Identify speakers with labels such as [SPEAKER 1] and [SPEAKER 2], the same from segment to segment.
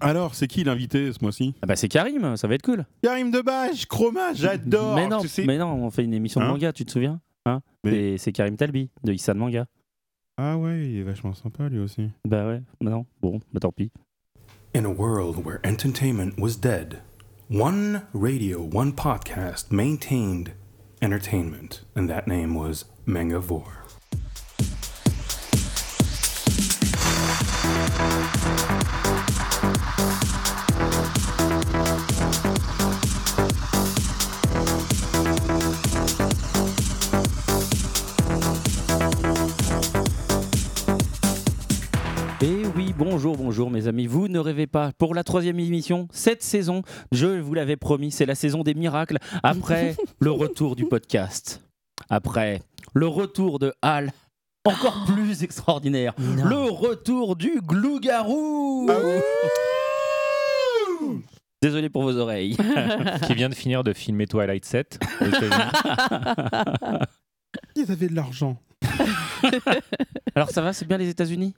[SPEAKER 1] Alors, c'est qui l'invité ce mois-ci
[SPEAKER 2] Ah bah c'est Karim, ça va être cool.
[SPEAKER 1] Karim Debache, Chroma, j'adore
[SPEAKER 2] mais non,
[SPEAKER 1] tu sais.
[SPEAKER 2] mais non, on fait une émission
[SPEAKER 1] Hein
[SPEAKER 2] de manga, tu te souviens hein
[SPEAKER 1] Mais-
[SPEAKER 2] Et C'est Karim Talbi de Issan Manga.
[SPEAKER 1] Ah ouais, il est vachement sympa lui aussi.
[SPEAKER 2] Bah ouais, bah non, bon, bah tant pis.
[SPEAKER 3] In a world where entertainment was dead, one radio, one podcast maintained entertainment, and that name was Mangavore.
[SPEAKER 2] Et Eh oui, bonjour, bonjour mes amis, vous ne rêvez pas. Pour la troisième émission, cette saison, je vous l'avais promis, c'est la saison des miracles, après le retour du podcast, après le retour de Hal, encore plus extraordinaire, le retour du glou-garou
[SPEAKER 1] Ah
[SPEAKER 2] Désolé pour vos oreilles.
[SPEAKER 4] qui vient de finir de filmer Twilight 7. aux États-Unis.
[SPEAKER 1] Ils avaient de l'argent.
[SPEAKER 2] Alors ça va, c'est bien les États-Unis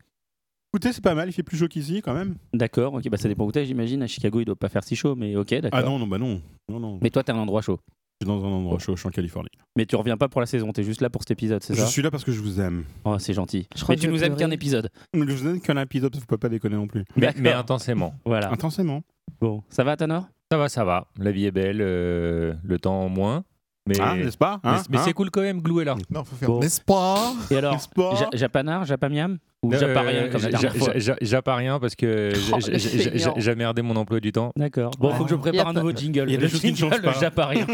[SPEAKER 1] Écoutez, c'est pas mal, il fait plus chaud qu'ici quand même.
[SPEAKER 2] D'accord, ok, bah ça dépend où t'es, j'imagine. À Chicago, il doit pas faire si chaud, mais ok, d'accord.
[SPEAKER 1] Ah non, non, bah non. Non, non.
[SPEAKER 2] Mais toi, t'es à un endroit chaud.
[SPEAKER 1] Je suis dans un endroit chaud, je suis en Californie.
[SPEAKER 2] Mais tu reviens pas pour la saison, t'es juste là pour cet épisode, c'est
[SPEAKER 1] Je
[SPEAKER 2] ça
[SPEAKER 1] suis là parce que je vous aime.
[SPEAKER 2] Oh, c'est gentil.
[SPEAKER 5] Je crois
[SPEAKER 2] Mais
[SPEAKER 5] que
[SPEAKER 2] tu
[SPEAKER 5] je vais
[SPEAKER 2] nous aimes
[SPEAKER 5] pleurer.
[SPEAKER 2] qu'un épisode.
[SPEAKER 1] Je vous aime qu'un épisode, vous pouvez pas déconner non plus.
[SPEAKER 4] mais,
[SPEAKER 2] D'accord.
[SPEAKER 4] mais intensément.
[SPEAKER 2] Voilà.
[SPEAKER 1] Intensément.
[SPEAKER 2] Bon, ça va, Tanor
[SPEAKER 4] Ça va, ça va. La vie est belle, euh, le temps moins. Mais,
[SPEAKER 1] Ah, n'est-ce pas
[SPEAKER 4] mais-
[SPEAKER 1] hein,
[SPEAKER 4] mais
[SPEAKER 1] hein
[SPEAKER 4] c'est cool quand même, Glou est là.
[SPEAKER 6] Non, faut faire.
[SPEAKER 2] Bon.
[SPEAKER 6] N'est-ce pas
[SPEAKER 2] Et alors,
[SPEAKER 1] N'est-ce pas
[SPEAKER 2] Ja- Japanard, Japamiam Ou Japarien
[SPEAKER 4] Euh,
[SPEAKER 2] comme la
[SPEAKER 4] j'a-
[SPEAKER 2] dernière
[SPEAKER 4] j'a-
[SPEAKER 2] fois
[SPEAKER 4] j'a- J'apparais parce que
[SPEAKER 5] Oh,
[SPEAKER 4] j'a- j'a- j'a-
[SPEAKER 5] le feignant.
[SPEAKER 4] j'a- j'ai merdé mon emploi du temps.
[SPEAKER 2] D'accord. Bon, faut que je prépare
[SPEAKER 5] Yep.
[SPEAKER 2] un nouveau jingle.
[SPEAKER 1] Il y a des
[SPEAKER 2] Le
[SPEAKER 1] choses qui ne
[SPEAKER 2] jingle,
[SPEAKER 1] changent pas.
[SPEAKER 2] le Japarien.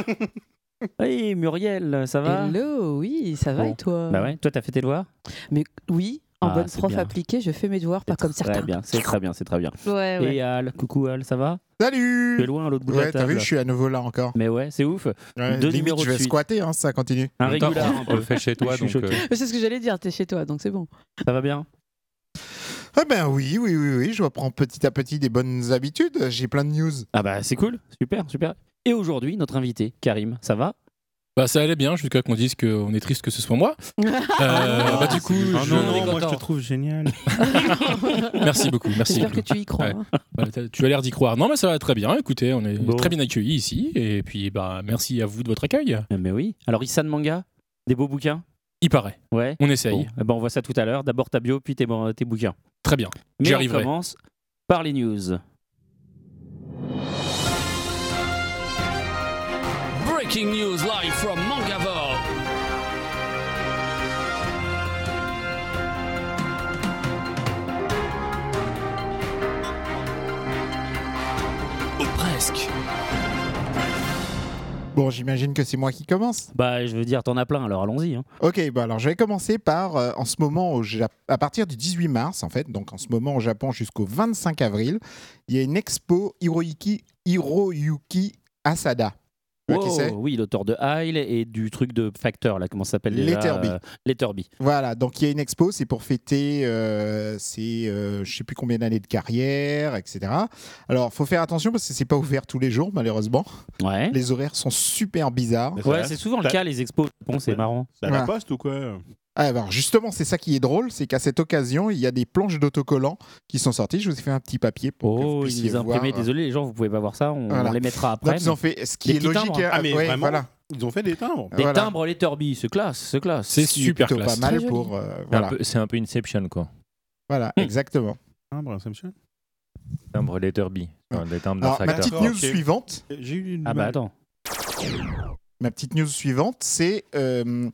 [SPEAKER 2] hey, Muriel, ça va
[SPEAKER 5] Hello, oui, ça va
[SPEAKER 2] Bon.
[SPEAKER 5] et toi
[SPEAKER 2] Ah. Bah ouais, toi, t'as fait tes devoirs
[SPEAKER 5] Mais oui, en
[SPEAKER 2] Ah,
[SPEAKER 5] bonne
[SPEAKER 2] c'est
[SPEAKER 5] prof
[SPEAKER 2] bien.
[SPEAKER 5] appliquée, je fais mes devoirs, pas comme certains.
[SPEAKER 2] Très bien, c'est très bien, c'est très bien.
[SPEAKER 5] Ouais, ouais.
[SPEAKER 2] Et Al, coucou Al, ça va Tu es
[SPEAKER 6] Salut
[SPEAKER 2] loin à l'autre bout de
[SPEAKER 6] Ouais,
[SPEAKER 2] la
[SPEAKER 6] t'as
[SPEAKER 2] table.
[SPEAKER 6] vu, je suis à nouveau là encore.
[SPEAKER 2] Mais ouais, c'est ouf.
[SPEAKER 6] Ouais,
[SPEAKER 2] Deux
[SPEAKER 6] limite,
[SPEAKER 2] numéros
[SPEAKER 6] je
[SPEAKER 2] de
[SPEAKER 6] vais
[SPEAKER 2] suite.
[SPEAKER 6] scotter, hein, ça continue.
[SPEAKER 2] Un
[SPEAKER 4] En même temps,
[SPEAKER 2] régular
[SPEAKER 4] on-
[SPEAKER 2] un
[SPEAKER 4] on le
[SPEAKER 2] peu.
[SPEAKER 4] fait chez toi,
[SPEAKER 2] Je suis
[SPEAKER 4] donc
[SPEAKER 2] choqué.
[SPEAKER 4] euh,
[SPEAKER 5] Mais C'est ce que j'allais dire, t'es chez toi, donc c'est bon.
[SPEAKER 2] Ça va bien
[SPEAKER 6] Ah ben oui, oui, oui, oui, je reprends petit à petit des bonnes habitudes. J'ai plein de news.
[SPEAKER 2] Ah bah c'est cool, super, super. Et aujourd'hui, notre invité, Karim, ça va
[SPEAKER 7] Bah ça allait bien jusqu'à qu'on dise qu'on est triste que ce soit moi. Euh, bah, du coup,
[SPEAKER 1] Ah
[SPEAKER 7] je-
[SPEAKER 1] non, non, moi je te
[SPEAKER 7] Content.
[SPEAKER 1] trouve génial.
[SPEAKER 7] merci beaucoup, merci.
[SPEAKER 5] J'espère que tu y crois.
[SPEAKER 7] Ouais.
[SPEAKER 5] hein.
[SPEAKER 7] Bah, t'as- tu as l'air d'y croire. Non mais ça va très bien. Écoutez, on est
[SPEAKER 2] Bon.
[SPEAKER 7] très bien accueillis ici et puis bah merci à vous de votre accueil.
[SPEAKER 2] Euh, Mais oui. Alors Issan Manga, des beaux bouquins
[SPEAKER 7] Il paraît.
[SPEAKER 2] Ouais.
[SPEAKER 7] On essaye.
[SPEAKER 2] Bon, eh ben, on voit ça tout à l'heure. D'abord ta bio, puis tes, bon- tes bouquins.
[SPEAKER 7] Très bien. J'y
[SPEAKER 2] Mais on
[SPEAKER 7] arriverai.
[SPEAKER 2] commence par les news.
[SPEAKER 8] Breaking news live from Mangavore. Ou presque.
[SPEAKER 6] Bon, j'imagine que c'est moi qui commence.
[SPEAKER 2] Bah, je veux dire, t'en as plein, alors allons-y. hein.
[SPEAKER 6] Ok, bah alors je vais commencer par, euh, en ce moment, au Ja- à partir du 18 mars, en fait, donc en ce moment au Japon jusqu'au 25 avril, il y a une expo Hiroyuki, Hiroyuki Asada. Tu vois Bah, qui
[SPEAKER 2] Wow,
[SPEAKER 6] c'est
[SPEAKER 2] oui, l'auteur de Heil et du truc de Factor, là, comment ça s'appelle déjà
[SPEAKER 6] Letterby.
[SPEAKER 2] Euh, Letterby.
[SPEAKER 6] Voilà, donc il y a une expo, c'est pour fêter euh, ses, euh, je sais plus combien d'années de carrière, etc. Alors, faut faire attention parce que c'est pas ouvert tous les jours, malheureusement.
[SPEAKER 2] Ouais.
[SPEAKER 6] Les horaires sont super bizarres.
[SPEAKER 2] Ouais, c'est souvent le
[SPEAKER 1] Ça-
[SPEAKER 2] cas, les expos. Bon, c'est
[SPEAKER 1] Ouais.
[SPEAKER 2] marrant.
[SPEAKER 1] C'est à la
[SPEAKER 6] Voilà.
[SPEAKER 1] poste ou quoi
[SPEAKER 6] Ah, Alors, justement, c'est ça qui est drôle, c'est qu'à cette occasion, il y a des planches d'autocollants qui sont sorties. Je vous ai fait un petit papier pour que vous
[SPEAKER 2] Oh, ils
[SPEAKER 6] puissiez
[SPEAKER 2] les
[SPEAKER 6] voir.
[SPEAKER 2] imprimés. Désolé, les gens, vous pouvez pas voir ça. On,
[SPEAKER 6] Voilà.
[SPEAKER 2] on les mettra après.
[SPEAKER 6] Donc, ils ont fait ce qui
[SPEAKER 2] Des
[SPEAKER 6] est
[SPEAKER 2] petits
[SPEAKER 6] logique.
[SPEAKER 2] timbres, hein.
[SPEAKER 6] hein.
[SPEAKER 1] Ah, mais
[SPEAKER 6] Ouais,
[SPEAKER 1] vraiment
[SPEAKER 6] voilà.
[SPEAKER 1] Ils ont fait des timbres.
[SPEAKER 2] Des
[SPEAKER 6] Voilà.
[SPEAKER 2] timbres Letterby, c'est classe, c'est classe.
[SPEAKER 7] C'est
[SPEAKER 6] Ce qui est
[SPEAKER 7] super
[SPEAKER 6] plutôt
[SPEAKER 7] classe.
[SPEAKER 6] pas mal
[SPEAKER 5] Très joli.
[SPEAKER 6] pour. euh,
[SPEAKER 4] c'est un
[SPEAKER 6] voilà,
[SPEAKER 4] peu- c'est un peu Inception, quoi.
[SPEAKER 6] voilà
[SPEAKER 2] Hmm.
[SPEAKER 6] exactement.
[SPEAKER 1] Timbres, Inception
[SPEAKER 4] Timbre Letterby. Enfin, les timbres d'un
[SPEAKER 6] Alors, ma
[SPEAKER 4] facteur.
[SPEAKER 6] petite
[SPEAKER 1] D'accord,
[SPEAKER 6] news
[SPEAKER 1] ok.
[SPEAKER 6] suivante.
[SPEAKER 1] J'ai eu une.
[SPEAKER 2] Ah bah attends.
[SPEAKER 6] Ma petite news suivante, c'est, euh, vous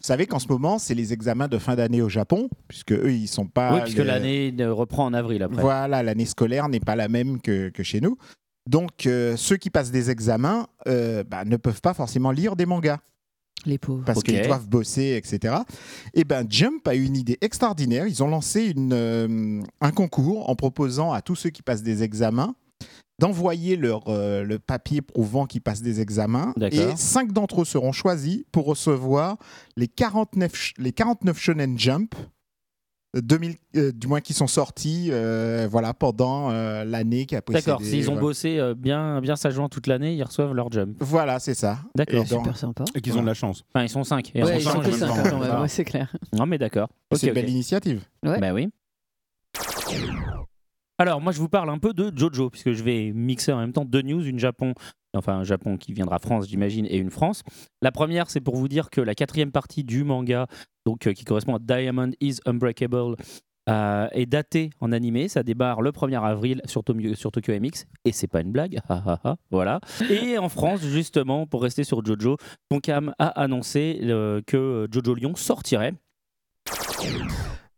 [SPEAKER 6] savez qu'en ce moment, c'est les examens de fin d'année au Japon, puisque eux, ils sont pas.
[SPEAKER 5] Ah,
[SPEAKER 2] oui, puisque
[SPEAKER 6] les-
[SPEAKER 2] l'année euh, reprend en avril après.
[SPEAKER 6] Voilà, l'année scolaire n'est pas la même que, que chez nous. Donc, euh, ceux qui passent des examens euh, bah, ne peuvent pas forcément lire des mangas
[SPEAKER 5] Les pauvres.
[SPEAKER 6] parce
[SPEAKER 2] Ok.
[SPEAKER 6] qu'ils doivent bosser, etc. Et ben Jump a eu une idée extraordinaire. Ils ont lancé une, euh, un concours en proposant à tous ceux qui passent des examens d'envoyer leur euh, le papier prouvant qu'ils passent des examens.
[SPEAKER 2] D'accord.
[SPEAKER 6] Et cinq d'entre eux seront choisis pour recevoir les 49, sh- les 49 Shonen Jump. euh, 2000, euh, du moins qui sont sortis euh, voilà, pendant euh, l'année qui a précédé.
[SPEAKER 2] D'accord, s'ils ont
[SPEAKER 6] voilà.
[SPEAKER 2] bossé euh, bien, bien sagement toute l'année, ils reçoivent leur jump.
[SPEAKER 6] Voilà, c'est ça.
[SPEAKER 2] D'accord.
[SPEAKER 6] Et donc,
[SPEAKER 5] Super sympa.
[SPEAKER 1] Et qu'ils ont de la chance.
[SPEAKER 2] Enfin, ils sont 5.
[SPEAKER 5] Ouais, ils sont
[SPEAKER 6] change
[SPEAKER 5] que
[SPEAKER 6] le
[SPEAKER 5] ça,
[SPEAKER 6] temps.
[SPEAKER 5] quand même, ouais,
[SPEAKER 6] Bah,
[SPEAKER 5] c'est clair.
[SPEAKER 2] Non, mais d'accord. Ok,
[SPEAKER 6] c'est une
[SPEAKER 2] ok.
[SPEAKER 6] belle initiative.
[SPEAKER 5] Ouais.
[SPEAKER 2] Bah oui. Alors, moi, je vous parle un peu de Jojo, puisque je vais mixer en même temps deux news, une Japon, enfin un Japon qui viendra France, j'imagine, et une France. La première, c'est pour vous dire que la quatrième partie du manga, donc euh, qui correspond à Diamond is Unbreakable, euh, est datée en animé. Ça débarre le 1er avril sur, Tomio- sur Tokyo MX, et c'est pas une blague, ah, ah, ah, voilà. Et en France, justement, pour rester sur Jojo, Tonkam a annoncé euh, que Jojo Lyon sortirait.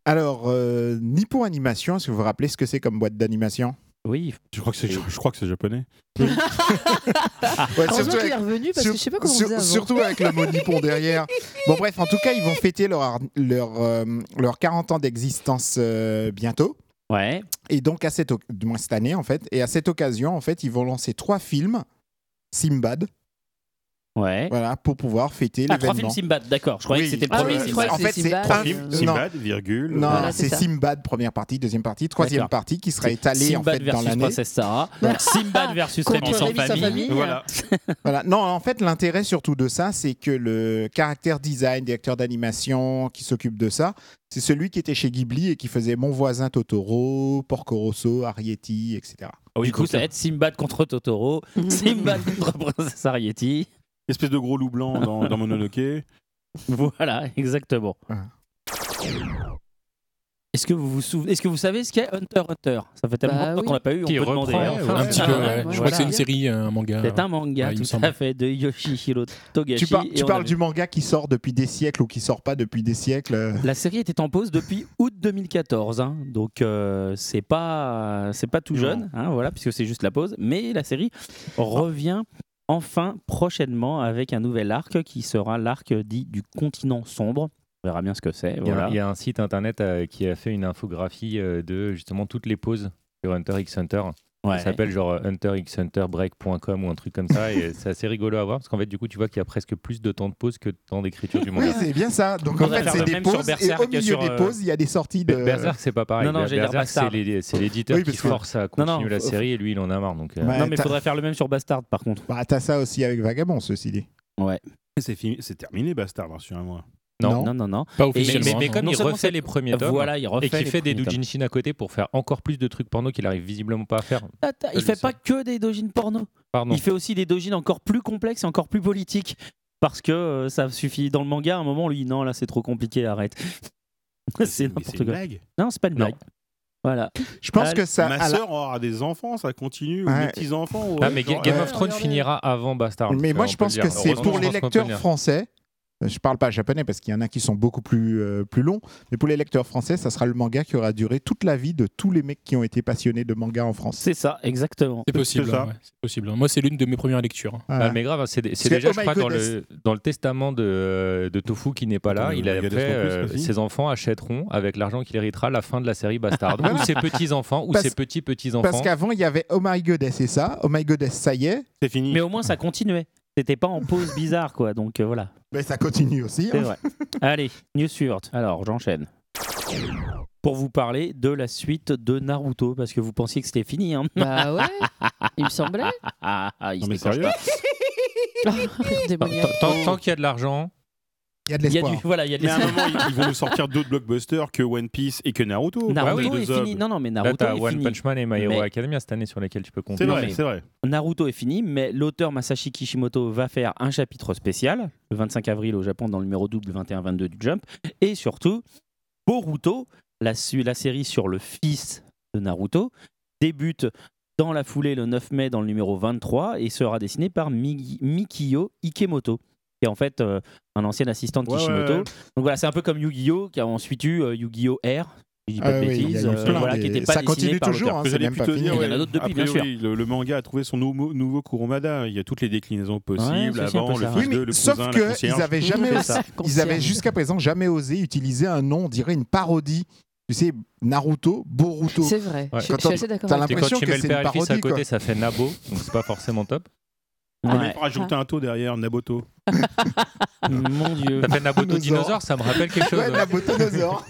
[SPEAKER 6] Alors, euh, Nippon Animation, est-ce que vous vous rappelez ce que c'est comme boîte d'animation
[SPEAKER 2] Oui,
[SPEAKER 1] Je crois que c'est, je crois que c'est japonais.
[SPEAKER 6] Ouais,
[SPEAKER 5] Ah, Heureusement qu'il est
[SPEAKER 6] avec-
[SPEAKER 5] revenu parce que
[SPEAKER 6] sur-
[SPEAKER 5] je sais pas comment
[SPEAKER 6] sur-
[SPEAKER 5] on faisait avant.
[SPEAKER 6] Surtout avec le mot Nippon derrière. Bon, bref, en tout cas, ils vont fêter leur, ar- leur, euh, leur 40 ans d'existence euh, bientôt.
[SPEAKER 2] ouais.
[SPEAKER 6] Et donc, à cette, oc- du moins cette année, en fait. Et à cette occasion, en fait, ils vont lancer trois films Simbad,
[SPEAKER 2] Ouais.
[SPEAKER 6] voilà, pour pouvoir fêter
[SPEAKER 2] Ah, trois films
[SPEAKER 6] l'événement.
[SPEAKER 2] Simbad, d'accord. Je croyais
[SPEAKER 6] Oui,
[SPEAKER 2] que c'était le
[SPEAKER 5] Ah
[SPEAKER 2] premier
[SPEAKER 5] oui, je
[SPEAKER 2] Sinbad.
[SPEAKER 5] crois
[SPEAKER 6] en
[SPEAKER 5] que
[SPEAKER 6] fait,
[SPEAKER 5] c'est
[SPEAKER 6] c'est
[SPEAKER 5] Simbad.
[SPEAKER 6] trois
[SPEAKER 5] euh,
[SPEAKER 6] films. Non.
[SPEAKER 1] Simbad, virgule.
[SPEAKER 6] Non,
[SPEAKER 5] Voilà, c'est
[SPEAKER 6] c'est
[SPEAKER 5] ça.
[SPEAKER 6] Simbad, première partie, deuxième partie, troisième
[SPEAKER 2] D'accord.
[SPEAKER 6] partie qui sera étalée en
[SPEAKER 2] Simbad
[SPEAKER 6] fait dans
[SPEAKER 2] versus
[SPEAKER 6] l'année.
[SPEAKER 2] Princesse Sarah,
[SPEAKER 5] Voilà.
[SPEAKER 2] Simbad versus
[SPEAKER 5] Contre
[SPEAKER 2] Rémi sans
[SPEAKER 5] Rémi sans
[SPEAKER 2] famille.
[SPEAKER 5] famille.
[SPEAKER 6] hein.
[SPEAKER 1] Voilà.
[SPEAKER 6] Voilà. Non, en fait, l'intérêt surtout de ça, c'est que le caractère design des acteurs d'animation qui s'occupent de ça, c'est celui qui était chez Ghibli et qui faisait Mon voisin Totoro, Porco Rosso, Arrietty, etc.
[SPEAKER 2] du coup, ça va être Oh, Simbad contre Totoro, Simbad contre Princesse Ariety.
[SPEAKER 1] Espèce de gros loup blanc dans, dans Mononoke.
[SPEAKER 2] Voilà, exactement.
[SPEAKER 6] Ouais.
[SPEAKER 2] Est-ce que vous vous souvenez, est-ce que vous savez ce qu'est Hunter x Hunter Ça fait tellement
[SPEAKER 5] Bah
[SPEAKER 2] longtemps
[SPEAKER 5] oui.
[SPEAKER 2] qu'on l'a pas eu, on
[SPEAKER 4] Qui
[SPEAKER 2] peut
[SPEAKER 4] reprend,
[SPEAKER 2] demander. hein.
[SPEAKER 4] ouais,
[SPEAKER 7] Un petit
[SPEAKER 5] Ah,
[SPEAKER 7] peu,
[SPEAKER 5] ouais,
[SPEAKER 7] ouais.
[SPEAKER 5] voilà.
[SPEAKER 7] Je crois que c'est une série, un manga.
[SPEAKER 2] C'est un manga
[SPEAKER 7] Ouais, il me
[SPEAKER 2] tout à
[SPEAKER 7] semble.
[SPEAKER 2] fait de Yoshihiro Togashi.
[SPEAKER 6] Tu, par-
[SPEAKER 2] et
[SPEAKER 6] tu
[SPEAKER 2] on
[SPEAKER 6] parles
[SPEAKER 2] avait-
[SPEAKER 6] du manga qui sort depuis des siècles ou qui sort pas depuis des siècles. euh,
[SPEAKER 2] La série était en pause depuis août 2014, hein. donc euh, c'est pas c'est pas tout jeune, hein, voilà, puisque c'est juste la pause. Mais la série revient enfin prochainement avec un nouvel arc qui sera l'arc dit du continent sombre. On verra bien ce que c'est.
[SPEAKER 4] Il y, a,
[SPEAKER 2] Voilà.
[SPEAKER 4] il y a un site internet euh, qui a fait une infographie euh, de justement toutes les pauses sur Hunter x Hunter.
[SPEAKER 2] Ouais.
[SPEAKER 4] Ça s'appelle genre euh, hunterxhunterbreak.com ou un truc comme ça. et c'est assez rigolo à voir parce qu'en fait, du coup, tu vois qu'il y a presque plus de temps de pause que de temps d'écriture du
[SPEAKER 6] Oui,
[SPEAKER 4] manga.
[SPEAKER 6] c'est bien ça. Donc
[SPEAKER 2] On
[SPEAKER 6] en
[SPEAKER 2] va
[SPEAKER 6] fait,
[SPEAKER 2] faire
[SPEAKER 6] c'est
[SPEAKER 2] le
[SPEAKER 6] des
[SPEAKER 2] même sur
[SPEAKER 6] pauses et
[SPEAKER 2] Berserk
[SPEAKER 6] au milieu
[SPEAKER 2] sur,
[SPEAKER 6] des
[SPEAKER 2] euh,
[SPEAKER 6] pauses, il y a des sorties de.
[SPEAKER 4] Be- Berserk, c'est euh, pas pareil.
[SPEAKER 2] Non, non,
[SPEAKER 4] Be-
[SPEAKER 2] j'allais dire
[SPEAKER 4] Berserk, c'est
[SPEAKER 2] Bastard.
[SPEAKER 4] les- c'est l'éditeur
[SPEAKER 6] Oui,
[SPEAKER 4] qui
[SPEAKER 6] parce que-
[SPEAKER 4] force à
[SPEAKER 2] Non,
[SPEAKER 4] continuer
[SPEAKER 2] non,
[SPEAKER 4] la
[SPEAKER 2] faut-
[SPEAKER 4] série et lui, il en a marre. Donc, euh,
[SPEAKER 6] Ouais.
[SPEAKER 2] non mais
[SPEAKER 6] t'as-
[SPEAKER 2] faudrait faire le même sur Bastard par contre.
[SPEAKER 6] Bah, t'as ça aussi avec Vagabond, ceci dit.
[SPEAKER 2] Ouais.
[SPEAKER 1] C'est, fini, c'est terminé, Bastard, rassure-moi.
[SPEAKER 4] Non.
[SPEAKER 2] Non non non.
[SPEAKER 4] Mais,
[SPEAKER 7] Pas
[SPEAKER 2] Et-
[SPEAKER 7] officiellement.
[SPEAKER 4] mais- mais
[SPEAKER 7] hein.
[SPEAKER 4] comme
[SPEAKER 2] Non
[SPEAKER 4] il
[SPEAKER 2] seulement
[SPEAKER 4] refait
[SPEAKER 2] c'est-
[SPEAKER 4] les premiers tomes
[SPEAKER 2] Voilà, il refait
[SPEAKER 4] et qu'il
[SPEAKER 2] les
[SPEAKER 4] fait des
[SPEAKER 2] premiers tomes.
[SPEAKER 4] doujinshi à côté pour faire encore plus de trucs porno qu'il arrive visiblement pas à faire.
[SPEAKER 2] Attends, Ah, Il fait pas que des dojins porno.
[SPEAKER 4] Pardon.
[SPEAKER 2] Il fait aussi des dojins encore plus complexes et encore plus politiques. Parce que euh, ça suffit. Dans le manga, à un moment, lui, non, là, c'est trop compliqué, arrête. c'est n'importe quoi.
[SPEAKER 1] blague.
[SPEAKER 2] Non, c'est pas une
[SPEAKER 4] Non.
[SPEAKER 2] blague. Voilà.
[SPEAKER 6] Je pense
[SPEAKER 2] Allez,
[SPEAKER 6] que ça.
[SPEAKER 1] Ma
[SPEAKER 6] à la-
[SPEAKER 1] sœur aura des enfants, ça continue, ou
[SPEAKER 6] Ouais.
[SPEAKER 1] mes petits-enfants. ou-
[SPEAKER 4] Ah, mais Ga-
[SPEAKER 1] genre,
[SPEAKER 4] Game
[SPEAKER 1] euh,
[SPEAKER 4] of Thrones
[SPEAKER 1] regardez.
[SPEAKER 4] finira avant euh, Bastard.
[SPEAKER 6] Mais moi, je pense que c'est pour les lecteurs français. euh, Je parle pas japonais parce qu'il y en a qui sont beaucoup plus, euh, plus longs. Mais pour les lecteurs français, ça sera le manga qui aura duré toute la vie de tous les mecs qui ont été passionnés de manga en France.
[SPEAKER 2] C'est ça, exactement.
[SPEAKER 7] C'est possible. hein,
[SPEAKER 1] C'est ça.
[SPEAKER 7] ouais, c'est possible. Moi, c'est l'une de mes premières lectures. hein.
[SPEAKER 6] Voilà.
[SPEAKER 4] mais grave, hein, c'est c'est
[SPEAKER 6] Parce que,
[SPEAKER 4] déjà,
[SPEAKER 6] oh
[SPEAKER 4] je
[SPEAKER 6] my
[SPEAKER 4] crois, dans le,
[SPEAKER 6] goodness.
[SPEAKER 4] dans le testament de, de Tofu qui n'est pas là.
[SPEAKER 1] Attends,
[SPEAKER 4] il
[SPEAKER 1] le
[SPEAKER 4] a
[SPEAKER 1] manga
[SPEAKER 4] fait
[SPEAKER 1] d'Astro Plus,
[SPEAKER 4] euh,
[SPEAKER 1] vas-y.
[SPEAKER 4] ses enfants achèteront avec l'argent qu'il héritera la fin de la série Bastard. ou ses petits-enfants, ou
[SPEAKER 6] Parce-
[SPEAKER 4] ses petits-petits-enfants.
[SPEAKER 6] Parce qu'avant, il y avait Oh My Goddess et ça. Oh My Goddess, ça y est.
[SPEAKER 1] C'est fini.
[SPEAKER 2] Mais au moins, ça continuait. C'était pas en pause bizarre, quoi. Donc euh, voilà.
[SPEAKER 6] Mais ça continue aussi. hein.
[SPEAKER 2] C'est vrai. Allez, news suivante. Alors, j'enchaîne. Pour vous parler de la suite de Naruto, parce que vous pensiez que c'était fini. Hein.
[SPEAKER 5] Bah ouais, il me semblait.
[SPEAKER 2] Ah, ah, il
[SPEAKER 1] Non,
[SPEAKER 2] se
[SPEAKER 1] mais
[SPEAKER 2] décroche
[SPEAKER 1] sérieux
[SPEAKER 5] Rire
[SPEAKER 4] Tant-
[SPEAKER 5] démoniaque.
[SPEAKER 4] tant- Tant tant qu'il y a de l'argent,
[SPEAKER 6] Il y a de
[SPEAKER 2] pas. Il y a
[SPEAKER 6] l'espoir.
[SPEAKER 2] du, voilà, il y a de
[SPEAKER 1] Mais à un moment, ils, ils vont nous sortir d'autres blockbusters que One Piece et que Naruto.
[SPEAKER 2] Naruto
[SPEAKER 1] Bah Deux
[SPEAKER 2] est
[SPEAKER 1] œuvres.
[SPEAKER 2] fini. Non, non, mais
[SPEAKER 4] là,
[SPEAKER 2] Naruto
[SPEAKER 4] t'as
[SPEAKER 2] est
[SPEAKER 4] One
[SPEAKER 2] fini.
[SPEAKER 4] Punch Man et My Hero
[SPEAKER 2] Mais-
[SPEAKER 4] Academia cette année sur lesquelles tu peux compter.
[SPEAKER 1] C'est vrai,
[SPEAKER 2] mais-
[SPEAKER 1] c'est vrai.
[SPEAKER 2] Naruto est fini, mais l'auteur Masashi Kishimoto va faire un chapitre spécial, le 25 avril au Japon dans le numéro double 21-22 du Jump, et surtout, Boruto, la, su- la série sur le fils de Naruto, débute dans la foulée le 9 mai dans le numéro 23 et sera dessiné par Migi- Mikio Ikemoto, qui est en fait euh, un ancien assistant de
[SPEAKER 1] Ouais,
[SPEAKER 2] Kishimoto.
[SPEAKER 1] ouais, ouais.
[SPEAKER 2] Donc voilà, c'est un peu comme Yu-Gi-Oh! qui a ensuite eu euh, Yu-Gi-Oh! R, si je dis pas
[SPEAKER 6] Ah
[SPEAKER 2] de
[SPEAKER 6] oui, il y a
[SPEAKER 2] bêtises,
[SPEAKER 6] eu
[SPEAKER 2] euh,
[SPEAKER 6] plein
[SPEAKER 2] voilà,
[SPEAKER 6] des-
[SPEAKER 2] qui n'était pas
[SPEAKER 6] ça
[SPEAKER 2] dessiné
[SPEAKER 6] continue
[SPEAKER 2] par
[SPEAKER 6] toujours.
[SPEAKER 2] l'auteur.
[SPEAKER 6] hein,
[SPEAKER 1] Que
[SPEAKER 6] c'est
[SPEAKER 1] J'allais
[SPEAKER 6] même pas
[SPEAKER 1] plutôt
[SPEAKER 6] fini.
[SPEAKER 1] dire,
[SPEAKER 2] Il y en a
[SPEAKER 1] ouais,
[SPEAKER 2] d'autres depuis,
[SPEAKER 1] a
[SPEAKER 2] bien
[SPEAKER 1] priori, Le, le manga a trouvé son nou- nouveau Kurumada. Il y a toutes les déclinaisons possibles
[SPEAKER 2] c'est un
[SPEAKER 1] avant
[SPEAKER 2] peu
[SPEAKER 1] le
[SPEAKER 2] ça.
[SPEAKER 1] fils
[SPEAKER 6] Oui, mais
[SPEAKER 1] de, le cousin,
[SPEAKER 6] sauf
[SPEAKER 1] la
[SPEAKER 6] que
[SPEAKER 1] concierge.
[SPEAKER 6] ils avaient jamais,
[SPEAKER 2] C'est
[SPEAKER 6] osé-
[SPEAKER 2] ça.
[SPEAKER 6] ils avaient jusqu'à présent jamais osé utiliser un nom, on dirait une parodie. Tu sais, Naruto, Boruto.
[SPEAKER 5] C'est vrai,
[SPEAKER 4] Ouais.
[SPEAKER 5] je, je
[SPEAKER 6] Quand
[SPEAKER 5] suis
[SPEAKER 6] on-
[SPEAKER 5] assez d'accord.
[SPEAKER 6] t'as
[SPEAKER 5] avec
[SPEAKER 4] Et
[SPEAKER 5] toi.
[SPEAKER 4] quand
[SPEAKER 6] l'impression
[SPEAKER 4] tu
[SPEAKER 6] que
[SPEAKER 4] mets le
[SPEAKER 6] c'est
[SPEAKER 4] père
[SPEAKER 6] une
[SPEAKER 4] et le fils à
[SPEAKER 6] parodie,
[SPEAKER 4] côté,
[SPEAKER 6] quoi.
[SPEAKER 4] ça fait Nabo, donc c'est pas forcément top.
[SPEAKER 6] hein.
[SPEAKER 1] On
[SPEAKER 2] Ouais.
[SPEAKER 1] a rajouté un taux derrière Naboto.
[SPEAKER 2] Mon dieu.
[SPEAKER 4] Ça fait Naboto dinosaure, ça me rappelle quelque chose.
[SPEAKER 6] Ouais, la botonosaure.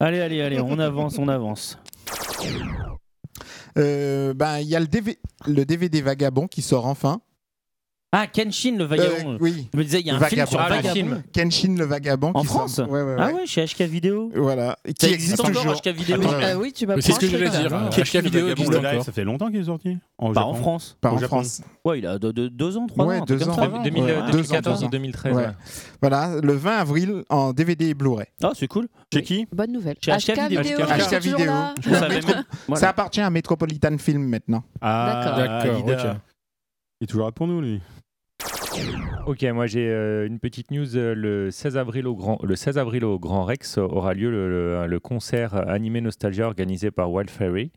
[SPEAKER 2] Allez, allez, allez, on avance, on avance.
[SPEAKER 6] Euh, ben, il y a le, DV le DVD Vagabond qui sort enfin.
[SPEAKER 2] Ah, Kenshin le vagabond.
[SPEAKER 6] Euh, oui.
[SPEAKER 2] Je me disais, il y a un film sur
[SPEAKER 4] Ah, le
[SPEAKER 2] Vagabond.
[SPEAKER 4] film.
[SPEAKER 6] Kenshin le vagabond.
[SPEAKER 2] En
[SPEAKER 6] qui
[SPEAKER 2] France
[SPEAKER 6] sort- ouais, ouais, ouais.
[SPEAKER 2] Ah ouais, chez HK Vidéo.
[SPEAKER 6] Voilà. Et
[SPEAKER 2] Ça
[SPEAKER 6] Qui existe
[SPEAKER 2] existe encore
[SPEAKER 6] toujours.
[SPEAKER 2] HK Vidéo.
[SPEAKER 6] Attends,
[SPEAKER 5] Ah oui, tu m'apprends.
[SPEAKER 7] Mais c'est ce que
[SPEAKER 5] un
[SPEAKER 7] j'allais
[SPEAKER 5] truc,
[SPEAKER 7] dire.
[SPEAKER 5] là.
[SPEAKER 1] Ah,
[SPEAKER 7] Cache la vidéo
[SPEAKER 1] Vagabond
[SPEAKER 7] existe
[SPEAKER 1] Live,
[SPEAKER 7] encore.
[SPEAKER 1] ça fait longtemps qu'il est sorti.
[SPEAKER 2] Pas
[SPEAKER 1] Japon.
[SPEAKER 2] en France.
[SPEAKER 6] Pas
[SPEAKER 1] Au
[SPEAKER 6] en
[SPEAKER 1] Japon.
[SPEAKER 6] France.
[SPEAKER 2] Ouais, il a de, de- deux ans, trois
[SPEAKER 6] Ouais,
[SPEAKER 2] ans. un truc
[SPEAKER 6] deux
[SPEAKER 2] comme
[SPEAKER 6] ans.
[SPEAKER 2] ça.
[SPEAKER 6] Deux-
[SPEAKER 2] Ouais.
[SPEAKER 4] 2000,
[SPEAKER 2] Ouais.
[SPEAKER 6] deux-
[SPEAKER 4] 2014
[SPEAKER 6] ans.
[SPEAKER 4] ou 2013.
[SPEAKER 6] Ouais.
[SPEAKER 4] ouais.
[SPEAKER 6] Voilà, le 20 avril en DVD et Blu-ray.
[SPEAKER 2] Ah, c'est cool.
[SPEAKER 1] Chez qui
[SPEAKER 5] Bonne nouvelle.
[SPEAKER 2] Chez HK Vidéo.
[SPEAKER 5] Vidéo.
[SPEAKER 6] HK
[SPEAKER 5] ils sont toujours
[SPEAKER 6] Vidéo.
[SPEAKER 5] là.
[SPEAKER 2] Je savais même- Voilà.
[SPEAKER 6] Ça appartient à Metropolitan Film maintenant.
[SPEAKER 1] Ah,
[SPEAKER 7] D'accord,
[SPEAKER 1] Ida.
[SPEAKER 7] ok.
[SPEAKER 1] Il est toujours là pour nous, lui.
[SPEAKER 4] Ok, moi j'ai euh, une petite news. euh, Le 16 avril au Grand, le 16 avril au Grand Rex euh, aura lieu le, le- le concert euh, animé Nostalgia organisé par Wild Fairy,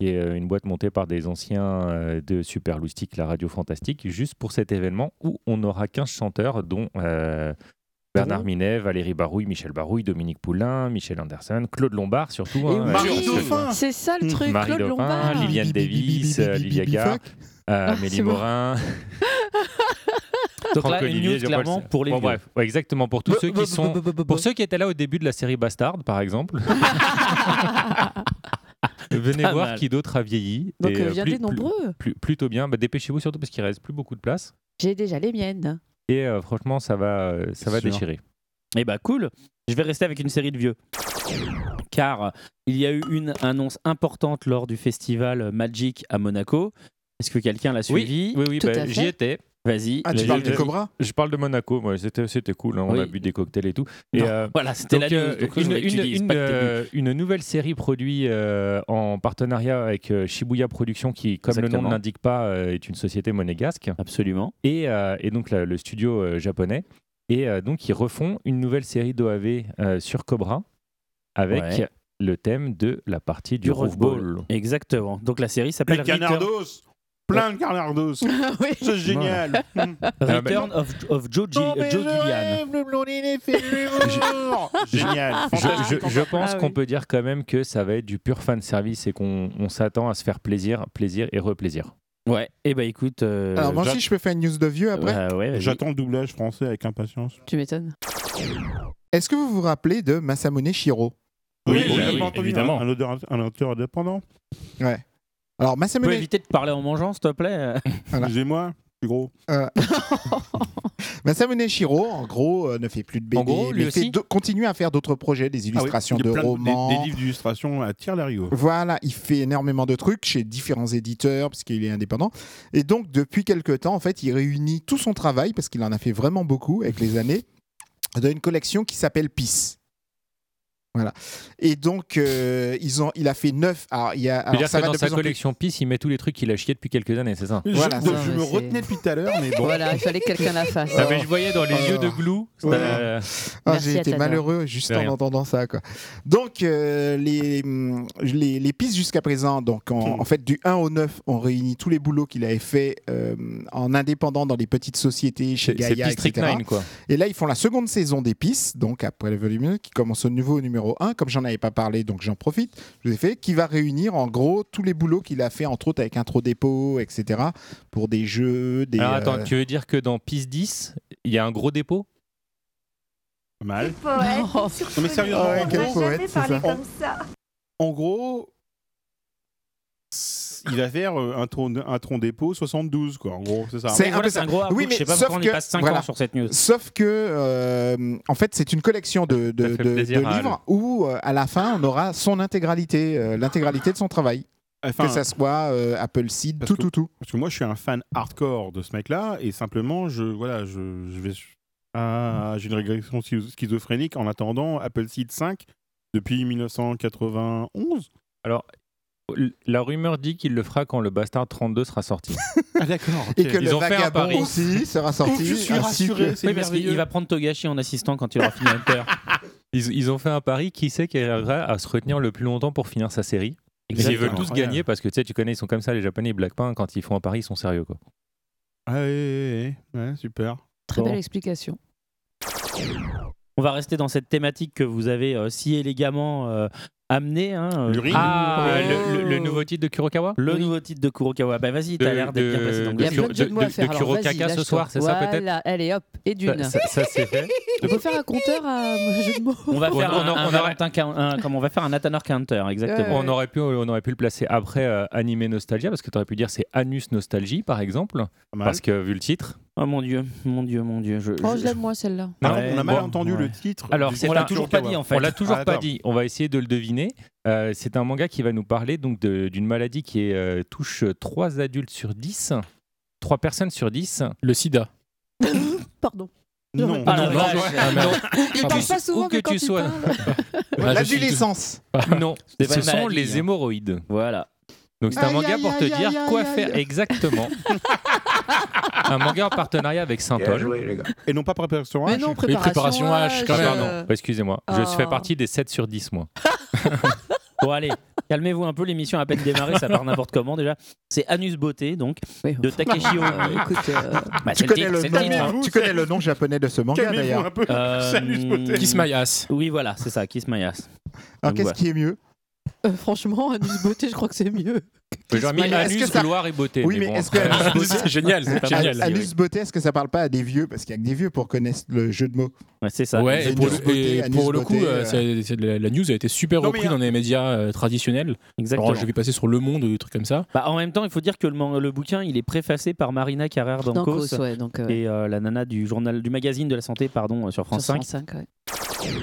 [SPEAKER 4] qui est euh, une boîte montée par des anciens euh, de Super Loustic, la radio fantastique, juste pour cet événement où on aura 15 chanteurs, dont euh, Bernard Minet, Valérie Barouille, Michel Barouille, Dominique Poulain, Michel Anderson, Claude Lombard surtout. hein,
[SPEAKER 6] Marie
[SPEAKER 4] parce que-
[SPEAKER 6] Dauphin.
[SPEAKER 5] C'est ça le truc.
[SPEAKER 4] Marie
[SPEAKER 5] Claude
[SPEAKER 4] Dauphin,
[SPEAKER 5] Lombard.
[SPEAKER 4] Lily- Liliane Davis, euh, Olivia Gare, euh,
[SPEAKER 5] Ah,
[SPEAKER 4] Amélie
[SPEAKER 5] c'est bon.
[SPEAKER 4] Morin.
[SPEAKER 2] Donc là,
[SPEAKER 4] Franck
[SPEAKER 2] une
[SPEAKER 4] Olivier,
[SPEAKER 2] news
[SPEAKER 4] Jean-Paul
[SPEAKER 2] clairement
[SPEAKER 4] Sartre.
[SPEAKER 2] pour les
[SPEAKER 4] Bon,
[SPEAKER 2] vieux.
[SPEAKER 4] bref, ouais, exactement pour tous ceux qui
[SPEAKER 5] Bah,
[SPEAKER 4] sont pour ceux qui étaient là au début de la série Bastard par exemple. Venez
[SPEAKER 2] Pas
[SPEAKER 4] voir
[SPEAKER 2] mal.
[SPEAKER 4] qui d'autre a vieilli.
[SPEAKER 5] Donc
[SPEAKER 4] Et, euh,
[SPEAKER 5] viens
[SPEAKER 4] plus-
[SPEAKER 5] des nombreux.
[SPEAKER 4] plus- plutôt bien, Bah, dépêchez-vous surtout parce qu'il reste plus beaucoup de place.
[SPEAKER 5] J'ai déjà les miennes.
[SPEAKER 4] Et euh, franchement, ça va, euh, ça va
[SPEAKER 1] Sûr.
[SPEAKER 4] déchirer.
[SPEAKER 2] Eh bah cool, je vais rester avec une série de vieux. Car il y a eu une annonce importante lors du festival Magic à Monaco. Est-ce que quelqu'un l'a suivi
[SPEAKER 4] oui, oui
[SPEAKER 5] Tout
[SPEAKER 4] bah,
[SPEAKER 5] à fait.
[SPEAKER 4] j'y étais.
[SPEAKER 2] Vas-y.
[SPEAKER 6] Ah, tu
[SPEAKER 2] vas-y,
[SPEAKER 6] parles de
[SPEAKER 2] vas-y.
[SPEAKER 6] Cobra
[SPEAKER 4] Je parle de Monaco, moi, c'était, c'était cool. hein, On
[SPEAKER 2] Oui.
[SPEAKER 4] a bu des cocktails et tout. Et,
[SPEAKER 2] Non.
[SPEAKER 4] euh,
[SPEAKER 2] Voilà, c'était la
[SPEAKER 4] Donc,
[SPEAKER 2] news.
[SPEAKER 4] euh,
[SPEAKER 2] donc je
[SPEAKER 4] une,
[SPEAKER 2] voulais que tu
[SPEAKER 4] une-
[SPEAKER 2] dises,
[SPEAKER 4] une,
[SPEAKER 2] pas que t'es
[SPEAKER 4] euh, une nouvelle série produite euh, en partenariat avec euh, Shibuya Productions, qui, comme le nom
[SPEAKER 2] Exactement.
[SPEAKER 4] ne l'indique pas, euh, est une société monégasque,
[SPEAKER 2] Absolument.
[SPEAKER 4] et, euh, et donc la- le studio euh, japonais. Et euh, donc, ils refont une nouvelle série d'OAV euh, sur Cobra avec
[SPEAKER 2] Ouais.
[SPEAKER 4] le thème de la partie du,
[SPEAKER 2] Du
[SPEAKER 4] Rose
[SPEAKER 2] Rose
[SPEAKER 4] Bowl.
[SPEAKER 2] Exactement. Donc la série s'appelle
[SPEAKER 1] Les
[SPEAKER 2] Return,
[SPEAKER 1] canardos Plein de canardos Ça,
[SPEAKER 5] oui.
[SPEAKER 1] C'est génial
[SPEAKER 4] Ah,
[SPEAKER 2] Return
[SPEAKER 4] bah,
[SPEAKER 2] of, of Joe, Gi- Joe Gillian.
[SPEAKER 1] Génial
[SPEAKER 4] Je,
[SPEAKER 1] fantastique.
[SPEAKER 4] je- je pense
[SPEAKER 5] Ah oui.
[SPEAKER 4] qu'on peut dire quand même que ça va être du pur fan service et qu'on on s'attend à se faire plaisir, plaisir et replaisir.
[SPEAKER 2] Ouais, et bah écoute. euh,
[SPEAKER 6] Alors moi
[SPEAKER 1] Jacques-
[SPEAKER 6] aussi je peux faire une news de vieux après.
[SPEAKER 2] bah ouais, vas-y.
[SPEAKER 1] J'attends le doublage français avec impatience.
[SPEAKER 5] Tu m'étonnes.
[SPEAKER 6] Est-ce que vous vous rappelez de Masamune Shiro
[SPEAKER 1] Oui,
[SPEAKER 7] Oui,
[SPEAKER 1] j'ai
[SPEAKER 7] oui,
[SPEAKER 1] jamais
[SPEAKER 7] oui,
[SPEAKER 1] entendu, hein.
[SPEAKER 7] évidemment.
[SPEAKER 1] Un, un auteur, un auteur indépendant.
[SPEAKER 6] Ouais. Alors
[SPEAKER 2] Tu peux
[SPEAKER 6] Masamune,
[SPEAKER 2] éviter de parler en mangeant, s'il te plaît
[SPEAKER 6] Voilà.
[SPEAKER 1] Excusez-moi, je suis gros.
[SPEAKER 6] euh, Masamune Shiro, en gros, euh, ne fait plus de BD,
[SPEAKER 4] En gros, lui
[SPEAKER 6] mais fait
[SPEAKER 4] aussi
[SPEAKER 6] d'au- continue à faire d'autres projets, des illustrations
[SPEAKER 1] Ah Il y a
[SPEAKER 6] de
[SPEAKER 1] plein
[SPEAKER 6] romans.
[SPEAKER 1] Des, des livres d'illustration à tire larigot
[SPEAKER 6] Voilà, il fait énormément de trucs chez différents éditeurs parce qu'il est indépendant. Et donc, depuis quelques temps, en fait, il réunit tout son travail parce qu'il en a fait vraiment beaucoup avec les années dans une collection qui s'appelle Peace. Voilà. Et donc, euh, ils ont, il a fait neuf. Alors, il y a,
[SPEAKER 4] Je veux
[SPEAKER 6] alors,
[SPEAKER 4] dire
[SPEAKER 6] ça
[SPEAKER 4] que
[SPEAKER 6] va
[SPEAKER 4] dans
[SPEAKER 6] de
[SPEAKER 4] sa
[SPEAKER 6] plus en plus-
[SPEAKER 4] collection PIS, il met tous les trucs qu'il a chiés depuis quelques années, c'est ça
[SPEAKER 6] Voilà,
[SPEAKER 1] je
[SPEAKER 6] ça,
[SPEAKER 1] donc je
[SPEAKER 5] mais
[SPEAKER 1] me
[SPEAKER 5] c'est-
[SPEAKER 1] retenais depuis tout à l'heure, mais bon.
[SPEAKER 5] Voilà, il fallait que quelqu'un la fasse.
[SPEAKER 4] Ah, mais je voyais dans les
[SPEAKER 6] Oh.
[SPEAKER 4] yeux de Glou. ça-
[SPEAKER 6] Ouais.
[SPEAKER 4] euh,
[SPEAKER 6] Ah,
[SPEAKER 5] Merci
[SPEAKER 6] J'ai
[SPEAKER 5] à
[SPEAKER 6] été
[SPEAKER 5] Tana.
[SPEAKER 6] malheureux juste
[SPEAKER 4] De
[SPEAKER 6] en
[SPEAKER 4] rien.
[SPEAKER 6] entendant ça. Quoi. Donc, euh, les, hum, les, les pistes jusqu'à présent, donc en,
[SPEAKER 4] Hmm.
[SPEAKER 6] en fait, du 1 au 9, on réunit tous les boulots qu'il avait fait euh, en indépendant dans les petites sociétés, chez
[SPEAKER 4] C'est c'est
[SPEAKER 6] Gaïa,
[SPEAKER 4] District
[SPEAKER 6] etc.
[SPEAKER 4] 9, quoi.
[SPEAKER 6] Et là, ils font la seconde saison des pistes, donc après le volume 1, qui commence au nouveau numéro 1. Comme j'en avais pas parlé, donc j'en profite, je vous ai fait, qui va réunir en gros tous les boulots qu'il a fait, entre autres avec Intro Dépôt, etc., pour des jeux, des.
[SPEAKER 4] Alors attends,
[SPEAKER 6] euh,
[SPEAKER 4] tu veux dire que dans PIS 10, il y a un gros dépôt
[SPEAKER 1] Pas mal.
[SPEAKER 5] Non.
[SPEAKER 1] Non, mais sérieusement,
[SPEAKER 6] Ah ouais,
[SPEAKER 1] en,
[SPEAKER 6] quel
[SPEAKER 1] gros,
[SPEAKER 6] poète, c'est ça.
[SPEAKER 1] en gros, il va faire euh, un tronc, un tronc dépôt 72, quoi. En gros, c'est ça.
[SPEAKER 6] C'est
[SPEAKER 2] Mais
[SPEAKER 6] un
[SPEAKER 2] voilà,
[SPEAKER 6] peu
[SPEAKER 2] C'est
[SPEAKER 6] ça.
[SPEAKER 2] un gros à
[SPEAKER 6] Oui,
[SPEAKER 2] gauche,
[SPEAKER 6] mais
[SPEAKER 2] Je sais pas
[SPEAKER 6] sauf
[SPEAKER 2] pourquoi on
[SPEAKER 6] que-
[SPEAKER 2] est pas 5
[SPEAKER 6] voilà.
[SPEAKER 2] ans sur cette news.
[SPEAKER 6] Sauf que, euh, en fait, c'est une collection de, de-
[SPEAKER 4] Ça fait
[SPEAKER 6] de-
[SPEAKER 4] plaisir
[SPEAKER 6] de
[SPEAKER 4] à
[SPEAKER 6] livres où, euh, à la fin, on aura son intégralité, euh, l'intégralité de son travail.
[SPEAKER 1] Enfin,
[SPEAKER 6] que ça soit euh, Apple Seed,
[SPEAKER 1] parce
[SPEAKER 6] tout,
[SPEAKER 1] que-
[SPEAKER 6] tout, tout.
[SPEAKER 1] Parce que moi, je suis un fan hardcore de ce mec-là, et simplement, je, voilà, je, je vais. Ah, j'ai une régression schi- schizophrénique en attendant Apple Seed 5 depuis 1991.
[SPEAKER 4] L- La rumeur dit qu'il le fera quand le Bastard 32 sera sorti.
[SPEAKER 1] Ah, d'accord.
[SPEAKER 6] Et que
[SPEAKER 4] Ils
[SPEAKER 6] le
[SPEAKER 4] ont fait un pari.
[SPEAKER 6] Vagabond aussi sera sorti.
[SPEAKER 1] je suis
[SPEAKER 6] ainsi que-
[SPEAKER 1] rassuré, c'est
[SPEAKER 2] Oui, parce qu'il
[SPEAKER 1] merveilleux.
[SPEAKER 2] va prendre Togashi en assistant quand il aura fini Hunter.
[SPEAKER 4] Ils, ils ont fait un pari, qui sait qui arrivera à se retenir le plus longtemps pour finir sa série Et ils
[SPEAKER 1] Exactement.
[SPEAKER 4] veulent tous
[SPEAKER 1] Incroyable.
[SPEAKER 4] gagner parce que tu sais, tu connais, ils sont comme ça, les Japonais, ils blaguent pas, hein, quand ils font un pari, ils sont sérieux quoi.
[SPEAKER 1] Ah, ouais, ouais, ouais, ouais, super.
[SPEAKER 5] Très
[SPEAKER 1] Bon.
[SPEAKER 5] belle explication.
[SPEAKER 2] On va rester dans cette thématique que vous avez euh, si élégamment euh, amenée. hein, euh,
[SPEAKER 1] L'urine.
[SPEAKER 4] Ah,
[SPEAKER 5] Oh.
[SPEAKER 4] le, le- le nouveau titre de Kurokawa
[SPEAKER 2] le nouveau titre de Kurokawa. Bah vas-y, t'as
[SPEAKER 4] De-
[SPEAKER 2] l'air d'être bien placé dans le
[SPEAKER 5] Il y a
[SPEAKER 4] De-
[SPEAKER 5] plein
[SPEAKER 2] dossier.
[SPEAKER 5] de jeux de mots
[SPEAKER 4] de-
[SPEAKER 5] à faire.
[SPEAKER 4] de
[SPEAKER 5] alors, vas-y,
[SPEAKER 4] Kurokaka ce
[SPEAKER 5] lâche-toi.
[SPEAKER 4] soir, c'est ça, peut-être
[SPEAKER 5] Voilà, allez hop, et d'une.
[SPEAKER 4] Ça, ça- ça, c'est fait.
[SPEAKER 5] on peut faire un compteur à euh, jeu de mots.
[SPEAKER 2] On va
[SPEAKER 4] On
[SPEAKER 2] faire
[SPEAKER 4] a-
[SPEAKER 2] un,
[SPEAKER 4] on a-
[SPEAKER 2] un
[SPEAKER 4] on a-
[SPEAKER 2] Valentin Ca- un- comment on va faire un Athanor Counter, exactement.
[SPEAKER 4] On aurait, pu, on aurait pu le placer après euh, Animé Nostalgia, parce que tu aurais pu dire c'est Anus Nostalgie, par exemple,
[SPEAKER 1] Pas mal.
[SPEAKER 4] parce que vu le titre.
[SPEAKER 2] Oh mon dieu, mon dieu, mon dieu. Je,
[SPEAKER 5] Oh,
[SPEAKER 2] je-
[SPEAKER 5] je l'aime moi celle-là.
[SPEAKER 1] Par
[SPEAKER 2] Ouais,
[SPEAKER 1] contre, on a mal
[SPEAKER 2] bon,
[SPEAKER 1] entendu
[SPEAKER 2] ouais.
[SPEAKER 1] le titre.
[SPEAKER 4] Alors,
[SPEAKER 1] du
[SPEAKER 4] c'est
[SPEAKER 2] on
[SPEAKER 1] titre
[SPEAKER 2] l'a
[SPEAKER 4] un-
[SPEAKER 2] toujours
[SPEAKER 1] Kurokawa.
[SPEAKER 2] pas dit en fait.
[SPEAKER 4] On l'a toujours
[SPEAKER 1] Ah,
[SPEAKER 4] pas
[SPEAKER 1] d'accord.
[SPEAKER 4] dit, on va essayer de le deviner. Euh, c'est un manga qui va nous parler donc de- d'une maladie qui est, euh, touche 3 adultes sur 10, 3 personnes sur 10.
[SPEAKER 7] Le sida.
[SPEAKER 5] Pardon.
[SPEAKER 1] Non,
[SPEAKER 2] Ah,
[SPEAKER 1] non,
[SPEAKER 2] la
[SPEAKER 1] non,
[SPEAKER 2] vache.
[SPEAKER 7] Ah, merde.
[SPEAKER 5] Il
[SPEAKER 7] Ah,
[SPEAKER 5] parle
[SPEAKER 7] bon.
[SPEAKER 5] pas souvent
[SPEAKER 4] Où que
[SPEAKER 5] mais quand
[SPEAKER 4] tu
[SPEAKER 5] il
[SPEAKER 4] sois.
[SPEAKER 5] parle.
[SPEAKER 7] Ah, je suis
[SPEAKER 6] L'adolescence.
[SPEAKER 4] non,
[SPEAKER 2] C'est pas
[SPEAKER 4] ce
[SPEAKER 2] une
[SPEAKER 4] sont
[SPEAKER 2] maladie,
[SPEAKER 4] les
[SPEAKER 2] hein.
[SPEAKER 4] hémorroïdes.
[SPEAKER 2] Voilà.
[SPEAKER 4] Donc c'est un
[SPEAKER 6] Aïe,
[SPEAKER 4] manga
[SPEAKER 6] aïe,
[SPEAKER 4] pour te
[SPEAKER 6] aïe,
[SPEAKER 4] dire
[SPEAKER 6] aïe,
[SPEAKER 4] quoi
[SPEAKER 6] aïe,
[SPEAKER 4] faire
[SPEAKER 6] aïe.
[SPEAKER 4] exactement. un manga en partenariat avec Saint-Ol.
[SPEAKER 1] Et non pas préparation
[SPEAKER 5] Mais
[SPEAKER 1] H.
[SPEAKER 5] non,
[SPEAKER 7] Oui,
[SPEAKER 5] préparation,
[SPEAKER 7] préparation H, quand
[SPEAKER 4] Ah,
[SPEAKER 7] même.
[SPEAKER 4] pardon, excusez-moi. Je
[SPEAKER 5] Oh.
[SPEAKER 4] fais partie des 7 sur 10, moi.
[SPEAKER 2] Bon allez, calmez-vous un peu, l'émission a à peine démarré, ça part n'importe comment déjà. C'est Anus Beauté donc de Takeshi
[SPEAKER 5] Euh,
[SPEAKER 2] Ono.
[SPEAKER 5] écoute, euh,
[SPEAKER 2] Bah,
[SPEAKER 6] Tu
[SPEAKER 2] c'est le
[SPEAKER 6] connais
[SPEAKER 2] titre,
[SPEAKER 6] le
[SPEAKER 2] c'est
[SPEAKER 6] nom-
[SPEAKER 2] le titre, hein.
[SPEAKER 1] Calmez-vous,
[SPEAKER 6] tu connais le nom japonais de ce manga
[SPEAKER 1] Calmez-vous
[SPEAKER 6] d'ailleurs.
[SPEAKER 1] un peu.
[SPEAKER 2] Euh,
[SPEAKER 1] Salut, Spoté.
[SPEAKER 7] Kiss my ass.
[SPEAKER 2] Oui voilà, c'est ça, Kiss My Ass.
[SPEAKER 6] Alors
[SPEAKER 2] Ouais.
[SPEAKER 6] qu'est-ce qui est mieux
[SPEAKER 5] euh, franchement, Anus Beauté, je crois que c'est mieux.
[SPEAKER 4] J'aurais mis
[SPEAKER 6] Mais est-ce que
[SPEAKER 4] anus,
[SPEAKER 6] ça-
[SPEAKER 4] gloire et beauté.
[SPEAKER 6] Oui, mais
[SPEAKER 4] bon,
[SPEAKER 6] est-ce que-
[SPEAKER 4] après-
[SPEAKER 6] Ah,
[SPEAKER 7] C'est génial, c'est
[SPEAKER 4] pas
[SPEAKER 7] génial.
[SPEAKER 4] mal.
[SPEAKER 6] Anus beauté, est-ce que ça parle pas à des vieux Parce qu'il y a que des vieux pour connaître le jeu de mots.
[SPEAKER 2] Ouais, c'est ça.
[SPEAKER 7] Ouais, et pour, le-
[SPEAKER 6] beauté,
[SPEAKER 7] et
[SPEAKER 6] anus
[SPEAKER 7] pour le
[SPEAKER 6] beauté,
[SPEAKER 7] coup,
[SPEAKER 6] euh.
[SPEAKER 7] euh, c'est- c'est- la, la news a été super
[SPEAKER 1] Non, mais
[SPEAKER 7] reprise
[SPEAKER 1] y a-
[SPEAKER 7] dans les médias euh, traditionnels.
[SPEAKER 2] Exactement.
[SPEAKER 7] Alors, je vais passer sur Le Monde ou des trucs comme ça.
[SPEAKER 2] Bah, en même temps, il faut dire que le, man- le bouquin, il est préfacé par Marina Carrère
[SPEAKER 5] Dans
[SPEAKER 2] Dancos
[SPEAKER 5] Cause, ouais, donc euh,
[SPEAKER 2] et euh, la nana du journal du magazine de la santé, pardon, euh, sur France
[SPEAKER 5] sur
[SPEAKER 2] 5.
[SPEAKER 5] France 5, ouais.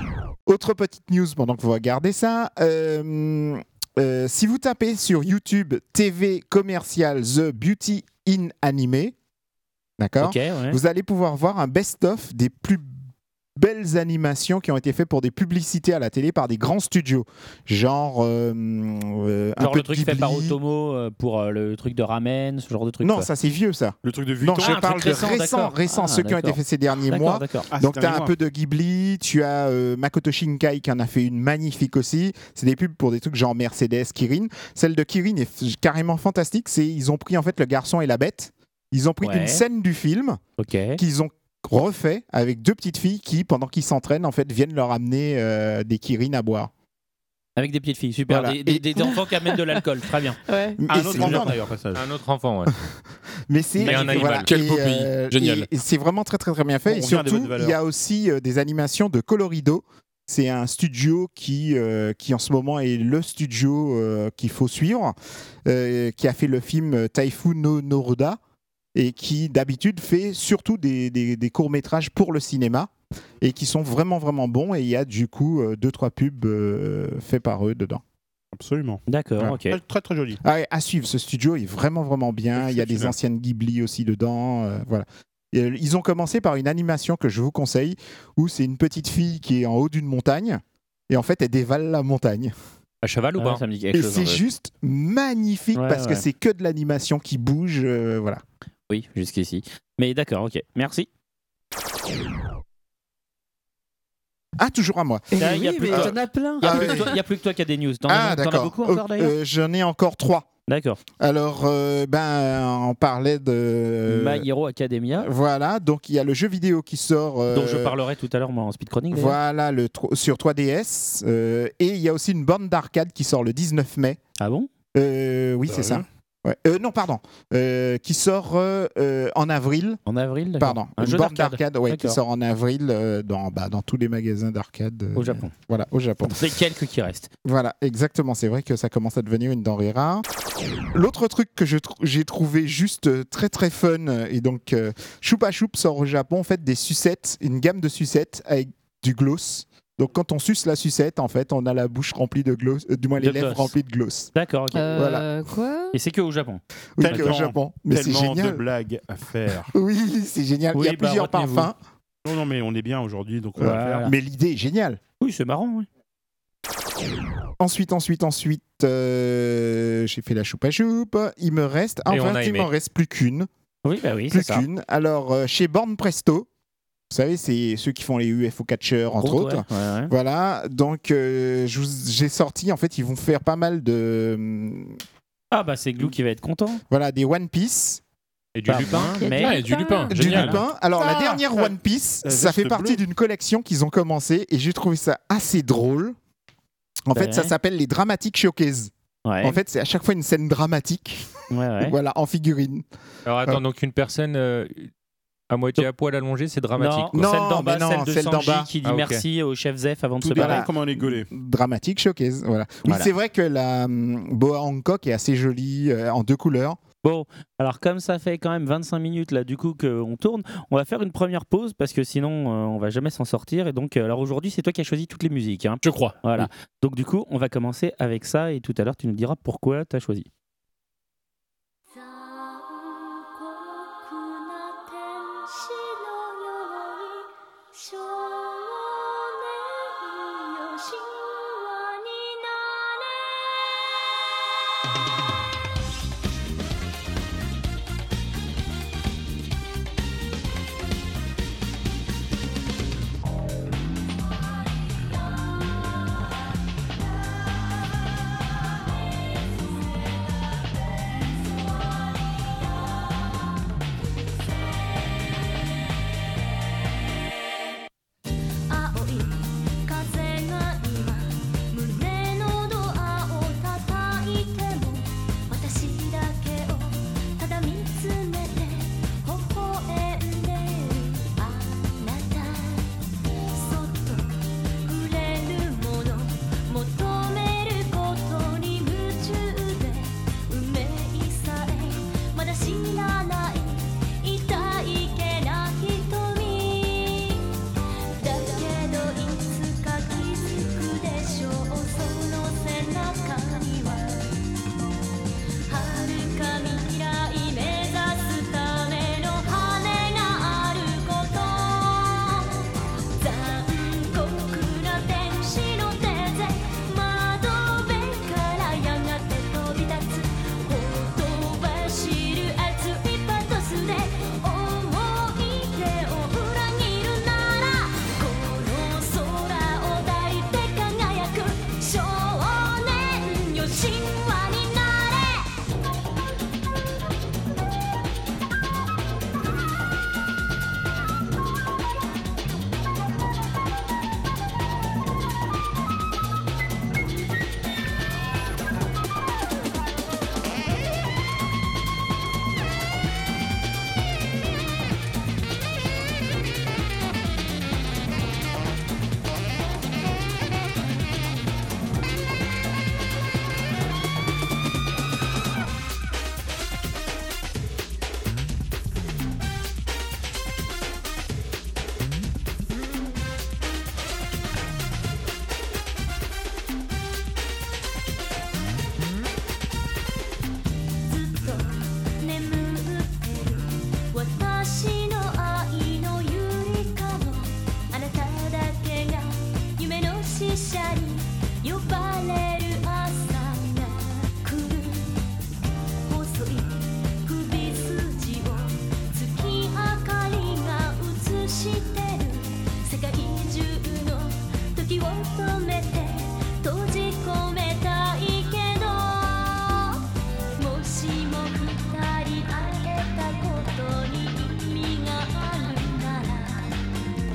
[SPEAKER 6] Autre petite news pendant que vous regardez ça. euh, euh, si vous tapez sur YouTube TV commercial The Beauty in Anime, d'accord
[SPEAKER 2] Ok, ouais.
[SPEAKER 6] Vous allez pouvoir voir un best-of des plus belles animations qui ont été faites pour des publicités à la télé par des grands studios. Genre, euh, euh, un
[SPEAKER 2] Genre
[SPEAKER 6] peu
[SPEAKER 2] le
[SPEAKER 6] de
[SPEAKER 2] truc fait
[SPEAKER 6] Ghibli.
[SPEAKER 2] par Otomo euh, pour euh, le truc de ramen, ce genre de truc.
[SPEAKER 6] Non,
[SPEAKER 2] quoi.
[SPEAKER 6] ça c'est vieux ça.
[SPEAKER 1] Le truc de 8
[SPEAKER 6] Non,
[SPEAKER 1] ans.
[SPEAKER 6] je
[SPEAKER 2] Ah, un
[SPEAKER 6] parle
[SPEAKER 2] truc
[SPEAKER 6] de
[SPEAKER 2] récent,
[SPEAKER 6] récents,
[SPEAKER 2] d'accord.
[SPEAKER 6] récents,
[SPEAKER 2] Ah,
[SPEAKER 6] ceux qui ont été
[SPEAKER 2] d'accord.
[SPEAKER 6] faits ces derniers
[SPEAKER 2] D'accord,
[SPEAKER 6] mois.
[SPEAKER 2] d'accord.
[SPEAKER 1] Ah, c'est
[SPEAKER 6] Donc tu as
[SPEAKER 1] dernier
[SPEAKER 6] un
[SPEAKER 1] mois.
[SPEAKER 6] peu de Ghibli, tu as euh, Makoto Shinkai qui en a fait une magnifique aussi. C'est des pubs pour des trucs genre Mercedes, Kirin. Celle de Kirin est f- carrément fantastique, c'est ils ont pris en fait le garçon et la bête. Ils ont pris
[SPEAKER 2] Ouais.
[SPEAKER 6] une scène du film
[SPEAKER 2] Ok.
[SPEAKER 6] qu'ils ont refait avec deux petites filles qui pendant qu'ils s'entraînent en fait viennent leur amener euh, des Kirin à boire.
[SPEAKER 2] Avec des petites filles, super.
[SPEAKER 6] Voilà.
[SPEAKER 2] Des, des-
[SPEAKER 6] Et-
[SPEAKER 2] des enfants qui amènent de l'alcool, très bien.
[SPEAKER 5] Ouais.
[SPEAKER 6] Mais
[SPEAKER 1] Un
[SPEAKER 6] c'est-
[SPEAKER 1] autre
[SPEAKER 6] non,
[SPEAKER 1] enfant
[SPEAKER 6] non,
[SPEAKER 1] d'ailleurs, passage.
[SPEAKER 4] Un autre enfant, ouais.
[SPEAKER 6] Mais c'est euh,
[SPEAKER 4] Mais un animal.
[SPEAKER 7] Quel beau pays. Génial.
[SPEAKER 6] et- et c'est vraiment très très très bien fait.
[SPEAKER 1] On
[SPEAKER 6] et
[SPEAKER 1] revient à des
[SPEAKER 6] surtout,
[SPEAKER 1] bonnes valeurs.
[SPEAKER 6] il y a aussi euh, des animations de Colorido. C'est un studio qui, euh, qui en ce moment est le studio euh, qu'il faut suivre, euh, qui a fait le film euh, Taifu no Noruda et qui d'habitude fait surtout des, des- des courts-métrages pour le cinéma et qui sont vraiment vraiment bons et il y a du coup euh, deux trois pubs euh, faits par eux dedans.
[SPEAKER 1] Absolument.
[SPEAKER 2] D'accord,
[SPEAKER 6] Ouais.
[SPEAKER 2] ok.
[SPEAKER 1] Très, très très joli.
[SPEAKER 6] Ah ouais, à suivre, ce studio est vraiment vraiment bien. Il y a des
[SPEAKER 1] Exceptionnel.
[SPEAKER 6] anciennes Ghibli aussi dedans. euh, voilà. Et, euh, ils ont commencé par une animation que je vous conseille, où c'est une petite fille qui est en haut d'une montagne. Et en fait, elle dévale la montagne.
[SPEAKER 4] À cheval ou pas
[SPEAKER 2] Ah, ça me dit quelque
[SPEAKER 6] Et
[SPEAKER 2] chose,
[SPEAKER 6] c'est
[SPEAKER 2] en fait.
[SPEAKER 6] juste magnifique
[SPEAKER 2] Ouais,
[SPEAKER 6] parce
[SPEAKER 2] ouais.
[SPEAKER 6] que c'est que de l'animation qui bouge. euh, voilà.
[SPEAKER 2] Oui, jusqu'ici. Mais d'accord, ok. Merci.
[SPEAKER 6] Ah, toujours à moi.
[SPEAKER 5] Et
[SPEAKER 2] Là,
[SPEAKER 5] oui,
[SPEAKER 2] il y a plus
[SPEAKER 5] mais
[SPEAKER 2] de-
[SPEAKER 5] t'en as plein.
[SPEAKER 2] Il n'y
[SPEAKER 6] Ah,
[SPEAKER 2] a, plus que
[SPEAKER 6] ouais.
[SPEAKER 2] toi- il y a plus que toi qui as des news. T'en
[SPEAKER 6] ah,
[SPEAKER 2] as- t'en as beaucoup
[SPEAKER 6] Oh,
[SPEAKER 2] encore d'ailleurs
[SPEAKER 6] euh, J'en ai encore trois.
[SPEAKER 2] D'accord.
[SPEAKER 6] Alors, euh, ben, on parlait de.
[SPEAKER 2] My Hero Academia,
[SPEAKER 6] Voilà, donc il y a le jeu vidéo qui sort. euh,
[SPEAKER 2] dont je parlerai tout à l'heure moi en speed chronique. d'ailleurs.
[SPEAKER 6] Voilà, le tro- sur 3DS. euh, et il y a aussi une borne d'arcade qui sort le 19 mai.
[SPEAKER 2] Ah bon
[SPEAKER 6] Euh, oui, c'est ça. Ouais. Euh, non, pardon. Euh, qui sort euh, euh, en avril.
[SPEAKER 2] En avril d'accord.
[SPEAKER 6] Pardon.
[SPEAKER 2] Un
[SPEAKER 6] une
[SPEAKER 2] jeu
[SPEAKER 6] borne
[SPEAKER 2] d'arcade
[SPEAKER 6] d'arcade ouais, qui
[SPEAKER 2] D'accord.
[SPEAKER 6] sort en avril euh, dans, bah, dans tous les magasins d'arcade. euh,
[SPEAKER 2] au Japon.
[SPEAKER 6] Voilà, au Japon.
[SPEAKER 2] C'est quelques qui restent.
[SPEAKER 6] Voilà, exactement. C'est vrai que ça commence à devenir une denrée rare. L'autre truc que je tr- j'ai trouvé juste euh, très très fun, euh, et donc euh, Choupa Choup sort au Japon, en fait, des sucettes, une gamme de sucettes avec du gloss. Donc quand on suce la sucette, en fait, on a la bouche remplie de gloss, euh, du moins les
[SPEAKER 2] De
[SPEAKER 6] lèvres
[SPEAKER 2] gloss.
[SPEAKER 6] remplies de gloss.
[SPEAKER 2] D'accord, ok.
[SPEAKER 5] Euh,
[SPEAKER 6] Voilà.
[SPEAKER 5] Quoi
[SPEAKER 2] Et c'est que au Japon.
[SPEAKER 6] Oui,
[SPEAKER 1] Tellement-
[SPEAKER 6] que au Japon. Mais c'est
[SPEAKER 1] Tellement de
[SPEAKER 6] génial.
[SPEAKER 1] blagues à faire.
[SPEAKER 6] Oui, c'est génial.
[SPEAKER 2] Oui,
[SPEAKER 6] Il y
[SPEAKER 2] bah,
[SPEAKER 6] a plusieurs
[SPEAKER 2] retenez-vous.
[SPEAKER 6] parfums,
[SPEAKER 1] Non, non, mais on est bien aujourd'hui, donc on va
[SPEAKER 2] Voilà.
[SPEAKER 1] faire.
[SPEAKER 6] mais l'idée est géniale.
[SPEAKER 2] Oui, c'est marrant. oui.
[SPEAKER 6] Ensuite, ensuite, ensuite, euh, j'ai fait la choupa choupe. Il me reste,
[SPEAKER 4] Et on
[SPEAKER 6] enfin,
[SPEAKER 4] a
[SPEAKER 6] il
[SPEAKER 4] aimé.
[SPEAKER 6] m'en reste plus qu'une.
[SPEAKER 2] Oui, bah oui, c'est
[SPEAKER 6] Plus
[SPEAKER 2] ça.
[SPEAKER 6] qu'une. Alors, euh, chez Born Presto, vous savez, c'est ceux qui font les UFO Catcher, entre
[SPEAKER 2] Gros,
[SPEAKER 6] autres.
[SPEAKER 2] ouais, ouais, ouais.
[SPEAKER 6] Voilà, donc euh, je vous- j'ai sorti, en fait, ils vont faire pas mal de. hum,
[SPEAKER 2] Ah bah c'est Glou qui va être content.
[SPEAKER 6] Voilà, des One Piece,
[SPEAKER 4] Et du
[SPEAKER 2] Pas
[SPEAKER 4] lupin
[SPEAKER 2] moins,
[SPEAKER 5] Il y a
[SPEAKER 2] mais
[SPEAKER 7] Ouais, Ah, du lupin.
[SPEAKER 2] Eh, Du
[SPEAKER 6] du
[SPEAKER 7] Génial.
[SPEAKER 6] Lupin. Alors, la
[SPEAKER 1] Ah,
[SPEAKER 6] dernière
[SPEAKER 1] euh,
[SPEAKER 6] One Piece,
[SPEAKER 1] la
[SPEAKER 6] ça
[SPEAKER 1] veste
[SPEAKER 6] fait partie d'une collection qu'ils ont commencé et j'ai trouvé ça assez drôle. En
[SPEAKER 2] Ouais.
[SPEAKER 6] fait, ça s'appelle les Dramatic Showcase.
[SPEAKER 2] ouais,
[SPEAKER 6] En fait, c'est à chaque fois une scène dramatique,
[SPEAKER 2] ouais, ouais.
[SPEAKER 6] voilà, en figurine.
[SPEAKER 4] Alors attends, donc une personne, euh, À moitié à poil allongé, c'est dramatique.
[SPEAKER 2] Non,
[SPEAKER 4] quoi.
[SPEAKER 2] celle d'en
[SPEAKER 6] Non,
[SPEAKER 2] bas,
[SPEAKER 6] mais non,
[SPEAKER 2] celle de
[SPEAKER 6] celle d'en
[SPEAKER 2] Sanji
[SPEAKER 6] bas.
[SPEAKER 2] qui dit
[SPEAKER 4] Ah, ok.
[SPEAKER 2] merci au chef Zef avant de
[SPEAKER 1] Tout
[SPEAKER 2] se
[SPEAKER 1] dépend
[SPEAKER 2] barrer.
[SPEAKER 6] Voilà.
[SPEAKER 1] comment on est gaulé.
[SPEAKER 6] Dramatique showcase. Voilà.
[SPEAKER 2] Voilà.
[SPEAKER 6] Oui, c'est vrai que la hum, boa Hancock est assez jolie euh, en deux couleurs.
[SPEAKER 2] Bon, alors comme ça fait quand même 25 minutes là du coup qu'on tourne, on va faire une première pause parce que sinon euh, on va jamais s'en sortir. Et donc, euh, alors aujourd'hui c'est toi qui as choisi toutes les musiques. hein.
[SPEAKER 7] Je crois.
[SPEAKER 2] Voilà. Donc du coup on va commencer avec ça et tout à l'heure tu nous diras pourquoi tu as choisi.
[SPEAKER 9] 残酷な天使のように少年よ神話になれ青い風が今胸のドアを叩いても私だけをただ見つめて微笑んでるあなたそっと触れるもの求めることに夢中で運命さえまだ知らない痛いけな瞳「だけどいつか気づくでしょう」「その背中には」「はるか未来目指すための羽があること」「残酷な天使の手で窓辺からやがて飛び立つ」「ほとばしる熱いパトスで思い出を裏切るなら」「この空を抱いて輝く少年よ神話になれ」ずっと眠ってる私の愛のゆりかもあなただけが夢の使者に呼ばれる朝が来る細い首筋を月明かりが映してる世界中の時を止めて閉じ込めたいけど「もしも二人会えたことに意味があるなら」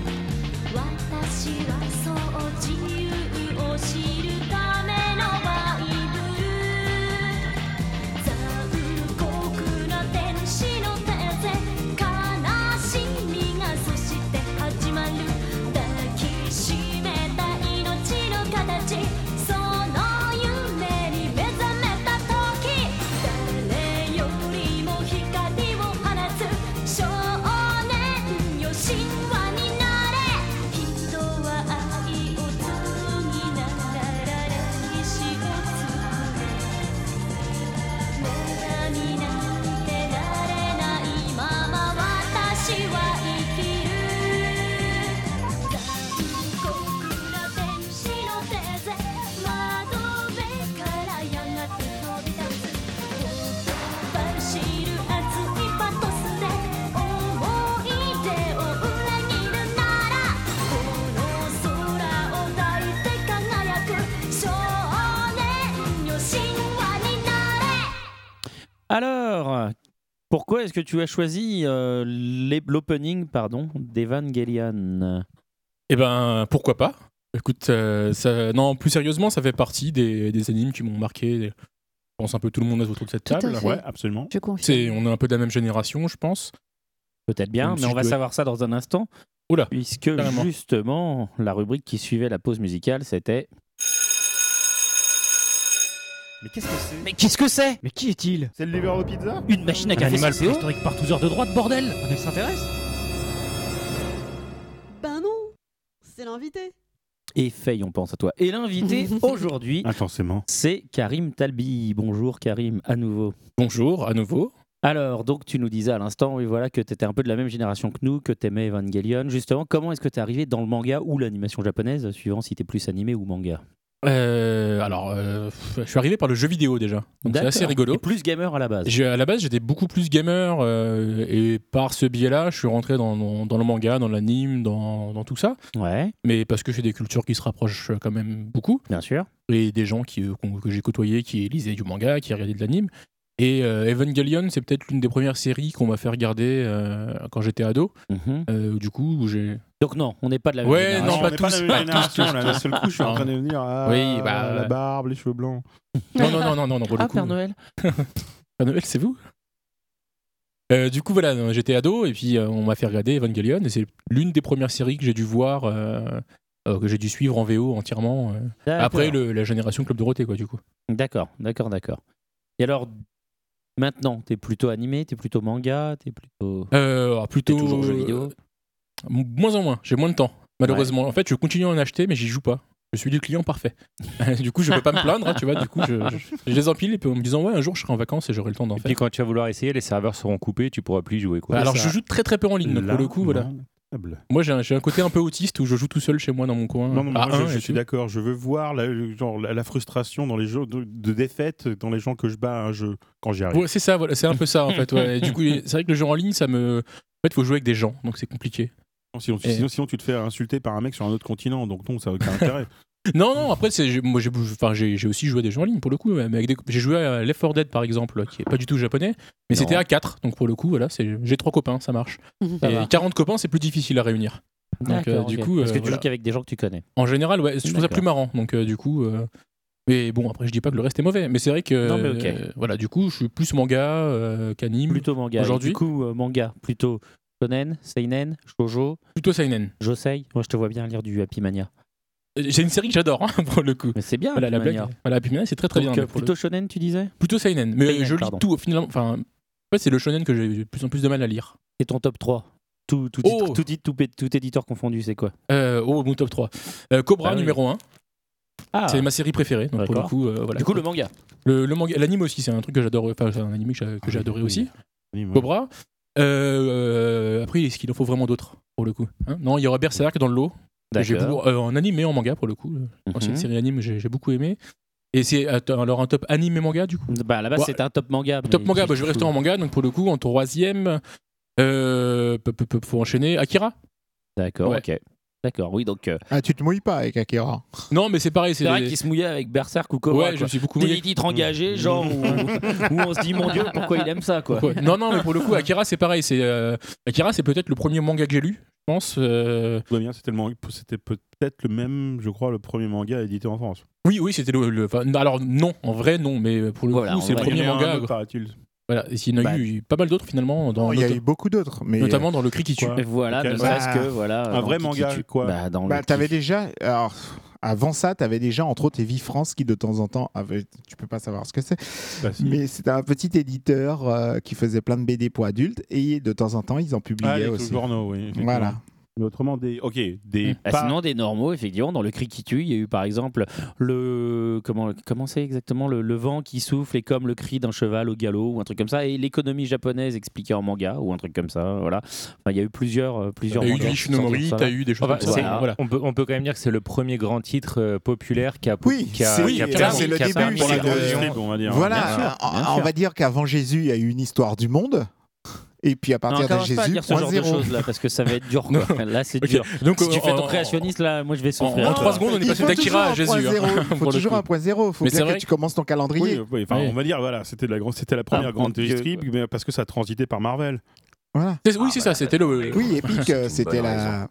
[SPEAKER 9] 「私はそう自由を知るためのバイブル」「残酷な天使の手で悲しみがそして始まる」「抱きしめた命の形」「その夢に目覚めた時」「誰よりも光を放つ少年よ神話になれ」「人は愛を紡ぎながら歴史を作る」「無駄になんてなれないまま私は生きる」「残酷な天使の手で窓辺からやがて飛び立つ」「走る熱いパトスで思い出を裏切るなら」「この空を抱いて輝く少年よ神話になれ」
[SPEAKER 2] Alors, pourquoi est-ce que tu as choisi euh, les- l'opening pardon d'Evangelion
[SPEAKER 7] Eh ben, pourquoi pas Écoute, euh, ça- non, plus sérieusement, ça fait partie des, des animes qui m'ont marqué. Je pense un peu tout le monde autour de cette
[SPEAKER 5] Tout à
[SPEAKER 7] table.
[SPEAKER 5] fait.
[SPEAKER 1] Ouais, absolument.
[SPEAKER 5] Je confirme.
[SPEAKER 7] C'est, on est un peu de la même génération, je pense.
[SPEAKER 2] Peut-être bien,
[SPEAKER 7] Même
[SPEAKER 2] mais
[SPEAKER 7] si
[SPEAKER 2] on
[SPEAKER 7] je
[SPEAKER 2] va
[SPEAKER 7] dois-
[SPEAKER 2] savoir ça dans un instant.
[SPEAKER 7] Oula,
[SPEAKER 2] Puisque
[SPEAKER 7] carrément.
[SPEAKER 2] justement, la rubrique qui suivait la pause musicale, c'était.
[SPEAKER 1] Mais qu'est-ce que c'est
[SPEAKER 2] Mais qu'est-ce que c'est
[SPEAKER 10] Mais qui est-il
[SPEAKER 1] C'est le livreur de pizza
[SPEAKER 2] Une machine à
[SPEAKER 10] Un
[SPEAKER 2] café
[SPEAKER 10] animal
[SPEAKER 2] sans CO?
[SPEAKER 10] préhistorique partouzeur de droite, bordel Un extraterrestre
[SPEAKER 11] Ben non, c'est l'invité.
[SPEAKER 2] Et Faye, on pense à toi. Et l'invité aujourd'hui,
[SPEAKER 1] Intensément.
[SPEAKER 2] c'est Karim Talbi. Bonjour Karim, à nouveau.
[SPEAKER 7] bonjour à nouveau.
[SPEAKER 2] Alors, donc tu nous disais à l'instant, oui, voilà, que tu étais un peu de la même génération que nous, que t'aimais Evangelion. Justement, comment est-ce que t'es arrivé dans le manga ou l'animation japonaise, suivant si t'es plus animé ou manga
[SPEAKER 7] Euh, alors, euh, pff, je suis arrivé par le jeu vidéo déjà. Donc c'est
[SPEAKER 2] D'accord.
[SPEAKER 7] assez rigolo.
[SPEAKER 2] Et plus gamer à la base.
[SPEAKER 7] J'ai- à la base, j'étais beaucoup plus gamer euh, et par ce biais-là, je suis rentré dans, dans- dans le manga, dans l'anime, dans, dans tout ça.
[SPEAKER 2] Ouais,
[SPEAKER 7] Mais parce que j'ai des cultures qui se rapprochent euh, quand même beaucoup
[SPEAKER 2] bien sûr.
[SPEAKER 7] et des gens qui, euh, qu'on- que j'ai côtoyés qui lisaient du manga, qui regardaient de l'anime. Et euh, Evangelion, c'est peut-être l'une des premières séries qu'on m'a fait regarder euh, quand j'étais ado.
[SPEAKER 2] Mhm.
[SPEAKER 7] Euh, du coup, où j'ai.
[SPEAKER 2] Donc non, on n'est pas de la même
[SPEAKER 7] Ouais,
[SPEAKER 2] génération.
[SPEAKER 7] non,
[SPEAKER 1] Eh on
[SPEAKER 7] pas
[SPEAKER 1] n'est
[SPEAKER 7] tous,
[SPEAKER 1] la même
[SPEAKER 7] pas
[SPEAKER 1] génération,
[SPEAKER 7] tous,
[SPEAKER 1] là.
[SPEAKER 7] tous,
[SPEAKER 1] D'un
[SPEAKER 7] tous.
[SPEAKER 1] seul coup, je suis en train de venir. Ah,
[SPEAKER 7] Oui, bah,
[SPEAKER 1] La
[SPEAKER 7] ouais.
[SPEAKER 1] barbe, les cheveux blancs.
[SPEAKER 7] Non, non, non, non, non, non, pour le
[SPEAKER 2] Ah,
[SPEAKER 7] coup.
[SPEAKER 2] Père Noël
[SPEAKER 7] Père Noël, c'est vous Euh, du coup, voilà, non, j'étais ado et puis euh, on m'a fait regarder Evangelion et c'est l'une des premières séries que j'ai dû voir, euh, euh, que j'ai dû suivre en VO entièrement. euh,
[SPEAKER 2] Ah, D'accord.
[SPEAKER 7] après le- la génération Club Dorothée, quoi, du coup.
[SPEAKER 2] D'accord, d'accord, d'accord. Et alors, maintenant, t'es plutôt animé, t'es plutôt manga, t'es plutôt.
[SPEAKER 7] Euh, alors,
[SPEAKER 2] T'es
[SPEAKER 7] plutôt. euh,
[SPEAKER 2] toujours jeu vidéo.
[SPEAKER 7] M- Moins en moins, j'ai moins de temps, malheureusement. En fait, je continue à en acheter, mais j'y joue pas. Je suis du client parfait. du coup, je peux pas me plaindre, hein, tu vois. Du coup, je, je- je les empile et puis en me disant, ouais, un jour je serai en vacances et j'aurai le temps d'en
[SPEAKER 4] Et
[SPEAKER 7] faire.
[SPEAKER 4] puis
[SPEAKER 7] Bah,
[SPEAKER 4] quand tu vas vouloir essayer, les serveurs seront coupés, tu pourras plus y jouer. Quoi.
[SPEAKER 7] Ah, Alors,
[SPEAKER 4] C'est
[SPEAKER 7] je
[SPEAKER 4] ça.
[SPEAKER 7] joue très très peu en ligne, donc, pour le coup, voilà.
[SPEAKER 1] Lamentable.
[SPEAKER 7] Moi, j'ai un, j'ai un côté un peu autiste où je joue tout seul chez moi dans mon coin.
[SPEAKER 1] Non, mais
[SPEAKER 7] Ah,
[SPEAKER 1] moi, je,
[SPEAKER 7] un,
[SPEAKER 1] je
[SPEAKER 7] et
[SPEAKER 1] suis
[SPEAKER 7] tout.
[SPEAKER 1] d'accord. Je veux voir la, le- genre, la, la frustration dans les jeux de, de défaite, dans les gens que je bats à un jeu, quand j'y arrive.
[SPEAKER 7] Ouais, c'est ça, voilà, c'est un peu ça en fait. ouais. Et du coup, c'est vrai que le jeu en ligne, ça me. En fait, faut jouer avec des gens, donc c'est compliqué.
[SPEAKER 1] Sinon, tu-
[SPEAKER 7] Et-
[SPEAKER 1] sinon, sinon, tu te fais insulter par un mec sur un autre continent, donc non, ça n'a aucun intérêt.
[SPEAKER 7] Non, non, après, c'est, j'ai- moi, j'ai, enfin, j'ai, j'ai aussi joué à des jeux en ligne pour le coup. ouais, mais avec des- j'ai joué à Left 4 Dead par exemple, qui est pas du tout japonais, mais
[SPEAKER 2] Non.
[SPEAKER 7] c'était à 4, donc pour le coup, voilà, c'est, j'ai trois copains, ça marche.
[SPEAKER 2] Ça
[SPEAKER 7] et
[SPEAKER 2] va.
[SPEAKER 7] 40 copains, c'est plus difficile à réunir. Donc, euh,
[SPEAKER 2] D'accord,
[SPEAKER 7] du
[SPEAKER 2] ok.
[SPEAKER 7] coup,
[SPEAKER 2] Parce
[SPEAKER 7] euh,
[SPEAKER 2] que tu
[SPEAKER 7] voilà.
[SPEAKER 2] joues qu'avec des gens que tu connais.
[SPEAKER 7] En général, ouais, je trouve ça
[SPEAKER 2] D'accord.
[SPEAKER 7] plus marrant, donc euh, du coup. euh, Mais bon, après, je dis pas que le reste est mauvais, mais c'est vrai que.
[SPEAKER 2] Non, mais ok.
[SPEAKER 7] euh, voilà, du coup, je suis plus manga euh, qu'anime.
[SPEAKER 2] Plutôt manga.
[SPEAKER 7] Aujourd'hui-
[SPEAKER 2] Et Du coup, euh, manga, plutôt shonen, seinen, shoujo,
[SPEAKER 7] Plutôt seinen.
[SPEAKER 2] josei. Moi, je te vois bien lire du Happy Mania.
[SPEAKER 7] Euh, C'est une série que j'adore hein, pour le coup.
[SPEAKER 2] Mais c'est bien,
[SPEAKER 7] Voilà
[SPEAKER 2] Happy
[SPEAKER 7] la blague.
[SPEAKER 2] Mania.
[SPEAKER 7] Voilà, Happy Mania, c'est très très
[SPEAKER 2] Donc,
[SPEAKER 7] bien.
[SPEAKER 2] euh,
[SPEAKER 7] mais pour le-
[SPEAKER 2] plutôt shonen, tu disais
[SPEAKER 7] Plutôt seinen, mais euh,
[SPEAKER 2] Seinen,
[SPEAKER 7] je lis
[SPEAKER 2] pardon.
[SPEAKER 7] tout finalement. Enfin, en fait, c'est le shonen que j'ai de plus en plus de mal à lire.
[SPEAKER 2] C'est ton top 3 tout, tout,
[SPEAKER 7] Oh
[SPEAKER 2] titre- tout, titre- tout, pé- tout éditeur confondu, c'est quoi
[SPEAKER 7] Euh, oh, mon top 3. Euh, Cobra
[SPEAKER 2] Ah oui.
[SPEAKER 7] numéro 1,
[SPEAKER 2] Ah,
[SPEAKER 7] c'est ma série préférée. Donc pour le
[SPEAKER 2] D'accord.
[SPEAKER 7] coup, euh, voilà.
[SPEAKER 2] du coup, le manga.
[SPEAKER 7] le, le manga, l'anime aussi, c'est un truc que j'adore. Enfin, c'est un anime que j'ai, que j'ai
[SPEAKER 1] Ah,
[SPEAKER 7] adoré
[SPEAKER 1] oui.
[SPEAKER 7] aussi.
[SPEAKER 1] Oui, moi,
[SPEAKER 7] Cobra. Euh, euh, après, est-ce qu'il en faut vraiment d'autres pour le coup hein Non, il y aura Berserk dans le lot. que J'ai beaucoup, euh, en anime et en manga pour le coup. C'est une
[SPEAKER 2] Mhm.
[SPEAKER 7] série anime que j'ai, j'ai beaucoup aimé. Et c'est attends, alors un top anime et manga du coup
[SPEAKER 2] Bah, à la base,
[SPEAKER 7] Ouais.
[SPEAKER 2] c'était un top manga.
[SPEAKER 7] Top
[SPEAKER 2] mais
[SPEAKER 7] manga,
[SPEAKER 2] qui-
[SPEAKER 7] bah, je vais rester en manga, donc pour le coup, en troisième, euh, peu- peu- peu- faut enchaîner. Akira
[SPEAKER 2] D'accord,
[SPEAKER 7] Ouais.
[SPEAKER 2] ok. D'accord, oui, donc. euh,
[SPEAKER 6] Ah, tu te mouilles pas avec Akira.
[SPEAKER 7] Non, mais c'est pareil, c'est.
[SPEAKER 2] c'est vrai qu'il se mouillait avec Berserk ou Cobra.
[SPEAKER 7] Ouais, je
[SPEAKER 2] quoi.
[SPEAKER 7] me suis beaucoup
[SPEAKER 2] Des
[SPEAKER 7] mouillé. Mm.
[SPEAKER 2] titres engagés, genre, où, où on se dit, mon Dieu, pourquoi il aime ça, quoi.
[SPEAKER 7] Ouais. Non, non, mais pour le coup, Akira, c'est pareil. C'est euh, Akira, c'est peut-être le premier manga que j'ai lu, je pense.
[SPEAKER 1] je
[SPEAKER 7] euh,
[SPEAKER 1] me souviens bien, c'était le manga- c'était peut-être le même, je crois, le premier manga édité en France.
[SPEAKER 7] Oui, oui, c'était le. le- enfin, alors non, en vrai non, mais pour le
[SPEAKER 2] Voilà,
[SPEAKER 7] coup,
[SPEAKER 2] en
[SPEAKER 7] c'est le
[SPEAKER 2] vrai,
[SPEAKER 7] premier
[SPEAKER 1] Il y en a un
[SPEAKER 7] manga.
[SPEAKER 1] autre,
[SPEAKER 7] quoi.
[SPEAKER 1] paraît-il.
[SPEAKER 7] Voilà, et s'il y en a
[SPEAKER 2] Bah,
[SPEAKER 7] eu pas mal d'autres finalement, dans,
[SPEAKER 6] Non, Oh, il y a
[SPEAKER 7] nota-
[SPEAKER 6] eu beaucoup d'autres, mais.
[SPEAKER 7] notamment dans le cri qui tue.
[SPEAKER 1] Quoi
[SPEAKER 2] Voilà,
[SPEAKER 1] Ok.
[SPEAKER 2] ne
[SPEAKER 6] Bah,
[SPEAKER 2] serait-ce que, voilà.
[SPEAKER 1] un
[SPEAKER 2] dans
[SPEAKER 1] vrai
[SPEAKER 2] qui- qui
[SPEAKER 1] manga,
[SPEAKER 2] tue-
[SPEAKER 1] quoi.
[SPEAKER 2] euh, Bah, dans
[SPEAKER 6] Bah,
[SPEAKER 2] le
[SPEAKER 6] t'avais
[SPEAKER 2] qui-
[SPEAKER 6] déjà. Alors, avant ça, t'avais déjà, entre autres, Evie France qui, de temps en temps, avait... tu peux pas savoir ce que c'est,
[SPEAKER 1] Bah, si.
[SPEAKER 6] mais c'était un petit éditeur euh, qui faisait plein de BD pour adultes et de temps en temps, ils en publiaient
[SPEAKER 1] Ah, les
[SPEAKER 6] aussi.
[SPEAKER 1] Tougorno, oui. effectivement.
[SPEAKER 6] Voilà.
[SPEAKER 1] Mais autrement, des. Ok, des.
[SPEAKER 2] Ah,
[SPEAKER 1] pas-
[SPEAKER 2] Sinon, des normaux, effectivement, dans le cri qui tue, il y a eu par exemple le. Comment comment c'est exactement le, le vent qui souffle et comme le cri d'un cheval au galop ou un truc comme ça, et l'économie japonaise expliquée en manga ou un truc comme ça, voilà. Enfin, il y a eu plusieurs. euh, plusieurs
[SPEAKER 7] T'as eu
[SPEAKER 2] mangas
[SPEAKER 7] du
[SPEAKER 2] qui sont sortis
[SPEAKER 7] Ishinomori,
[SPEAKER 2] sur ça.
[SPEAKER 7] t'as eu des choses
[SPEAKER 4] Enfin,
[SPEAKER 7] comme ça.
[SPEAKER 2] c'est-
[SPEAKER 7] Voilà.
[SPEAKER 4] On peut, on peut quand même dire que c'est le premier grand titre euh, populaire qui a
[SPEAKER 6] Oui,
[SPEAKER 4] qui a-
[SPEAKER 6] c'est-
[SPEAKER 7] oui,
[SPEAKER 4] qui a
[SPEAKER 7] c'est-
[SPEAKER 4] permis-
[SPEAKER 7] c'est le
[SPEAKER 4] qui a
[SPEAKER 7] début,
[SPEAKER 4] permis
[SPEAKER 1] pour la
[SPEAKER 4] de-
[SPEAKER 6] c'est
[SPEAKER 1] grande
[SPEAKER 6] le-
[SPEAKER 1] distrib, on va dire.
[SPEAKER 6] Voilà,
[SPEAKER 2] bien sûr,
[SPEAKER 6] on-
[SPEAKER 2] bien
[SPEAKER 6] on
[SPEAKER 2] sûr.
[SPEAKER 6] va dire qu'avant Jésus, il y a eu une histoire du monde. Et puis à
[SPEAKER 2] Non,
[SPEAKER 6] partir de
[SPEAKER 2] commence pas à
[SPEAKER 6] Jésus,
[SPEAKER 2] dire ce genre de
[SPEAKER 6] 0.
[SPEAKER 2] choses là parce que ça va être dur quoi. là c'est dur.
[SPEAKER 7] Ok, Donc,
[SPEAKER 2] Si tu
[SPEAKER 7] euh,
[SPEAKER 2] fais ton euh,
[SPEAKER 7] en-
[SPEAKER 2] créationniste là, moi je vais
[SPEAKER 7] En,
[SPEAKER 2] souffrir.
[SPEAKER 7] en
[SPEAKER 2] Toi.
[SPEAKER 7] 3 secondes, on est passé d'Akira à Jésus. hein,
[SPEAKER 6] Il
[SPEAKER 7] pour
[SPEAKER 6] faut
[SPEAKER 7] le
[SPEAKER 6] toujours
[SPEAKER 7] coup.
[SPEAKER 6] un point zéro. Il faut
[SPEAKER 7] Mais c'est
[SPEAKER 6] bien
[SPEAKER 7] vrai
[SPEAKER 6] que tu commences ton
[SPEAKER 1] Oui,
[SPEAKER 6] calendrier.
[SPEAKER 1] oui, enfin,
[SPEAKER 7] Oui.
[SPEAKER 1] on va dire, voilà, c'était la, grande- c'était la première
[SPEAKER 2] Ah,
[SPEAKER 1] grande
[SPEAKER 2] donc,
[SPEAKER 1] distrib, mais parce que ça transitait par Marvel.
[SPEAKER 6] Voilà.
[SPEAKER 7] C'est- Oui, c'est ça, c'était le,
[SPEAKER 6] Oui, Epic, euh,
[SPEAKER 4] C'est une bonne
[SPEAKER 6] c'était la.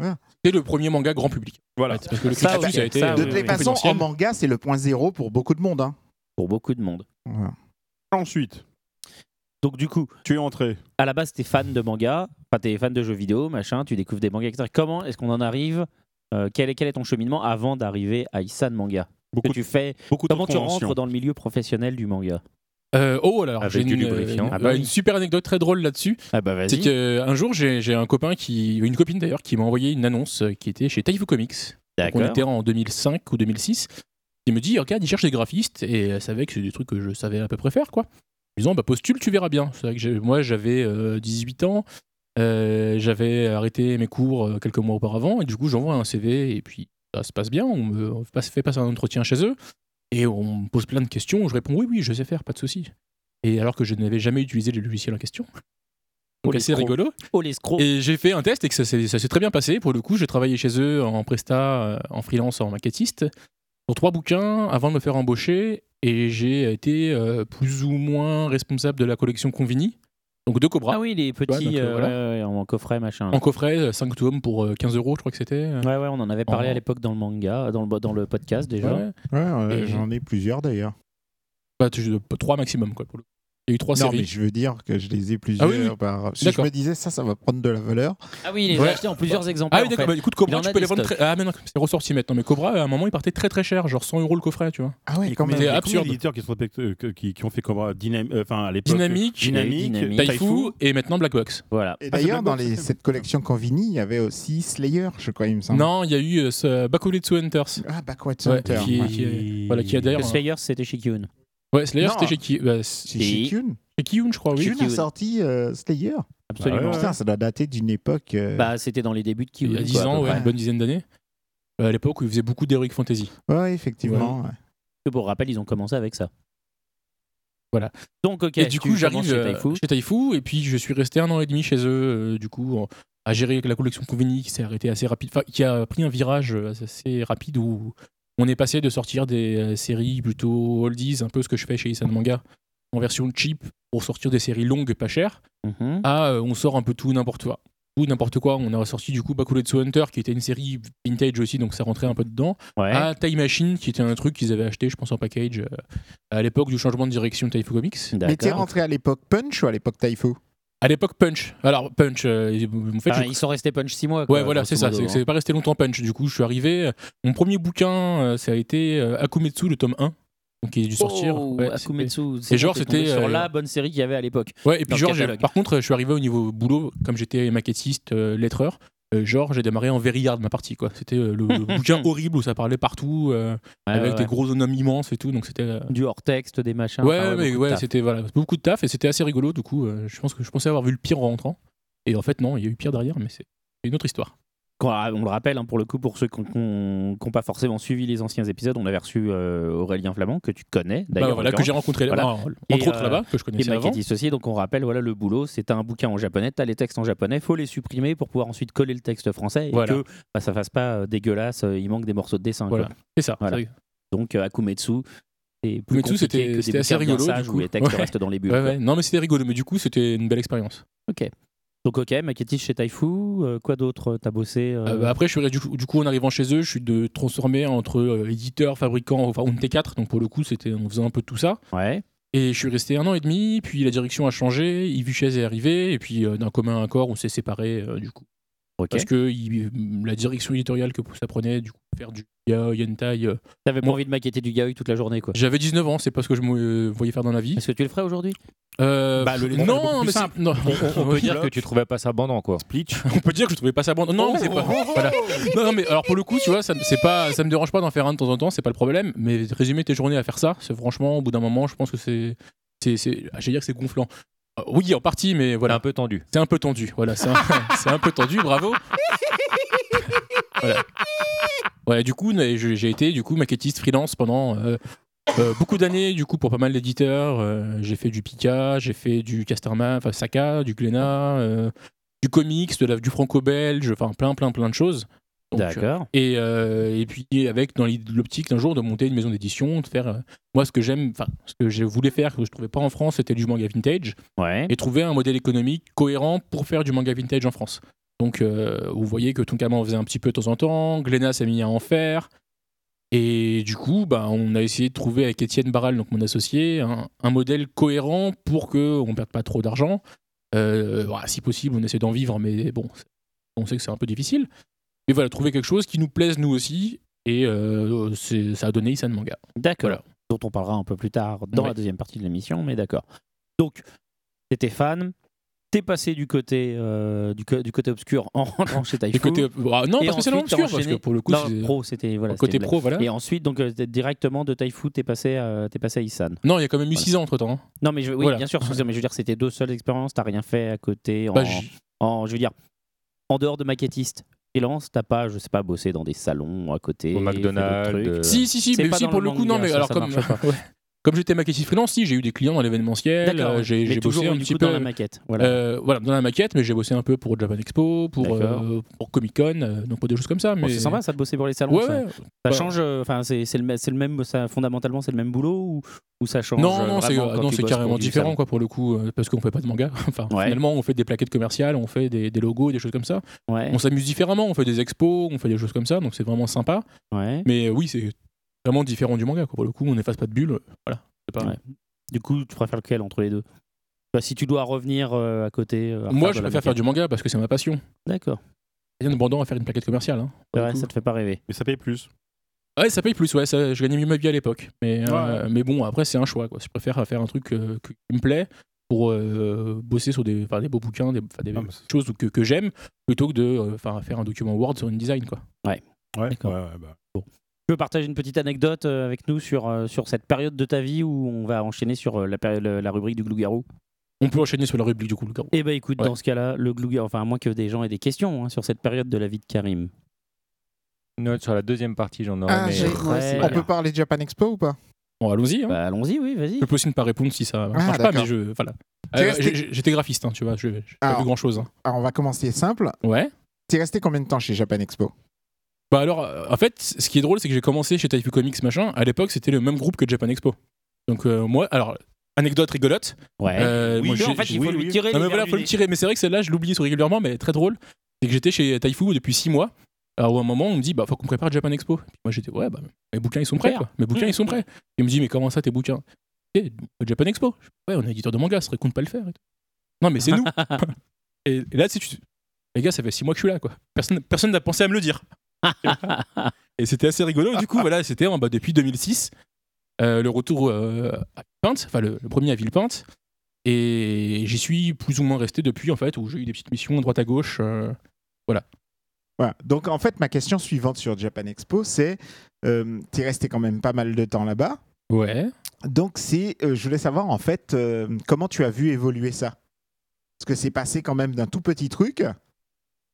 [SPEAKER 7] c'était le premier manga grand public.
[SPEAKER 1] Voilà.
[SPEAKER 7] C'est Parce que le
[SPEAKER 2] Ça,
[SPEAKER 7] Cri qui tue,
[SPEAKER 2] ok,
[SPEAKER 7] ça a été.
[SPEAKER 2] ça,
[SPEAKER 7] euh,
[SPEAKER 6] De
[SPEAKER 2] oui,
[SPEAKER 6] toutes
[SPEAKER 2] oui,
[SPEAKER 6] les façons, en
[SPEAKER 7] confidentiel.
[SPEAKER 6] manga, c'est le point zéro pour beaucoup de monde. hein.
[SPEAKER 2] Pour beaucoup de monde.
[SPEAKER 6] Voilà.
[SPEAKER 1] Ensuite,
[SPEAKER 2] Donc du coup,
[SPEAKER 1] tu es entré.
[SPEAKER 2] À la base, t'es fan de manga, enfin t'es fan de jeux vidéo, machin, tu découvres des mangas, etc. Comment est-ce qu'on en arrive euh, quel, est, quel est ton cheminement avant d'arriver à Isan Manga Que tu fais
[SPEAKER 1] beaucoup
[SPEAKER 2] Comment tu
[SPEAKER 1] conventions.
[SPEAKER 2] rentres dans le milieu professionnel du manga
[SPEAKER 7] Euh, oh alors,
[SPEAKER 2] Avec
[SPEAKER 7] j'ai
[SPEAKER 2] du
[SPEAKER 7] une,
[SPEAKER 2] lubrifiant.
[SPEAKER 7] une-
[SPEAKER 2] Ah bah
[SPEAKER 7] une
[SPEAKER 2] oui.
[SPEAKER 7] super anecdote très drôle là-dessus.
[SPEAKER 2] Ah bah vas-y.
[SPEAKER 7] C'est qu'un jour, j'ai j'ai un copain qui, une copine d'ailleurs, qui m'a envoyé une annonce euh, qui était chez Taifu Comics. Donc,
[SPEAKER 2] D'accord.
[SPEAKER 7] On était en 2005 ou 2006. Il me dit, regarde, il cherche des graphistes et elle savait que c'est des trucs que je savais à peu près faire, quoi. En disant, bah postule, tu verras bien. C'est vrai que j'ai- moi, j'avais euh, 18 ans, euh, j'avais arrêté mes cours euh, quelques mois auparavant et du coup, j'envoie un CV et puis ça se passe bien. On me on passe- fait passer un entretien chez eux et on me pose plein de questions. Je réponds, oui, oui, je sais faire, pas de souci. Et alors que je n'avais jamais utilisé le logiciel en question.
[SPEAKER 2] Oh,
[SPEAKER 7] Donc,
[SPEAKER 2] les
[SPEAKER 7] assez
[SPEAKER 2] escrocs.
[SPEAKER 7] rigolo.
[SPEAKER 2] Oh l'escroc
[SPEAKER 7] Et j'ai fait un test et que ça s'est ça s'est très bien passé. Pour le coup, j'ai travaillé chez eux en presta, euh, en freelance, en maquettiste, pour trois bouquins avant de me faire embaucher. Et j'ai été euh, plus ou moins responsable de la collection Convini, donc deux Cobra.
[SPEAKER 2] Ah oui, les
[SPEAKER 7] vois,
[SPEAKER 2] petits
[SPEAKER 7] donc, euh,
[SPEAKER 2] euh,
[SPEAKER 7] voilà.
[SPEAKER 2] ouais, ouais, en coffret, machin.
[SPEAKER 7] En coffret, 5 tomes pour euh, 15 euros, je crois que c'était.
[SPEAKER 2] Ouais, ouais, on en avait parlé
[SPEAKER 7] En-
[SPEAKER 2] à l'époque dans le manga, dans le, dans le podcast déjà.
[SPEAKER 7] Ouais.
[SPEAKER 6] Ouais, euh,
[SPEAKER 7] Et-
[SPEAKER 6] j'en ai plusieurs d'ailleurs.
[SPEAKER 7] Bah, tu- trois maximum, quoi. Pour le... coup. Il y a eu trois
[SPEAKER 6] non,
[SPEAKER 7] séries.
[SPEAKER 6] mais je veux dire que je les ai plusieurs.
[SPEAKER 7] Ah oui, oui.
[SPEAKER 6] par- Si je
[SPEAKER 7] D'accord.
[SPEAKER 6] me disais ça, ça va prendre de la valeur.
[SPEAKER 2] Ah oui, il les
[SPEAKER 7] Ouais.
[SPEAKER 2] a achetés en plusieurs exemplaires.
[SPEAKER 7] Ah oui, d'accord,
[SPEAKER 2] en fait.
[SPEAKER 7] bah, écoute,
[SPEAKER 2] Il
[SPEAKER 7] Cobra,
[SPEAKER 2] en
[SPEAKER 7] tu
[SPEAKER 2] a des
[SPEAKER 7] peux les vendre
[SPEAKER 2] stocks.
[SPEAKER 7] très. Ah, mais non, c'est ressorti maintenant. Mais Cobra, à un moment, il partait très très cher, genre 100 euros le coffret, tu vois.
[SPEAKER 6] Ah
[SPEAKER 1] Il y
[SPEAKER 6] ouais,
[SPEAKER 1] a
[SPEAKER 6] quand
[SPEAKER 1] combien-
[SPEAKER 6] même.
[SPEAKER 1] il y a
[SPEAKER 7] C'est
[SPEAKER 1] combien
[SPEAKER 7] absurde.
[SPEAKER 1] d'éditeurs qui, sont affectés- euh, que- qui, qui ont fait Cobra Dynam- euh, enfin, à l'époque,
[SPEAKER 7] Dynamique,
[SPEAKER 1] Dynamique,
[SPEAKER 2] Dynamique,
[SPEAKER 7] Taifu et maintenant Black Box.
[SPEAKER 2] Voilà.
[SPEAKER 6] Et
[SPEAKER 1] Ah, c'est
[SPEAKER 6] d'ailleurs,
[SPEAKER 1] Black
[SPEAKER 6] dans
[SPEAKER 1] Box,
[SPEAKER 6] les-
[SPEAKER 1] c'est-
[SPEAKER 6] cette collection Convini, il y avait aussi Slayer, je crois, il me semble.
[SPEAKER 7] Non, il y a eu euh, ce Bakuletsu Hunters.
[SPEAKER 6] Ah, Backward
[SPEAKER 7] Ouais,
[SPEAKER 6] Center.
[SPEAKER 7] qui,
[SPEAKER 6] ouais.
[SPEAKER 7] qui est- voilà, qui a d'ailleurs.
[SPEAKER 2] Le Slayer, c'était Shikyun.
[SPEAKER 7] un- Ouais, Slayer,
[SPEAKER 6] Non.
[SPEAKER 7] c'était chez qui bah, C'est
[SPEAKER 6] C'est chez Kyun.
[SPEAKER 7] chez Kiyun, je crois, oui.
[SPEAKER 6] Kyun a sorti euh, Slayer.
[SPEAKER 2] Absolument.
[SPEAKER 1] Ah ouais.
[SPEAKER 6] Putain, ça doit dater d'une époque. euh,
[SPEAKER 2] Bah, c'était dans les débuts de Kiwi.
[SPEAKER 7] Il y a 10 ans, ouais, une bonne dizaine d'années. Euh, À l'époque où il faisait beaucoup d'Heroic Fantasy.
[SPEAKER 6] ouais, effectivement. ouais.
[SPEAKER 2] Pour rappel, ils ont commencé avec ça.
[SPEAKER 7] Voilà.
[SPEAKER 2] Donc, ok.
[SPEAKER 7] et
[SPEAKER 2] tu
[SPEAKER 7] du coup,
[SPEAKER 2] commences
[SPEAKER 7] j'arrive
[SPEAKER 2] chez
[SPEAKER 7] euh,
[SPEAKER 2] Taifu.
[SPEAKER 7] chez Taifu, et puis je suis resté un an et demi chez eux, euh, du coup, en- à gérer la collection Conveni qui s'est arrêtée assez rapide, enfin, qui a pris un virage euh, assez rapide où on est passé de sortir des euh, séries plutôt oldies, un peu ce que je fais chez Isan Manga, en version cheap pour sortir des séries longues pas chères,
[SPEAKER 2] Mhm.
[SPEAKER 7] à euh, on sort un peu tout et n'importe quoi. Tout et n'importe quoi. On a sorti du coup Bakuletsu Hunter qui était une série vintage aussi, donc ça rentrait un peu dedans
[SPEAKER 2] Ouais.
[SPEAKER 7] à Time Machine, qui était un truc qu'ils avaient acheté, je pense, en package euh, à l'époque du changement de direction de Taifu Comics.
[SPEAKER 6] Mais t'es
[SPEAKER 2] D'accord.
[SPEAKER 6] rentré à l'époque Punch ou à l'époque Taifu
[SPEAKER 7] À l'époque, Punch. Alors, Punch, euh, en fait,
[SPEAKER 2] Enfin,
[SPEAKER 7] je-
[SPEAKER 2] Ah, ils sont restés punch 6 mois. quoi,
[SPEAKER 7] Ouais, voilà, c'est ça.
[SPEAKER 2] grosso
[SPEAKER 7] C'est
[SPEAKER 2] modo,
[SPEAKER 7] c'est pas resté longtemps Punch. Du coup, je suis arrivé. euh, Mon premier bouquin, euh, ça a été euh, Akumetsu, le tome 1, donc qui a dû
[SPEAKER 2] hein.
[SPEAKER 7] sortir.
[SPEAKER 2] Oh,
[SPEAKER 7] Ouais, c'était-
[SPEAKER 2] Akumetsu.
[SPEAKER 7] Et genre,
[SPEAKER 2] t'es tombé
[SPEAKER 7] c'était,
[SPEAKER 2] sur
[SPEAKER 7] euh,
[SPEAKER 2] la bonne série qu'il y avait à l'époque.
[SPEAKER 7] Ouais, et
[SPEAKER 2] dans
[SPEAKER 7] puis
[SPEAKER 2] le
[SPEAKER 7] genre, j'ai-
[SPEAKER 2] catalogue.
[SPEAKER 7] par contre, je suis arrivé au niveau boulot, comme j'étais maquettiste, euh, lettreur, euh, genre, j'ai démarré en very hard ma partie, quoi. C'était euh, le, le bouquin horrible où ça parlait partout, euh,
[SPEAKER 2] Ouais,
[SPEAKER 7] avec
[SPEAKER 2] ouais,
[SPEAKER 7] des
[SPEAKER 2] ouais.
[SPEAKER 7] gros hommes immenses et tout, donc c'était... euh,
[SPEAKER 2] Du hors-texte, des machins.
[SPEAKER 7] Ouais,
[SPEAKER 2] enfin, beaucoup
[SPEAKER 7] mais
[SPEAKER 2] de
[SPEAKER 7] ouais,
[SPEAKER 2] taf.
[SPEAKER 7] c'était voilà, beaucoup de taf et c'était assez rigolo. Du coup, euh, je pense que je pensais avoir vu le pire en rentrant. Et en fait, non, il y a eu pire derrière, mais c'est une autre histoire.
[SPEAKER 2] Qu'on- on le rappelle, hein, pour le coup, pour ceux qui n'ont pas forcément suivi les anciens épisodes, on avait reçu euh, Aurélien Flamand, que tu connais
[SPEAKER 7] Bah,
[SPEAKER 2] d'ailleurs.
[SPEAKER 7] voilà,
[SPEAKER 2] en
[SPEAKER 7] que
[SPEAKER 2] l'occurrence.
[SPEAKER 7] j'ai rencontré là-bas,
[SPEAKER 2] Voilà.
[SPEAKER 7] en- entre
[SPEAKER 2] Et,
[SPEAKER 7] autres
[SPEAKER 2] euh,
[SPEAKER 7] là-bas, que je
[SPEAKER 2] Et
[SPEAKER 7] connaissais avant.
[SPEAKER 2] maquettiste aussi, donc on rappelle, voilà le boulot, c'est un bouquin en japonais, t'as les textes en japonais, faut les supprimer pour pouvoir ensuite coller le texte français et
[SPEAKER 7] Voilà.
[SPEAKER 2] que bah, ça fasse pas euh, dégueulasse, euh, il manque des morceaux de dessin.
[SPEAKER 7] Voilà,
[SPEAKER 2] quoi.
[SPEAKER 7] c'est ça.
[SPEAKER 2] Voilà.
[SPEAKER 7] c'est-
[SPEAKER 2] Donc euh, Akumetsu, c'est plus
[SPEAKER 7] Akumetsu,
[SPEAKER 2] compliqué
[SPEAKER 7] c'était-
[SPEAKER 2] que des
[SPEAKER 7] c'était assez
[SPEAKER 2] bouquins bien
[SPEAKER 7] rigolo,
[SPEAKER 2] sages
[SPEAKER 7] du
[SPEAKER 2] où
[SPEAKER 7] coup.
[SPEAKER 2] les textes
[SPEAKER 7] Ouais.
[SPEAKER 2] restent dans les bulles.
[SPEAKER 7] Ouais,
[SPEAKER 2] quoi.
[SPEAKER 7] ouais. Non, mais c'était rigolo, mais du coup, c'était une belle expérience.
[SPEAKER 2] Donc ok, maquettiste chez Taifu, euh, quoi d'autre T'as bossé euh,
[SPEAKER 7] Euh, bah, après, je suis resté- du coup, du coup, en arrivant chez eux, je suis de, transformé entre euh, éditeur, fabricant, enfin, on était quatre, donc pour le coup, c'était, on faisait un peu de tout ça.
[SPEAKER 2] Ouais,
[SPEAKER 7] Et je suis resté un an et demi, puis la direction a changé, Yves Huchez est arrivé, et puis euh, d'un commun accord, on s'est séparés, euh, du coup.
[SPEAKER 2] ok.
[SPEAKER 7] Parce que il- la direction éditoriale que ça prenait, du coup, faire du yaoi, hentai. euh,
[SPEAKER 2] T'avais pas
[SPEAKER 7] moi-
[SPEAKER 2] envie de maquetter du yaoi toute la journée quoi.
[SPEAKER 7] J'avais 19 ans, c'est pas ce que je me euh, voyais faire dans la vie.
[SPEAKER 2] Est-ce que tu le ferais aujourd'hui
[SPEAKER 7] Euh,
[SPEAKER 1] Bah, le
[SPEAKER 7] pff,
[SPEAKER 1] lettrage est beaucoup
[SPEAKER 7] non,
[SPEAKER 1] plus
[SPEAKER 7] mais c'est-
[SPEAKER 1] simple.
[SPEAKER 7] non.
[SPEAKER 4] On, on peut
[SPEAKER 7] Oui.
[SPEAKER 4] dire que tu trouvais pas ça bandant, quoi.
[SPEAKER 1] Bleach.
[SPEAKER 7] on peut dire que je trouvais pas ça bon. Non, mais c'est pas. voilà. Non, non, mais alors pour le coup, tu vois, ça, me- c'est pas, ça me dérange pas d'en faire un de temps en temps, c'est pas le problème. Mais résumer tes journées à faire ça, c'est franchement, au bout d'un moment, je pense que c'est, c'est, c'est- j'allais dire que c'est gonflant. Euh, oui, en partie, mais
[SPEAKER 4] Voilà,
[SPEAKER 7] voilà.
[SPEAKER 4] un peu tendu.
[SPEAKER 7] C'est un peu tendu, voilà, c'est un, c'est un peu tendu, bravo. voilà. Ouais, du coup, na- je- j'ai été du coup maquettiste freelance pendant euh, euh, beaucoup d'années, du coup, pour pas mal d'éditeurs. Euh, j'ai fait du Pika, j'ai fait du Casterman, enfin Saka, du Glénat, euh, du comics, de la- du franco-belge, enfin plein, plein, plein de choses. Donc,
[SPEAKER 2] D'accord.
[SPEAKER 7] et, euh, et puis avec dans l'id- l'optique d'un jour de monter une maison d'édition, de faire euh, moi ce que j'aime, enfin ce que je voulais faire que je trouvais pas en France, c'était du manga vintage
[SPEAKER 2] Ouais.
[SPEAKER 7] et trouver un modèle économique cohérent pour faire du manga vintage en France. Donc, euh, vous voyez que Tonkama en faisait un petit peu de temps en temps, Glénat s'est mis à en faire. Et du coup, bah, on a essayé de trouver avec Étienne Barral, donc mon associé, un, un modèle cohérent pour qu'on ne perde pas trop d'argent. Euh, voilà, si possible, on essaie d'en vivre, mais bon, on sait que c'est un peu difficile. Mais voilà, trouver quelque chose qui nous plaise nous aussi. Et euh, c'est- ça a donné Isan Manga.
[SPEAKER 2] D'accord.
[SPEAKER 7] Voilà.
[SPEAKER 2] Dont on parlera un peu plus tard dans
[SPEAKER 7] Ouais.
[SPEAKER 2] la deuxième partie de l'émission, mais d'accord. Donc, t'étais fan, t'es passé du côté, euh, du, co- du côté obscur en rentrant chez Taifu.
[SPEAKER 7] Du côté- ah, non,
[SPEAKER 2] Et
[SPEAKER 7] parce que c'est dans
[SPEAKER 2] ensuite, t'as
[SPEAKER 7] l'obscur, parce
[SPEAKER 2] enchaîné-
[SPEAKER 7] que pour le coup,
[SPEAKER 2] Non,
[SPEAKER 7] c'est-
[SPEAKER 2] pro, c'était voilà,
[SPEAKER 7] Côté
[SPEAKER 2] c'était une
[SPEAKER 7] pro, hein.
[SPEAKER 2] blague.
[SPEAKER 7] voilà.
[SPEAKER 2] Et ensuite, donc euh, t'es- directement de Taifu, t'es passé, à- t'es passé à Isan.
[SPEAKER 7] Non, il y a quand même eu 6 ans hein. entre temps.
[SPEAKER 2] Non, mais je, oui, bien sûr, mais je veux dire, c'était deux seules expériences, t'as rien fait à côté. En,
[SPEAKER 7] Bah, j-
[SPEAKER 2] en- je veux dire, en dehors de maquettiste freelance, t'as pas, je sais pas, bossé dans des salons à côté.
[SPEAKER 4] Au
[SPEAKER 2] fait d'autres
[SPEAKER 4] McDonald's,
[SPEAKER 2] trucs.
[SPEAKER 4] euh,
[SPEAKER 7] Si, si, si,
[SPEAKER 2] C'est
[SPEAKER 7] mais
[SPEAKER 2] pas
[SPEAKER 7] si
[SPEAKER 2] dans
[SPEAKER 7] pour le coup, non,
[SPEAKER 2] manga,
[SPEAKER 7] mais
[SPEAKER 2] ça,
[SPEAKER 7] alors
[SPEAKER 2] ça
[SPEAKER 7] comme.
[SPEAKER 2] marche pas.
[SPEAKER 7] ouais. Comme j'étais maquettiste freelance, si j'ai eu des clients à l'événementiel,
[SPEAKER 2] D'accord,
[SPEAKER 7] euh, j'ai
[SPEAKER 2] mais
[SPEAKER 7] j'ai
[SPEAKER 2] toujours,
[SPEAKER 7] bossé un
[SPEAKER 2] du
[SPEAKER 7] petit
[SPEAKER 2] coup,
[SPEAKER 7] peu
[SPEAKER 2] dans la maquette, voilà.
[SPEAKER 7] Euh, voilà, dans la maquette, mais j'ai bossé un peu pour Japan Expo, pour,
[SPEAKER 2] D'accord.
[SPEAKER 7] euh, pour Comic Con, euh, donc pour des choses comme ça.
[SPEAKER 2] Bon,
[SPEAKER 7] Mais
[SPEAKER 2] c'est sympa ça de bosser pour les salons.
[SPEAKER 7] Ouais,
[SPEAKER 2] ça
[SPEAKER 7] ouais.
[SPEAKER 2] Ça
[SPEAKER 7] Bah,
[SPEAKER 2] change, euh, enfin c'est c'est le, mê- c'est le même, ça, fondamentalement c'est le même boulot ou, ou ça change
[SPEAKER 7] Non,
[SPEAKER 2] euh,
[SPEAKER 7] non, c'est
[SPEAKER 2] vraiment quand
[SPEAKER 7] non,
[SPEAKER 2] tu
[SPEAKER 7] c'est
[SPEAKER 2] bosses
[SPEAKER 7] carrément
[SPEAKER 2] pour du
[SPEAKER 7] différent
[SPEAKER 2] salon
[SPEAKER 7] quoi pour le coup, euh, parce qu'on fait pas de manga. enfin,
[SPEAKER 2] Ouais.
[SPEAKER 7] finalement, on fait des plaquettes commerciales, on fait des, des logos, des choses comme ça.
[SPEAKER 2] Ouais.
[SPEAKER 7] On s'amuse différemment, on fait des expos, on fait des choses comme ça, donc c'est vraiment sympa.
[SPEAKER 2] Ouais.
[SPEAKER 7] Mais euh, oui, c'est vraiment différent du manga quoi. Pour le coup, on n'efface pas de bulles, voilà. C'est pas.
[SPEAKER 2] Ouais. Du coup, tu préfères lequel entre les deux Bah, Si tu dois revenir euh, à côté. euh, à
[SPEAKER 7] Moi,
[SPEAKER 2] refaire
[SPEAKER 7] je
[SPEAKER 2] de la
[SPEAKER 7] préfère faire
[SPEAKER 2] maquette.
[SPEAKER 7] du manga parce que c'est ma passion.
[SPEAKER 2] D'accord.
[SPEAKER 7] Rien de bandant à faire une plaquette commerciale. hein, pour
[SPEAKER 2] C'est
[SPEAKER 7] le
[SPEAKER 2] vrai,
[SPEAKER 7] coup.
[SPEAKER 2] ça te fait pas rêver.
[SPEAKER 1] Mais ça paye plus.
[SPEAKER 7] Ouais, ça paye plus, ouais. ça- je gagnais mieux ma vie à l'époque. Mais, euh, mais bon, après, c'est un choix. Quoi. Je préfère faire un truc euh, que- qui me plaît pour euh, bosser sur des, enfin, des beaux bouquins, des, enfin, des
[SPEAKER 1] Ah, mais c'est-
[SPEAKER 7] choses que, que j'aime, plutôt que de euh, enfin, faire un document Word sur une design. Quoi.
[SPEAKER 2] Ouais.
[SPEAKER 1] Ouais,
[SPEAKER 2] D'accord.
[SPEAKER 1] ouais, ouais, bah.
[SPEAKER 2] Tu veux partager une petite anecdote euh, avec nous sur, euh, sur cette période de ta vie où on va enchaîner sur euh, la, péri- la- la rubrique du Glougarou
[SPEAKER 7] On peut enchaîner sur la rubrique du coup, le gars.
[SPEAKER 2] Eh ben écoute,
[SPEAKER 7] Ouais.
[SPEAKER 2] dans ce cas-là, le Glougarou, enfin à moins que des gens aient des questions hein, sur cette période de la vie de Karim.
[SPEAKER 4] Note sur la deuxième partie, j'en aurais.
[SPEAKER 6] Ah,
[SPEAKER 4] mais- euh,
[SPEAKER 6] j'ai-
[SPEAKER 2] moi aussi.
[SPEAKER 6] On peut parler de Japan Expo ou pas
[SPEAKER 7] Bon, allons-y. hein.
[SPEAKER 2] Bah, Allons-y, oui, vas-y.
[SPEAKER 7] Je peux aussi ne pas répondre si ça
[SPEAKER 6] Ah,
[SPEAKER 7] marche pas,
[SPEAKER 6] d'accord.
[SPEAKER 7] mais je. Voilà.
[SPEAKER 6] T'es
[SPEAKER 7] Euh,
[SPEAKER 6] resté-
[SPEAKER 7] j'ai- J'étais graphiste, hein, tu vois. Je n'ai pas
[SPEAKER 6] Alors.
[SPEAKER 7] vu grand-chose. hein.
[SPEAKER 6] Alors, on va commencer simple.
[SPEAKER 7] Ouais.
[SPEAKER 6] T'es resté combien de temps chez Japan Expo
[SPEAKER 7] Bah alors, euh, en fait, c- ce qui est drôle, c'est que j'ai commencé chez Type Comics, machin. À l'époque, c'était le même groupe que Japan Expo. Donc, euh, moi, alors, anecdote rigolote.
[SPEAKER 2] Ouais.
[SPEAKER 7] euh,
[SPEAKER 2] Oui,
[SPEAKER 7] moi,
[SPEAKER 2] mais en
[SPEAKER 7] j'ai-
[SPEAKER 2] fait, il faut
[SPEAKER 7] oui,
[SPEAKER 2] lui
[SPEAKER 7] oui.
[SPEAKER 2] tirer
[SPEAKER 7] Non,
[SPEAKER 2] les
[SPEAKER 7] mais voilà,
[SPEAKER 2] verres
[SPEAKER 7] faut
[SPEAKER 2] du
[SPEAKER 7] le
[SPEAKER 2] nez.
[SPEAKER 7] tirer. Mais c'est vrai que celle-là, je l'oublie régulièrement, mais très drôle. C'est que j'étais chez Taifu depuis 6 mois. Alors, à un moment, on me dit, bah, faut qu'on prépare Japan Expo. Puis moi, j'étais, ouais, bah, mes bouquins, ils sont prêts, quoi. Mes bouquins, ils sont prêts. Il me dit, mais comment ça, tes bouquins Eh, Japan Expo. Je fais, Ouais, on est éditeur de manga, ça serait con de pas le faire. et tout. Non, mais c'est nous. et, et là, tu sais, tu- les gars, ça fait 6 mois que je suis là, quoi. Personne personne n'a pensé à me le dire. Et c'était assez rigolo. Du coup, voilà, c'était en- bah, depuis 2006, euh, le retour euh, à Villepinte, enfin le, le premier à Villepinte. Et j'y suis plus ou moins resté depuis, en fait, où j'ai eu des petites missions droite à gauche. euh,
[SPEAKER 6] Voilà. Donc, en fait, ma question suivante sur Japan Expo, c'est euh, t'es resté quand même pas mal de temps là-bas.
[SPEAKER 7] Ouais.
[SPEAKER 6] Donc, c'est, euh, je voulais savoir, en fait, euh, comment tu as vu évoluer ça Parce que c'est passé quand même d'un tout petit truc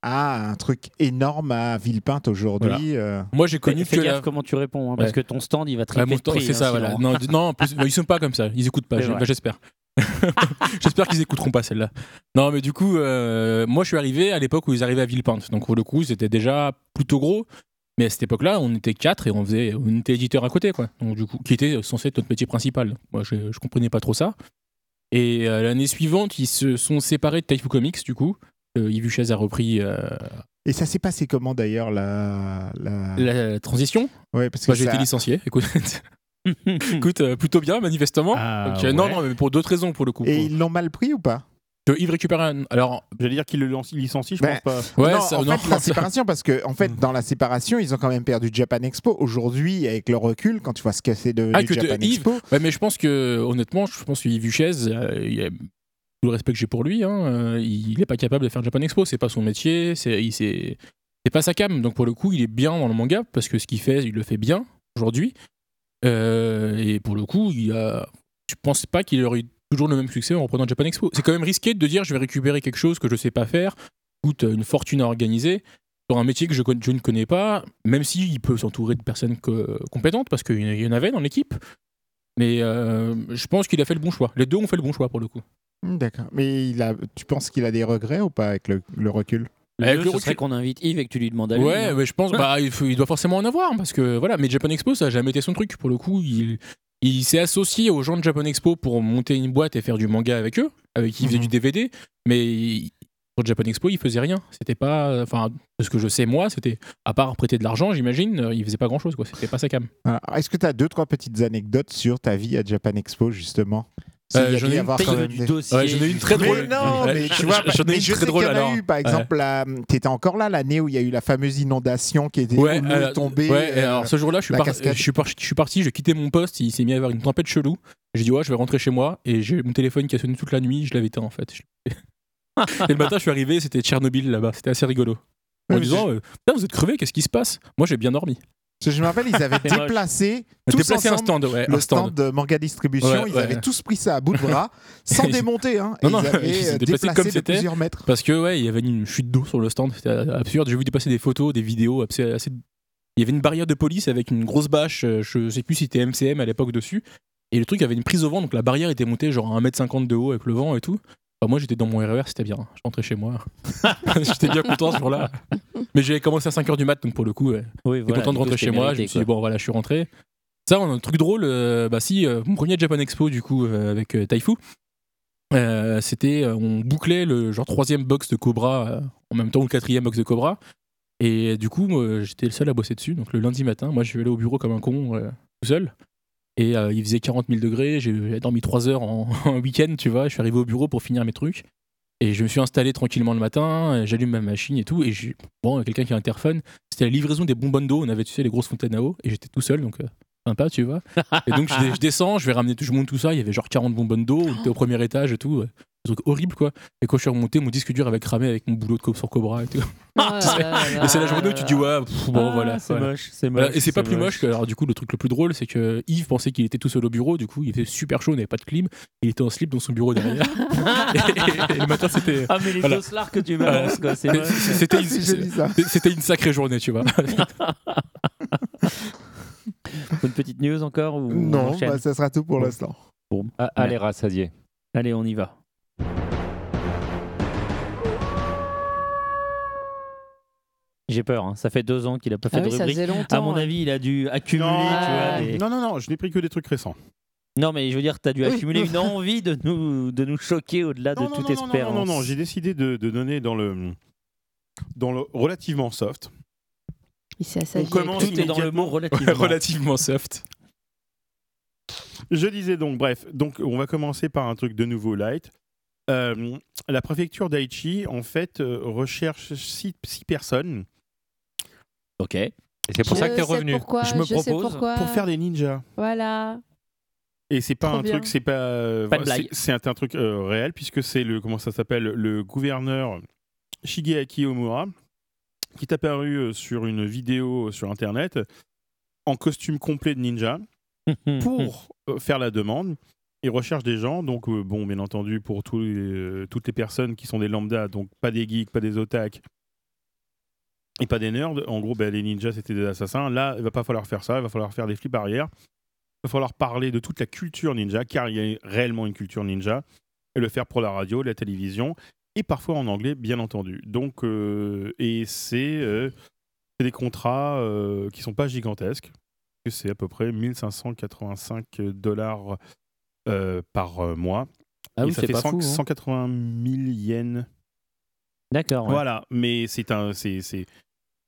[SPEAKER 6] à un truc énorme à Villepinte aujourd'hui. euh.
[SPEAKER 7] Moi, j'ai
[SPEAKER 2] Fais,
[SPEAKER 7] connu
[SPEAKER 2] fais
[SPEAKER 7] que
[SPEAKER 2] gaffe
[SPEAKER 7] la-
[SPEAKER 2] comment tu réponds, hein, parce
[SPEAKER 7] Ouais.
[SPEAKER 2] que ton stand il va
[SPEAKER 7] Ouais,
[SPEAKER 2] triper
[SPEAKER 7] mon
[SPEAKER 2] de
[SPEAKER 7] temps,
[SPEAKER 2] prix.
[SPEAKER 7] c'est
[SPEAKER 2] hein,
[SPEAKER 7] ça,
[SPEAKER 2] sinon.
[SPEAKER 7] voilà. Non, d- non, en plus, bah, ils sont pas comme ça. Ils écoutent pas.
[SPEAKER 2] C'est
[SPEAKER 7] j-
[SPEAKER 2] vrai.
[SPEAKER 7] bah, J'espère. J'espère qu'ils écouteront pas celle-là. Non, mais du coup, euh, moi, je suis arrivé à l'époque où ils arrivaient à Villepinte. Donc, pour le coup, c'était déjà plutôt gros. Mais à cette époque-là, on était quatre et on faisait, on était éditeur à côté, quoi. Donc, du coup, qui était censé être notre métier principal. Moi, je, je comprenais pas trop ça. Et euh, l'année suivante, ils se sont séparés de Taifu Comics, du coup. Euh, Yves Huchez a repris euh,
[SPEAKER 6] Et ça s'est passé comment d'ailleurs la, la...
[SPEAKER 7] la transition.
[SPEAKER 6] Ouais, Ah. parce que
[SPEAKER 7] Moi, j'ai
[SPEAKER 6] ça-
[SPEAKER 7] été licencié. Écoute, écoute euh, plutôt bien, manifestement.
[SPEAKER 1] Ah,
[SPEAKER 7] Donc, euh, Non,
[SPEAKER 1] ouais.
[SPEAKER 7] non, mais pour d'autres raisons, pour le coup.
[SPEAKER 6] Et ils l'ont mal pris ou pas
[SPEAKER 7] Que Yves récupère un. Alors,
[SPEAKER 1] J'allais dire qu'il le lance- il licencie, je
[SPEAKER 6] Bah,
[SPEAKER 1] pense pas.
[SPEAKER 7] ouais,
[SPEAKER 6] non,
[SPEAKER 7] ça- Hmm.
[SPEAKER 6] en
[SPEAKER 7] non,
[SPEAKER 6] fait, la séparation, parce que en fait, dans la séparation, ils ont quand même perdu Japan Expo. Aujourd'hui, avec le recul, quand tu vois ce que c'est devenu
[SPEAKER 7] Ah, que de-
[SPEAKER 6] Japan
[SPEAKER 7] Yves-
[SPEAKER 6] Expo,
[SPEAKER 7] ouais, mais je pense que, honnêtement, je pense que Yves Huchez, euh, il y a tout le respect que j'ai pour lui, hein, euh, il n'est pas capable de faire Japan Expo. C'est pas son métier, c'est il- c'est c'est pas sa cam. Donc, pour le coup, il est bien dans le manga parce que ce qu'il fait, il le fait bien aujourd'hui. Euh, et pour le coup, il a. Je pense pas qu'il aurait eu toujours le même succès en reprenant Japan Expo. C'est quand même risqué de dire je vais récupérer quelque chose que je sais pas faire, coûte euh, une fortune à organiser, sur un métier que je, con- je ne connais pas, même s'il peut s'entourer de personnes co- compétentes, parce qu'il y en a- il y en avait dans l'équipe. Mais euh, je pense qu'il a fait le bon choix. Les deux ont fait le bon choix pour le coup.
[SPEAKER 6] Hmm, d'accord. Mais il a, tu penses qu'il a des regrets ou pas avec le, le recul
[SPEAKER 2] Le
[SPEAKER 7] Avec
[SPEAKER 2] mieux,
[SPEAKER 7] le
[SPEAKER 2] ce serait
[SPEAKER 7] recul-
[SPEAKER 2] qu'on invite Yves et que tu lui demandes à lui.
[SPEAKER 7] Ouais,
[SPEAKER 2] hein.
[SPEAKER 7] mais je pense bah il, faut- il doit forcément en avoir hein, parce que voilà, mais Japan Expo ça a jamais été son truc pour le coup, il il s'est associé aux gens de Japan Expo pour monter une boîte et faire du manga avec eux, avec qui il faisait
[SPEAKER 6] Mhm.
[SPEAKER 7] du DVD, mais il- Pour Japan Expo, ils faisaient rien. C'était pas, enfin, de ce que je sais moi, c'était à part prêter de l'argent, j'imagine, euh, ils faisaient pas grand chose, quoi. C'était pas sa cam.
[SPEAKER 6] Alors, Est-ce que tu as deux, trois petites anecdotes sur ta vie à Japan Expo, justement
[SPEAKER 7] Euh,
[SPEAKER 6] S'il y a
[SPEAKER 7] j'en
[SPEAKER 6] dû
[SPEAKER 7] ai
[SPEAKER 6] y
[SPEAKER 7] une
[SPEAKER 6] avoir
[SPEAKER 7] taille
[SPEAKER 6] quand même
[SPEAKER 7] du
[SPEAKER 6] des-
[SPEAKER 2] dossier,
[SPEAKER 7] Ouais, j'en ai une très
[SPEAKER 6] Mais
[SPEAKER 7] drôle.
[SPEAKER 6] non,
[SPEAKER 7] Ouais,
[SPEAKER 6] mais
[SPEAKER 7] je-
[SPEAKER 6] tu vois,
[SPEAKER 7] j'en ai
[SPEAKER 6] mais
[SPEAKER 7] une
[SPEAKER 6] je
[SPEAKER 7] très
[SPEAKER 6] sais
[SPEAKER 7] drôle,
[SPEAKER 6] qu'il y en a
[SPEAKER 7] alors.
[SPEAKER 6] eu, par
[SPEAKER 7] Ouais.
[SPEAKER 6] exemple, la- t'étais encore là l'année où il y a eu la fameuse inondation qui était
[SPEAKER 7] Ouais,
[SPEAKER 6] où l'eau
[SPEAKER 7] euh,
[SPEAKER 6] est tombée.
[SPEAKER 7] ouais, et
[SPEAKER 6] euh,
[SPEAKER 7] alors ce jour-là, je, suis
[SPEAKER 6] la
[SPEAKER 7] par-
[SPEAKER 6] cascade.
[SPEAKER 7] je, suis par- je suis parti, j'ai quitté mon poste, il s'est mis à avoir une tempête chelou. J'ai dit, ouais, je vais rentrer chez moi, et j'ai mon téléphone qui a sonné toute la nuit, je l'avais éteint en fait. Je- et le matin, je suis arrivé, c'était Tchernobyl là-bas, c'était assez rigolo. En
[SPEAKER 6] Ouais,
[SPEAKER 7] disant, euh, putain, vous êtes crevés, qu'est-ce qui se passe Moi, j'ai bien dormi.
[SPEAKER 6] Parce que je me rappelle, ils avaient
[SPEAKER 2] C'est moche.
[SPEAKER 6] déplacé, tous
[SPEAKER 7] Déplacer un
[SPEAKER 6] ensemble
[SPEAKER 7] stand, ouais,
[SPEAKER 6] le
[SPEAKER 7] un stand.
[SPEAKER 6] stand de Manga Distribution.
[SPEAKER 7] Ouais,
[SPEAKER 6] ils
[SPEAKER 7] ouais.
[SPEAKER 6] avaient tous pris ça à bout de bras, sans
[SPEAKER 7] Ils-
[SPEAKER 6] démonter. Hein,
[SPEAKER 7] Non,
[SPEAKER 6] Et
[SPEAKER 7] non,
[SPEAKER 6] ils avaient
[SPEAKER 7] ils
[SPEAKER 6] euh,
[SPEAKER 7] se déplaçaient
[SPEAKER 6] déplacé
[SPEAKER 7] comme
[SPEAKER 6] de
[SPEAKER 7] c'était.
[SPEAKER 6] plusieurs mètres.
[SPEAKER 7] Parce que, ouais, il y avait une chute d'eau sur le stand, c'était absurde. J'ai vu dépasser des photos, des vidéos, assez. assez- Il y avait une barrière de police avec une grosse bâche, euh, je sais plus si c'était MCM à l'époque dessus. Et le truc avait une prise au vent, donc la barrière était montée genre à 1m50 de haut avec le vent et tout. Enfin, moi j'étais dans mon RER, c'était bien. hein. Je rentrais chez moi. j'étais bien content ce jour-là. Mais j'avais commencé à 5h du mat, donc pour le coup, ouais,
[SPEAKER 2] Oui,
[SPEAKER 7] J'étais
[SPEAKER 2] voilà,
[SPEAKER 7] content de
[SPEAKER 2] du coup,
[SPEAKER 7] rentrer
[SPEAKER 2] c'était
[SPEAKER 7] chez moi. Je
[SPEAKER 2] mérité,
[SPEAKER 7] me suis
[SPEAKER 2] quoi.
[SPEAKER 7] dit, bon, voilà, je suis rentré. Ça, on a un truc drôle. euh, bah, si, euh, mon premier Japan Expo, du coup, euh, avec euh, Taifu, euh, c'était. euh, on bouclait le genre troisième box de Cobra euh, en même temps ou le quatrième box de Cobra. Et euh, du coup, moi, j'étais le seul à bosser dessus. Donc le lundi matin, moi, je suis allé au bureau comme un con, euh, tout seul. Et euh, il faisait 40 000 degrés. J'ai j'ai dormi 3 heures en, en week-end, tu vois. Je suis arrivé au bureau pour finir mes trucs. Et je me suis installé tranquillement le matin, euh, j'allume ma machine et tout, et j'ai- bon, il y a quelqu'un qui a interphone, c'était la livraison des bonbonnes d'eau. On avait, tu sais, les grosses fontaines à eau. Et j'étais tout seul, donc euh, sympa, tu vois. Et donc, je, je descends, je vais ramener tout, je monte tout ça. Il y avait genre 40 bonbonnes d'eau. On était au premier étage et tout. ouais. Un truc horrible, quoi. Et quand je suis remonté, mon disque dur avait cramé avec mon boulot de co- sur Cobra et tout.
[SPEAKER 5] Ah,
[SPEAKER 7] Et c'est la journée où tu dis, ouais, pff, bon,
[SPEAKER 2] Ah,
[SPEAKER 7] voilà.
[SPEAKER 2] C'est
[SPEAKER 7] voilà.
[SPEAKER 2] moche, c'est
[SPEAKER 7] Voilà,
[SPEAKER 2] moche.
[SPEAKER 7] et c'est pas plus moche. que. Alors, du coup, le truc le plus drôle, c'est que Yves pensait qu'il était tout seul au bureau. Du coup, il faisait super chaud, on n'avait pas de clim. Il était en slip dans son bureau derrière. et, et- et le matin, c'était.
[SPEAKER 2] Ah, mais les
[SPEAKER 7] Voilà.
[SPEAKER 2] doslards que tu balances, quoi, c'est moche.
[SPEAKER 7] C'était
[SPEAKER 6] Ah, C'est joli, ça.
[SPEAKER 7] une- c'était une sacrée journée, tu vois.
[SPEAKER 2] Une petite news encore ou on
[SPEAKER 6] Non,
[SPEAKER 2] enchaîne
[SPEAKER 6] bah, ça sera tout pour
[SPEAKER 2] Bon.
[SPEAKER 6] l'instant.
[SPEAKER 2] Bon.
[SPEAKER 4] Ah, allez, rassasié.
[SPEAKER 2] Allez, on y va. J'ai peur, hein. ça fait deux ans qu'il a pas fait
[SPEAKER 5] Ah
[SPEAKER 2] de
[SPEAKER 5] oui, ça
[SPEAKER 2] rubrique.
[SPEAKER 5] faisait longtemps.
[SPEAKER 2] À mon avis, il a dû accumuler.
[SPEAKER 1] Non,
[SPEAKER 2] tu vois,
[SPEAKER 5] Ouais.
[SPEAKER 2] des- non.
[SPEAKER 1] non, non, non, je n'ai pris que des trucs récents.
[SPEAKER 2] mais je veux dire, tu as dû
[SPEAKER 5] Oui.
[SPEAKER 2] accumuler une envie de nous, de nous choquer au-delà de
[SPEAKER 1] non, non,
[SPEAKER 2] toute
[SPEAKER 1] non, non,
[SPEAKER 2] espérance.
[SPEAKER 1] Non, non, non, j'ai décidé de, de donner dans le, dans le relativement soft.
[SPEAKER 5] Il s'est
[SPEAKER 1] On commence
[SPEAKER 2] Tout est dans le mot relativement.
[SPEAKER 7] Relativement soft.
[SPEAKER 1] Je disais donc, bref, donc on va commencer par un truc de nouveau light. Euh, la préfecture d'Aichi, en fait, euh, recherche six, six personnes
[SPEAKER 2] Ok.
[SPEAKER 4] Et c'est pour ça que t'es revenu.
[SPEAKER 5] Pourquoi,
[SPEAKER 4] je me
[SPEAKER 5] je sais
[SPEAKER 4] propose.
[SPEAKER 5] pourquoi.
[SPEAKER 1] pour faire des ninjas.
[SPEAKER 5] Voilà.
[SPEAKER 1] Et c'est pas
[SPEAKER 5] Trop
[SPEAKER 1] un
[SPEAKER 5] bien.
[SPEAKER 1] truc, c'est pas, euh,
[SPEAKER 2] Pas de blague.
[SPEAKER 1] c'est c'est un, truc euh, réel puisque c'est le comment ça s'appelle le gouverneur Shigeaki Omura qui est apparu euh, sur une vidéo euh, sur internet en costume complet de ninja
[SPEAKER 4] Hmm,
[SPEAKER 1] pour euh, faire la demande. et recherche des gens, donc euh, bon, bien entendu, pour tous les, euh, toutes les personnes qui sont des lambda, donc pas des geeks, pas des otak et pas des nerds. En gros, ben, les ninjas, c'était des assassins. Là, il va pas falloir faire ça, il va falloir faire des flips arrière. Il va falloir parler de toute la culture ninja, car il y a réellement une culture ninja, et le faire pour la radio, la télévision, et parfois en anglais, bien entendu. Donc, euh, et c'est euh, c'est des contrats euh, qui sont pas gigantesques, que c'est à peu près 1585 dollars euh, par euh, mois.
[SPEAKER 2] Ah oui,
[SPEAKER 1] et ça
[SPEAKER 2] c'est
[SPEAKER 1] fait
[SPEAKER 2] pas fou. hein.
[SPEAKER 1] 180 000 yens.
[SPEAKER 2] D'accord. ouais.
[SPEAKER 1] Voilà, mais c'est un, c'est, c'est,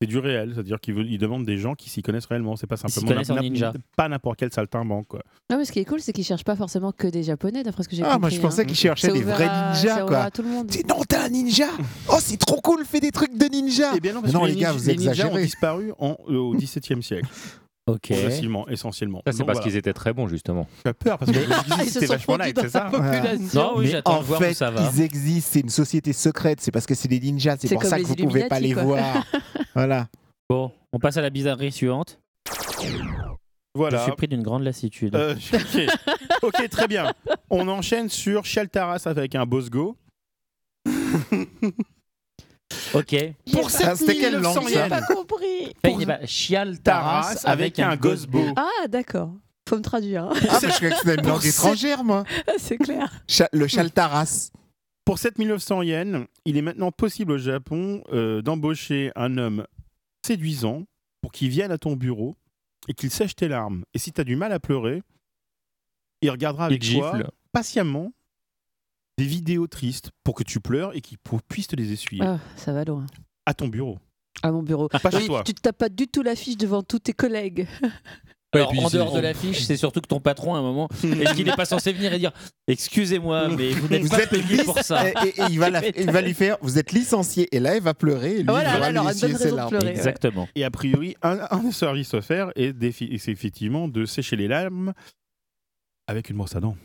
[SPEAKER 1] c'est du réel, c'est-à-dire qu'ils veulent- ils demandent des gens qui s'y connaissent réellement. C'est pas
[SPEAKER 2] s'y
[SPEAKER 1] simplement
[SPEAKER 2] connaissent en ninja.
[SPEAKER 1] pas n'importe quel saltimbanque. Quoi.
[SPEAKER 5] Non, mais ce qui est cool, c'est qu'ils cherchent pas forcément que des japonais, d'après ce que j'ai
[SPEAKER 6] Ah,
[SPEAKER 5] compris.
[SPEAKER 6] moi, je pensais
[SPEAKER 5] hein.
[SPEAKER 6] qu'ils cherchaient
[SPEAKER 5] C'est
[SPEAKER 6] des
[SPEAKER 5] ouvert
[SPEAKER 6] vrais
[SPEAKER 5] à-
[SPEAKER 6] ninjas,
[SPEAKER 5] c'est ouvert
[SPEAKER 6] quoi.
[SPEAKER 5] à tout le monde.
[SPEAKER 6] Dis, Non, t'es un ninja Oh, c'est trop cool, fais des trucs de ninja
[SPEAKER 1] Eh bien non,
[SPEAKER 6] Non,
[SPEAKER 1] que
[SPEAKER 6] les gars,
[SPEAKER 1] nin-
[SPEAKER 6] vous
[SPEAKER 1] les ninjas ont
[SPEAKER 6] exagérez.
[SPEAKER 1] disparu en, euh, au XVIIe siècle,
[SPEAKER 2] Ok.
[SPEAKER 1] progressivement, essentiellement.
[SPEAKER 4] Ça, c'est
[SPEAKER 1] Donc,
[SPEAKER 4] parce
[SPEAKER 1] voilà.
[SPEAKER 4] qu'ils étaient très bons, justement.
[SPEAKER 1] Tu as peur parce que
[SPEAKER 5] Ils se
[SPEAKER 1] c'était
[SPEAKER 5] sont
[SPEAKER 1] vachement
[SPEAKER 5] fondus
[SPEAKER 1] light,
[SPEAKER 5] dans
[SPEAKER 1] c'est
[SPEAKER 5] la
[SPEAKER 1] ça
[SPEAKER 5] population.
[SPEAKER 2] Non, oui, j'attends
[SPEAKER 6] en
[SPEAKER 2] de voir
[SPEAKER 6] fait,
[SPEAKER 2] où ça va.
[SPEAKER 6] ils existent, c'est une société secrète, c'est parce que c'est des ninjas, c'est
[SPEAKER 5] C'est
[SPEAKER 6] pour
[SPEAKER 5] comme
[SPEAKER 6] ça que
[SPEAKER 5] les
[SPEAKER 6] vous pouvez pas
[SPEAKER 5] Illuminati,
[SPEAKER 6] les
[SPEAKER 5] quoi.
[SPEAKER 6] voir. voilà.
[SPEAKER 2] Bon, on passe à la bizarrerie suivante. Je
[SPEAKER 1] Voilà.
[SPEAKER 2] suis pris d'une grande lassitude.
[SPEAKER 1] Euh, ok. ok, très bien. On enchaîne sur Shaltaras avec un Bosgo.
[SPEAKER 2] Ok.
[SPEAKER 1] Pour
[SPEAKER 6] ça, c'était quelle langue, ça
[SPEAKER 5] J'ai pas compris.
[SPEAKER 2] Pain et ba- Chial Taras avec un
[SPEAKER 1] gosbo.
[SPEAKER 2] gosbo.
[SPEAKER 5] Ah, d'accord. Faut me traduire. hein.
[SPEAKER 6] Ah, mais je croyais que c'était une langue étrangère, moi.
[SPEAKER 5] c'est clair.
[SPEAKER 6] Cha- le Chaltaras.
[SPEAKER 1] Pour 7900 yens, il est maintenant possible au Japon euh, d'embaucher un homme séduisant pour qu'il vienne à ton bureau et qu'il sèche tes larmes. Et si tu as du mal à pleurer, il regardera
[SPEAKER 4] Ils
[SPEAKER 1] avec toi
[SPEAKER 4] giflent.
[SPEAKER 1] patiemment des vidéos tristes pour que tu pleures et qu'ils pu- puissent te les
[SPEAKER 2] Euh.
[SPEAKER 1] essuyer
[SPEAKER 5] Ah, ça va loin.
[SPEAKER 1] à ton bureau.
[SPEAKER 5] À mon bureau.
[SPEAKER 1] Pas chez
[SPEAKER 5] Oui,
[SPEAKER 1] toi.
[SPEAKER 5] Tu t'as pas du tout l'affiche devant tous tes collègues.
[SPEAKER 2] Alors, en dehors de l'affiche, c'est surtout que ton patron, à un moment, est-ce qu'il n'est pas censé venir et dire Excusez-moi, mais vous n'êtes pas payé
[SPEAKER 6] lic-
[SPEAKER 2] pour ça
[SPEAKER 6] Et, et- et il, va la- il va lui faire Vous êtes licencié. Et là, il va pleurer. Et lui,
[SPEAKER 5] Voilà,
[SPEAKER 6] il va
[SPEAKER 5] là,
[SPEAKER 6] lui
[SPEAKER 5] alors, une
[SPEAKER 6] essuyer
[SPEAKER 5] bonne
[SPEAKER 6] ses
[SPEAKER 5] raison de
[SPEAKER 6] larmes.
[SPEAKER 5] pleurer.
[SPEAKER 2] Exactement.
[SPEAKER 1] Et a priori, un, un des services à faire est, d'effi- et c'est effectivement de sécher les larmes avec une brosse à dents.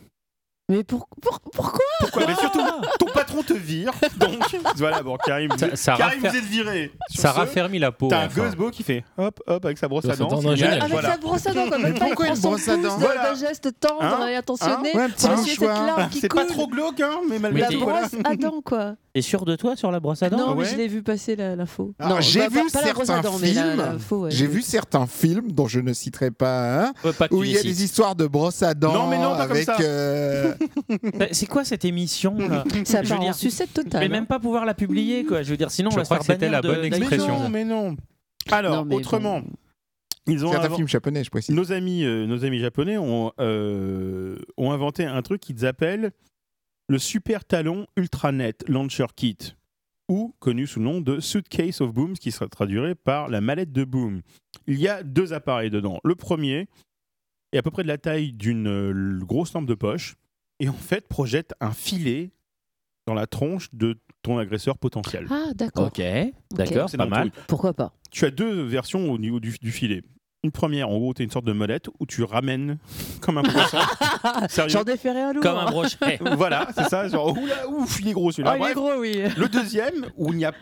[SPEAKER 5] Mais pour- pour- pourquoi
[SPEAKER 1] Pourquoi Mais surtout, ton patron te vire, donc voilà, bon, Karim,
[SPEAKER 4] Ah. Ça- ça
[SPEAKER 1] Karim
[SPEAKER 4] raffer-
[SPEAKER 1] vous êtes viré. Sur
[SPEAKER 4] Ça
[SPEAKER 1] ce,
[SPEAKER 4] raffermit la peau. hein,
[SPEAKER 1] T'as un
[SPEAKER 4] enfin.
[SPEAKER 1] Guzbo qui fait hop hop avec sa brosse
[SPEAKER 7] Ça,
[SPEAKER 1] à dents.
[SPEAKER 7] c'est un génial.
[SPEAKER 5] Avec
[SPEAKER 1] Voilà.
[SPEAKER 5] sa brosse à dents, quand
[SPEAKER 6] Mais
[SPEAKER 5] même pas, il
[SPEAKER 6] pourquoi
[SPEAKER 5] prend
[SPEAKER 6] une
[SPEAKER 5] son
[SPEAKER 6] brosse à
[SPEAKER 5] pouce
[SPEAKER 6] dents
[SPEAKER 5] d'un-
[SPEAKER 1] Voilà.
[SPEAKER 5] d'un geste tendre
[SPEAKER 1] Hein
[SPEAKER 5] et attentionné.
[SPEAKER 6] Ouais, un petit
[SPEAKER 5] pour essuyer cette
[SPEAKER 6] mouchoir.
[SPEAKER 5] larme qui
[SPEAKER 1] Ah, C'est pas
[SPEAKER 5] coule.
[SPEAKER 1] trop glauque, hein, mais malgré
[SPEAKER 5] La
[SPEAKER 1] tout.
[SPEAKER 5] brosse à dents, quoi.
[SPEAKER 2] T'es sûr de toi sur la brosse à dents
[SPEAKER 5] Non, mais
[SPEAKER 1] ouais.
[SPEAKER 5] je l'ai vu passer la- l'info.
[SPEAKER 6] Ah,
[SPEAKER 5] Non,
[SPEAKER 6] j'ai
[SPEAKER 5] bah,
[SPEAKER 6] vu
[SPEAKER 5] pas- pas la brosse à
[SPEAKER 6] certains
[SPEAKER 5] dents, mais la-
[SPEAKER 6] films.
[SPEAKER 5] l'info, ouais.
[SPEAKER 6] J'ai vu certains films dont je ne citerai
[SPEAKER 1] Ah,
[SPEAKER 6] pas un.
[SPEAKER 2] Euh, pas que
[SPEAKER 6] Où
[SPEAKER 2] tu
[SPEAKER 6] il y a
[SPEAKER 2] les
[SPEAKER 6] des
[SPEAKER 2] cites.
[SPEAKER 6] histoires de brosse à dents
[SPEAKER 1] Non, mais non, pas comme
[SPEAKER 6] avec
[SPEAKER 1] ça.
[SPEAKER 6] euh,
[SPEAKER 2] Bah, C'est quoi cette émission là
[SPEAKER 5] Ça
[SPEAKER 2] Je
[SPEAKER 5] part
[SPEAKER 2] veux
[SPEAKER 5] en
[SPEAKER 2] dire,
[SPEAKER 5] sucette totale. hein.
[SPEAKER 2] Mais même pas pouvoir la publier quoi. Je veux dire, sinon
[SPEAKER 4] Je
[SPEAKER 2] on va
[SPEAKER 4] crois
[SPEAKER 2] se
[SPEAKER 4] que
[SPEAKER 2] faire
[SPEAKER 4] c'était
[SPEAKER 2] bannir
[SPEAKER 4] la bonne
[SPEAKER 2] de-
[SPEAKER 1] Mais
[SPEAKER 4] expression.
[SPEAKER 1] non, mais non. Alors,
[SPEAKER 5] Non, mais
[SPEAKER 1] autrement,
[SPEAKER 5] bon.
[SPEAKER 1] ils ont
[SPEAKER 6] c'est un
[SPEAKER 1] inven-
[SPEAKER 6] film japonais, je précise.
[SPEAKER 1] nos amis, euh, nos amis japonais ont, euh, ont inventé un truc qu'ils appellent le super talon ultranet launcher kit, ou connu sous le nom de suitcase of boom, qui sera traduirait par la mallette de boom. Il y a deux appareils dedans. Le premier est à peu près de la taille d'une euh, grosse lampe de poche et en fait projette un filet dans la tronche de ton agresseur potentiel.
[SPEAKER 5] Ah, d'accord.
[SPEAKER 2] Ok, d'accord,
[SPEAKER 1] C'est
[SPEAKER 2] pas
[SPEAKER 1] dans
[SPEAKER 2] mal.
[SPEAKER 1] ton-
[SPEAKER 5] Pourquoi pas
[SPEAKER 1] tu as deux versions au niveau du, du filet. Une première, en gros, tu une sorte de molette où tu ramènes comme un poisson. Sérieux
[SPEAKER 5] J'en ai fait un lourd.
[SPEAKER 2] Comme un brochet.
[SPEAKER 1] Voilà, c'est ça. Genre, oula, ouf, il est gros celui-là.
[SPEAKER 5] Ah, il est
[SPEAKER 1] Bref.
[SPEAKER 5] gros, oui.
[SPEAKER 1] Le deuxième, où il n'y a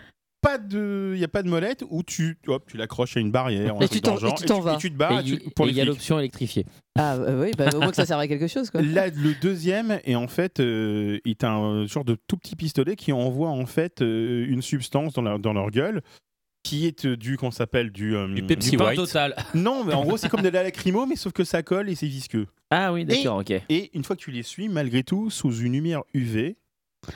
[SPEAKER 1] pas de, il y a pas de molette, où tu, hop, tu l'accroches à une barrière. un
[SPEAKER 5] Et
[SPEAKER 1] truc
[SPEAKER 5] tu
[SPEAKER 1] dans
[SPEAKER 5] t'en-
[SPEAKER 1] le genre,
[SPEAKER 5] et tu t'en vas.
[SPEAKER 1] Et Ah, tu te barres et
[SPEAKER 2] Et
[SPEAKER 1] tu- pour
[SPEAKER 2] il
[SPEAKER 1] les
[SPEAKER 2] y a
[SPEAKER 1] flics.
[SPEAKER 2] l'option électrifiée.
[SPEAKER 5] Ah, bah oui, bah, au moins que ça servait à quelque chose, quoi.
[SPEAKER 1] Là, le deuxième est en fait, euh, il a un genre de tout petit pistolet qui envoie en fait euh, une substance dans, leur- dans leur gueule, qui est euh, du, qu'on s'appelle du, euh,
[SPEAKER 4] Du Pepsi
[SPEAKER 2] Du pain
[SPEAKER 4] White.
[SPEAKER 2] total.
[SPEAKER 1] Non, mais en gros, c'est comme de la lacrymo, mais sauf que ça colle et c'est visqueux.
[SPEAKER 2] Ah oui, d'accord, ok.
[SPEAKER 1] Et une fois que tu les suis, malgré tout, sous une lumière UV.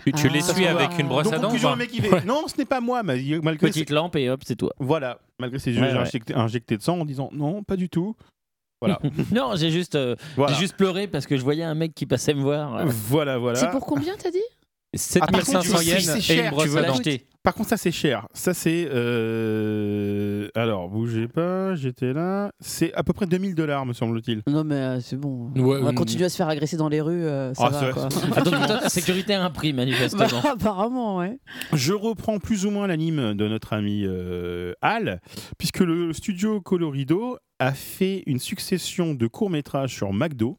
[SPEAKER 4] Tu, tu
[SPEAKER 5] Ah.
[SPEAKER 4] l'essuies avec une brosse
[SPEAKER 1] Donc,
[SPEAKER 4] à dents.
[SPEAKER 1] conclusion,
[SPEAKER 4] enfin.
[SPEAKER 1] le mec, il fait,
[SPEAKER 4] Ouais.
[SPEAKER 1] Non, ce n'est pas moi, mais il- malgré
[SPEAKER 2] Petite lampe et hop, c'est toi.
[SPEAKER 1] Voilà, malgré ses yeux
[SPEAKER 2] Ouais,
[SPEAKER 1] j'ai
[SPEAKER 2] ouais.
[SPEAKER 1] Injecté, injecté de sang en disant non, pas du tout. Voilà.
[SPEAKER 2] Non, j'ai juste, euh,
[SPEAKER 1] voilà.
[SPEAKER 2] j'ai juste pleuré parce que je voyais un mec qui passait me voir. euh,
[SPEAKER 1] Voilà, voilà.
[SPEAKER 5] C'est pour combien, t'as dit
[SPEAKER 1] Ah, par contre,
[SPEAKER 4] 7500
[SPEAKER 1] c'est-
[SPEAKER 4] yens
[SPEAKER 1] c'est
[SPEAKER 4] et
[SPEAKER 1] cher,
[SPEAKER 4] une
[SPEAKER 1] tu
[SPEAKER 4] brosse
[SPEAKER 2] veux
[SPEAKER 4] à dents.
[SPEAKER 2] l'acheter
[SPEAKER 1] Par contre, ça, c'est cher. Ça, c'est. euh, Alors, bougez pas, j'étais là. C'est à peu près 2000 dollars, me semble-t-il.
[SPEAKER 5] Non, mais euh, c'est bon.
[SPEAKER 7] Ouais,
[SPEAKER 5] On va
[SPEAKER 7] euh,
[SPEAKER 5] continuer à se faire agresser dans les rues, euh, ça
[SPEAKER 1] Ah, c'est
[SPEAKER 5] va, quoi.
[SPEAKER 2] Ah, donc, toi, la sécurité a un prix,
[SPEAKER 5] Bah,
[SPEAKER 2] manifestement.
[SPEAKER 5] apparemment, ouais.
[SPEAKER 1] Je reprends plus ou moins l'anime de notre ami euh, Al, puisque le studio Colorido a fait une succession de courts-métrages sur McDo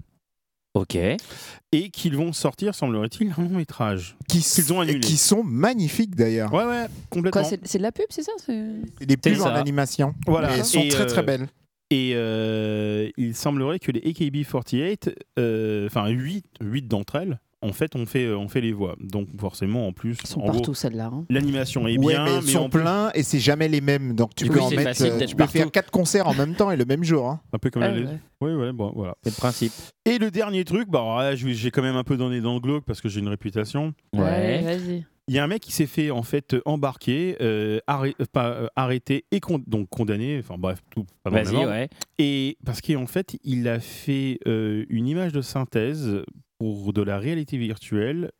[SPEAKER 2] Ok.
[SPEAKER 1] et qu'ils vont sortir, semblerait-il, un long-métrage.
[SPEAKER 6] Qui, s-
[SPEAKER 1] qu'ils ont annulé.
[SPEAKER 6] qui sont magnifiques d'ailleurs.
[SPEAKER 1] Ouais, ouais, complètement.
[SPEAKER 5] Quoi, c'est c'est de la pub, c'est ça c'est-
[SPEAKER 6] C'est Des
[SPEAKER 2] C'est
[SPEAKER 6] pubs en
[SPEAKER 2] ça.
[SPEAKER 6] animation.
[SPEAKER 1] Voilà.
[SPEAKER 6] Et elles sont
[SPEAKER 1] Et,
[SPEAKER 6] très
[SPEAKER 1] euh,
[SPEAKER 6] très belles.
[SPEAKER 1] Et euh, il semblerait que les AKB48, euh, enfin 8, 8 d'entre elles, en fait, on fait, on fait les voix. Donc forcément, en plus,
[SPEAKER 5] Elles sont
[SPEAKER 1] en gros,
[SPEAKER 5] partout, celles-là. hein.
[SPEAKER 1] l'animation est
[SPEAKER 6] ouais,
[SPEAKER 1] bien,
[SPEAKER 6] mais elles
[SPEAKER 1] mais
[SPEAKER 6] sont
[SPEAKER 1] en plus-
[SPEAKER 6] pleins et c'est jamais les mêmes. Donc tu
[SPEAKER 2] Du
[SPEAKER 6] peux
[SPEAKER 2] coup,
[SPEAKER 6] en
[SPEAKER 2] c'est
[SPEAKER 6] mettre.
[SPEAKER 2] facile
[SPEAKER 6] euh,
[SPEAKER 2] d'être
[SPEAKER 6] tu peux faire
[SPEAKER 2] partout.
[SPEAKER 6] quatre concerts en même temps et le même jour. hein.
[SPEAKER 1] un peu comme
[SPEAKER 5] Ah,
[SPEAKER 1] la...
[SPEAKER 5] ouais.
[SPEAKER 1] Oui, ouais, bon, voilà.
[SPEAKER 2] C'est le principe.
[SPEAKER 1] Et le dernier truc, bah, alors là, je vais- j'ai quand même un peu donné dans le glauque parce que j'ai une réputation.
[SPEAKER 5] Allez,
[SPEAKER 2] Ouais.
[SPEAKER 5] vas-y.
[SPEAKER 1] Il y a un mec qui s'est fait en fait embarquer, euh, arrê- euh, pas, euh, arrêté et con- donc condamné, enfin bref, tout. pas dans la
[SPEAKER 2] Vas-y,
[SPEAKER 1] norme.
[SPEAKER 2] ouais.
[SPEAKER 1] Et parce qu'en fait, il a fait euh, une image de synthèse pour de la réalité virtuelle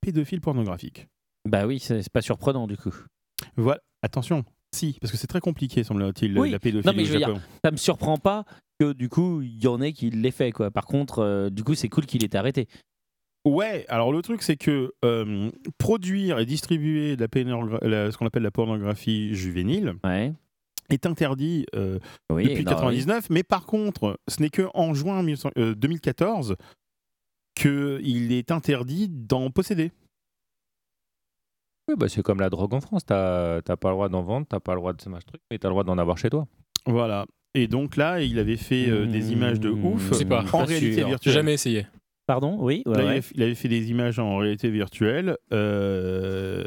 [SPEAKER 1] pédophile pornographique.
[SPEAKER 2] Bah oui, c'est c'est pas surprenant du coup.
[SPEAKER 1] Voilà, attention. Si, parce que c'est très compliqué, semble-t-il,
[SPEAKER 2] Oui.
[SPEAKER 1] la pédophilie
[SPEAKER 2] Non, mais
[SPEAKER 1] au
[SPEAKER 2] je veux
[SPEAKER 1] Japon.
[SPEAKER 2] Ça me surprend pas que du coup, il y en ait qui l'aient fait quoi. Par contre, euh, du coup, c'est cool qu'il ait arrêté.
[SPEAKER 1] Ouais, alors le truc, c'est que euh, produire et distribuer de la pénor- la- ce qu'on appelle la pornographie juvénile
[SPEAKER 2] Ouais.
[SPEAKER 1] est interdit euh,
[SPEAKER 2] Oui,
[SPEAKER 1] depuis
[SPEAKER 2] non,
[SPEAKER 1] 99, mais par contre, ce n'est que en juin 1900 euh, 2014 qu'il est interdit d'en posséder.
[SPEAKER 4] Oui, bah, c'est comme la drogue en France. T'as t'as pas le droit d'en vendre, t'as pas le droit de ce machin truc, mais t'as le droit d'en avoir chez toi.
[SPEAKER 1] Voilà. Et donc là, il avait fait euh, des images de
[SPEAKER 2] Mmh,
[SPEAKER 1] ouf
[SPEAKER 7] C'est pas-
[SPEAKER 1] en
[SPEAKER 2] sûr.
[SPEAKER 1] réalité
[SPEAKER 7] J'ai
[SPEAKER 1] virtuelle.
[SPEAKER 7] jamais essayé.
[SPEAKER 2] Pardon, oui. ouais,
[SPEAKER 1] Là, il
[SPEAKER 2] ouais.
[SPEAKER 1] avait- Il avait fait des images en réalité virtuelle, euh,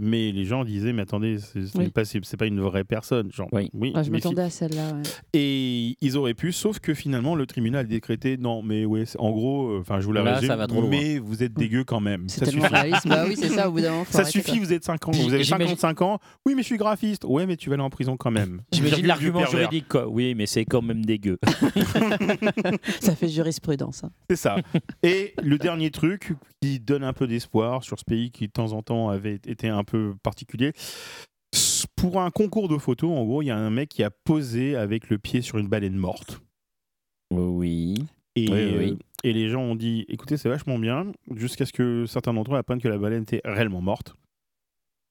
[SPEAKER 1] mais les gens disaient mais attendez c'est c'est
[SPEAKER 5] Oui.
[SPEAKER 1] pas, c'est- c'est pas une vraie personne genre oui,
[SPEAKER 5] Ah, je
[SPEAKER 1] mais si.
[SPEAKER 5] m'attendais à celle-là. ouais.
[SPEAKER 1] et ils auraient pu sauf que finalement le tribunal a décrété non mais ouais c'est- en gros euh, enfin je vous la
[SPEAKER 2] Là,
[SPEAKER 1] résume
[SPEAKER 2] ça va trop loin.
[SPEAKER 1] mais vous êtes dégueu quand même
[SPEAKER 5] C'est
[SPEAKER 1] ça
[SPEAKER 5] tellement
[SPEAKER 1] suffit
[SPEAKER 5] réaliste. Bah oui, c'est ça, au bout d'un moment. faut
[SPEAKER 1] ça
[SPEAKER 5] arrêter,
[SPEAKER 1] suffit
[SPEAKER 5] quoi.
[SPEAKER 1] vous êtes 50
[SPEAKER 2] Puis,
[SPEAKER 1] vous avez
[SPEAKER 2] j'imagine-
[SPEAKER 1] 55 ans oui mais je suis graphiste ouais mais tu vas aller en prison quand même
[SPEAKER 2] J'imagine
[SPEAKER 1] Virgule du
[SPEAKER 2] l'argument
[SPEAKER 1] pervers.
[SPEAKER 2] juridique, quoi. Oui, mais c'est quand même dégueu.
[SPEAKER 5] Ça fait jurisprudence. hein.
[SPEAKER 1] C'est ça. Et le dernier truc qui donne un peu d'espoir sur ce pays qui de temps en temps avait été un peu particulier. S- Pour un concours de photos, en gros, il y a un mec qui a posé avec le pied sur une baleine morte.
[SPEAKER 2] Oui.
[SPEAKER 1] Et, euh,
[SPEAKER 2] Oui, oui.
[SPEAKER 1] et les gens ont dit écoutez, c'est vachement bien, jusqu'à ce que certains d'entre eux apprennent que la baleine était réellement morte.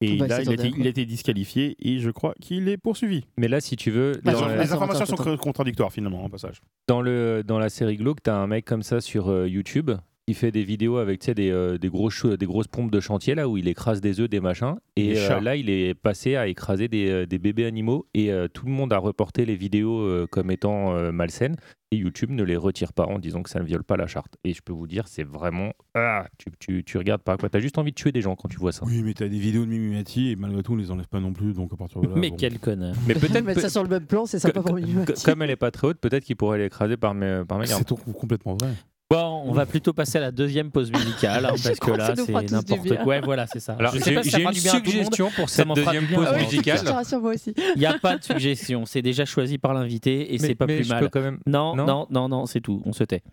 [SPEAKER 1] Et
[SPEAKER 5] Bah,
[SPEAKER 1] là,
[SPEAKER 5] c'est
[SPEAKER 1] il a, été,
[SPEAKER 5] scandaleux, quoi.
[SPEAKER 1] il a été disqualifié et je crois qu'il est poursuivi.
[SPEAKER 4] Mais là, si tu veux,
[SPEAKER 1] Les,
[SPEAKER 5] Attends,
[SPEAKER 4] dans,
[SPEAKER 5] attends,
[SPEAKER 1] les
[SPEAKER 4] euh,
[SPEAKER 5] attends,
[SPEAKER 1] informations
[SPEAKER 5] attends,
[SPEAKER 1] sont
[SPEAKER 5] attends.
[SPEAKER 1] contradictoires finalement, en passage.
[SPEAKER 4] dans le, dans la série Glauque, t'as un mec comme ça sur euh, YouTube qui fait des vidéos avec tu sais, des, euh, des, grosses, chou- des grosses pompes de chantier là où il écrase des œufs, des machins. Et
[SPEAKER 1] Des
[SPEAKER 4] euh,
[SPEAKER 1] chats.
[SPEAKER 4] là, il est passé à écraser des, euh, des bébés animaux et euh, tout le monde a reporté les vidéos euh, comme étant euh, malsaines. Et YouTube ne les retire pas en disant que ça ne viole pas la charte. Et je peux vous dire, c'est vraiment. Ah, tu, tu, tu regardes pas quoi. T'as juste envie de tuer des gens quand tu vois ça.
[SPEAKER 1] Oui, mais t'as des vidéos de Mimimati et malgré tout, on les enlève pas non plus, donc à partir de là.
[SPEAKER 2] mais quel connard.
[SPEAKER 4] Mais peut-être.
[SPEAKER 5] Mettre ça sur le même plan, c'est sympa
[SPEAKER 4] Co-
[SPEAKER 5] pour
[SPEAKER 4] co-
[SPEAKER 5] Mimimati.
[SPEAKER 4] Comme elle est pas très haute, peut-être qu'il pourrait l'écraser par, mé- par mégarde.
[SPEAKER 1] C'est tout complètement vrai.
[SPEAKER 2] Bon, on va plutôt passer à la deuxième pause musicale hein,
[SPEAKER 5] Je
[SPEAKER 2] parce que
[SPEAKER 5] crois que
[SPEAKER 2] là,
[SPEAKER 5] ça nous fera tous
[SPEAKER 2] c'est
[SPEAKER 5] du
[SPEAKER 2] n'importe
[SPEAKER 5] bien.
[SPEAKER 2] quoi. Ouais, voilà, c'est ça.
[SPEAKER 4] Alors,
[SPEAKER 2] je sais pas
[SPEAKER 4] j'ai
[SPEAKER 2] si ça fera
[SPEAKER 4] j'ai une
[SPEAKER 2] du bien à tout le monde.
[SPEAKER 4] suggestion pour
[SPEAKER 2] ça
[SPEAKER 4] cette
[SPEAKER 2] m'en fera
[SPEAKER 4] deuxième
[SPEAKER 2] du bien.
[SPEAKER 4] pause
[SPEAKER 2] Ah oui,
[SPEAKER 5] Je te
[SPEAKER 4] musicale.
[SPEAKER 5] rassure, moi aussi.
[SPEAKER 2] Il n'y a pas de suggestion. C'est déjà choisi par l'invité et c'est pas plus
[SPEAKER 4] je
[SPEAKER 2] mal.
[SPEAKER 4] peux quand même.
[SPEAKER 2] Non,
[SPEAKER 4] Non.
[SPEAKER 2] non, non, non, c'est tout. On se tait.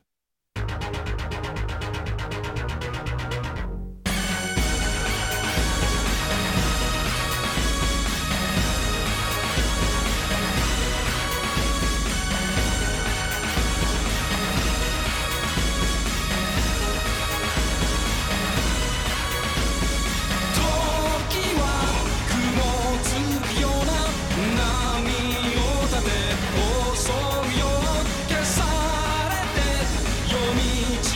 [SPEAKER 9] 「時は雲つくような波打立て襲うよう消されて」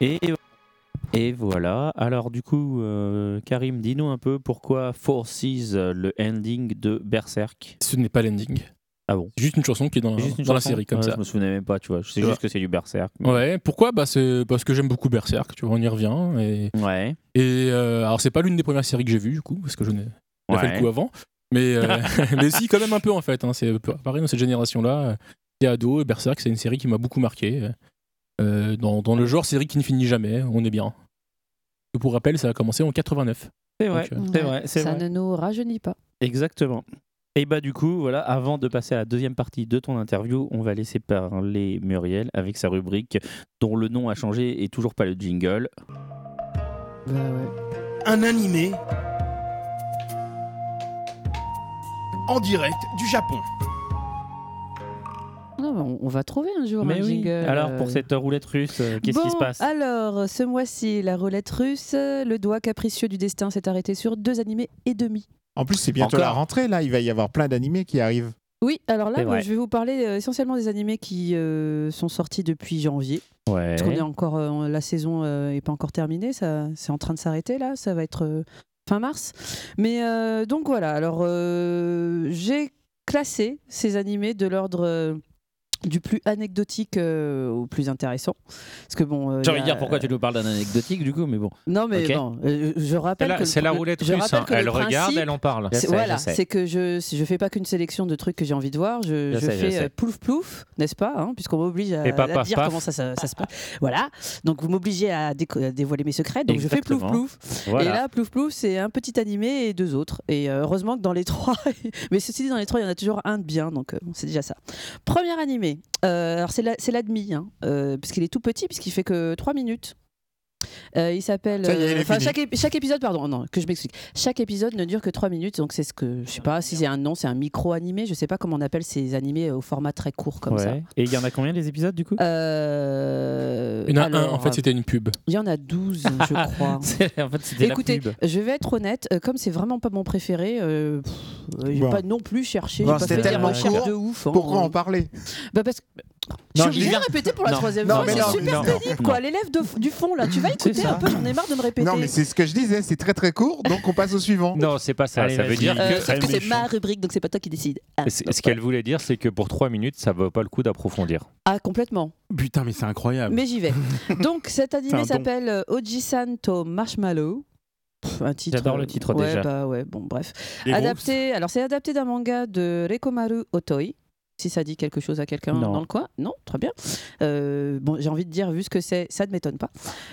[SPEAKER 2] Et, et voilà. Alors du coup, euh, Karim, dis-nous un peu pourquoi Forces, euh, le ending de Berserk
[SPEAKER 7] Ce n'est pas l'ending.
[SPEAKER 2] Ah bon
[SPEAKER 7] C'est juste une chanson qui est dans, la-
[SPEAKER 2] Juste une
[SPEAKER 7] Hein, dans la
[SPEAKER 2] chanson
[SPEAKER 7] série, comme
[SPEAKER 2] Ouais,
[SPEAKER 7] ça.
[SPEAKER 2] Je me souvenais même pas, tu vois. Je sais
[SPEAKER 7] Ouais.
[SPEAKER 2] juste que c'est du Berserk.
[SPEAKER 7] Ouais, pourquoi bah, c'est Parce que j'aime beaucoup Berserk, tu vois, on y revient. Et,
[SPEAKER 2] ouais.
[SPEAKER 7] et euh, alors, c'est pas l'une des premières séries que j'ai vues, du coup, parce que je n'ai j'ai pas fait
[SPEAKER 2] Ouais.
[SPEAKER 7] le coup avant. Mais, euh, mais si, quand même un peu, en fait. hein, c'est pareil dans cette génération-là. euh, T'es ado, et Berserk, c'est une série qui m'a beaucoup marqué. euh, euh, dans, dans le genre série qui ne finit jamais, on est bien. Et Pour rappel, ça a commencé en 89.
[SPEAKER 2] C'est vrai,
[SPEAKER 7] Donc, euh,
[SPEAKER 2] c'est vrai, c'est
[SPEAKER 5] Ça
[SPEAKER 2] vrai.
[SPEAKER 5] ne nous rajeunit pas.
[SPEAKER 2] Exactement. Et bah du coup, voilà, avant de passer à la deuxième partie de ton interview, on va laisser parler Muriel avec sa rubrique dont le nom a changé et toujours pas le jingle.
[SPEAKER 12] Un animé en direct du Japon.
[SPEAKER 5] Non, mais on, on va trouver un jour
[SPEAKER 2] Mais
[SPEAKER 5] un
[SPEAKER 2] oui.
[SPEAKER 5] jingle.
[SPEAKER 2] Alors
[SPEAKER 5] euh,
[SPEAKER 2] pour cette roulette russe, euh, qu'est-ce qui
[SPEAKER 5] Bon, ah,
[SPEAKER 2] se passe
[SPEAKER 5] Alors, ce mois-ci, la roulette russe, euh, le doigt capricieux du destin s'est arrêté sur deux animés et demi.
[SPEAKER 6] En plus, c'est bientôt
[SPEAKER 2] Encore
[SPEAKER 6] la rentrée, là. Il va y avoir plein d'animés qui arrivent.
[SPEAKER 5] Oui, alors là,
[SPEAKER 6] C'est vrai.
[SPEAKER 5] je vais vous parler euh, essentiellement des animés qui euh, sont sortis depuis janvier.
[SPEAKER 2] Ouais.
[SPEAKER 5] Parce qu'on est encore, euh, la saison n'est pas encore terminée, ça, c'est en train de s'arrêter là, ça va être euh, fin mars. Mais euh, donc voilà, alors euh, j'ai classé ces animés de l'ordre euh, du plus anecdotique euh, au plus intéressant. Parce que bon. euh,
[SPEAKER 2] J'ai
[SPEAKER 5] il y
[SPEAKER 2] envie de
[SPEAKER 5] a-
[SPEAKER 2] dire pourquoi tu nous parles d'un anecdotique du coup, mais bon.
[SPEAKER 5] Non, mais
[SPEAKER 2] Ok.
[SPEAKER 5] bon, euh, je rappelle.
[SPEAKER 2] C'est la-
[SPEAKER 5] que-
[SPEAKER 2] c'est la
[SPEAKER 5] que-
[SPEAKER 2] roulette
[SPEAKER 5] je
[SPEAKER 2] russe,
[SPEAKER 5] rappelle
[SPEAKER 2] hein.
[SPEAKER 5] que le
[SPEAKER 2] Elle regarde,
[SPEAKER 5] principe-
[SPEAKER 2] elle en parle. Je
[SPEAKER 5] c'est-
[SPEAKER 2] sais,
[SPEAKER 5] voilà,
[SPEAKER 2] je sais.
[SPEAKER 5] c'est que je je fais pas qu'une sélection de trucs que j'ai envie de voir, je,
[SPEAKER 2] Je
[SPEAKER 5] je
[SPEAKER 2] sais, je
[SPEAKER 5] fais
[SPEAKER 2] sais.
[SPEAKER 5] euh, plouf plouf, n'est-ce pas hein, Puisqu'on m'oblige à,
[SPEAKER 2] Et paf,
[SPEAKER 5] à
[SPEAKER 2] paf,
[SPEAKER 5] dire
[SPEAKER 2] paf.
[SPEAKER 5] comment ça, ça- ça se passe. Voilà, donc vous m'obligez à, déco- à dévoiler mes secrets, donc je fais
[SPEAKER 2] Exactement.
[SPEAKER 5] plouf plouf.
[SPEAKER 2] Voilà.
[SPEAKER 5] Et là, plouf plouf, c'est un petit animé et deux autres. Et euh, heureusement que dans les trois, mais ceci dit, dans les trois, il y en a toujours un de bien, donc euh, bon, c'est déjà ça. Premier animé, euh, alors c'est la- c'est l'admi, hein, euh, puisqu'il est tout petit, puisqu'il fait que trois minutes. Euh, il s'appelle.
[SPEAKER 11] Ça y est,
[SPEAKER 5] euh,
[SPEAKER 11] il est
[SPEAKER 5] enfin,
[SPEAKER 11] fini.
[SPEAKER 5] chaque, épi- chaque épisode, pardon, oh non, que je m'explique. Chaque épisode ne dure que 3 minutes, donc c'est ce que je sais pas si c'est un nom, c'est un micro animé, je sais pas comment on appelle ces animés au format très court comme
[SPEAKER 2] Ouais.
[SPEAKER 5] ça.
[SPEAKER 2] Et il y en a combien les épisodes du coup
[SPEAKER 5] Euh,
[SPEAKER 2] Ah
[SPEAKER 7] Il y en a un,
[SPEAKER 5] alors,
[SPEAKER 7] en fait, c'était une pub.
[SPEAKER 5] Il y en a 12, je crois.
[SPEAKER 2] C'est- en fait, c'était la
[SPEAKER 5] Écoutez,
[SPEAKER 2] pub.
[SPEAKER 5] je vais être honnête, euh, comme c'est vraiment pas mon préféré, euh, pff, euh, j'ai
[SPEAKER 6] Bon.
[SPEAKER 5] pas non plus cherché,
[SPEAKER 6] Bon,
[SPEAKER 5] j'ai pas
[SPEAKER 6] c'était
[SPEAKER 5] fait des
[SPEAKER 6] tellement
[SPEAKER 5] recherches
[SPEAKER 6] court,
[SPEAKER 5] de ouf. hein.
[SPEAKER 6] pourquoi en parler
[SPEAKER 5] Bah parce que je
[SPEAKER 6] Non,
[SPEAKER 5] suis
[SPEAKER 6] je
[SPEAKER 5] obligée
[SPEAKER 6] dis-
[SPEAKER 5] de répéter pour la
[SPEAKER 6] Non.
[SPEAKER 5] troisième
[SPEAKER 6] Non,
[SPEAKER 5] fois,
[SPEAKER 6] mais
[SPEAKER 5] c'est
[SPEAKER 6] non,
[SPEAKER 5] super
[SPEAKER 6] non.
[SPEAKER 5] pénible quoi, l'élève de- du fond là, tu vas écouter
[SPEAKER 6] ça.
[SPEAKER 5] un peu, j'en ai marre de me répéter.
[SPEAKER 6] Non, mais c'est ce que je disais, c'est très très court, donc on passe au suivant.
[SPEAKER 4] Non, c'est pas ça.
[SPEAKER 5] Allez,
[SPEAKER 4] ça veut
[SPEAKER 5] vas-y.
[SPEAKER 4] dire
[SPEAKER 5] Euh,
[SPEAKER 4] que.
[SPEAKER 5] sauf que c'est ma rubrique, donc c'est pas toi qui décide. Ah,
[SPEAKER 4] C'est- Ce qu'elle voulait dire, c'est que pour 3 minutes, ça vaut pas le coup d'approfondir.
[SPEAKER 5] Ah, complètement.
[SPEAKER 1] Putain, mais c'est
[SPEAKER 6] Ah,
[SPEAKER 1] incroyable.
[SPEAKER 5] Mais j'y vais. Donc cet
[SPEAKER 1] C'est un
[SPEAKER 5] animé
[SPEAKER 1] don.
[SPEAKER 5] s'appelle euh, Oji-san to Marshmallow. Pff, un titre.
[SPEAKER 2] J'adore le
[SPEAKER 5] euh,
[SPEAKER 2] titre
[SPEAKER 5] ouais,
[SPEAKER 2] déjà.
[SPEAKER 5] Bah ouais, bon bref.
[SPEAKER 2] Les
[SPEAKER 5] Adapté. Alors c'est adapté d'un manga de Rekomaru Otoi. Si ça dit quelque chose à quelqu'un
[SPEAKER 2] Non.
[SPEAKER 5] dans le coin, non, très bien. Euh, bon, j'ai envie de dire, vu ce que c'est, ça ne m'étonne pas.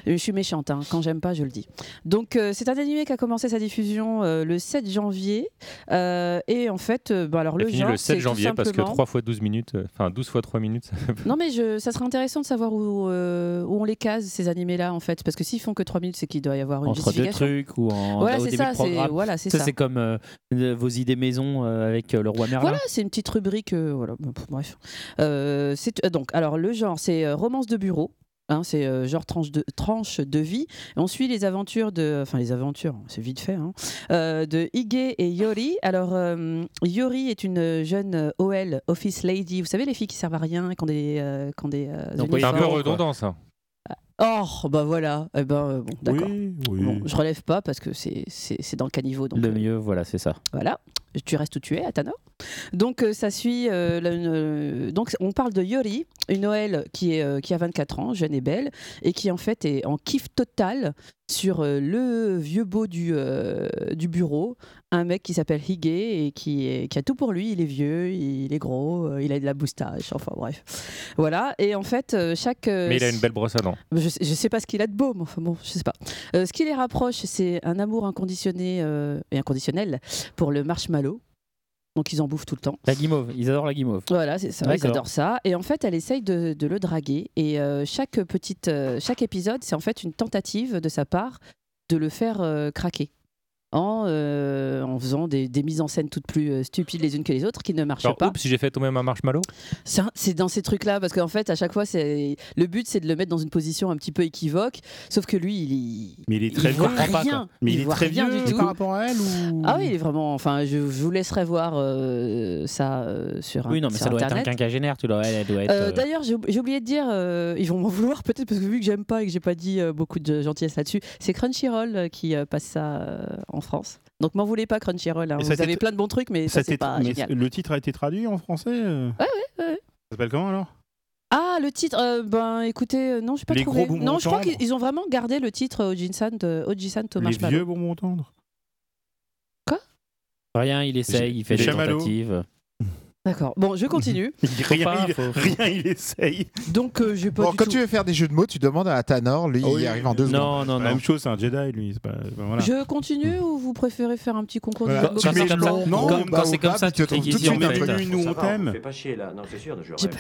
[SPEAKER 5] Euh, Je suis méchante, hein. quand j'aime pas, je le dis. Donc, euh, c'est un animé qui a commencé sa diffusion euh, le 7 janvier. Euh, et en fait, euh, bah, alors
[SPEAKER 4] Elle
[SPEAKER 5] le
[SPEAKER 4] finit
[SPEAKER 5] genre,
[SPEAKER 4] le 7
[SPEAKER 5] c'est tout
[SPEAKER 4] janvier parce que
[SPEAKER 5] simplement-
[SPEAKER 4] 3 fois 12 minutes, euh, enfin 12 fois 3 minutes, ça fait
[SPEAKER 5] non mais je, ça serait intéressant de savoir où, euh, où on les case ces animés là en fait parce que s'ils font que 3 minutes c'est qu'il doit y avoir une
[SPEAKER 2] entre deux
[SPEAKER 5] justification.
[SPEAKER 2] trucs ou en
[SPEAKER 5] Voilà,
[SPEAKER 2] au
[SPEAKER 5] c'est
[SPEAKER 2] début de
[SPEAKER 5] ça, c'est-
[SPEAKER 2] programme.
[SPEAKER 5] voilà, c'est ça.
[SPEAKER 2] c'est comme euh, euh, vos idées maison euh, avec euh, le roi Merlin.
[SPEAKER 5] Voilà, c'est une petite rubrique. euh, voilà, bon, pff, bref. Euh, c'est euh, donc alors le genre, c'est euh, romance de bureau. hein, c'est euh, genre tranche de, tranche de vie. Et on suit les aventures de, enfin les aventures, c'est vite fait, hein, euh, de Ige et Yori. Alors euh, Yori est une jeune euh, OL office lady. Vous savez les filles qui servent à rien, et qui ont des, euh, qui ont des. euh,
[SPEAKER 4] Donc, c'est un peu
[SPEAKER 5] uniformes.
[SPEAKER 4] redondant ça.
[SPEAKER 5] Or, bah voilà, eh ben, euh, bon, d'accord.
[SPEAKER 1] oui.
[SPEAKER 5] Bon, je relève pas parce que c'est- c'est c'est dans le caniveau. Donc,
[SPEAKER 2] Le
[SPEAKER 5] euh,
[SPEAKER 2] mieux, voilà, c'est ça.
[SPEAKER 5] voilà, tu restes où tu es, Atano. Donc euh, ça suit. euh, la- une, euh, donc on parle de Yori, une OL qui, est, euh, qui a 24 ans, jeune et belle, et qui en fait est en kiff total sur euh, le vieux beau du, euh, du bureau, un mec qui s'appelle Hige et qui, est- qui a tout pour lui. Il est vieux, il est gros, euh, il a de la moustache, enfin bref. Voilà, et en fait, euh, chaque. euh,
[SPEAKER 4] Mais il a une belle brosse à dents.
[SPEAKER 5] Bah, je sais, je sais pas ce qu'il a de beau, mais enfin bon, je sais pas. Euh, ce qui les rapproche, c'est un amour inconditionné euh, et inconditionnel pour le marshmallow. Donc ils en bouffent tout le temps.
[SPEAKER 2] La guimauve, ils adorent la guimauve.
[SPEAKER 5] Voilà, c'est ça. Ils
[SPEAKER 2] D'accord.
[SPEAKER 5] adorent ça. Et en fait, elle essaye de, de le draguer. Et euh, chaque petite, euh, chaque épisode, c'est en fait une tentative de sa part de le faire euh, craquer. en, euh, en faisant des, des mises en scène toutes plus euh, stupides les unes que les autres qui ne marchent
[SPEAKER 4] Alors,
[SPEAKER 5] pas.
[SPEAKER 4] oups, j'ai fait tomber ma marshmallow.
[SPEAKER 5] C'est un- C'est dans ces trucs-là, parce qu'en fait, à chaque fois, c'est le but, c'est de le mettre dans une position un petit peu équivoque. Sauf que lui, il, y-
[SPEAKER 1] Mais il est
[SPEAKER 5] il
[SPEAKER 1] très vieux.
[SPEAKER 5] voit rien.
[SPEAKER 1] Mais il,
[SPEAKER 5] Il
[SPEAKER 1] est
[SPEAKER 5] voit
[SPEAKER 1] très
[SPEAKER 5] rien
[SPEAKER 1] vieux.
[SPEAKER 5] du tout. Par
[SPEAKER 6] rapport à elle
[SPEAKER 5] Ah oui, il est vraiment. Enfin, je, je vous laisserai voir euh, ça euh, sur,
[SPEAKER 2] Oui, non, mais
[SPEAKER 5] sur
[SPEAKER 2] ça doit être un
[SPEAKER 5] Internet.
[SPEAKER 2] quinquagénaire, tu dois, elle, elle doit être.
[SPEAKER 5] Euh,
[SPEAKER 2] euh,
[SPEAKER 5] D'ailleurs, j'ai oub- j'ai oublié de dire, euh, ils vont m'en vouloir peut-être parce que vu que j'aime pas et que j'ai pas dit euh, beaucoup de gentillesse là-dessus, c'est Crunchyroll euh, qui euh, passe ça euh, en France. Donc m'en voulez pas Crunchyroll. hein.
[SPEAKER 1] Et
[SPEAKER 5] Vous
[SPEAKER 1] ça a été-
[SPEAKER 5] avez plein de bons trucs, mais ça,
[SPEAKER 1] a
[SPEAKER 5] c'est
[SPEAKER 1] été-
[SPEAKER 5] pas
[SPEAKER 1] mais
[SPEAKER 5] génial.
[SPEAKER 1] Le titre a été traduit en français euh
[SPEAKER 5] ouais, ouais.
[SPEAKER 1] Ça s'appelle comment alors
[SPEAKER 5] Ah, le titre, euh, ben écoutez, euh, non, j'ai pas
[SPEAKER 1] Les
[SPEAKER 5] trouvé.
[SPEAKER 1] gros bonbons
[SPEAKER 5] non, je crois
[SPEAKER 1] tendres.
[SPEAKER 5] qu'ils ils ont vraiment gardé le titre euh, Ojisan de Ojisan Thomas
[SPEAKER 1] Les vieux bonbons tendres.
[SPEAKER 2] Rien, il essaye, il fait des
[SPEAKER 1] Chamallow.
[SPEAKER 2] tentatives.
[SPEAKER 5] D'accord. Bon, je continue.
[SPEAKER 1] Rien,
[SPEAKER 2] pas,
[SPEAKER 1] il,
[SPEAKER 2] faut-
[SPEAKER 1] rien, il essaye.
[SPEAKER 5] Donc euh, j'ai pas
[SPEAKER 6] Bon,
[SPEAKER 5] du
[SPEAKER 6] quand
[SPEAKER 5] tout-
[SPEAKER 6] tu veux faire des jeux de mots, tu demandes à Tanor, lui,
[SPEAKER 7] Oh
[SPEAKER 1] Ah oui,
[SPEAKER 6] il arrive en deux secondes.
[SPEAKER 2] Non, non,
[SPEAKER 1] La
[SPEAKER 2] non.
[SPEAKER 1] même chose, c'est un Jedi, lui. c'est Pas, c'est pas- voilà.
[SPEAKER 5] Je continue ou vous préférez faire un petit concours
[SPEAKER 1] Voilà.
[SPEAKER 5] de
[SPEAKER 2] Quand
[SPEAKER 5] mots
[SPEAKER 2] tu
[SPEAKER 5] comme
[SPEAKER 2] mets
[SPEAKER 5] ça
[SPEAKER 2] le nom,
[SPEAKER 1] Non,
[SPEAKER 2] quand-
[SPEAKER 6] bah,
[SPEAKER 2] quand c'est
[SPEAKER 6] au
[SPEAKER 2] comme
[SPEAKER 6] bas,
[SPEAKER 2] ça, tu
[SPEAKER 6] tu te trouves tout de
[SPEAKER 2] t'aiguises
[SPEAKER 6] suite
[SPEAKER 2] en
[SPEAKER 6] un
[SPEAKER 2] fait.
[SPEAKER 6] truc.
[SPEAKER 1] Bienvenue, nous, on t'aime.
[SPEAKER 13] pas chier là, non, c'est sûr, je
[SPEAKER 5] J'ai pas-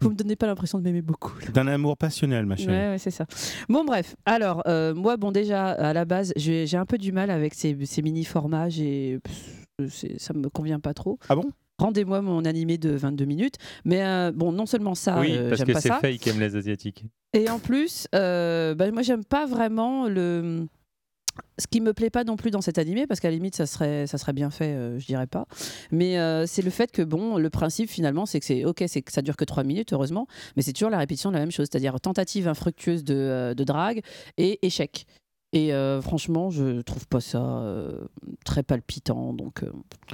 [SPEAKER 5] Vous me donnez pas l'impression de m'aimer beaucoup. là.
[SPEAKER 1] D'un amour passionnel, ma chérie.
[SPEAKER 5] Ouais, ouais, c'est ça. Bon, bref. Alors, euh, moi, bon, déjà, à la base, j'ai j'ai un peu du mal avec ces, ces mini-formats. J'ai- pff, c'est- Ça me convient pas trop.
[SPEAKER 1] Ah bon
[SPEAKER 5] Rendez-moi mon animé de 22 minutes. Mais euh, bon, non seulement ça,
[SPEAKER 4] oui,
[SPEAKER 5] euh,
[SPEAKER 4] parce
[SPEAKER 5] j'aime
[SPEAKER 4] que
[SPEAKER 5] pas
[SPEAKER 4] c'est
[SPEAKER 5] ça.
[SPEAKER 4] fake, aime les asiatiques.
[SPEAKER 5] Et en plus, euh, bah, moi, j'aime pas vraiment le. Ce qui me plaît pas non plus dans cet animé, parce qu'à la limite, ça serait, ça serait bien fait, euh, je dirais pas. Mais euh, c'est le fait que, bon, le principe finalement, c'est que c'est ok, c'est que ça dure que 3 minutes, heureusement, mais c'est toujours la répétition de la même chose, c'est-à-dire tentative infructueuse de, euh, de drague et échec. Et euh, franchement, je trouve pas ça euh, très palpitant, donc euh,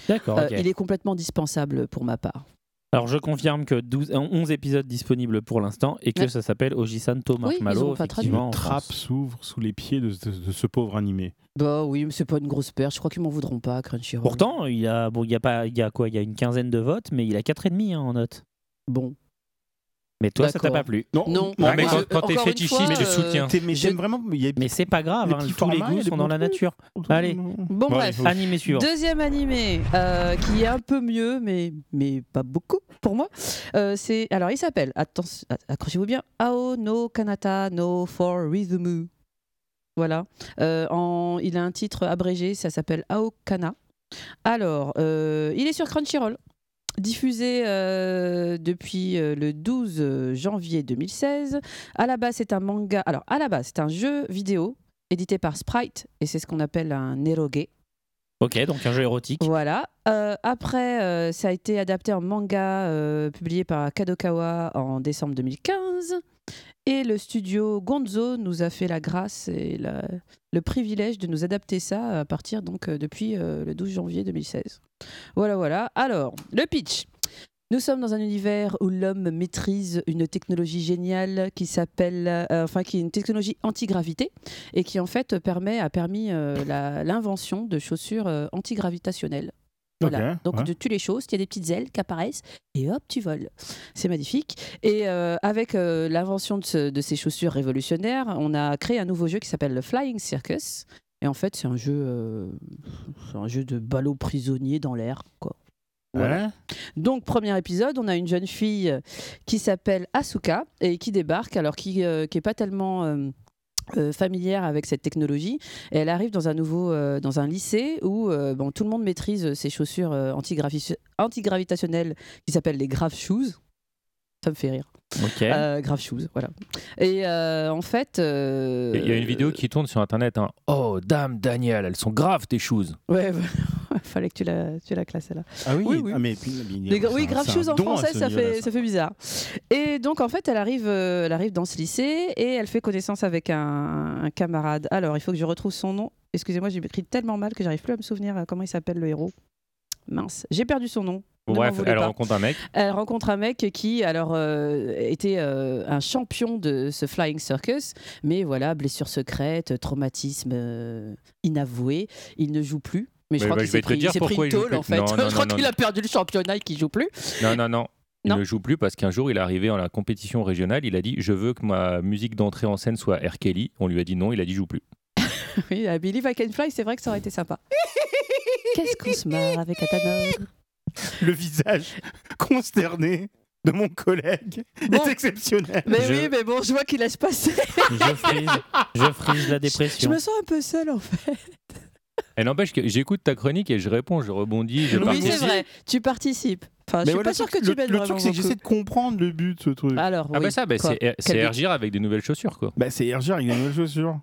[SPEAKER 2] D'accord,
[SPEAKER 5] euh,
[SPEAKER 2] ok.
[SPEAKER 5] il est complètement dispensable pour ma part.
[SPEAKER 2] Alors je confirme que 12, euh, 11 épisodes disponibles pour l'instant et que
[SPEAKER 5] Ouais.
[SPEAKER 2] ça s'appelle Ojisan Thomas
[SPEAKER 5] Oui, ils
[SPEAKER 2] Malo.
[SPEAKER 5] ont pas traduit.
[SPEAKER 2] effectivement, en
[SPEAKER 1] Une trappe
[SPEAKER 2] France.
[SPEAKER 1] s'ouvre sous les pieds de, de- de ce pauvre animé.
[SPEAKER 5] Bah oui, mais c'est pas une grosse perte, je crois qu'ils m'en voudront pas, Crunchyroll.
[SPEAKER 2] Pourtant, il y a bon, il y a pas, il y a quoi, il y a une quinzaine de votes, mais il a 4,5 et demi hein, en note.
[SPEAKER 5] Bon.
[SPEAKER 2] Mais toi, ça t'a
[SPEAKER 5] D'accord.
[SPEAKER 2] pas plu.
[SPEAKER 5] Non, Ah,
[SPEAKER 1] Bon, mais
[SPEAKER 5] moi,
[SPEAKER 1] quand-
[SPEAKER 5] je-
[SPEAKER 4] quand t'es
[SPEAKER 5] encore une
[SPEAKER 4] fétichiste,
[SPEAKER 5] fois,
[SPEAKER 4] tu
[SPEAKER 5] euh,
[SPEAKER 4] soutiens.
[SPEAKER 1] T'es- mais
[SPEAKER 5] je-
[SPEAKER 1] j'aime vraiment. il y a-
[SPEAKER 2] Mais c'est pas grave,
[SPEAKER 1] Les
[SPEAKER 2] hein,
[SPEAKER 1] petits
[SPEAKER 2] tous les
[SPEAKER 1] formats, il y a
[SPEAKER 2] goûts
[SPEAKER 1] des
[SPEAKER 2] sont dans
[SPEAKER 1] bons
[SPEAKER 2] la
[SPEAKER 1] trucs.
[SPEAKER 2] nature. Allez,
[SPEAKER 5] Bon,
[SPEAKER 1] Bon,
[SPEAKER 5] bref.
[SPEAKER 1] allez,
[SPEAKER 2] animé suivant.
[SPEAKER 5] Deuxième animé euh, qui est un peu mieux, mais, mais pas beaucoup pour moi. Euh, c'est alors il s'appelle, attention, accrochez-vous bien, Ao no Kanata no For Rhythm. Voilà. Euh, en- il a un titre abrégé, ça s'appelle Ao Kana. Alors, euh, il est sur Crunchyroll. Diffusé euh, depuis euh, le 12 janvier 2016. À la base, c'est un manga. Alors, à la base, c'est un jeu vidéo édité par Sprite et c'est ce qu'on appelle un eroge.
[SPEAKER 2] Ok, donc un jeu érotique.
[SPEAKER 5] Voilà. Euh, après, euh, ça a été adapté en manga euh, publié par Kadokawa en décembre 2015. Et le studio Gonzo nous a fait la grâce et la- le privilège de nous adapter ça à partir donc euh, depuis euh, le 12 janvier 2016. Voilà, voilà. Alors, le pitch. Nous sommes dans un univers où l'homme maîtrise une technologie géniale qui s'appelle, euh, enfin, qui est une technologie antigravité et qui en fait permet a permis euh, la- l'invention de chaussures euh, antigravitationnelles. Voilà.
[SPEAKER 1] Ok,
[SPEAKER 5] Donc
[SPEAKER 1] ouais.
[SPEAKER 5] de toutes les choses, il y a des petites ailes qui apparaissent et hop, tu voles. C'est magnifique. Et euh, avec euh, l'invention de, ce- de ces chaussures révolutionnaires, on a créé un nouveau jeu qui s'appelle le Flying Circus. Et en fait, c'est un jeu, euh, c'est un jeu de ballot prisonnier dans l'air, quoi. Voilà.
[SPEAKER 1] Ouais.
[SPEAKER 5] Donc, premier épisode, on a une jeune fille euh, qui s'appelle Asuka et qui débarque, alors qui n'est pas tellement euh, euh, familière avec cette technologie. Et elle arrive dans un nouveau, euh, dans un lycée où euh, bon, tout le monde maîtrise ces chaussures euh, antigravi- antigravitationnelles qui s'appellent les Grave Shoes. Ça me fait rire.
[SPEAKER 2] Ok.
[SPEAKER 5] Euh, grave Shoes, voilà. Et euh, en fait. euh,
[SPEAKER 4] Et Il y a une vidéo qui tourne sur internet. hein. Oh, dame Daniel, elles sont graves tes choses.
[SPEAKER 5] Ouais, fallait que tu la, tu la classes, là.
[SPEAKER 1] Ah oui,
[SPEAKER 5] Oui, oui.
[SPEAKER 1] ah, mais, puis- mais il y a-
[SPEAKER 5] Les gra-
[SPEAKER 1] c'est
[SPEAKER 5] oui,
[SPEAKER 1] un-
[SPEAKER 5] grave
[SPEAKER 1] c'est un
[SPEAKER 5] chose en
[SPEAKER 1] don à
[SPEAKER 5] français,
[SPEAKER 1] ce
[SPEAKER 5] ça
[SPEAKER 1] niveau-là,
[SPEAKER 5] fait,
[SPEAKER 4] hein.
[SPEAKER 5] ça fait bizarre. Et donc, en fait, elle arrive, euh, elle arrive dans ce lycée et elle fait connaissance avec un, un camarade. Alors, il faut que je retrouve son nom. Excusez-moi, j'ai écrit tellement mal que j'arrive plus à me souvenir euh, comment il s'appelle le héros. Mince, j'ai perdu son nom.
[SPEAKER 4] Bon,
[SPEAKER 5] Ne m'en
[SPEAKER 4] bref,
[SPEAKER 5] voulez
[SPEAKER 4] elle
[SPEAKER 5] pas.
[SPEAKER 4] rencontre un mec.
[SPEAKER 5] Elle rencontre un mec qui, alors, euh, était euh, un champion de ce Flying Circus, mais voilà, blessure secrète, traumatisme euh, inavoué, il ne joue plus. Mais je
[SPEAKER 4] Mais
[SPEAKER 5] crois
[SPEAKER 4] bah,
[SPEAKER 5] qu'il
[SPEAKER 4] je
[SPEAKER 5] s'est
[SPEAKER 4] vais te
[SPEAKER 5] pris,
[SPEAKER 4] dire
[SPEAKER 5] il s'est pris
[SPEAKER 4] pourquoi
[SPEAKER 5] une
[SPEAKER 4] il joue
[SPEAKER 5] tôle,
[SPEAKER 4] plus.
[SPEAKER 5] en fait.
[SPEAKER 4] Non, non,
[SPEAKER 5] je crois
[SPEAKER 4] non,
[SPEAKER 5] qu'il
[SPEAKER 4] non.
[SPEAKER 5] a perdu le championnat et qu'il joue plus.
[SPEAKER 4] Non, non, non. Il
[SPEAKER 5] Non.
[SPEAKER 4] ne joue plus parce qu'un jour, il est arrivé à la compétition régionale. Il a dit Je veux que ma musique d'entrée en scène soit R. Kelly. On lui a dit non, il a dit Joue plus.
[SPEAKER 5] Oui, à Believe I Can Fly, c'est vrai que ça aurait été sympa. Qu'est-ce qu'on se marre avec Atana
[SPEAKER 1] Le visage consterné de mon collègue
[SPEAKER 5] Bon.
[SPEAKER 1] est exceptionnel.
[SPEAKER 5] Mais
[SPEAKER 2] Je-
[SPEAKER 5] oui, mais bon, je vois qu'il laisse passer.
[SPEAKER 2] je, frise, je frise la
[SPEAKER 5] Je
[SPEAKER 2] dépression.
[SPEAKER 5] me sens un peu seule en fait.
[SPEAKER 4] Eh Elle n'empêche que j'écoute ta chronique et je réponds, je rebondis, je
[SPEAKER 5] Oui, c'est
[SPEAKER 4] participe.
[SPEAKER 5] vrai, tu participes. Enfin, je
[SPEAKER 4] Mais
[SPEAKER 5] suis
[SPEAKER 4] ouais,
[SPEAKER 5] pas
[SPEAKER 4] le
[SPEAKER 5] sûr que
[SPEAKER 4] truc-
[SPEAKER 5] tu
[SPEAKER 4] le-
[SPEAKER 5] m'aides
[SPEAKER 4] le
[SPEAKER 5] vraiment
[SPEAKER 4] truc, c'est que
[SPEAKER 5] beaucoup.
[SPEAKER 4] j'essaie de
[SPEAKER 1] comprendre le but de ce truc.
[SPEAKER 5] Alors,
[SPEAKER 4] Ah
[SPEAKER 5] oui,
[SPEAKER 4] bah ça, bah,
[SPEAKER 5] quoi
[SPEAKER 4] c'est
[SPEAKER 5] Quel
[SPEAKER 4] c'est
[SPEAKER 5] but
[SPEAKER 4] élargir avec des nouvelles chaussures quoi.
[SPEAKER 1] Bah, c'est Ergir avec des nouvelles chaussures.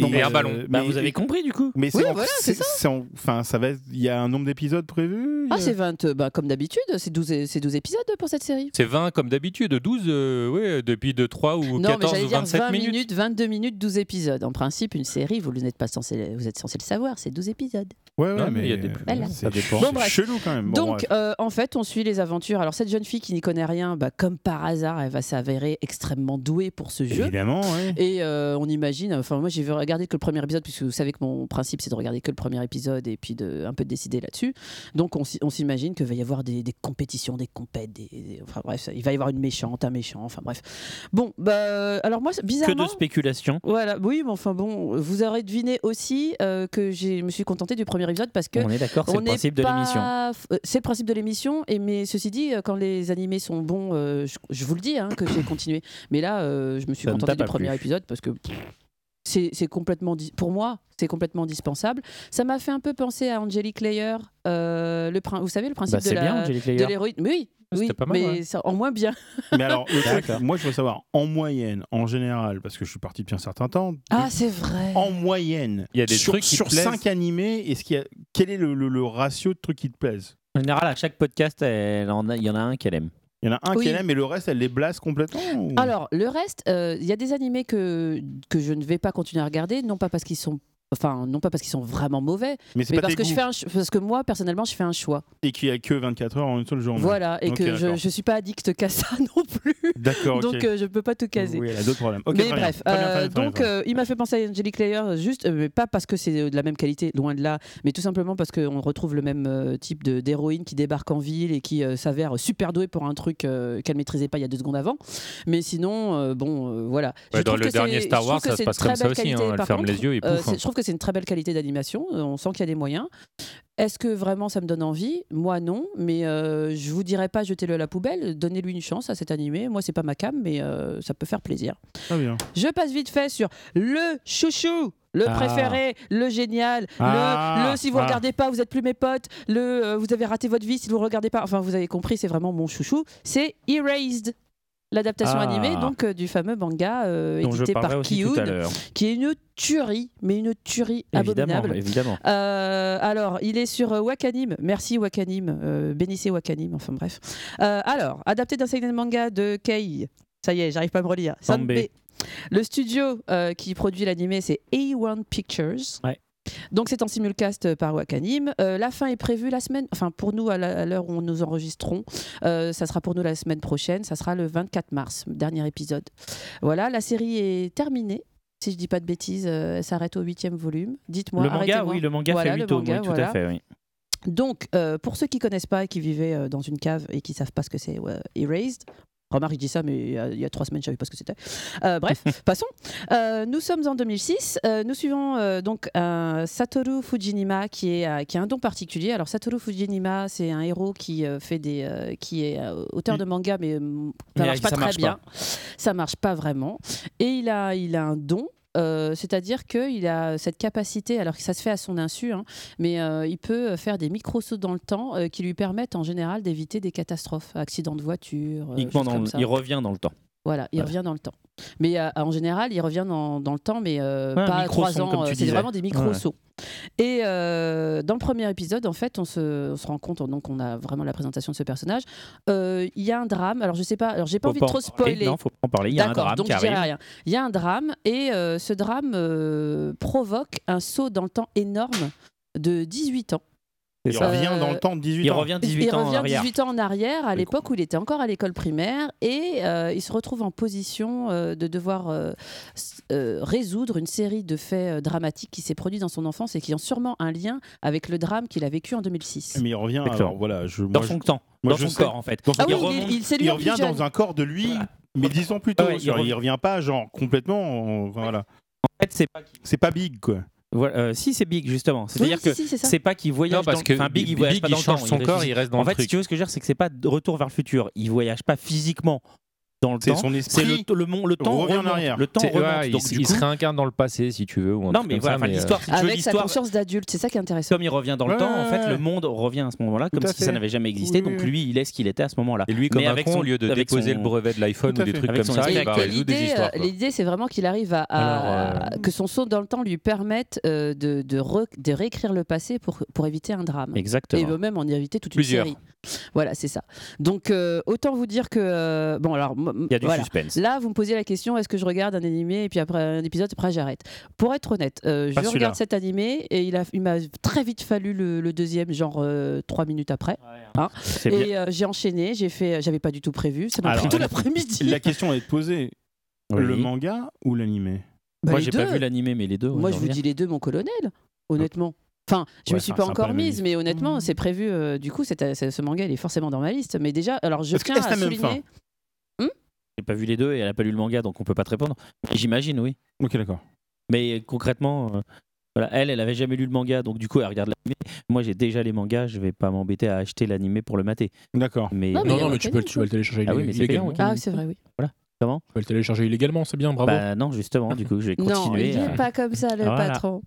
[SPEAKER 4] Bon, bah, un ballon. Bah, vous avez
[SPEAKER 2] compris du coup.
[SPEAKER 1] euh, Mais
[SPEAKER 5] Oui,
[SPEAKER 1] c'est en-
[SPEAKER 5] voilà, c'est
[SPEAKER 1] c'est
[SPEAKER 5] ça.
[SPEAKER 1] c'est en- Enfin, ça va être- Il y a un nombre d'épisodes prévus.
[SPEAKER 5] Ah, c'est 20, euh, bah, comme d'habitude, c'est 12, et- c'est 12 épisodes pour cette série.
[SPEAKER 4] C'est 20 comme d'habitude, 12 euh, ouais, depuis de 3 ou
[SPEAKER 5] non, mais
[SPEAKER 4] 14
[SPEAKER 5] j'allais
[SPEAKER 4] ou
[SPEAKER 5] dire
[SPEAKER 4] 27
[SPEAKER 5] 20 minutes.
[SPEAKER 4] minutes.
[SPEAKER 5] 22 minutes, 12 épisodes. En principe, une série, vous n'êtes pas censé, vous êtes censé le savoir, c'est 12 épisodes.
[SPEAKER 1] Ouais, ouais,
[SPEAKER 4] Non, mais
[SPEAKER 1] mais
[SPEAKER 4] il y a des plus.
[SPEAKER 5] Voilà.
[SPEAKER 1] Ça
[SPEAKER 4] Ça
[SPEAKER 1] dépend.
[SPEAKER 4] dépend.
[SPEAKER 5] Bon, bref.
[SPEAKER 1] chelou quand même. Bon,
[SPEAKER 5] Donc,
[SPEAKER 1] bref.
[SPEAKER 5] euh, en fait, on suit les aventures. Alors, cette jeune fille qui n'y connaît rien, bah, comme par hasard, elle va s'avérer extrêmement douée pour ce jeu.
[SPEAKER 1] Évidemment, ouais.
[SPEAKER 5] Et euh, on imagine, enfin, moi, j'ai regardé que le premier épisode, puisque vous savez que mon principe, c'est de regarder que le premier épisode et puis de un peu de décider là-dessus. Donc, on, s'i- on s'imagine qu'il va y avoir des, des compétitions, des compètes, des, des- enfin, bref, il va y avoir une méchante, un méchant, enfin, bref. Bon, bah, alors, moi,
[SPEAKER 2] Que
[SPEAKER 5] bizarrement.
[SPEAKER 2] de spéculation.
[SPEAKER 5] Voilà, oui, mais enfin bon, vous aurez deviné aussi euh, que j'ai- je me suis contentée du premier épisode parce que.
[SPEAKER 2] On est d'accord, c'est le
[SPEAKER 5] on n'est
[SPEAKER 2] principe de
[SPEAKER 5] pas-
[SPEAKER 2] l'émission.
[SPEAKER 5] euh, C'est le principe de l'émission, et mais ceci dit, euh, quand les animés sont bons, euh, je, je vous le dis, hein, que j'ai continué. Mais là, euh, je me suis
[SPEAKER 2] Ça ne
[SPEAKER 5] contentée
[SPEAKER 2] t'a
[SPEAKER 5] du
[SPEAKER 2] pas
[SPEAKER 5] premier
[SPEAKER 2] plu.
[SPEAKER 5] épisode parce que. pff, C'est c'est complètement dis- pour moi, c'est complètement dispensable. Ça m'a fait un peu penser à Angelique Layer, euh, le prin- vous savez le principe
[SPEAKER 1] Bah,
[SPEAKER 5] de
[SPEAKER 1] c'est
[SPEAKER 5] la
[SPEAKER 1] bien, Angelic Layer.
[SPEAKER 5] de l'héroïne. Mais oui, oui,
[SPEAKER 1] pas mal,
[SPEAKER 5] mais
[SPEAKER 1] ouais.
[SPEAKER 5] ça- en moins bien.
[SPEAKER 1] Mais alors, le truc, moi, je veux savoir, en moyenne, en général, parce que je suis parti depuis un certain temps,
[SPEAKER 5] Ah, c'est vrai.
[SPEAKER 1] En moyenne,
[SPEAKER 4] Il y a des
[SPEAKER 1] sur,
[SPEAKER 4] trucs qui
[SPEAKER 1] sur
[SPEAKER 4] te plaisent.
[SPEAKER 1] 5 animés, est-ce qu'il y a, quel est le, le- le ratio de trucs qui te plaisent
[SPEAKER 2] En général, à chaque podcast, elle en a- il y en a un qu'elle aime.
[SPEAKER 1] Il y en a un
[SPEAKER 5] Oui.
[SPEAKER 1] qu'elle aime et le reste, elle les blase complètement ou-
[SPEAKER 5] Alors, le reste, euh, il y a des animés que, que je ne vais pas continuer à regarder, non pas parce qu'ils sont, enfin, non pas parce qu'ils sont vraiment mauvais,
[SPEAKER 1] Mais c'est pas
[SPEAKER 5] parce
[SPEAKER 1] tes
[SPEAKER 5] que je
[SPEAKER 1] goûts.
[SPEAKER 5] fais un ch- parce que moi personnellement, je fais un choix.
[SPEAKER 1] Et qu'il n'y a que 24 heures en une seule journée.
[SPEAKER 5] Voilà, et
[SPEAKER 1] Ok,
[SPEAKER 5] que je,
[SPEAKER 1] d'accord.
[SPEAKER 5] je suis pas addict qu'à ça non plus.
[SPEAKER 1] D'accord, ok.
[SPEAKER 5] Donc euh, je peux pas tout caser.
[SPEAKER 1] Oui, elle a d'autres problèmes. Ok,
[SPEAKER 5] mais
[SPEAKER 1] très bien,
[SPEAKER 5] bref,
[SPEAKER 1] très bien, très
[SPEAKER 5] euh,
[SPEAKER 1] bien, très bien,
[SPEAKER 5] donc
[SPEAKER 1] très bien.
[SPEAKER 5] euh, il m'a fait penser à Angelique Layer, juste, euh, mais pas parce que c'est euh, de la même qualité, loin de là, mais tout simplement parce qu'on retrouve le même euh, type de- d'héroïne qui débarque en ville et qui euh, s'avère super douée pour un truc euh, qu'elle maîtrisait pas il y a deux secondes avant. Mais sinon, euh, bon, euh, voilà.
[SPEAKER 4] Ouais, dans
[SPEAKER 5] trouve
[SPEAKER 4] le
[SPEAKER 5] que
[SPEAKER 4] dernier
[SPEAKER 5] c'est-
[SPEAKER 4] Star
[SPEAKER 5] je trouve
[SPEAKER 4] Wars,
[SPEAKER 5] que
[SPEAKER 4] ça se
[SPEAKER 5] c'est une
[SPEAKER 4] passe
[SPEAKER 5] très
[SPEAKER 4] comme ça
[SPEAKER 5] belle
[SPEAKER 4] aussi, hein,
[SPEAKER 5] qualité,
[SPEAKER 4] elle
[SPEAKER 5] par
[SPEAKER 4] ferme
[SPEAKER 5] contre.
[SPEAKER 4] les yeux et
[SPEAKER 5] Euh,
[SPEAKER 4] pouf,
[SPEAKER 5] c'est-
[SPEAKER 4] hein.
[SPEAKER 5] Je trouve que c'est une très belle qualité d'animation. euh, On sent qu'il y a des moyens. Est-ce que vraiment ça me donne envie Moi non, mais euh, je vous dirais pas jetez-le à la poubelle, donnez-lui une chance à cet animé. Moi c'est pas ma cam, mais euh, ça peut faire plaisir.
[SPEAKER 1] Très bien.
[SPEAKER 5] Je passe vite fait sur le chouchou, le
[SPEAKER 1] Ah.
[SPEAKER 5] préféré, le génial,
[SPEAKER 1] Ah.
[SPEAKER 5] le, le si vous
[SPEAKER 1] Ah.
[SPEAKER 5] regardez pas, vous êtes plus mes potes, le euh, vous avez raté votre vie si vous regardez pas. Enfin, vous avez compris, c'est vraiment mon chouchou. C'est Erased. L'adaptation
[SPEAKER 2] Ah.
[SPEAKER 5] animée donc euh, du fameux manga euh,
[SPEAKER 2] Dont je
[SPEAKER 5] édité
[SPEAKER 2] parlerai
[SPEAKER 5] par
[SPEAKER 2] aussi tout à
[SPEAKER 5] Kiyun,
[SPEAKER 2] l'heure.
[SPEAKER 5] qui est une tuerie, mais une tuerie
[SPEAKER 2] Évidemment,
[SPEAKER 5] abominable.
[SPEAKER 2] évidemment.
[SPEAKER 5] Euh, alors, il est sur euh, Wakanim. Merci Wakanim. Euh, bénissez Wakanim. Enfin bref. Euh, alors, adapté d'un seinen manga de Kei. Ça y est, j'arrive pas à me relire.
[SPEAKER 2] Sanbe.
[SPEAKER 5] Sanbe. Le studio euh, qui produit l'animé, c'est A1 Pictures.
[SPEAKER 2] Ouais.
[SPEAKER 5] Donc c'est en simulcast euh, par Wakanim. Euh, la fin est prévue la semaine, enfin pour nous à la- à l'heure où nous enregistrons, Euh, ça sera pour nous la semaine prochaine, ça sera le 24 mars, dernier épisode. Voilà, la série est terminée. Si je dis pas de bêtises, euh, elle s'arrête au huitième volume. Dites-moi.
[SPEAKER 2] le manga,
[SPEAKER 5] arrêtez-moi.
[SPEAKER 2] oui, le manga
[SPEAKER 5] Voilà,
[SPEAKER 2] fait 8
[SPEAKER 5] le manga,
[SPEAKER 2] tout
[SPEAKER 5] voilà.
[SPEAKER 2] à fait. Oui.
[SPEAKER 5] Donc, euh, pour ceux qui connaissent pas et qui vivaient euh, dans une cave et qui savent pas ce que c'est ouais, Erased, remarque, je dis ça, mais il y a, il y a trois semaines, je savais pas ce que c'était. Euh, bref, passons. Euh, nous sommes en 2006. Euh, nous suivons euh, donc un Satoru Fujinima qui, est, euh, qui a un don particulier. Alors, Satoru Fujinima, c'est un héros qui, euh, fait des, euh, qui est euh, auteur de manga, mais euh, ça
[SPEAKER 2] Mais
[SPEAKER 5] marche
[SPEAKER 2] ça
[SPEAKER 5] pas très
[SPEAKER 2] marche
[SPEAKER 5] bien.
[SPEAKER 2] pas.
[SPEAKER 5] Ça marche pas vraiment. Et il a, il a un don. euh, C'est-à-dire qu'il a cette capacité, alors que ça se fait à son insu, hein, mais euh, il peut faire des micro-sauts dans le temps euh, qui lui permettent en général d'éviter des catastrophes, accidents de voiture. euh,
[SPEAKER 2] Uniquement
[SPEAKER 5] choses
[SPEAKER 2] dans
[SPEAKER 5] comme
[SPEAKER 2] le-
[SPEAKER 5] ça.
[SPEAKER 2] il revient dans le temps.
[SPEAKER 5] Voilà, il
[SPEAKER 2] Voilà.
[SPEAKER 5] revient dans le temps. Mais euh, en général, il revient dans, dans le temps, mais euh,
[SPEAKER 2] Ouais, un
[SPEAKER 5] pas à
[SPEAKER 2] micro-son,
[SPEAKER 5] trois ans.
[SPEAKER 2] comme tu
[SPEAKER 5] euh, C'est
[SPEAKER 2] disais.
[SPEAKER 5] vraiment des micro-sauts.
[SPEAKER 2] Ouais.
[SPEAKER 5] Et euh, dans le premier épisode, en fait, on se, on se rend compte, donc on a vraiment la présentation de ce personnage. Euh, Il y a un drame. Alors je sais pas, alors j'ai pas
[SPEAKER 2] Faut
[SPEAKER 5] envie
[SPEAKER 2] pas
[SPEAKER 5] de trop
[SPEAKER 2] en parler.
[SPEAKER 5] spoiler.
[SPEAKER 2] Non, faut pas en parler. Il y a un
[SPEAKER 5] D'accord,
[SPEAKER 2] drame
[SPEAKER 5] donc
[SPEAKER 2] qui
[SPEAKER 5] je dirai
[SPEAKER 2] arrive.
[SPEAKER 5] rien. Il y a un drame et euh, ce drame euh, provoque un saut dans le temps énorme de 18 ans.
[SPEAKER 1] Il revient dans le temps de 18
[SPEAKER 2] il
[SPEAKER 1] ans.
[SPEAKER 2] revient 18
[SPEAKER 5] il
[SPEAKER 2] ans
[SPEAKER 5] revient
[SPEAKER 2] en arrière.
[SPEAKER 5] 18 ans en arrière à l'époque où il était encore à l'école primaire et euh, il se retrouve en position euh, de devoir euh, s- euh, résoudre une série de faits euh, dramatiques qui s'est produit dans son enfance et qui ont sûrement un lien avec le drame qu'il a vécu en 2006.
[SPEAKER 1] Mais il revient.
[SPEAKER 2] D'accord.
[SPEAKER 1] Alors, voilà, je,
[SPEAKER 2] Dans
[SPEAKER 1] moi, je-
[SPEAKER 2] son temps.
[SPEAKER 1] moi,
[SPEAKER 2] dans
[SPEAKER 1] je
[SPEAKER 2] son
[SPEAKER 1] sais-
[SPEAKER 2] corps, en fait.
[SPEAKER 1] dans son
[SPEAKER 5] Ah oui,
[SPEAKER 1] corps.
[SPEAKER 5] il est- il- c'est lui
[SPEAKER 1] Il
[SPEAKER 5] en plus
[SPEAKER 1] revient
[SPEAKER 5] jeune.
[SPEAKER 1] dans un corps de lui, mais dix ans plus tôt.
[SPEAKER 2] Ouais, il
[SPEAKER 1] genre, il,
[SPEAKER 2] revient-
[SPEAKER 1] revient pas, genre, complètement. euh, Voilà.
[SPEAKER 2] En fait, c'est pas.
[SPEAKER 1] C'est pas big, quoi.
[SPEAKER 2] Voilà, euh, si c'est Big justement, c'est-à-dire
[SPEAKER 5] si,
[SPEAKER 2] que
[SPEAKER 5] si, c'est ça.
[SPEAKER 2] c'est pas qu'il voyage
[SPEAKER 4] Non, parce
[SPEAKER 2] dans
[SPEAKER 4] que
[SPEAKER 2] enfin Big il
[SPEAKER 4] Big,
[SPEAKER 2] voyage
[SPEAKER 4] il
[SPEAKER 2] pas dans le
[SPEAKER 4] change
[SPEAKER 2] temps,
[SPEAKER 4] son corps,
[SPEAKER 2] réfléchit.
[SPEAKER 4] il reste dans
[SPEAKER 2] En
[SPEAKER 4] le
[SPEAKER 2] fait,
[SPEAKER 4] truc.
[SPEAKER 2] si tu veux ce que je veux dire, c'est que c'est pas de retour vers le futur, il voyage pas physiquement dans le
[SPEAKER 1] C'est
[SPEAKER 2] temps.
[SPEAKER 1] son
[SPEAKER 2] C'est
[SPEAKER 1] esprit
[SPEAKER 2] le, le, mon- le temps
[SPEAKER 1] revient en
[SPEAKER 2] remonte,
[SPEAKER 1] arrière.
[SPEAKER 2] Le temps
[SPEAKER 4] C'est-
[SPEAKER 2] remonte.
[SPEAKER 4] ouais, il,
[SPEAKER 2] donc,
[SPEAKER 4] s-
[SPEAKER 2] du
[SPEAKER 4] il se
[SPEAKER 2] coup,
[SPEAKER 4] réincarne dans le passé, si tu veux. Ou un
[SPEAKER 2] Non,
[SPEAKER 4] truc
[SPEAKER 2] mais
[SPEAKER 4] comme
[SPEAKER 2] voilà,
[SPEAKER 4] ça,
[SPEAKER 2] enfin,
[SPEAKER 4] mais, euh,
[SPEAKER 2] l'histoire, si tu veux,
[SPEAKER 5] Avec sa
[SPEAKER 2] l'histoire,
[SPEAKER 5] conscience d'adulte, c'est ça qui est intéressant.
[SPEAKER 2] comme il revient dans le
[SPEAKER 1] Ouais,
[SPEAKER 2] temps, en fait,
[SPEAKER 1] ouais.
[SPEAKER 2] le monde revient à ce moment-là,
[SPEAKER 1] Tout
[SPEAKER 2] comme
[SPEAKER 1] à
[SPEAKER 2] si ça
[SPEAKER 1] fait.
[SPEAKER 2] n'avait jamais existé.
[SPEAKER 1] Oui,
[SPEAKER 2] donc
[SPEAKER 1] oui.
[SPEAKER 2] lui, il est ce qu'il était à ce moment-là.
[SPEAKER 4] Et lui, comme
[SPEAKER 2] Mais
[SPEAKER 4] un
[SPEAKER 2] avec
[SPEAKER 4] con,
[SPEAKER 2] son-
[SPEAKER 4] au lieu de
[SPEAKER 2] avec
[SPEAKER 4] déposer
[SPEAKER 2] son-
[SPEAKER 4] le brevet de l'iPhone
[SPEAKER 1] Tout à
[SPEAKER 4] ou des
[SPEAKER 1] fait.
[SPEAKER 4] trucs
[SPEAKER 2] Avec
[SPEAKER 4] comme
[SPEAKER 2] son
[SPEAKER 4] ça, il
[SPEAKER 2] esprit
[SPEAKER 4] va
[SPEAKER 2] avec
[SPEAKER 5] que
[SPEAKER 4] résoudre des
[SPEAKER 5] l'idée,
[SPEAKER 4] histoires.
[SPEAKER 5] euh,
[SPEAKER 4] quoi.
[SPEAKER 5] l'idée, c'est vraiment qu'il arrive à, à-
[SPEAKER 2] euh,
[SPEAKER 4] Alors,
[SPEAKER 5] que son saut dans le temps lui permette euh, de, de, re- de réécrire le passé pour, pour éviter un drame.
[SPEAKER 2] Exactement.
[SPEAKER 5] Et eux-mêmes en éviter toute
[SPEAKER 4] Plusieurs.
[SPEAKER 5] une série. Voilà, c'est ça. Donc, euh, autant vous dire que. euh, bon, alors. m-
[SPEAKER 2] Il y a du
[SPEAKER 5] voilà.
[SPEAKER 2] suspense.
[SPEAKER 5] Là, vous me posez la question est-ce que je regarde un animé et puis après un épisode, après j'arrête Pour être honnête, euh, je
[SPEAKER 1] Pas celui-là.
[SPEAKER 5] regarde cet animé et il a- il m'a très vite fallu le, le deuxième, genre euh, trois minutes après.
[SPEAKER 2] C'est bien.
[SPEAKER 5] et euh, j'ai enchaîné, j'ai fait, j'avais pas du tout prévu, ça m'a
[SPEAKER 1] Alors,
[SPEAKER 5] pris tout
[SPEAKER 1] euh,
[SPEAKER 5] l'après-midi.
[SPEAKER 1] La question est posée le
[SPEAKER 2] Oui.
[SPEAKER 1] manga ou l'animé
[SPEAKER 5] Bah,
[SPEAKER 2] Moi,
[SPEAKER 5] les
[SPEAKER 2] j'ai pas
[SPEAKER 5] deux.
[SPEAKER 2] vu l'animé, mais les deux. ouais,
[SPEAKER 5] Moi,
[SPEAKER 2] j'en
[SPEAKER 5] je vous
[SPEAKER 2] viens.
[SPEAKER 5] dis les deux, mon colonel, honnêtement. Enfin, je
[SPEAKER 1] Ouais,
[SPEAKER 5] me suis
[SPEAKER 1] enfin,
[SPEAKER 5] pas
[SPEAKER 1] c'est un peu
[SPEAKER 5] encore
[SPEAKER 1] la même
[SPEAKER 5] mise, mais honnêtement,
[SPEAKER 1] Mmh.
[SPEAKER 5] c'est prévu. euh, du coup, c'est- c'est- ce manga, il est forcément dans ma liste. Mais déjà, alors je
[SPEAKER 1] Est-ce que-
[SPEAKER 5] tiens
[SPEAKER 1] est-ce
[SPEAKER 5] à
[SPEAKER 1] la même fin
[SPEAKER 5] souligner.
[SPEAKER 2] J'ai pas vu les deux et elle a pas lu le manga, donc on peut pas te répondre. J'imagine, oui.
[SPEAKER 1] Ok, d'accord.
[SPEAKER 2] Mais euh, concrètement, euh, voilà, elle, elle avait jamais lu le manga, donc du coup, elle regarde l'animé. Moi, j'ai déjà les mangas, je vais pas m'embêter à acheter l'animé pour le mater.
[SPEAKER 1] D'accord.
[SPEAKER 2] Mais euh,
[SPEAKER 5] Non,
[SPEAKER 7] Non,
[SPEAKER 5] il y a
[SPEAKER 7] non, mais
[SPEAKER 5] un
[SPEAKER 7] tu peux,
[SPEAKER 5] mécanisme.
[SPEAKER 7] tu vas le télécharger
[SPEAKER 2] Ah oui,
[SPEAKER 7] illé-
[SPEAKER 2] mais c'est
[SPEAKER 7] illégalement.
[SPEAKER 2] payant,
[SPEAKER 5] Ah, c'est vrai, oui.
[SPEAKER 7] Tu vas le télécharger illégalement, c'est bien, bravo.
[SPEAKER 2] bah non, justement, du coup, je vais
[SPEAKER 5] Non,
[SPEAKER 2] continuer.
[SPEAKER 5] il
[SPEAKER 2] à-
[SPEAKER 5] est pas comme ça, le
[SPEAKER 2] Voilà.
[SPEAKER 5] patron.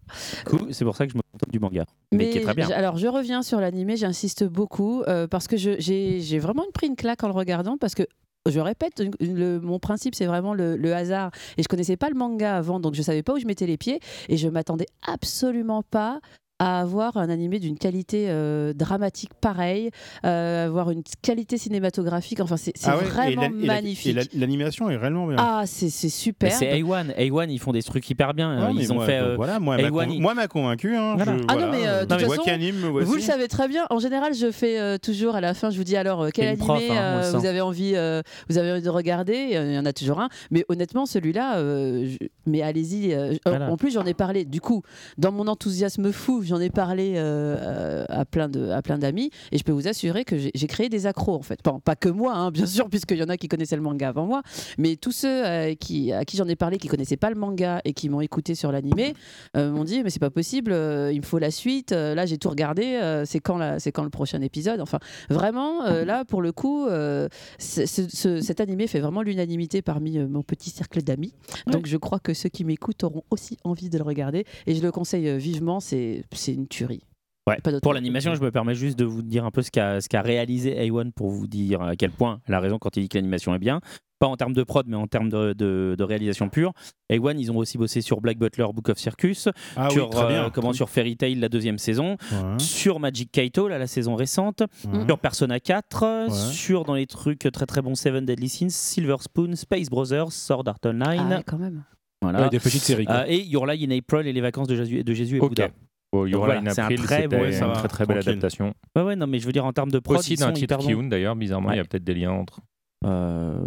[SPEAKER 2] Du coup, C'est pour ça que je me contente du manga, mais, qui est très bien.
[SPEAKER 5] j- alors, je reviens sur l'animé, j'insiste beaucoup, euh, parce que je- j'ai j'ai vraiment pris une claque en le regardant, parce que. Je répète, une- une- le- mon principe c'est vraiment le, le hasard. Et je connaissais pas le manga avant, donc je savais pas où je mettais les pieds. Et je m'attendais absolument pas à avoir un animé d'une qualité euh, dramatique pareille, euh, avoir une qualité cinématographique. Enfin, c'est c'est
[SPEAKER 1] Ah ouais, et
[SPEAKER 5] vraiment
[SPEAKER 1] la- et la- et la-
[SPEAKER 5] magnifique.
[SPEAKER 1] L'animation est réellement bien.
[SPEAKER 5] ah, c'est c'est super.
[SPEAKER 2] Mais C'est A1. A1, ils font des trucs hyper bien.
[SPEAKER 1] Ouais,
[SPEAKER 2] Euh,
[SPEAKER 1] mais
[SPEAKER 2] ils ont
[SPEAKER 1] moi,
[SPEAKER 2] fait.
[SPEAKER 1] donc
[SPEAKER 2] euh,
[SPEAKER 1] voilà, moi, elle m'a
[SPEAKER 2] A1,
[SPEAKER 1] con-
[SPEAKER 2] il-
[SPEAKER 1] moi, elle m'a convaincu. Hein,
[SPEAKER 2] Voilà.
[SPEAKER 1] je-
[SPEAKER 5] Ah non,
[SPEAKER 1] voilà,
[SPEAKER 5] mais, euh, de
[SPEAKER 1] je
[SPEAKER 5] toute
[SPEAKER 1] vois
[SPEAKER 5] façon,
[SPEAKER 1] qui anime, me
[SPEAKER 5] Vous
[SPEAKER 1] voici.
[SPEAKER 5] le savez très bien. En général, je fais euh, toujours à la fin, je vous dis alors euh, quel
[SPEAKER 2] Et une
[SPEAKER 5] animé
[SPEAKER 2] prof, hein, on le
[SPEAKER 5] euh,
[SPEAKER 2] sent.
[SPEAKER 5] vous avez envie, euh, vous avez envie de regarder. Euh, Il y en a toujours un. Mais honnêtement, celui-là, euh, je- mais allez-y. euh, je-
[SPEAKER 2] Voilà.
[SPEAKER 5] En plus, j'en ai parlé. Du coup, dans mon enthousiasme fou, j'en ai parlé euh, à plein de, à plein d'amis, et je peux vous assurer que j'ai j'ai créé des accros en fait. Pas, pas que moi, hein, bien sûr, puisqu'il y en a qui connaissaient le manga avant moi, mais tous ceux euh, qui, à qui j'en ai parlé, qui connaissaient pas le manga et qui m'ont écouté sur l'animé, euh, m'ont dit mais c'est pas possible euh, il me faut la suite euh, là j'ai tout regardé euh, c'est quand la- c'est quand le prochain épisode enfin vraiment euh, là pour le coup euh, c'est- ce- ce- cet animé fait vraiment l'unanimité parmi euh, mon petit cercle d'amis donc je crois que ceux qui m'écoutent auront aussi envie de le regarder et je le conseille euh, vivement c'est c'est une tuerie
[SPEAKER 2] Ouais,
[SPEAKER 5] Pas d'autre
[SPEAKER 2] pour
[SPEAKER 5] mot.
[SPEAKER 2] l'animation, je me permets juste de vous dire un peu ce qu'a ce qu'a réalisé A1 pour vous dire euh, à quel point elle a raison quand il dit que l'animation est bien. Pas en termes de prod, mais en termes de, de- de réalisation pure. A1, ils ont aussi bossé sur Black Butler, Book of Circus,
[SPEAKER 1] Ah oui,
[SPEAKER 2] sur,
[SPEAKER 1] très Hein
[SPEAKER 2] euh,
[SPEAKER 1] bien.
[SPEAKER 2] comment, sur Fairy Tail, la deuxième saison,
[SPEAKER 1] Ouais,
[SPEAKER 2] sur Magic Kaito, là, la saison récente,
[SPEAKER 1] ouais.
[SPEAKER 2] sur Persona 4,
[SPEAKER 1] Hein Ouais.
[SPEAKER 2] sur dans les trucs très très bons Seven Deadly Sins, Silver Spoon, Space Brothers, Sword Art Online.
[SPEAKER 5] ah, quand même
[SPEAKER 2] Voilà.
[SPEAKER 7] Ouais, des petites séries. quoi.
[SPEAKER 2] Euh, et Your Lie in April et les vacances de Jésus, de Jésus et
[SPEAKER 4] Ok.
[SPEAKER 2] Bouddha.
[SPEAKER 4] Bon, il y
[SPEAKER 2] Donc
[SPEAKER 4] aura
[SPEAKER 2] voilà,
[SPEAKER 4] une
[SPEAKER 2] c'est un
[SPEAKER 4] April,
[SPEAKER 2] très
[SPEAKER 4] c'était
[SPEAKER 2] bon-
[SPEAKER 4] une
[SPEAKER 1] ça va,
[SPEAKER 4] très très belle
[SPEAKER 1] tranquille.
[SPEAKER 4] adaptation.
[SPEAKER 2] Ouais, ouais, non, mais je veux dire en termes de prod,
[SPEAKER 4] Aussi
[SPEAKER 2] ils sont
[SPEAKER 4] d'un titre
[SPEAKER 2] hyper bons.
[SPEAKER 4] Kiun d'ailleurs, bizarrement, il y a
[SPEAKER 2] Ouais.
[SPEAKER 4] peut-être des liens entre.
[SPEAKER 2] Euh,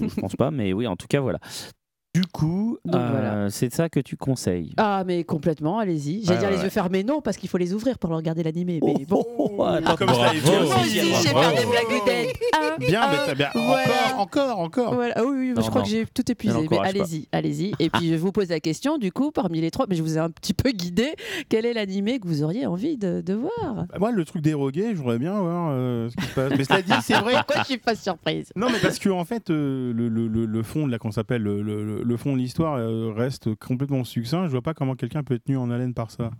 [SPEAKER 2] je pense pas, mais oui, en tout cas, voilà. Du coup,
[SPEAKER 5] Donc
[SPEAKER 2] euh,
[SPEAKER 5] voilà.
[SPEAKER 2] c'est ça que tu conseilles.
[SPEAKER 5] ah mais complètement allez-y
[SPEAKER 2] Ouais,
[SPEAKER 5] j'allais dire
[SPEAKER 2] ouais, Oh,
[SPEAKER 5] les
[SPEAKER 2] ouais.
[SPEAKER 5] yeux fermés non parce qu'il faut les ouvrir pour regarder l'animé Oh, mais bon
[SPEAKER 2] attends,
[SPEAKER 1] Comme ça,
[SPEAKER 2] oh,
[SPEAKER 1] les filles
[SPEAKER 4] Bravo. Moi
[SPEAKER 1] Ah, aussi,
[SPEAKER 4] aussi,
[SPEAKER 1] elles vont-
[SPEAKER 4] j'ai
[SPEAKER 1] Bravo.
[SPEAKER 4] fait des
[SPEAKER 5] Ah,
[SPEAKER 1] Bien,
[SPEAKER 5] ah,
[SPEAKER 1] mais t'as bien.
[SPEAKER 5] voilà.
[SPEAKER 1] Encore, encore, encore.
[SPEAKER 5] Voilà. Ah oui, oui,
[SPEAKER 2] Non,
[SPEAKER 5] je crois
[SPEAKER 2] non.
[SPEAKER 5] que j'ai tout
[SPEAKER 2] Ne
[SPEAKER 5] épuisé. Mais
[SPEAKER 2] l'encourage pas.
[SPEAKER 5] allez-y, allez-y. Et puis je vous pose la question, du coup, parmi les trois, mais je vous ai un petit peu guidé, quel est l'animé que vous auriez envie de, de voir
[SPEAKER 1] Bah, Moi, le truc dérogué, je voudrais bien voir euh, ce qui se passe. Mais cela dit,
[SPEAKER 2] Ah,
[SPEAKER 1] c'est vrai.
[SPEAKER 5] Pourquoi je suis pas surprise
[SPEAKER 1] Non, mais parce que en fait, euh, le, le- le- le fond de la qu'on s'appelle le, le- le fond de l'histoire euh, reste complètement succinct. Je vois pas comment quelqu'un peut être tenu en haleine par ça.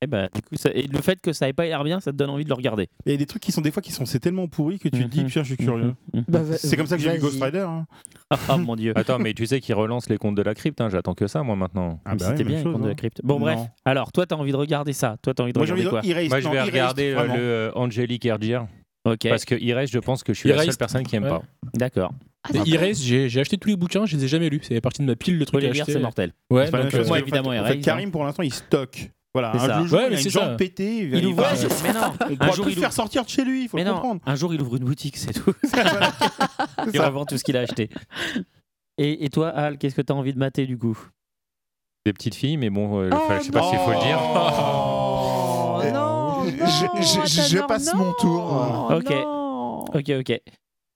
[SPEAKER 2] Eh ben, du coup, ça- et le fait que ça ait pas l'air bien, ça te donne envie de le regarder.
[SPEAKER 1] Et des trucs qui sont des fois qui sont c'est tellement pourri que tu te dis
[SPEAKER 2] Mhm.
[SPEAKER 1] putain, je suis curieux.
[SPEAKER 2] Mhm.
[SPEAKER 5] Bah, va-
[SPEAKER 1] C'est comme ça que j'ai vu
[SPEAKER 5] vas-y.
[SPEAKER 1] Ghost Rider. hein.
[SPEAKER 2] Ah mon dieu.
[SPEAKER 4] Attends, mais tu sais qu'ils relancent les contes de la crypte, hein, j'attends que ça moi maintenant.
[SPEAKER 1] Ah bah ouais,
[SPEAKER 2] C'était bien
[SPEAKER 1] même
[SPEAKER 2] les
[SPEAKER 1] chose,
[SPEAKER 2] contes de
[SPEAKER 1] hein.
[SPEAKER 2] la crypte. Bon, bref.
[SPEAKER 1] Non.
[SPEAKER 2] Alors, toi, t'as envie de regarder ça. Toi, t'as envie de
[SPEAKER 1] Moi, j'ai envie
[SPEAKER 2] regarder
[SPEAKER 1] de
[SPEAKER 2] quoi
[SPEAKER 1] Erased,
[SPEAKER 4] Moi je
[SPEAKER 1] non,
[SPEAKER 4] vais
[SPEAKER 1] Erased,
[SPEAKER 4] regarder euh,
[SPEAKER 1] vraiment.
[SPEAKER 4] le euh, Angelique Ergier
[SPEAKER 2] Ok,
[SPEAKER 4] parce que Iresh, je pense que je suis la
[SPEAKER 7] Erased.
[SPEAKER 4] seule personne qui aime
[SPEAKER 7] Ouais.
[SPEAKER 4] pas.
[SPEAKER 2] d'accord.
[SPEAKER 5] Ah,
[SPEAKER 7] Mais
[SPEAKER 5] c'est vrai.
[SPEAKER 7] Iris, j'ai j'ai acheté tous les bouquins, je les ai jamais lus. C'est partie de ma pile de trucs à
[SPEAKER 2] Olivier,
[SPEAKER 7] acheter.
[SPEAKER 2] c'est mortel.
[SPEAKER 7] Ouais,
[SPEAKER 1] C'est pas la
[SPEAKER 7] donc,
[SPEAKER 1] même chose
[SPEAKER 7] euh,
[SPEAKER 1] que- en
[SPEAKER 2] moi,
[SPEAKER 1] fait,
[SPEAKER 2] évidemment,
[SPEAKER 1] en fait,
[SPEAKER 2] Erased,
[SPEAKER 1] Karim, pour l'instant, il stocke. Voilà,
[SPEAKER 2] C'est ça.
[SPEAKER 1] un jour,
[SPEAKER 7] Ouais, mais
[SPEAKER 1] il a
[SPEAKER 7] c'est
[SPEAKER 1] une jambe
[SPEAKER 7] ça.
[SPEAKER 1] pétée. Il,
[SPEAKER 2] Il
[SPEAKER 1] il
[SPEAKER 2] ouvre.
[SPEAKER 1] va-
[SPEAKER 2] Ouais, c'est- mais non.
[SPEAKER 1] On
[SPEAKER 2] Un
[SPEAKER 7] Ah,
[SPEAKER 1] pourra
[SPEAKER 2] jour,
[SPEAKER 1] plus
[SPEAKER 2] il
[SPEAKER 1] le faire
[SPEAKER 2] ouvre.
[SPEAKER 1] sortir de chez lui, il faut
[SPEAKER 2] Mais
[SPEAKER 1] le
[SPEAKER 2] non,
[SPEAKER 1] comprendre.
[SPEAKER 2] un jour, il ouvre une boutique, c'est tout.
[SPEAKER 1] Voilà.
[SPEAKER 2] il revend tout ce qu'il a acheté. Et, et toi, Al, qu'est-ce que t'as envie de mater du coup
[SPEAKER 4] Des petites filles, mais bon, euh, enfin, je sais pas
[SPEAKER 5] non.
[SPEAKER 4] s'il faut le dire.
[SPEAKER 5] Oh non, non,
[SPEAKER 6] Je- je- je
[SPEAKER 5] Tanner,
[SPEAKER 6] passe
[SPEAKER 5] non.
[SPEAKER 6] mon tour.
[SPEAKER 2] Ok.
[SPEAKER 5] non.
[SPEAKER 2] Ok, ok.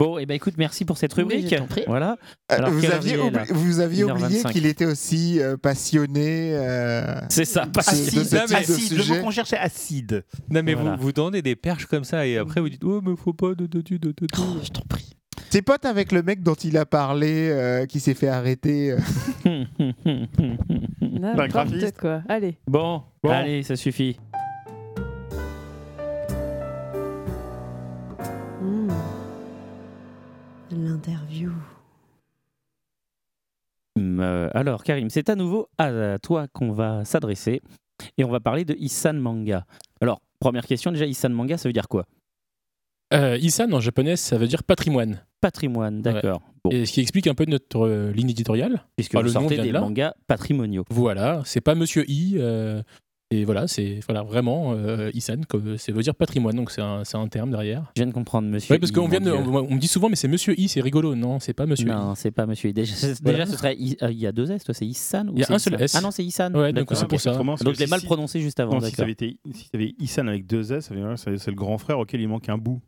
[SPEAKER 2] Bon, et ben écoute, merci pour cette
[SPEAKER 5] Mais
[SPEAKER 2] rubrique.
[SPEAKER 5] je t'en prie.
[SPEAKER 2] Voilà.
[SPEAKER 6] Euh,
[SPEAKER 2] Alors,
[SPEAKER 6] vous,
[SPEAKER 2] quelle heure
[SPEAKER 6] aviez
[SPEAKER 2] il est, là
[SPEAKER 6] oubli- vous aviez
[SPEAKER 2] 1h25.
[SPEAKER 6] oublié qu'il était aussi euh, passionné. euh,
[SPEAKER 2] C'est ça.
[SPEAKER 6] si, de ce type de
[SPEAKER 1] Acide, le
[SPEAKER 6] sujet.
[SPEAKER 1] mot qu'on cherchait, acide.
[SPEAKER 4] Non mais
[SPEAKER 2] Voilà.
[SPEAKER 4] vous vous tendez des perches comme ça et après vous dites oh mais faut pas de de de de. de- de.
[SPEAKER 5] Oh, je t'en prie.
[SPEAKER 6] T'es pote avec le mec dont il a parlé, euh, qui s'est fait arrêter. euh,
[SPEAKER 2] graphiste.
[SPEAKER 5] hmm.
[SPEAKER 1] Bah,
[SPEAKER 11] N'importe quoi. Allez.
[SPEAKER 2] Bon, allez, ça suffit.
[SPEAKER 11] Hmm. L'interview.
[SPEAKER 2] Hum, euh, alors, Karim, c'est à nouveau à toi qu'on va s'adresser et on va parler de Issan Manga. Alors, première question déjà, Issan Manga, ça veut dire quoi
[SPEAKER 7] Euh, Isan en japonais, ça veut dire patrimoine.
[SPEAKER 2] Patrimoine, d'accord.
[SPEAKER 7] Et ce qui explique un peu notre euh, ligne éditoriale.
[SPEAKER 2] Puisque
[SPEAKER 7] Enfin,
[SPEAKER 2] vous
[SPEAKER 7] le nom
[SPEAKER 2] sortez
[SPEAKER 7] vient de
[SPEAKER 2] des
[SPEAKER 7] là.
[SPEAKER 2] mangas patrimoniaux.
[SPEAKER 7] Voilà, c'est pas Monsieur I. euh, et voilà, c'est voilà, vraiment euh, Isan, que- ça veut dire patrimoine, donc c'est un, c'est un terme derrière.
[SPEAKER 2] Je viens de comprendre, monsieur.
[SPEAKER 7] Oui, parce
[SPEAKER 2] I,
[SPEAKER 7] qu'on
[SPEAKER 2] mon
[SPEAKER 7] vient de-
[SPEAKER 2] Dieu.
[SPEAKER 7] on, on me dit souvent, mais c'est Monsieur I, c'est rigolo. Non, c'est pas Monsieur I.
[SPEAKER 2] Non, c'est pas monsieur. I. Déjà,
[SPEAKER 7] Voilà.
[SPEAKER 2] déjà, ce serait. I- euh, Il y a deux S, toi, c'est Issan ou
[SPEAKER 7] Il y a
[SPEAKER 2] c'est
[SPEAKER 7] un seul
[SPEAKER 2] Issan
[SPEAKER 7] S.
[SPEAKER 2] Ah non, c'est Issan.
[SPEAKER 7] Ouais, donc
[SPEAKER 2] D'accord.
[SPEAKER 7] c'est pour ça.
[SPEAKER 2] Donc, je l'ai mal prononcé juste avant.
[SPEAKER 1] Non, si ça
[SPEAKER 2] d'accord.
[SPEAKER 1] avait été si ça avait Issan avec deux S, ça veut dire que c'est c'est le grand frère auquel il manque un bout.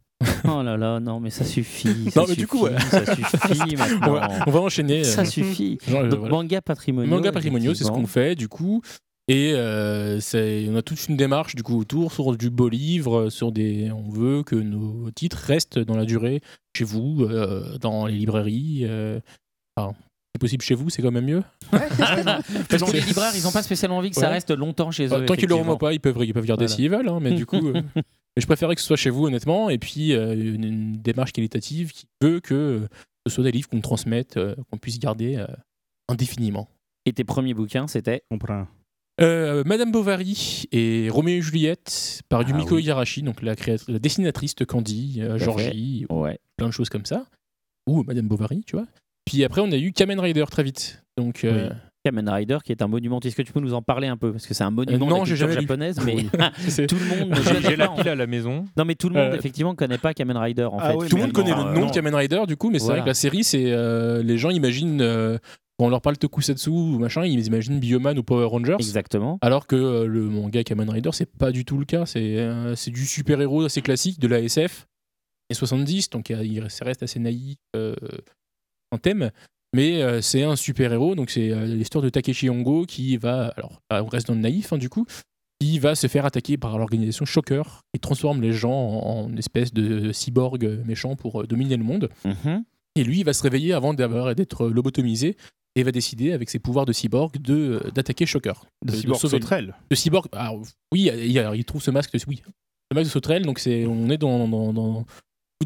[SPEAKER 2] Oh là là, non, mais ça suffit. ça
[SPEAKER 7] Non, mais du coup,
[SPEAKER 2] suffit,
[SPEAKER 7] ouais.
[SPEAKER 2] ça suffit maintenant.
[SPEAKER 7] on, va, on va enchaîner. euh,
[SPEAKER 2] Ça suffit.
[SPEAKER 7] genre, euh,
[SPEAKER 2] Donc,
[SPEAKER 7] voilà.
[SPEAKER 2] manga patrimoniaux.
[SPEAKER 7] Manga patrimoniaux, c'est ce qu'on
[SPEAKER 2] effectivement.
[SPEAKER 7] fait du coup. Et euh, c'est- on a toute une démarche du coup autour sur du beau livre, euh, sur des. On veut que nos titres restent dans la durée chez vous, euh, dans les librairies. euh, enfin, c'est possible chez vous, c'est quand même mieux.
[SPEAKER 2] Parce
[SPEAKER 7] Donc,
[SPEAKER 2] que les
[SPEAKER 7] c'est-
[SPEAKER 2] libraires, ils n'ont pas spécialement envie que ça
[SPEAKER 7] Ouais.
[SPEAKER 2] reste longtemps chez eux.
[SPEAKER 7] Bah, tant qu'ils le
[SPEAKER 2] effectivement.
[SPEAKER 7] remettent pas, ils peuvent, ils peuvent garder
[SPEAKER 2] Voilà.
[SPEAKER 7] s'ils veulent. hein, mais du coup, euh, mais je préférais que ce soit chez vous, honnêtement. Et puis, euh, une, une démarche qualitative qui veut que euh, ce soit des livres qu'on transmette, euh, qu'on puisse garder euh, indéfiniment.
[SPEAKER 2] Et tes premiers bouquins, c'était
[SPEAKER 1] Comprends.
[SPEAKER 7] Euh, Madame Bovary et Roméo et Juliette par
[SPEAKER 2] Ah
[SPEAKER 7] Yumiko
[SPEAKER 2] oui.
[SPEAKER 7] Igarashi, donc la, créatrice, la dessinatrice de Candy, euh,
[SPEAKER 2] Tout à fait.
[SPEAKER 7] Georgie,
[SPEAKER 2] Ouais.
[SPEAKER 7] plein de choses comme ça. Ou euh, Madame Bovary, tu vois. Puis après, on a eu Kamen Rider très vite. Donc, euh,
[SPEAKER 2] Oui. Kamen Rider, qui est un monument. Est-ce que tu peux nous en parler un peu Parce que c'est un monument
[SPEAKER 7] Euh,
[SPEAKER 2] de
[SPEAKER 7] non,
[SPEAKER 2] la
[SPEAKER 7] j'ai
[SPEAKER 2] culture
[SPEAKER 7] jamais lu.
[SPEAKER 2] japonaise, mais
[SPEAKER 7] Oui. C'est-
[SPEAKER 2] tout le monde. ne
[SPEAKER 4] J'ai
[SPEAKER 2] connaît
[SPEAKER 4] j'ai la
[SPEAKER 2] pas, en
[SPEAKER 4] pile
[SPEAKER 2] fait.
[SPEAKER 4] à la maison.
[SPEAKER 2] Non, mais tout le monde
[SPEAKER 7] Euh,
[SPEAKER 2] effectivement connaît pas Kamen Rider en
[SPEAKER 1] Ah
[SPEAKER 2] fait.
[SPEAKER 1] oui,
[SPEAKER 7] tout le monde
[SPEAKER 1] mais
[SPEAKER 7] connaît
[SPEAKER 1] non,
[SPEAKER 7] le
[SPEAKER 1] euh,
[SPEAKER 7] nom
[SPEAKER 1] non.
[SPEAKER 7] de Kamen Rider, du coup, mais c'est
[SPEAKER 2] Voilà.
[SPEAKER 7] vrai que la série, c'est euh, les gens imaginent euh, quand on leur parle Tokusatsu ou machin, ils imaginent Bioman ou Power Rangers.
[SPEAKER 2] Exactement.
[SPEAKER 7] Alors que euh, le manga Kamen Rider, c'est pas du tout le cas. C'est euh, c'est du super-héros assez classique, de la SF, et 70, donc euh, il ça reste assez naïf euh, en thème. Mais euh, c'est un super-héros, donc c'est euh, l'histoire de Takeshi Hongo qui va. Alors, euh, on reste dans le naïf, hein, du coup. Qui va se faire attaquer par l'organisation Shocker, qui transforme les gens en, en espèce de cyborg méchant pour euh, dominer le monde.
[SPEAKER 1] Mm-hmm.
[SPEAKER 2] Mhm.
[SPEAKER 7] Et lui, il va se réveiller avant d'avoir d'être lobotomisé et va décider, avec ses pouvoirs de cyborg, de- euh, d'attaquer Shocker.
[SPEAKER 1] De cyborg
[SPEAKER 7] sauver-
[SPEAKER 1] sauterelle.
[SPEAKER 7] de cyborg. ah, oui, il, y a- il trouve ce masque. de- Oui, le masque de sauterelle. Donc c'est, on est dans dans, dans,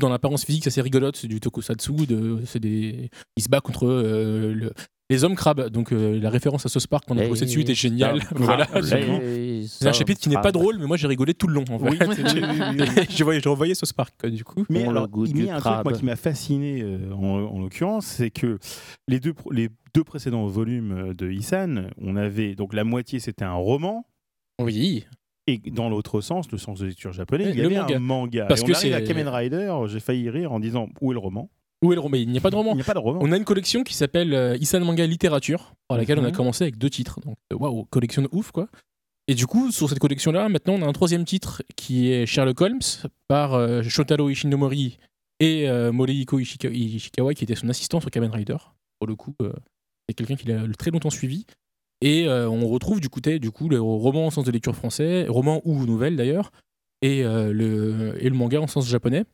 [SPEAKER 7] dans l'apparence physique c'est assez rigolote c'est du tokusatsu. De, c'est des, il se bat contre euh, le- les hommes crabes. Donc euh, la référence à South Park qu'on a
[SPEAKER 2] Et-
[SPEAKER 7] posée dessus était géniale. voilà.
[SPEAKER 2] Ah,
[SPEAKER 7] absolument.
[SPEAKER 2] et-
[SPEAKER 7] C'est un chapitre qui n'est pas drôle, mais moi j'ai rigolé tout le long. En fait.
[SPEAKER 1] Oui, oui, oui, oui, oui.
[SPEAKER 7] je voyais, je revoyais South Park euh, du coup.
[SPEAKER 1] Mais
[SPEAKER 2] Bon,
[SPEAKER 1] alors,
[SPEAKER 2] le goût
[SPEAKER 1] il
[SPEAKER 2] du
[SPEAKER 1] met un truc moi,
[SPEAKER 2] crabe.
[SPEAKER 1] qui m'a fasciné euh, en, en l'occurrence, c'est que les deux, pro- les deux précédents volumes euh, de Issan, on avait donc la moitié c'était un roman
[SPEAKER 7] Oui.
[SPEAKER 1] et dans l'autre sens, le sens de lecture japonais,
[SPEAKER 7] Et
[SPEAKER 1] il y
[SPEAKER 7] le
[SPEAKER 1] avait
[SPEAKER 7] manga.
[SPEAKER 1] un manga.
[SPEAKER 7] Parce
[SPEAKER 1] et
[SPEAKER 7] que
[SPEAKER 1] on arrive
[SPEAKER 7] c'est-
[SPEAKER 1] à Kamen Rider, j'ai failli rire en disant où est le roman
[SPEAKER 7] Où est le roman Il n'y a pas de roman.
[SPEAKER 1] Il n'y a pas de roman.
[SPEAKER 7] On a une collection qui s'appelle euh, Isan Manga Littérature, par laquelle on a
[SPEAKER 2] Mhm.
[SPEAKER 7] commencé avec deux titres. Donc, euh, waouh, collection de ouf, quoi. Et du coup, sur cette collection-là, maintenant, on a un troisième titre qui est Sherlock Holmes par euh, Shotaro Ishinomori et euh, Morihiko Ishika- Ishikawa, qui était son assistant sur Kamen Rider. Pour le coup, euh, c'est quelqu'un qui l'a très longtemps suivi. Et euh, on retrouve du côté, du coup, le roman en sens de lecture français, roman ou nouvelle d'ailleurs, et, euh, le, et le manga en sens japonais.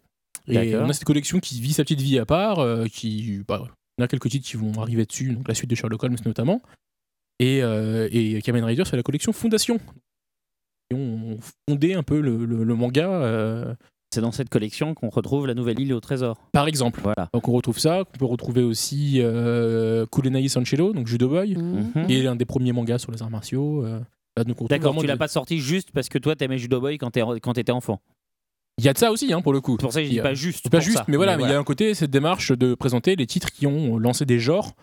[SPEAKER 7] Et
[SPEAKER 2] D'accord.
[SPEAKER 7] on a cette collection qui vit sa petite vie à part, euh, qui, bah, on a quelques titres qui vont arriver dessus, donc la suite de Sherlock Holmes notamment. Et, euh, et Kamen Rider, c'est la collection Fondation. Ils ont fondé un peu le, le- le manga, euh,
[SPEAKER 2] C'est dans cette collection qu'on retrouve la nouvelle île au trésor.
[SPEAKER 7] par exemple.
[SPEAKER 2] Voilà.
[SPEAKER 7] Donc on retrouve ça, on peut retrouver aussi euh, Kurenai Sanchelo, donc Judo Boy,
[SPEAKER 11] Hmm.
[SPEAKER 2] Mhm.
[SPEAKER 7] qui est l'un des premiers mangas sur les arts martiaux. euh. Là, donc on retrouve
[SPEAKER 2] D'accord,
[SPEAKER 7] vraiment
[SPEAKER 2] tu
[SPEAKER 7] de-
[SPEAKER 2] l'as pas sorti juste parce que toi t'aimais Judo Boy quand t'es- quand t'étais enfant.
[SPEAKER 7] Il y a de ça aussi, hein, pour le coup.
[SPEAKER 2] C'est pour ça que je
[SPEAKER 7] Il y
[SPEAKER 2] dis
[SPEAKER 7] a-
[SPEAKER 2] pas juste.
[SPEAKER 7] C'est pas
[SPEAKER 2] pour
[SPEAKER 7] juste,
[SPEAKER 2] ça.
[SPEAKER 7] mais voilà, mais il y a un côté, cette démarche de présenter les titres qui ont lancé des genres.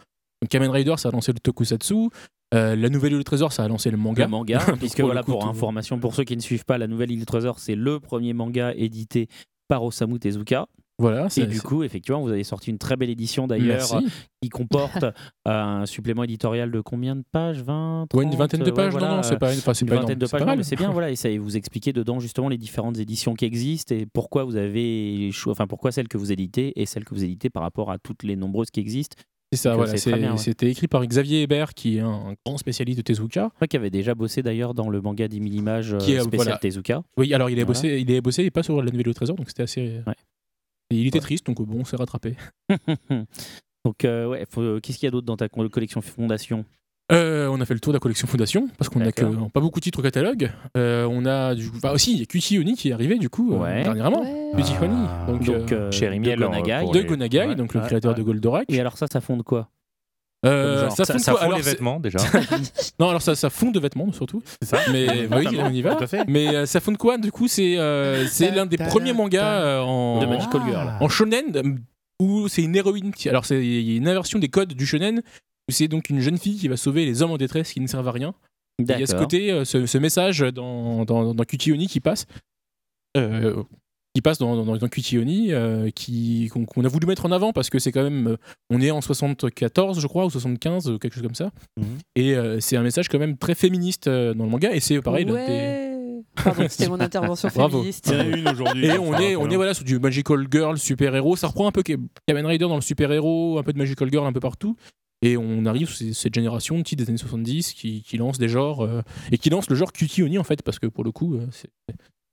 [SPEAKER 7] Donc Kamen Rider, ça a lancé le tokusatsu. euh, la Nouvelle Île du Trésor, ça a lancé le manga.
[SPEAKER 2] le manga,
[SPEAKER 7] Donc,
[SPEAKER 2] puisque
[SPEAKER 7] pour le
[SPEAKER 2] voilà
[SPEAKER 7] coup,
[SPEAKER 2] pour
[SPEAKER 7] tout-
[SPEAKER 2] information, pour ceux qui ne suivent pas, la nouvelle île du trésor, c'est le premier manga édité par Osamu Tezuka.
[SPEAKER 7] Voilà, c'est
[SPEAKER 2] Et du coup, effectivement, vous avez sorti une très belle édition d'ailleurs,
[SPEAKER 7] Merci.
[SPEAKER 2] qui comporte euh, un supplément éditorial de combien de pages 20
[SPEAKER 7] Ouais, une
[SPEAKER 2] 30,
[SPEAKER 7] vingtaine de
[SPEAKER 2] ouais,
[SPEAKER 7] pages,
[SPEAKER 2] voilà,
[SPEAKER 7] non, non, c'est
[SPEAKER 2] euh,
[SPEAKER 7] pas, enfin, c'est
[SPEAKER 2] une
[SPEAKER 7] pas
[SPEAKER 2] vingtaine
[SPEAKER 7] énorme,
[SPEAKER 2] de
[SPEAKER 7] c'est pas
[SPEAKER 2] pages, non,
[SPEAKER 7] mal.
[SPEAKER 2] mais c'est bien, voilà, et ça et vous expliquez dedans justement les différentes éditions qui existent et pourquoi vous avez, cho- enfin pourquoi celle que vous éditez et celle que vous éditez par rapport à toutes les nombreuses qui existent,
[SPEAKER 7] C'est ça,
[SPEAKER 2] Donc,
[SPEAKER 7] voilà,
[SPEAKER 2] c'est très bien,
[SPEAKER 7] c'est-
[SPEAKER 2] ouais.
[SPEAKER 7] C'était écrit par Xavier Hébert, qui est un, un grand spécialiste de Tezuka.
[SPEAKER 2] Moi qui avait déjà bossé d'ailleurs dans le manga des mille images euh,
[SPEAKER 7] Qui est, euh,
[SPEAKER 2] spécial
[SPEAKER 7] voilà.
[SPEAKER 2] Tezuka.
[SPEAKER 7] Oui, alors il est
[SPEAKER 2] Voilà.
[SPEAKER 7] bossé, il est bossé, et pas sur la Nouvelle Île au Trésor, donc c'était assez.
[SPEAKER 2] Ouais.
[SPEAKER 7] Et il était triste, donc euh, bon, on s'est rattrapé.
[SPEAKER 2] Donc, euh, ouais, faut- euh, qu'est-ce qu'il y a d'autre dans ta co- collection Fondation
[SPEAKER 7] Euh, on a fait le tour de la collection Fondation, parce qu'on n'a que-
[SPEAKER 2] D'accord.
[SPEAKER 7] pas beaucoup de titres au catalogue. Euh, on a du coup, bah aussi, il y a Cutie Oni qui est arrivé du coup, euh,
[SPEAKER 2] Ouais.
[SPEAKER 7] dernièrement. Cutie Oni, donc,
[SPEAKER 2] Donc,
[SPEAKER 7] euh,
[SPEAKER 2] euh, Chéri
[SPEAKER 7] de
[SPEAKER 2] Miel, alors,
[SPEAKER 7] Gonagai,
[SPEAKER 2] pour
[SPEAKER 7] de
[SPEAKER 2] les-
[SPEAKER 7] Gonagai,
[SPEAKER 2] Ouais,
[SPEAKER 7] donc le
[SPEAKER 2] ouais,
[SPEAKER 7] créateur de Goldorak.
[SPEAKER 2] Et alors, ça, ça fonde quoi
[SPEAKER 7] Euh,
[SPEAKER 2] Comme genre.
[SPEAKER 7] ça
[SPEAKER 2] Ça-
[SPEAKER 7] fond,
[SPEAKER 2] ça
[SPEAKER 7] quoi
[SPEAKER 2] fond
[SPEAKER 7] Alors,
[SPEAKER 2] les
[SPEAKER 7] c'est-
[SPEAKER 2] vêtements, déjà.
[SPEAKER 7] non, alors ça, ça fond de vêtements surtout. Mais bah oui,
[SPEAKER 2] Notamment.
[SPEAKER 7] on y va.
[SPEAKER 2] Tout à fait.
[SPEAKER 7] Mais euh, ça fond de quoi Du coup, c'est euh, c'est l'un des premiers mangas euh, en
[SPEAKER 2] De Magical Girl.
[SPEAKER 4] Ah.
[SPEAKER 7] en shonen euh, où c'est une héroïne. qui- Alors c'est il y a une inversion des codes du shonen où c'est donc une jeune fille qui va sauver les hommes en détresse qui ne servent à rien. Et Il y a ce
[SPEAKER 2] D'accord.
[SPEAKER 7] côté, euh, ce, ce message dans dans, dans Cutie Oni qui passe. euh, qui passe dans, dans, dans Cutie Oni, euh, qui qu'on qu'on a voulu mettre en avant parce que c'est quand même euh, on est en 74 je crois ou 75 euh, quelque chose comme ça et euh, c'est un message quand même très féministe euh, dans le manga et c'est pareil l'un des-
[SPEAKER 5] Ouais. Pardon, c'était mon intervention
[SPEAKER 7] Bravo.
[SPEAKER 5] féministe.
[SPEAKER 7] Bravo. Et on est, on est voilà, sur du Magical Girl, super héros. Ça reprend un peu Ca- Kamen Rider dans le super héros, un peu de Magical Girl un peu partout. Et on arrive sur ces- cette génération de titres des années 70 qui, qui lance des genres euh, et qui lance le genre Cutie Oni en fait, parce que pour le coup, euh, c'est-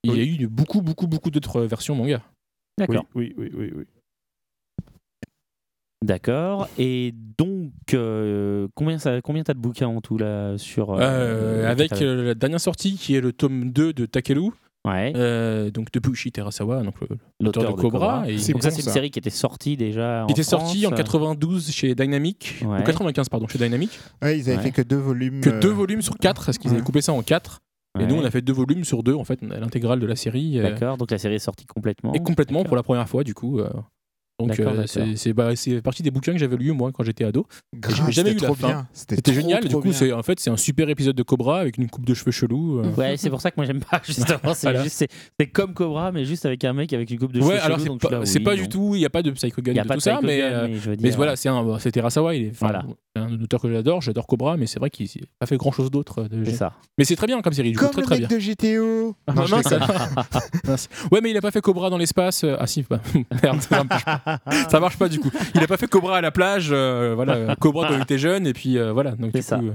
[SPEAKER 7] il y a eu beaucoup, beaucoup, beaucoup d'autres versions manga.
[SPEAKER 2] D'accord.
[SPEAKER 1] Oui, oui, oui, oui.
[SPEAKER 2] D'accord. Et donc, euh, combien ça, combien t'as de bouquins en tout là sur euh,
[SPEAKER 7] Euh,
[SPEAKER 2] le
[SPEAKER 7] avec
[SPEAKER 2] catalogue
[SPEAKER 7] euh, la dernière sortie qui est le tome 2 de Takelu.
[SPEAKER 2] Ouais.
[SPEAKER 7] Euh, donc de Puichi Terasawa, donc le- l'auteur
[SPEAKER 2] l'auteur
[SPEAKER 7] de Cobra. et-
[SPEAKER 2] donc ça, c'est une série qui était sortie déjà.
[SPEAKER 7] qui était sortie en
[SPEAKER 2] France. euh,
[SPEAKER 7] 92 chez Dynamic,
[SPEAKER 2] Ouais.
[SPEAKER 7] ou 95 pardon, chez Dynamic.
[SPEAKER 6] Ouais, ils avaient
[SPEAKER 7] Ouais.
[SPEAKER 6] fait que deux volumes.
[SPEAKER 7] que
[SPEAKER 6] euh,
[SPEAKER 7] deux volumes sur quatre, parce qu'ils
[SPEAKER 6] ouais.
[SPEAKER 7] avaient coupé ça en quatre.
[SPEAKER 2] Ouais.
[SPEAKER 7] Et nous, on a fait deux volumes sur deux, en fait, on a l'intégrale de la série. euh,
[SPEAKER 2] D'accord. Donc la série est sortie complètement.
[SPEAKER 7] et complètement pour la première fois, du coup. euh. donc,
[SPEAKER 2] D'accord,
[SPEAKER 7] euh,
[SPEAKER 2] d'accord.
[SPEAKER 7] c'est c'est- bah, c'est partie des bouquins que j'avais lus, moi, quand j'étais ado. Et
[SPEAKER 6] Grave,
[SPEAKER 7] j'avais jamais eu
[SPEAKER 6] c'était
[SPEAKER 7] la
[SPEAKER 6] trop
[SPEAKER 7] fin.
[SPEAKER 6] bien. C'était
[SPEAKER 7] C'était
[SPEAKER 6] trop,
[SPEAKER 7] génial.
[SPEAKER 6] trop
[SPEAKER 7] du coup,
[SPEAKER 6] bien.
[SPEAKER 7] c'est en fait, c'est un super épisode de Cobra avec une coupe de cheveux chelou. euh.
[SPEAKER 2] Ouais, c'est pour ça que moi j'aime pas justement. C'est
[SPEAKER 7] Voilà.
[SPEAKER 2] juste- c'est- c'est comme Cobra, mais juste avec un mec avec une coupe de cheveux.
[SPEAKER 7] Ouais, alors
[SPEAKER 2] chelous,
[SPEAKER 7] c'est
[SPEAKER 2] donc
[SPEAKER 7] pas,
[SPEAKER 2] je suis là,
[SPEAKER 7] c'est
[SPEAKER 2] oui,
[SPEAKER 7] pas
[SPEAKER 2] non.
[SPEAKER 7] du tout, il n'y a pas de Psycho Gun,
[SPEAKER 2] Y a
[SPEAKER 7] de
[SPEAKER 2] pas
[SPEAKER 7] tout
[SPEAKER 2] de
[SPEAKER 7] ça,
[SPEAKER 2] Psycho
[SPEAKER 7] mais,
[SPEAKER 2] Gun,
[SPEAKER 7] euh,
[SPEAKER 2] mais je veux
[SPEAKER 7] mais
[SPEAKER 2] dire,
[SPEAKER 7] voilà,
[SPEAKER 2] euh,
[SPEAKER 7] c'est un, c'est Terasawa, il est enfin,
[SPEAKER 2] Voilà.
[SPEAKER 7] un auteur que j'adore, j'adore Cobra, mais c'est vrai qu'il n'a pas fait grand chose d'autre. euh, de-
[SPEAKER 2] C'est ça.
[SPEAKER 7] Mais c'est très bien comme série, du coup,
[SPEAKER 6] Comme
[SPEAKER 7] très
[SPEAKER 6] le
[SPEAKER 7] très
[SPEAKER 6] mec
[SPEAKER 7] bien.
[SPEAKER 6] de GTO.
[SPEAKER 7] Ah,
[SPEAKER 6] Non,
[SPEAKER 7] mince,
[SPEAKER 6] je déconne.
[SPEAKER 7] Mince. ouais, mais il a pas fait Cobra dans l'espace. euh, Ah si, bah, merde, ça marche pas. Ça marche pas du coup. Il a pas fait Cobra à la plage. euh, voilà, euh, Cobra quand il était jeune et puis euh, voilà. Donc du coup, euh,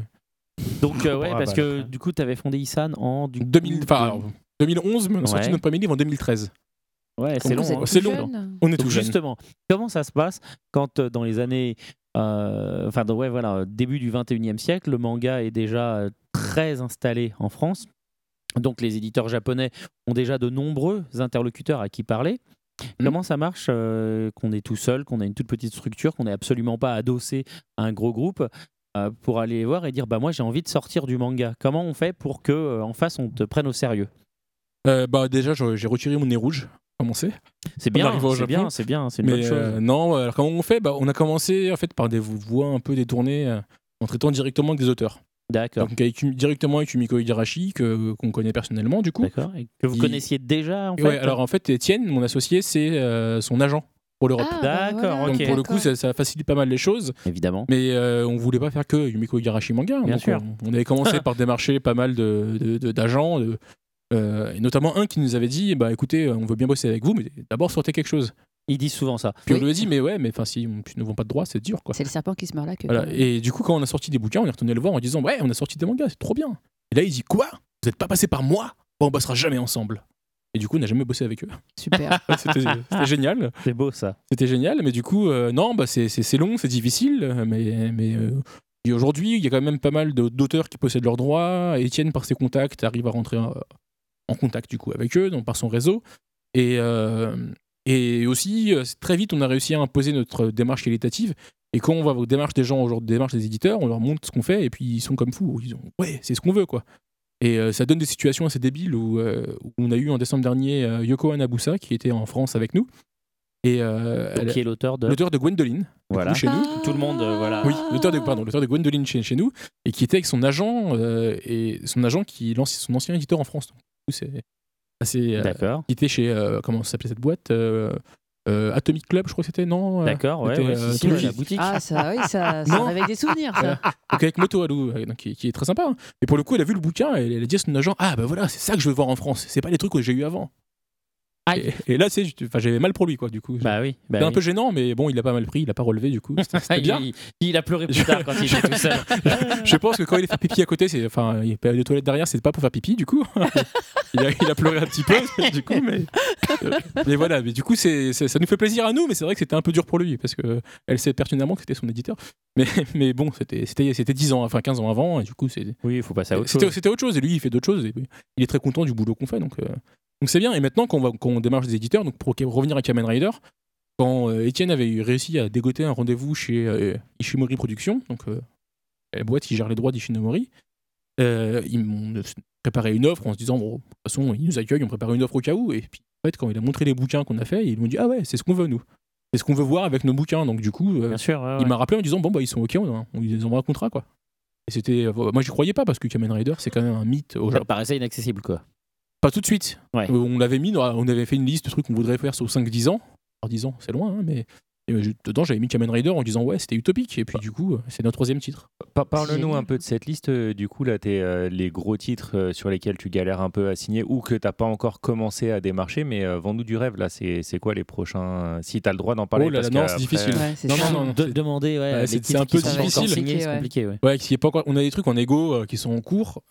[SPEAKER 2] Donc euh, ouais,
[SPEAKER 7] Cobra,
[SPEAKER 2] parce
[SPEAKER 7] bah,
[SPEAKER 2] que du coup t'avais fondé Isan en du
[SPEAKER 7] 2000, enfin, alors, 2011, mais on a sorti
[SPEAKER 2] Ouais.
[SPEAKER 7] notre premier livre en 2013.
[SPEAKER 2] Ouais, c'est
[SPEAKER 7] Donc,
[SPEAKER 2] long.
[SPEAKER 7] c'est-
[SPEAKER 2] hein.
[SPEAKER 7] c'est long. On est
[SPEAKER 2] Donc,
[SPEAKER 7] tout jeune.
[SPEAKER 2] Justement, comment ça se passe quand euh, dans les années, euh, enfin dans- ouais voilà, euh, début du 21e siècle, le manga est déjà euh, très installé en France. Donc les éditeurs japonais ont déjà de nombreux interlocuteurs à qui parler.
[SPEAKER 7] Mmh.
[SPEAKER 2] Comment ça marche euh, qu'on est tout seul, qu'on a une toute petite structure, qu'on n'est absolument pas adossé à un gros groupe euh, pour aller les voir et dire bah moi j'ai envie de sortir du manga. Comment on fait pour que euh, en face on te prenne au sérieux
[SPEAKER 7] Euh, bah déjà, je- j'ai retiré mon nez rouge. Commencé.
[SPEAKER 2] C'est bien, c'est bien, c'est bien, c'est une bonne chose.
[SPEAKER 7] euh, non, alors comment on fait bah, On a commencé en fait par des voix un peu détournées euh, en traitant directement avec des auteurs.
[SPEAKER 2] D'accord.
[SPEAKER 7] Donc avec- directement avec Umiko Igarashi que qu'on connaît personnellement du coup.
[SPEAKER 2] D'accord. Et que vous
[SPEAKER 7] Il-
[SPEAKER 2] connaissiez déjà en fait
[SPEAKER 7] Ouais, alors en fait, Étienne, mon associé, c'est euh, son agent pour l'Europe.
[SPEAKER 2] Ah, bah D'accord, voilà,
[SPEAKER 7] Donc
[SPEAKER 2] ok.
[SPEAKER 7] pour le coup, ça, ça facilite pas mal les choses.
[SPEAKER 2] Évidemment.
[SPEAKER 7] Mais euh, on voulait pas faire que Yumiko Igarashi manga.
[SPEAKER 2] Bien
[SPEAKER 7] Donc,
[SPEAKER 2] sûr.
[SPEAKER 7] On, on avait commencé par démarcher pas mal de- de- de- d'agents, de, euh, et notamment un qui nous avait dit, bah écoutez, on veut bien bosser avec vous, mais d'abord sortez quelque chose.
[SPEAKER 2] Ils disent souvent ça.
[SPEAKER 7] Puis on lui a dit, mais ouais, mais enfin si on ne nous vend pas de droit, c'est dur quoi.
[SPEAKER 5] C'est le serpent qui se meurt la queue.
[SPEAKER 7] Voilà. Et du coup, quand on a sorti des bouquins, on est retourné le voir en disant Ouais, on a sorti des mangas, c'est trop bien. Et là, il dit Quoi Vous n'êtes pas passé par moi Bon, On bossera jamais ensemble. Et du coup, on n'a jamais bossé avec eux.
[SPEAKER 5] Super.
[SPEAKER 7] Ouais, C'était c'était génial.
[SPEAKER 2] C'est beau ça.
[SPEAKER 7] C'était génial, mais du coup, euh, non, bah, c'est- c'est c'est long, c'est difficile, euh, mais. mais euh, et Aujourd'hui, il y a quand même pas mal de- d'auteurs qui possèdent leurs droits. Étienne, par ses contacts, arrive à rentrer en, en contact du coup avec eux, donc par son réseau. Et, euh, et aussi, euh, très vite, on a réussi à imposer notre démarche qualitative. Et quand on va aux démarches des gens, aux démarches des éditeurs, on leur montre ce qu'on fait, et puis ils sont comme fous. Ils disent ouais, c'est ce qu'on veut, quoi. Et euh, ça donne des situations assez débiles où, euh, où on a eu en décembre dernier euh, Yoko Anabusa qui était en France avec nous. Et euh, elle-
[SPEAKER 2] qui est l'auteur de
[SPEAKER 7] l'auteur de Gwendoline.
[SPEAKER 2] Voilà.
[SPEAKER 7] nous, chez nous.
[SPEAKER 2] Tout le monde, euh, voilà.
[SPEAKER 7] Oui, l'auteur de, pardon, l'auteur de Gwendoline chez, chez nous, et qui était avec son agent, euh, et son agent qui est l'ancien- son ancien éditeur en France. Donc, du coup, c'est assez. euh,
[SPEAKER 2] D'accord.
[SPEAKER 7] Qui était chez. euh, comment s'appelait cette boîte Euh, euh, Atomic Club, je crois que c'était, non euh,
[SPEAKER 2] D'accord, ouais,
[SPEAKER 7] c'était,
[SPEAKER 2] ouais, si,
[SPEAKER 7] euh,
[SPEAKER 2] si, ouais,
[SPEAKER 7] Trilogy.
[SPEAKER 2] la boutique.
[SPEAKER 5] Ah, ça, oui, ça, ça
[SPEAKER 7] Non.
[SPEAKER 5] réveille des souvenirs, ça.
[SPEAKER 7] Donc avec Moto Alou, euh, donc qui, qui est très sympa. hein. Et pour le coup, elle a vu le bouquin et elle a dit à son agent Ah, bah voilà, c'est ça que je veux voir en France. C'est pas les trucs que j'ai eu avant. Et, et là, c'est, enfin, j'avais mal pour lui, quoi, du coup.
[SPEAKER 2] Bah oui.
[SPEAKER 7] C'est
[SPEAKER 2] bah
[SPEAKER 7] un
[SPEAKER 2] oui.
[SPEAKER 7] peu gênant, mais bon, il a pas mal pris, il a pas relevé, du coup. C'était c'était
[SPEAKER 2] il,
[SPEAKER 7] bien.
[SPEAKER 2] il- il a pleuré plus tard quand il était tout seul.
[SPEAKER 7] Je pense que quand il est fait pipi à côté, c'est, enfin, il y a des toilettes derrière, c'est pas pour faire pipi, du coup. il, a, il a pleuré un petit peu, du coup, mais. euh, Mais voilà, mais du coup, c'est, c'est- ça nous fait plaisir à nous, mais c'est vrai que c'était un peu dur pour lui, parce que elle sait pertinemment que c'était son éditeur. Mais, mais bon, c'était, c'était, c'était 10 ans, enfin 15 ans avant, et du coup, c'est.
[SPEAKER 2] Oui, il faut passer à autre
[SPEAKER 7] c'était,
[SPEAKER 2] chose.
[SPEAKER 7] C'était autre chose, et lui, il fait d'autres choses, et il est très content du boulot qu'on fait, donc. euh, Donc c'est bien, et maintenant qu'on, va, qu'on démarche des éditeurs, donc pour revenir à Kamen Rider, quand euh, Étienne avait eu- réussi à dégoter un rendez-vous chez euh, Ishimori Productions, donc euh, la boîte qui gère les droits d'Ishinomori, euh, ils m'ont préparé une offre en se disant, bon, de toute façon, ils nous accueillent, on prépare une offre au cas où. Et puis, en fait, quand il a montré les bouquins qu'on a fait, ils m'ont dit, ah ouais, c'est ce qu'on veut, nous. C'est ce qu'on veut voir avec nos bouquins. Donc, du coup, euh, il m'a rappelé en disant, bon, bah, ils sont OK, on, a- on- ils ont un contrat, quoi. Et c'était. euh, moi, j'y croyais pas parce que Kamen Rider, c'est quand même un mythe au
[SPEAKER 2] Ça
[SPEAKER 7] Japon.
[SPEAKER 2] paraissait inaccessible, quoi.
[SPEAKER 7] Pas tout de suite.
[SPEAKER 2] Ouais.
[SPEAKER 7] Euh, On l'avait mis, dans- on avait fait une liste de trucs qu'on voudrait faire sur 5-10 ans. Alors 10 ans, c'est loin, hein, mais et, euh, je- dedans j'avais mis Kamen Rider en disant ouais, c'était utopique. Et puis du coup, euh, c'est notre troisième titre.
[SPEAKER 4] Pa- Parle-nous un peu de cette liste, euh, du coup, là, tes, euh, les gros titres euh, sur lesquels tu galères un peu à signer ou que tu n'as pas encore commencé à démarcher, mais euh, vends-nous du rêve, là, c'est c'est quoi les prochains, euh, si tu as le droit d'en parler
[SPEAKER 7] Oh là
[SPEAKER 4] parce
[SPEAKER 7] là, non,
[SPEAKER 4] qu'après-
[SPEAKER 7] c'est difficile. Ouais, c'est Non, ça. non, non, non,
[SPEAKER 2] De-
[SPEAKER 7] c'est-
[SPEAKER 2] demander, ouais,
[SPEAKER 7] Ouais,
[SPEAKER 2] les
[SPEAKER 7] c'est c'est
[SPEAKER 2] titres
[SPEAKER 7] un peu
[SPEAKER 2] qui sont encore
[SPEAKER 7] difficile.
[SPEAKER 2] signés, c'est compliqué, ouais.
[SPEAKER 7] Ouais, qui est pas encore- On a des trucs en égo euh, qui sont en cours.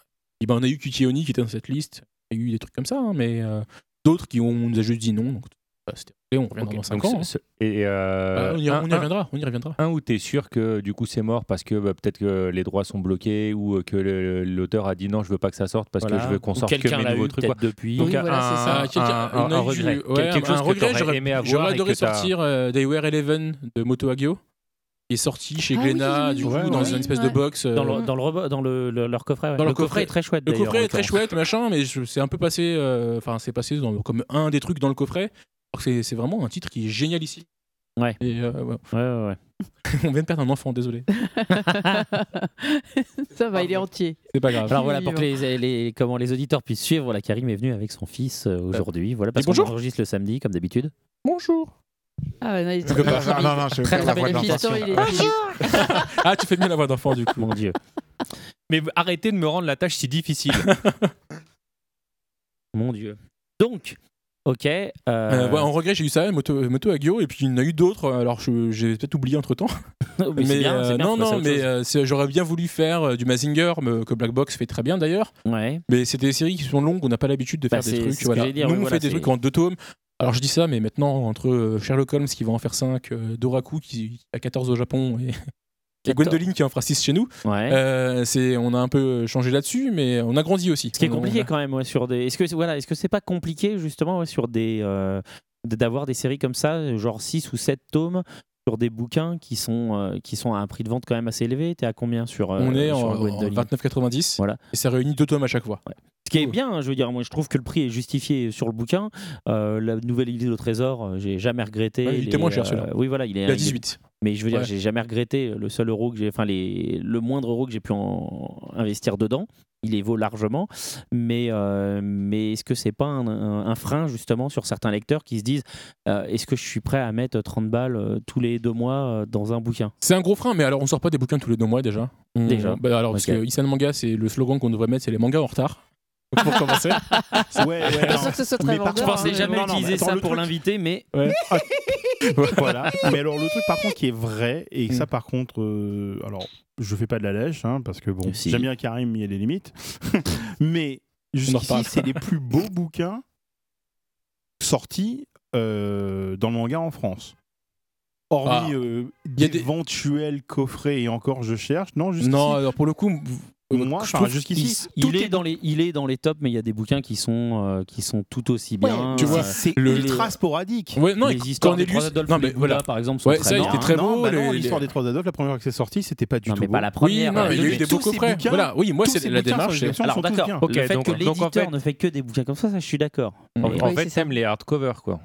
[SPEAKER 7] Et ben, on a eu Kikioni qui était dans cette liste. Il y a eu des trucs comme ça, hein, mais euh, d'autres qui ont, on nous a juste dit non. Donc, bah, c'était- et on reviendra
[SPEAKER 4] Ok,
[SPEAKER 7] dans 5
[SPEAKER 4] donc
[SPEAKER 7] ans.
[SPEAKER 4] ce- ce- et, euh,
[SPEAKER 7] Bah, on y-
[SPEAKER 4] un-
[SPEAKER 7] on y
[SPEAKER 4] un-
[SPEAKER 7] reviendra, on y reviendra.
[SPEAKER 4] Un où tu es sûr que du coup c'est mort parce que bah, peut-être que les droits sont bloqués ou euh, que le- l'auteur a dit non, je veux pas que ça sorte parce
[SPEAKER 2] Voilà.
[SPEAKER 4] que je veux
[SPEAKER 2] Ou
[SPEAKER 4] qu'on sorte que
[SPEAKER 2] quelqu'un
[SPEAKER 4] mes
[SPEAKER 2] l'a
[SPEAKER 4] nouveaux
[SPEAKER 2] eu
[SPEAKER 4] trucs.
[SPEAKER 2] peut-être
[SPEAKER 4] quoi.
[SPEAKER 2] depuis.
[SPEAKER 4] Donc
[SPEAKER 2] Oui,
[SPEAKER 4] un-
[SPEAKER 2] voilà, c'est ça.
[SPEAKER 4] un,
[SPEAKER 2] Ah,
[SPEAKER 7] Quelqu'un-
[SPEAKER 4] un-
[SPEAKER 7] on a
[SPEAKER 4] un
[SPEAKER 7] eu du-
[SPEAKER 4] regret.
[SPEAKER 7] ouais,
[SPEAKER 4] quelque
[SPEAKER 7] un
[SPEAKER 4] chose
[SPEAKER 7] regret,
[SPEAKER 4] que
[SPEAKER 7] j'aurais-
[SPEAKER 4] j'aurais aimé avoir.
[SPEAKER 7] J'aurais
[SPEAKER 4] et
[SPEAKER 7] adoré
[SPEAKER 4] que t'as-
[SPEAKER 7] sortir euh, They Were Eleven de Moto Agio, qui est sorti chez
[SPEAKER 2] Ah oui,
[SPEAKER 7] Glénat,
[SPEAKER 2] oui,
[SPEAKER 7] du
[SPEAKER 2] oui,
[SPEAKER 7] coup,
[SPEAKER 2] oui,
[SPEAKER 7] dans
[SPEAKER 2] oui,
[SPEAKER 7] une
[SPEAKER 2] oui,
[SPEAKER 7] espèce
[SPEAKER 2] ouais.
[SPEAKER 7] de box. euh,
[SPEAKER 2] Dans, le, dans, le robot- dans le- le- leur coffret, ouais.
[SPEAKER 7] dans
[SPEAKER 2] le
[SPEAKER 7] leur
[SPEAKER 2] coffret est très chouette.
[SPEAKER 7] Le
[SPEAKER 2] d'ailleurs,
[SPEAKER 7] coffret
[SPEAKER 2] en
[SPEAKER 7] est très
[SPEAKER 2] l'occurrence.
[SPEAKER 7] chouette, machin, mais je- c'est un peu passé. euh, Enfin, c'est passé dans- comme un des trucs dans le coffret. Alors que c'est- C'est vraiment un titre qui est génial ici.
[SPEAKER 2] Ouais.
[SPEAKER 7] Et, euh, ouais.
[SPEAKER 2] Ouais, ouais, ouais.
[SPEAKER 7] On vient de perdre un enfant, désolé.
[SPEAKER 5] Ça va, il est entier.
[SPEAKER 7] C'est pas grave.
[SPEAKER 2] Alors voilà, pour que les, les- comment les auditeurs puissent suivre, la Karim est venue avec son fils euh, aujourd'hui. Voilà, parce
[SPEAKER 7] dis
[SPEAKER 2] qu'on
[SPEAKER 7] bonjour.
[SPEAKER 2] enregistre le samedi, comme d'habitude.
[SPEAKER 7] Bonjour.
[SPEAKER 5] Ah, ouais, non, il est
[SPEAKER 6] Je peux pas faire- non, non, je vais
[SPEAKER 2] Très,
[SPEAKER 6] faire
[SPEAKER 2] très
[SPEAKER 6] bah, la voix de
[SPEAKER 2] belle
[SPEAKER 6] l'enfant.
[SPEAKER 2] imitation.
[SPEAKER 5] il est-
[SPEAKER 7] Ah, tu fais bien la voix d'enfant, du coup.
[SPEAKER 2] Mon Dieu.
[SPEAKER 4] Mais v- arrêtez de me rendre la tâche si difficile.
[SPEAKER 2] Mon Dieu. Donc, ok. euh,
[SPEAKER 7] Euh, ouais, en regret, j'ai eu ça, Moto, Moto Agio, et puis il y en a eu d'autres. Alors, je- j'ai peut-être oublié entre temps.
[SPEAKER 2] mais c'est bien, c'est bien, faut passer à
[SPEAKER 7] non, non,
[SPEAKER 2] autre
[SPEAKER 7] mais
[SPEAKER 2] chose.
[SPEAKER 7] euh, c'est- j'aurais bien voulu faire euh, du Mazinger, mais, que Black Box fait très bien d'ailleurs.
[SPEAKER 2] Ouais.
[SPEAKER 7] Mais c'est des séries qui sont longues, on n'a pas l'habitude de
[SPEAKER 2] Bah,
[SPEAKER 7] faire des
[SPEAKER 2] c'est-
[SPEAKER 7] trucs.
[SPEAKER 2] c'est ce que
[SPEAKER 7] voilà.
[SPEAKER 2] j'allais dire,
[SPEAKER 7] Nous,
[SPEAKER 2] oui,
[SPEAKER 7] on
[SPEAKER 2] voilà,
[SPEAKER 7] fait des
[SPEAKER 2] c'est-
[SPEAKER 7] trucs en deux tomes. Alors, je dis ça, mais maintenant, entre euh, Sherlock Holmes qui va en faire 5, Doraku qui a 14 au Japon et. et Gwendoline qui en fera 6 chez nous.
[SPEAKER 2] Ouais.
[SPEAKER 7] euh, c'est- on a un peu changé là-dessus, mais on a grandi aussi.
[SPEAKER 2] Ce qui est compliqué quand même, ouais, sur des. Est-ce que c'est- voilà, est-ce que c'est pas compliqué justement ouais, sur des euh, d- d'avoir des séries comme ça, genre 6 ou 7 tomes sur des bouquins qui sont euh, qui sont à un prix de vente quand même assez élevé. T'es à combien sur euh,
[SPEAKER 7] on est
[SPEAKER 2] sur
[SPEAKER 7] en, en
[SPEAKER 2] Gwendoline
[SPEAKER 7] 29,90
[SPEAKER 2] Voilà.
[SPEAKER 7] et ça réunit deux tomes à chaque fois.
[SPEAKER 2] Ce qui est bien, hein, je veux dire, moi je trouve que le prix est justifié sur le bouquin. Euh, la nouvelle île au trésor, euh, j'ai jamais regretté.
[SPEAKER 7] Ouais, il était
[SPEAKER 2] est,
[SPEAKER 7] moins cher,
[SPEAKER 2] euh,
[SPEAKER 7] celui-là.
[SPEAKER 2] Oui, voilà, il est
[SPEAKER 7] Il a
[SPEAKER 2] est-
[SPEAKER 7] 18.
[SPEAKER 2] mais je veux dire,
[SPEAKER 7] Ouais.
[SPEAKER 2] j'ai jamais regretté le seul euro que j'ai, enfin les, le moindre euro que j'ai pu en investir dedans. Il les vaut largement, mais, euh, mais est-ce que c'est pas un, un- un frein justement sur certains lecteurs qui se disent euh, est-ce que je suis prêt à mettre 30 balles euh, tous les deux mois euh, dans un bouquin
[SPEAKER 7] C'est un gros frein, mais alors on sort pas des bouquins tous les deux mois déjà. On-
[SPEAKER 2] Déjà.
[SPEAKER 7] bah alors, parce
[SPEAKER 2] Ok.
[SPEAKER 7] que Isan Manga, c'est le slogan qu'on devrait mettre, c'est les mangas en retard. Donc, Pour commencer.
[SPEAKER 6] Ouais, ouais,
[SPEAKER 5] Pas
[SPEAKER 6] non.
[SPEAKER 5] sûr que ce soit très
[SPEAKER 6] Mais par
[SPEAKER 5] vendeur,
[SPEAKER 2] Je
[SPEAKER 6] contre,
[SPEAKER 5] hein.
[SPEAKER 2] pensais jamais
[SPEAKER 6] Non, non, mais
[SPEAKER 2] utiliser
[SPEAKER 6] attends,
[SPEAKER 2] ça
[SPEAKER 6] le
[SPEAKER 2] pour
[SPEAKER 6] truc-
[SPEAKER 2] l'inviter, mais
[SPEAKER 1] voilà. Mais alors le truc par contre qui est vrai et
[SPEAKER 7] Mm.
[SPEAKER 1] ça par contre, euh, alors je fais pas de la lèche hein, parce que bon,
[SPEAKER 2] Si.
[SPEAKER 1] j'aime bien Karim, mais il y a des limites. mais jusqu'ici
[SPEAKER 7] reparle.
[SPEAKER 1] c'est les plus beaux bouquins sortis euh, dans le manga en France. Hormis
[SPEAKER 7] Ah.
[SPEAKER 1] euh,
[SPEAKER 7] y a des-
[SPEAKER 1] d'éventuels coffrets et encore je cherche. Non, jusqu'ici.
[SPEAKER 7] Non, alors pour le coup,
[SPEAKER 1] Moi,
[SPEAKER 7] je
[SPEAKER 1] enfin,
[SPEAKER 7] trouve
[SPEAKER 2] il,
[SPEAKER 1] jusqu'ici,
[SPEAKER 2] il est dans les, il est dans les tops, mais il y a des bouquins qui sont, euh, qui sont tout aussi bien. Euh,
[SPEAKER 7] tu vois,
[SPEAKER 1] c'est
[SPEAKER 7] le-
[SPEAKER 1] ultra sporadique.
[SPEAKER 7] Ouais, non,
[SPEAKER 2] les
[SPEAKER 7] et
[SPEAKER 2] histoires des
[SPEAKER 7] Cornelius-
[SPEAKER 2] trois Adolphes
[SPEAKER 7] non,
[SPEAKER 2] Lula,
[SPEAKER 7] mais voilà.
[SPEAKER 2] par exemple, sont
[SPEAKER 7] Ouais,
[SPEAKER 2] très
[SPEAKER 7] ça, il
[SPEAKER 2] bien.
[SPEAKER 7] était très
[SPEAKER 1] non,
[SPEAKER 7] beau,
[SPEAKER 1] bah
[SPEAKER 7] les-
[SPEAKER 1] non,
[SPEAKER 7] les-
[SPEAKER 1] l'histoire des trois Adolphes, la première fois que c'est sorti, c'était pas du
[SPEAKER 2] Non,
[SPEAKER 1] tout
[SPEAKER 2] mais
[SPEAKER 1] beau.
[SPEAKER 2] pas la
[SPEAKER 7] Oui,
[SPEAKER 2] première.
[SPEAKER 7] non,
[SPEAKER 2] la
[SPEAKER 7] mais il y a eu
[SPEAKER 2] deuxième.
[SPEAKER 7] des beaux
[SPEAKER 1] euh, tous ces
[SPEAKER 7] coffrets.
[SPEAKER 1] bouquins-
[SPEAKER 7] Voilà, oui, moi,
[SPEAKER 1] tous
[SPEAKER 7] c'est
[SPEAKER 1] ces bouquins
[SPEAKER 7] la
[SPEAKER 1] sur les
[SPEAKER 7] démarche. c'est- Ah,
[SPEAKER 1] collections
[SPEAKER 2] Alors
[SPEAKER 1] sont tous
[SPEAKER 2] d'accord,
[SPEAKER 1] bien.
[SPEAKER 2] ok,
[SPEAKER 4] Ok,
[SPEAKER 2] le fait
[SPEAKER 4] donc-
[SPEAKER 2] que
[SPEAKER 4] donc en
[SPEAKER 2] l'éditeur
[SPEAKER 4] fait-
[SPEAKER 2] ne fait que des bouquins comme ça, ça je suis d'accord.
[SPEAKER 4] En,
[SPEAKER 2] Mais-
[SPEAKER 4] en
[SPEAKER 5] Oui,
[SPEAKER 4] fait,
[SPEAKER 5] c'est ça.
[SPEAKER 4] t'aimes les hardcover, quoi.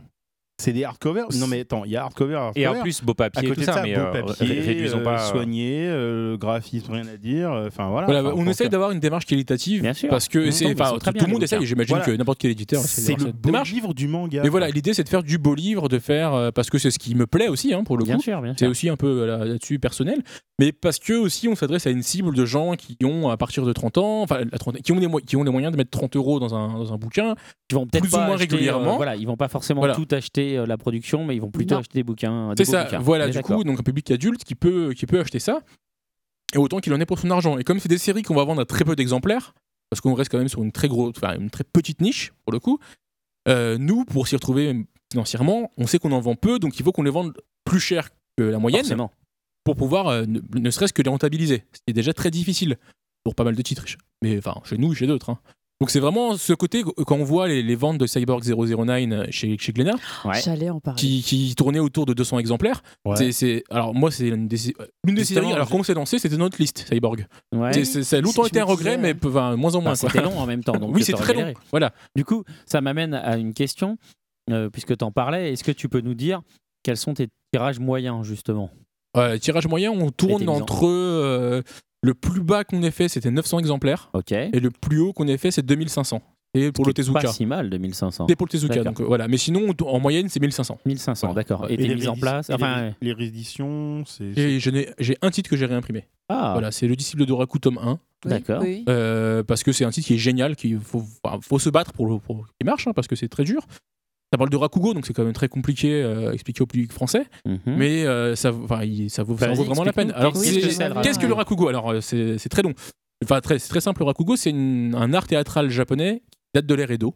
[SPEAKER 1] C'est des hardcover Non mais attends, il y a hardcover,
[SPEAKER 4] Et en
[SPEAKER 1] hardcover.
[SPEAKER 4] plus, beau papier,
[SPEAKER 1] à côté
[SPEAKER 4] tout
[SPEAKER 1] de
[SPEAKER 4] ça,
[SPEAKER 1] ça,
[SPEAKER 4] mais,
[SPEAKER 1] beau
[SPEAKER 4] euh,
[SPEAKER 1] papier,
[SPEAKER 4] ré- réduisons
[SPEAKER 1] euh,
[SPEAKER 4] pas-
[SPEAKER 1] soigné, euh, graphisme, rien à dire. euh, Enfin voilà.
[SPEAKER 7] Voilà,
[SPEAKER 1] Enfin,
[SPEAKER 7] on
[SPEAKER 1] je pense
[SPEAKER 7] essaye
[SPEAKER 1] que-
[SPEAKER 7] d'avoir une démarche qualitative
[SPEAKER 1] sûr.
[SPEAKER 7] parce que
[SPEAKER 1] Non,
[SPEAKER 7] c'est-
[SPEAKER 1] mais
[SPEAKER 7] enfin,
[SPEAKER 1] ils sont
[SPEAKER 7] tout,
[SPEAKER 1] très
[SPEAKER 7] tout
[SPEAKER 1] bien,
[SPEAKER 7] le monde
[SPEAKER 1] les
[SPEAKER 7] essaye.
[SPEAKER 1] bouquins.
[SPEAKER 7] J'imagine
[SPEAKER 1] Voilà.
[SPEAKER 7] que n'importe quel éditeur. essaie
[SPEAKER 1] C'est
[SPEAKER 7] d'avoir
[SPEAKER 1] le
[SPEAKER 7] cette
[SPEAKER 1] beau
[SPEAKER 7] démarche.
[SPEAKER 1] livre du manga.
[SPEAKER 7] Mais voilà, l'idée c'est de faire du beau livre, de faire euh, parce que c'est ce qui me plaît aussi hein, pour le
[SPEAKER 2] Bien
[SPEAKER 7] coup.
[SPEAKER 2] sûr, bien sûr.
[SPEAKER 7] C'est aussi un peu euh, là- là-dessus personnel, mais parce que aussi on s'adresse à une cible de gens qui ont à partir de 30 ans, enfin la trentaine- qui ont des mo- qui ont les moyens de mettre 30 euros dans un, dans un bouquin,
[SPEAKER 2] Ils vont peut-être
[SPEAKER 7] plus ou
[SPEAKER 2] pas
[SPEAKER 7] moins
[SPEAKER 2] acheter, euh,
[SPEAKER 7] régulièrement.
[SPEAKER 2] voilà, ils vont pas forcément
[SPEAKER 7] Voilà.
[SPEAKER 2] tout acheter euh, la production, mais ils vont plutôt
[SPEAKER 5] Non.
[SPEAKER 2] acheter des bouquins. des
[SPEAKER 7] C'est
[SPEAKER 2] beaux
[SPEAKER 7] ça,
[SPEAKER 2] bouquins. On
[SPEAKER 7] voilà,
[SPEAKER 2] est
[SPEAKER 7] du
[SPEAKER 2] d'accord.
[SPEAKER 7] coup, donc un public adulte qui peut, qui peut acheter ça, et autant qu'il en est pour son argent. Et comme c'est des séries qu'on va vendre à très peu d'exemplaires, parce qu'on reste quand même sur une très, grosse, enfin, une très petite niche, pour le coup, euh, nous, pour s'y retrouver financièrement, on sait qu'on en vend peu, donc il faut qu'on les vende plus cher que la moyenne
[SPEAKER 2] Forcément.
[SPEAKER 7] pour pouvoir euh, ne, ne serait-ce que les rentabiliser. Ce qui est déjà très difficile pour pas mal de titres. Mais enfin, chez nous, chez d'autres. hein. Donc c'est vraiment ce côté, quand on voit les, les ventes de Cyborg 009 chez, chez Glénat,
[SPEAKER 2] Ouais.
[SPEAKER 5] J'allais en parler.
[SPEAKER 7] qui, qui tournait autour de 200 exemplaires.
[SPEAKER 1] Ouais.
[SPEAKER 7] C'est- c'est- alors moi, c'est une des, une des
[SPEAKER 2] Justement,
[SPEAKER 7] séries. Alors
[SPEAKER 2] je-
[SPEAKER 7] quand on s'est lancé, c'était notre liste, Cyborg.
[SPEAKER 2] Ouais.
[SPEAKER 7] C'est- c'est- ça a longtemps
[SPEAKER 5] Je
[SPEAKER 7] été un
[SPEAKER 5] me disais,
[SPEAKER 7] regret,
[SPEAKER 5] ouais.
[SPEAKER 7] mais peu- enfin, moins en
[SPEAKER 2] Bah,
[SPEAKER 7] moins. quoi.
[SPEAKER 2] C'était long en même temps. Donc
[SPEAKER 7] oui, c'est
[SPEAKER 2] t'aurais
[SPEAKER 7] très long.
[SPEAKER 2] galéré.
[SPEAKER 7] Voilà.
[SPEAKER 2] Du coup, ça m'amène à une question, euh, puisque tu en parlais. Est-ce que tu peux nous dire quels sont tes tirages moyens, justement
[SPEAKER 7] Euh, tirage moyen, on tourne
[SPEAKER 2] Mettez-les-en.
[SPEAKER 7] entre euh, le plus bas qu'on ait fait, c'était 900 exemplaires,
[SPEAKER 2] Ok.
[SPEAKER 7] et le plus haut qu'on ait fait, c'est 2500. Et pour
[SPEAKER 2] Ce
[SPEAKER 7] le
[SPEAKER 2] qui est Pas
[SPEAKER 7] Tezuka.
[SPEAKER 2] si mal, 2500.
[SPEAKER 7] C'était pour le Tezuka.
[SPEAKER 2] D'accord.
[SPEAKER 7] Donc euh, voilà. Mais sinon, on tou- en moyenne, c'est 1500.
[SPEAKER 2] 1500, d'accord. Et
[SPEAKER 1] les
[SPEAKER 2] t'es mis en
[SPEAKER 1] réédi-
[SPEAKER 2] place.
[SPEAKER 1] et
[SPEAKER 2] Enfin,
[SPEAKER 1] les,
[SPEAKER 2] ouais.
[SPEAKER 1] les rééditions, c'est. c'est-
[SPEAKER 7] Et je n'ai- j'ai un titre que j'ai réimprimé.
[SPEAKER 2] ah,
[SPEAKER 7] Voilà, c'est le disciple d'Oraku tome 1.
[SPEAKER 5] Oui,
[SPEAKER 2] D'accord.
[SPEAKER 5] oui.
[SPEAKER 7] Euh, parce que c'est un titre qui est génial, qu'il faut, enfin, faut se battre pour, le- pour qu'il marche, hein, parce que c'est très dur. Ça parle de Rakugo, donc c'est quand même très compliqué euh, à expliquer au public français,
[SPEAKER 2] mhm.
[SPEAKER 7] mais euh, ça, enfin, il- ça vaut, ça
[SPEAKER 2] Vas-y,
[SPEAKER 7] vaut vraiment la peine.
[SPEAKER 2] explique-nous
[SPEAKER 7] Alors,
[SPEAKER 2] qu'est-ce
[SPEAKER 7] c'est-
[SPEAKER 2] que c'est, le
[SPEAKER 7] qu'est-ce que le Rakugo Alors, euh, c'est c'est très long. Enfin, très, c'est très simple, le Rakugo, c'est une- un art théâtral japonais qui date de l'ère Edo.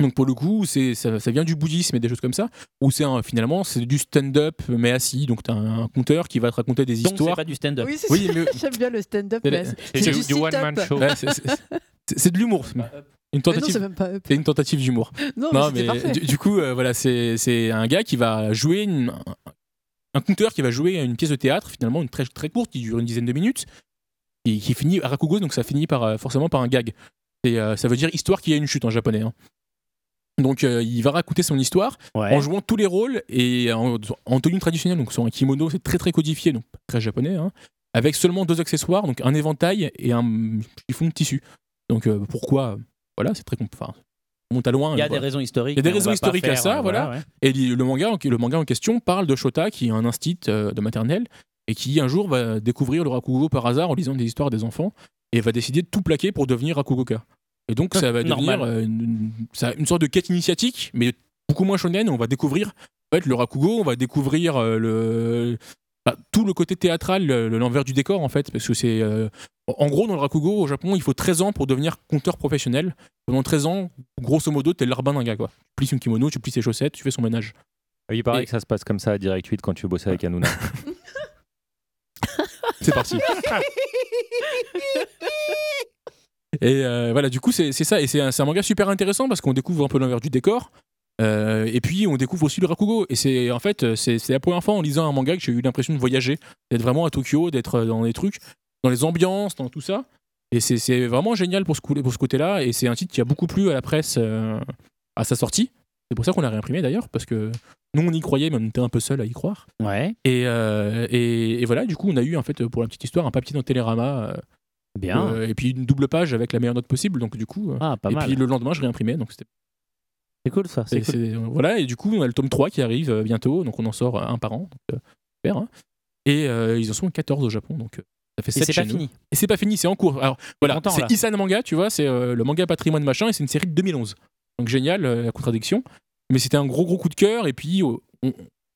[SPEAKER 7] Donc, pour le coup, c'est- ça, ça vient du bouddhisme et des choses comme ça, où c'est un- finalement, c'est du stand-up, mais assis. Donc, t'as un, un conteur qui va te raconter des
[SPEAKER 2] Donc, c'est
[SPEAKER 7] histoires.
[SPEAKER 2] pas du stand-up.
[SPEAKER 5] Oui, c'est
[SPEAKER 7] Oui,
[SPEAKER 5] ça.
[SPEAKER 7] mais-
[SPEAKER 5] J'aime bien le stand-up.
[SPEAKER 7] C'est
[SPEAKER 5] mais
[SPEAKER 7] la-
[SPEAKER 5] c'est-
[SPEAKER 4] C'est
[SPEAKER 5] c'est
[SPEAKER 4] du,
[SPEAKER 5] du
[SPEAKER 4] du one-man
[SPEAKER 5] sit-up.
[SPEAKER 4] show.
[SPEAKER 7] Ouais, c'est- c'est- Bah, euh, c'est c'est de l'humour. c'est- Une
[SPEAKER 5] Mais non,
[SPEAKER 7] tentative
[SPEAKER 5] c'est même pas up.
[SPEAKER 7] c'est une tentative d'humour.
[SPEAKER 5] Non,
[SPEAKER 7] Non,
[SPEAKER 5] mais, c'était
[SPEAKER 7] mais
[SPEAKER 5] parfait.
[SPEAKER 7] du, du coup, euh, voilà, c'est c'est un gars qui va jouer une- un- un conteur qui va jouer une pièce de théâtre, finalement, une très, très courte, qui dure une dizaine de minutes, et qui finit à Rakugo, donc ça finit par, euh, forcément par un gag. Et, euh, ça veut dire histoire qui a une chute en japonais. hein. Donc euh, il va raconter son histoire
[SPEAKER 2] Ouais.
[SPEAKER 7] en jouant tous les rôles et en, en tenue traditionnelle, donc sur un kimono, c'est très très codifié, donc très japonais, hein, avec seulement deux accessoires, donc un éventail et un chiffon de tissu. Donc euh, pourquoi Voilà, c'est très compl- enfin, on monte à loin. euh,
[SPEAKER 2] Il y a des
[SPEAKER 7] voilà.
[SPEAKER 2] raisons historiques.
[SPEAKER 7] Il y a des
[SPEAKER 2] mais on
[SPEAKER 7] raisons
[SPEAKER 2] va pas
[SPEAKER 7] historiques à
[SPEAKER 2] faire,
[SPEAKER 7] ça,
[SPEAKER 2] euh,
[SPEAKER 7] voilà.
[SPEAKER 2] ouais.
[SPEAKER 7] Et li- le manga, en- le manga en question parle de Shota, qui est un instit euh, de maternelle, et qui un jour va découvrir le Rakugo par hasard en lisant des histoires des enfants, et va décider de tout plaquer pour devenir Rakugoka. Et donc ça va
[SPEAKER 2] Normal.
[SPEAKER 7] devenir euh, une, une- ça- une sorte de quête initiatique, mais beaucoup moins shonen, on va découvrir en fait, le Rakugo, on va découvrir euh, le... bah, tout le côté théâtral, le- le- l'envers du décor en fait, parce que c'est... euh, En gros, dans le Rakugo, au Japon, il faut 13 ans pour devenir conteur professionnel. Pendant 13 ans, grosso modo, t'es le larbin d'un gars, quoi. Tu plisses son kimono, tu plisses ses chaussettes, tu fais son ménage.
[SPEAKER 4] Il paraît
[SPEAKER 7] Et-
[SPEAKER 4] que ça se passe comme ça à Direct 8 quand tu bossais avec Hanouna.
[SPEAKER 7] C'est parti. et euh, voilà, du coup, c'est c'est ça. Et c'est un, c'est un manga super intéressant parce qu'on découvre un peu l'envers du décor. Euh, et puis, on découvre aussi le Rakugo. Et c'est en fait, c'est c'est la première fois en lisant un manga que j'ai eu l'impression de voyager, d'être vraiment à Tokyo, d'être euh, dans les trucs, dans les ambiances, dans tout ça. Et c'est- c'est vraiment génial pour ce, cou- pour ce côté-là. Et c'est un titre qui a beaucoup plu à la presse euh, à sa sortie. C'est pour ça qu'on l'a réimprimé d'ailleurs, parce que nous, on y croyait, mais on était un peu seul à y croire.
[SPEAKER 2] Ouais,
[SPEAKER 7] Et, euh, et, et voilà, du coup, on a eu, en fait, pour la petite histoire, un papier dans Télérama, euh,
[SPEAKER 2] bien.
[SPEAKER 7] euh, et puis une double page avec la meilleure note possible, donc du coup. euh,
[SPEAKER 2] Ah, pas
[SPEAKER 7] et
[SPEAKER 2] mal.
[SPEAKER 7] puis le lendemain, je réimprimais, donc c'était.
[SPEAKER 2] C'est cool ça. C'est
[SPEAKER 7] et
[SPEAKER 2] cool.
[SPEAKER 7] c'est- Voilà, et du coup, on a le tome 3 qui arrive euh, bientôt, donc on en sort un par an, donc euh, super. hein. Et euh, ils en sont 14 au Japon, donc euh, ça fait
[SPEAKER 2] Et
[SPEAKER 7] 7
[SPEAKER 2] c'est
[SPEAKER 7] chez
[SPEAKER 2] pas
[SPEAKER 7] nous.
[SPEAKER 2] fini.
[SPEAKER 7] Et c'est pas fini, c'est en cours. Alors voilà,
[SPEAKER 2] content, là.
[SPEAKER 7] c'est Isan Manga, tu vois, c'est euh, le manga patrimoine machin, et c'est une série de 2011. Donc génial, euh, la contradiction. Mais c'était un gros, gros coup de cœur, et puis euh, on,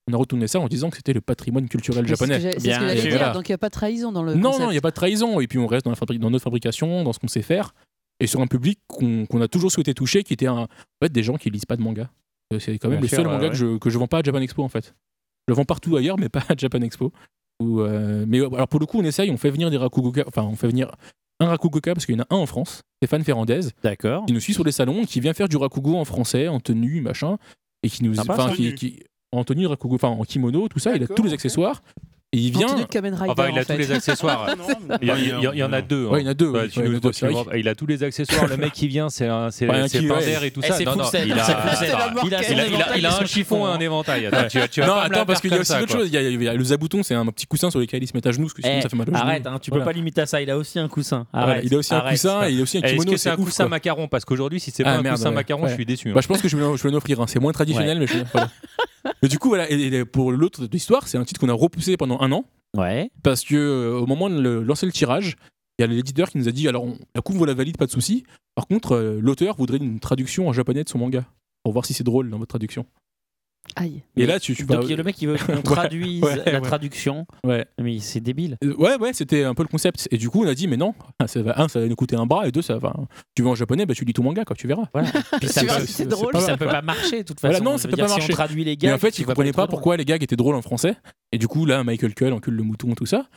[SPEAKER 7] on a retourné ça en disant que c'était le patrimoine culturel
[SPEAKER 5] Mais c'est ce que
[SPEAKER 7] japonais.
[SPEAKER 5] j'ai- C'est
[SPEAKER 2] Bien
[SPEAKER 5] ce que j'allais
[SPEAKER 7] sûr.
[SPEAKER 5] dire. Donc il n'y a pas de trahison dans le.
[SPEAKER 7] Non,
[SPEAKER 5] euh, concept.
[SPEAKER 7] non, il n'y a pas de trahison. Et puis on reste dans, la fabri- dans notre fabrication, dans ce qu'on sait faire, et sur un public qu'on qu'on a toujours souhaité toucher, qui était un- en fait, des gens qui lisent pas de manga. Euh, C'est quand même
[SPEAKER 4] Bien
[SPEAKER 7] le
[SPEAKER 4] sûr,
[SPEAKER 7] seul
[SPEAKER 4] ouais,
[SPEAKER 7] manga
[SPEAKER 4] ouais.
[SPEAKER 7] que je que je vends pas à Japan Expo en fait. Je le vends partout ailleurs, mais pas à Japan Expo. Ou, euh, mais euh, alors pour le coup, on essaye, on fait venir des Rakugoka, enfin on fait venir un Rakugoka parce qu'il y en a un en France, Stéphane Ferrandez,
[SPEAKER 2] D'accord.
[SPEAKER 7] qui nous suit sur les salons, qui vient faire du Rakugo en français, en tenue, machin, et qui nous,
[SPEAKER 2] Sympa,
[SPEAKER 7] enfin
[SPEAKER 1] ça.
[SPEAKER 7] qui, qui- en tenue Rakugo, enfin en kimono, tout ça, il a
[SPEAKER 1] D'accord,
[SPEAKER 7] tous les
[SPEAKER 1] ok.
[SPEAKER 7] accessoires. Et il vient.
[SPEAKER 5] Continue de Kamen Rider,
[SPEAKER 4] Enfin, Ah bah, il a
[SPEAKER 5] en fait.
[SPEAKER 4] tous les accessoires. Il y, a- il y a- il y en a deux.
[SPEAKER 7] Ouais, il y en a deux,
[SPEAKER 4] Bah,
[SPEAKER 7] oui.
[SPEAKER 4] tu
[SPEAKER 7] Ouais,
[SPEAKER 4] nous-
[SPEAKER 7] il y en a deux,
[SPEAKER 4] tu nous-
[SPEAKER 7] c'est vrai.
[SPEAKER 4] Il a tous les accessoires. Le mec qui vient, c'est un, c'est,
[SPEAKER 7] Ouais, un
[SPEAKER 4] c'est
[SPEAKER 7] qui-
[SPEAKER 4] Pinder
[SPEAKER 7] ouais.
[SPEAKER 4] et tout
[SPEAKER 7] Eh,
[SPEAKER 4] ça.
[SPEAKER 7] c'est
[SPEAKER 4] Non, non,
[SPEAKER 7] Fourcette,
[SPEAKER 4] il a,
[SPEAKER 7] c'est Fourcette,
[SPEAKER 4] il a-
[SPEAKER 7] la marque.
[SPEAKER 4] il a-
[SPEAKER 7] C'est
[SPEAKER 4] il a-
[SPEAKER 7] son
[SPEAKER 4] il a- il a
[SPEAKER 7] éventail,
[SPEAKER 4] un
[SPEAKER 7] son
[SPEAKER 4] chiffon et un éventail. Attends, tu, tu vas
[SPEAKER 7] non,
[SPEAKER 4] pas me la
[SPEAKER 7] attends,
[SPEAKER 4] faire
[SPEAKER 7] parce qu'il y a
[SPEAKER 4] comme
[SPEAKER 7] aussi
[SPEAKER 4] ça,
[SPEAKER 7] d'autres
[SPEAKER 4] quoi.
[SPEAKER 7] choses. Il y, a- il y a le zabuton, c'est un petit coussin sur lequel ils se mettent à genoux, parce que sinon
[SPEAKER 2] Eh,
[SPEAKER 7] ça fait mal aux genoux.
[SPEAKER 2] arrête, hein, tu peux
[SPEAKER 7] Voilà.
[SPEAKER 2] pas limiter à ça. Il a aussi un coussin. Arrête,
[SPEAKER 7] Voilà, il a aussi un
[SPEAKER 2] arrête.
[SPEAKER 7] coussin et il a aussi un
[SPEAKER 4] Eh, Est-ce
[SPEAKER 7] kimono,
[SPEAKER 4] que c'est un
[SPEAKER 7] ouf,
[SPEAKER 4] coussin
[SPEAKER 7] quoi.
[SPEAKER 4] macaron Parce qu'aujourd'hui, si c'est
[SPEAKER 7] Ah,
[SPEAKER 4] pas un
[SPEAKER 7] merde,
[SPEAKER 4] coussin
[SPEAKER 7] ouais.
[SPEAKER 4] macaron, je
[SPEAKER 7] Ouais.
[SPEAKER 4] suis déçu. hein.
[SPEAKER 7] Bah, je pense que je vais, je vais l'offrir. hein. C'est moins traditionnel,
[SPEAKER 4] Ouais.
[SPEAKER 7] mais je voilà. Mais du coup, voilà. Et, et pour l'autre de l'histoire, c'est un titre qu'on a repoussé pendant un an.
[SPEAKER 2] Ouais.
[SPEAKER 7] Parce que euh, au moment de le- lancer le tirage, il y a l'éditeur qui nous a dit alors on, la couve, vous la valide, pas de souci. Par contre, euh, l'auteur voudrait une traduction en japonais de son manga pour voir si c'est drôle dans votre traduction.
[SPEAKER 5] Aïe.
[SPEAKER 7] Et là, tu, tu
[SPEAKER 2] Donc
[SPEAKER 7] vas-
[SPEAKER 2] le mec, il veut qu'on
[SPEAKER 7] Ouais,
[SPEAKER 2] traduise
[SPEAKER 7] ouais,
[SPEAKER 2] la
[SPEAKER 7] ouais.
[SPEAKER 2] traduction.
[SPEAKER 7] Ouais.
[SPEAKER 2] Mais c'est débile.
[SPEAKER 7] Euh, Ouais, ouais, c'était un peu le concept. Et du coup, on a dit, mais non, ça va, un, ça va nous coûter un bras, et deux, ça va. hein. Tu veux en japonais, bah, tu lis tout manga, quoi, tu verras.
[SPEAKER 2] Voilà. Puis ça,
[SPEAKER 7] Tu
[SPEAKER 2] peut,
[SPEAKER 7] verras si c'est
[SPEAKER 2] puis
[SPEAKER 7] drôle.
[SPEAKER 2] ça peut
[SPEAKER 7] Voilà.
[SPEAKER 2] pas marcher, de toute façon.
[SPEAKER 7] Voilà, non,
[SPEAKER 2] Je
[SPEAKER 7] ça
[SPEAKER 2] veux
[SPEAKER 7] peut
[SPEAKER 2] dire,
[SPEAKER 7] pas
[SPEAKER 2] si
[SPEAKER 7] marcher.
[SPEAKER 2] on traduit les
[SPEAKER 7] Mais
[SPEAKER 2] gars.
[SPEAKER 7] en fait, ils comprenaient pas pourquoi les gags étaient drôles en français. Et du coup, là, Michael Cull encule le mouton, tout ça.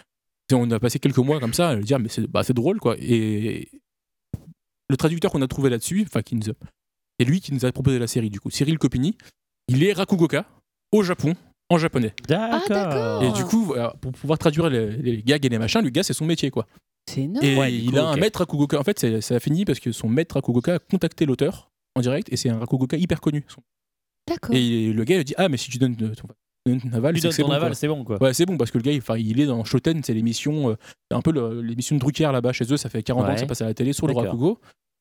[SPEAKER 7] Et on a passé quelques mois comme ça à lui dire, mais c'est bah, c'est drôle, quoi. Et le traducteur qu'on a trouvé là-dessus, enfin, qui nous a- c'est lui qui nous a proposé la série, du coup, Cyril Copini, il est Rakugoka, au Japon, en japonais.
[SPEAKER 2] D'accord.
[SPEAKER 7] Et du coup, voilà, pour pouvoir traduire les, les gags et les machins, le gars, c'est son métier, quoi.
[SPEAKER 5] C'est énorme.
[SPEAKER 7] Et
[SPEAKER 2] Ouais, du
[SPEAKER 7] il
[SPEAKER 2] coup,
[SPEAKER 7] a
[SPEAKER 2] ok.
[SPEAKER 7] un maître Rakugoka. En fait, c'est- ça a fini parce que son maître Rakugoka a contacté l'auteur en direct et c'est un Rakugoka hyper connu. Son-
[SPEAKER 5] D'accord.
[SPEAKER 7] Et le gars il dit Ah, mais si tu donnes euh, ton, tu donnes ton aval,
[SPEAKER 2] Tu
[SPEAKER 7] c'est
[SPEAKER 2] donnes
[SPEAKER 7] que c'est
[SPEAKER 2] ton
[SPEAKER 7] bon.
[SPEAKER 2] aval,
[SPEAKER 7] quoi.
[SPEAKER 2] c'est bon, quoi.
[SPEAKER 7] Ouais, c'est bon parce que le gars, il, enfin, il est dans Shoten, c'est l'émission, euh, un peu le- l'émission de Drucker là-bas chez eux. Ça fait 40 ans
[SPEAKER 2] Ouais.
[SPEAKER 7] que ça passe à la télé sur le
[SPEAKER 2] D'accord.
[SPEAKER 7] Rakugo.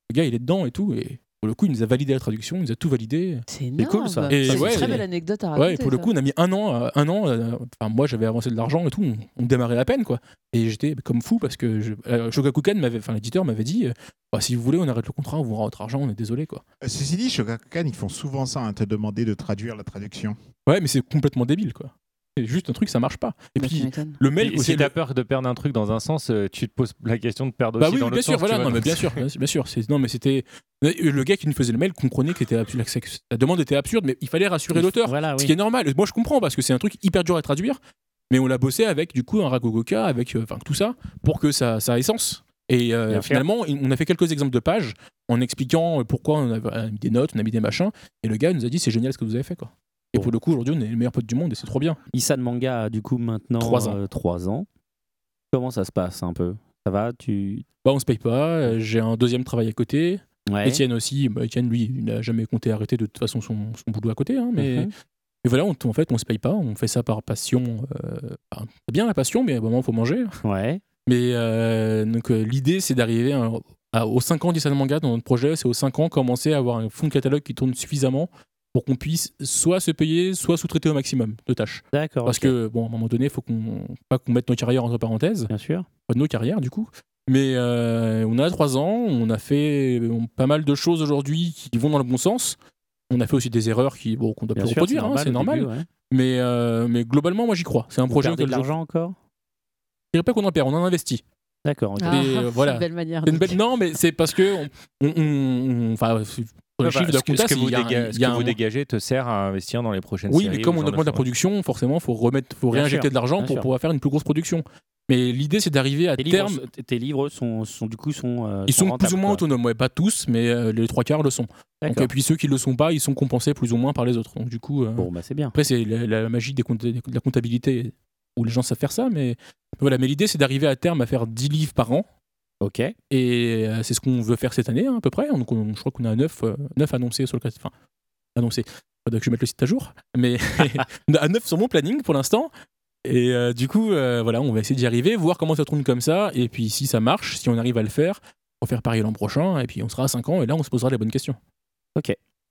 [SPEAKER 7] Le gars, il est dedans et tout. Et pour le coup, il nous a validé la traduction, il nous a tout validé.
[SPEAKER 5] C'est
[SPEAKER 2] C'est
[SPEAKER 5] énorme.
[SPEAKER 2] cool, ça.
[SPEAKER 7] Et
[SPEAKER 5] Ça, c'est une
[SPEAKER 7] ouais,
[SPEAKER 5] très
[SPEAKER 7] et-
[SPEAKER 5] belle anecdote à raconter.
[SPEAKER 7] Ouais, et pour le
[SPEAKER 5] ça.
[SPEAKER 7] coup, on a mis un an, à- un an. euh, Enfin, moi, j'avais avancé de l'argent et tout. On, on démarrait la peine, quoi. Et j'étais comme fou parce que je, euh, Shogakukan m'avait, enfin, l'éditeur m'avait dit, euh, Bah, si vous voulez, on arrête le contrat, on vous rend votre argent, on est désolé, quoi.
[SPEAKER 6] Euh, Ceci dit, Shogakukan, ils font souvent ça, hein, te demander de traduire la traduction.
[SPEAKER 7] Ouais, mais c'est complètement débile, quoi. C'est juste un truc, ça marche pas. Et
[SPEAKER 5] Bah, tu
[SPEAKER 7] puis
[SPEAKER 5] m'étonnes.
[SPEAKER 7] le mail,
[SPEAKER 4] Et
[SPEAKER 7] aussi,
[SPEAKER 4] si t'as
[SPEAKER 7] le-
[SPEAKER 4] peur de perdre un truc dans un sens, euh, tu te poses la question de perdre
[SPEAKER 7] bah
[SPEAKER 4] aussi
[SPEAKER 7] oui,
[SPEAKER 4] dans
[SPEAKER 7] bien
[SPEAKER 4] l'autre
[SPEAKER 7] sûr,
[SPEAKER 4] sens.
[SPEAKER 7] voilà,
[SPEAKER 4] tu vois,
[SPEAKER 7] non, mais
[SPEAKER 4] donc
[SPEAKER 7] bien
[SPEAKER 4] c'est-
[SPEAKER 7] sûr, bien sûr, bien sûr. C'est, non, mais c'était le gars qui nous faisait le mail comprenait que, c'était absurde, que la demande était absurde, mais il fallait rassurer l'auteur.
[SPEAKER 2] Voilà,
[SPEAKER 7] Ce
[SPEAKER 2] Ah oui.
[SPEAKER 7] qui est normal. Moi, je comprends parce que c'est un truc hyper dur à traduire, mais on l'a bossé avec du coup un ragogoka, avec euh, enfin tout ça, pour que ça, ça ait sens. Et euh,
[SPEAKER 4] Bien sûr.
[SPEAKER 7] finalement, il- on a fait quelques exemples de pages en expliquant euh, pourquoi on a, on a mis des notes, on a mis des machins, et le gars nous a dit c'est génial ce que vous avez fait quoi. Et pour le coup, aujourd'hui, on est les meilleurs potes du monde et c'est trop bien.
[SPEAKER 2] Issan Manga a du coup maintenant
[SPEAKER 7] Trois ans.
[SPEAKER 2] 3 ans. Comment ça se passe un peu Ça va tu...
[SPEAKER 7] Bah, on se paye pas. euh, J'ai un deuxième travail à côté.
[SPEAKER 2] Ouais.
[SPEAKER 7] Etienne aussi, bah, Etienne lui, il n'a jamais compté arrêter de toute façon son, son boulot à côté. hein, mais,
[SPEAKER 2] Mhm.
[SPEAKER 7] mais voilà, on, en fait, on se paye pas. On fait ça par passion. euh, bah, c'est bien la passion, mais à un moment, faut manger.
[SPEAKER 2] Ouais.
[SPEAKER 7] Mais euh, donc euh, l'idée, c'est d'arriver à- à- aux 5 ans d'Issan Manga dans notre projet. C'est aux 5 ans commencer à avoir un fonds de catalogue qui tourne suffisamment pour qu'on puisse soit se payer, soit sous-traiter au maximum de tâches.
[SPEAKER 2] D'accord.
[SPEAKER 7] Parce
[SPEAKER 2] ok.
[SPEAKER 7] que, bon, à un moment donné, il faut qu'on pas qu'on mette nos carrières entre parenthèses,
[SPEAKER 2] Bien sûr.
[SPEAKER 7] Enfin, nos carrières du coup. Mais euh, on a 3 ans, on a fait euh, pas mal de choses aujourd'hui qui vont dans le bon sens. On a fait aussi des erreurs qui bon qu'on doit
[SPEAKER 2] Bien
[SPEAKER 7] plus
[SPEAKER 2] sûr,
[SPEAKER 7] reproduire, hein, c'est
[SPEAKER 2] au
[SPEAKER 7] normal.
[SPEAKER 2] début, ouais.
[SPEAKER 7] mais, euh, mais globalement, moi j'y crois. C'est un
[SPEAKER 2] Vous
[SPEAKER 7] projet
[SPEAKER 2] perdez
[SPEAKER 7] auquel
[SPEAKER 2] de
[SPEAKER 7] je-
[SPEAKER 2] l'argent encore
[SPEAKER 7] je dirais pas qu'on en perd, on en investit.
[SPEAKER 2] D'accord. ok.
[SPEAKER 5] Ah,
[SPEAKER 7] mais, euh,
[SPEAKER 5] c'est
[SPEAKER 7] voilà.
[SPEAKER 5] une belle manière.
[SPEAKER 7] C'est une
[SPEAKER 5] de-
[SPEAKER 7] belle- Non, mais c'est parce que. on- on- on- on- Enfin, sur les
[SPEAKER 4] Ouais, bah,
[SPEAKER 7] chiffres de
[SPEAKER 4] ce que, ce
[SPEAKER 7] compta,
[SPEAKER 4] que
[SPEAKER 7] c'est-
[SPEAKER 4] vous,
[SPEAKER 7] il y a un-
[SPEAKER 4] dégagez, ce
[SPEAKER 7] il y a
[SPEAKER 4] que
[SPEAKER 7] un-
[SPEAKER 4] vous dégagez te sert à investir dans les prochaines
[SPEAKER 7] Oui,
[SPEAKER 4] séries.
[SPEAKER 7] mais comme
[SPEAKER 4] ou ce
[SPEAKER 7] on
[SPEAKER 4] genre de
[SPEAKER 7] augmente la
[SPEAKER 4] choses.
[SPEAKER 7] production, forcément, faut remettre, faut
[SPEAKER 2] Bien
[SPEAKER 7] réinjecter
[SPEAKER 2] sûr,
[SPEAKER 7] de l'argent
[SPEAKER 2] bien
[SPEAKER 7] pour
[SPEAKER 2] sûr.
[SPEAKER 7] pouvoir faire une plus grosse production. Mais l'idée, c'est d'arriver à
[SPEAKER 2] Tes livres,
[SPEAKER 7] terme.
[SPEAKER 2] tes livres sont, sont du coup sont. euh,
[SPEAKER 7] Ils sont plus
[SPEAKER 2] rentables,
[SPEAKER 7] ou moins
[SPEAKER 2] quoi.
[SPEAKER 7] autonomes, ouais, pas tous, mais euh, les trois quarts le sont. Donc,
[SPEAKER 2] D'accord.
[SPEAKER 7] et puis ceux qui le sont pas, ils sont compensés plus ou moins par les autres. Donc du coup, euh,
[SPEAKER 2] Bon, bah c'est bien.
[SPEAKER 7] après c'est la, la magie des compta- de la comptabilité où les gens savent faire ça, mais voilà. Mais l'idée, c'est d'arriver à terme à faire 10 livres par an.
[SPEAKER 2] Ok.
[SPEAKER 7] Et euh, c'est ce qu'on veut faire cette année, hein, à peu près. Donc, on- je crois qu'on a 9, annoncés sur le cat- Enfin, annoncés. Faudrait que je mette le site à jour. Mais on a 9 sur mon planning pour l'instant. Et euh, du coup, euh, voilà, on va essayer d'y arriver, voir comment ça tourne comme ça. Et puis, si ça marche, si on arrive à le faire, on va faire pareil l'an prochain. Et puis, on sera à 5 ans. Et là, on se posera les bonnes questions.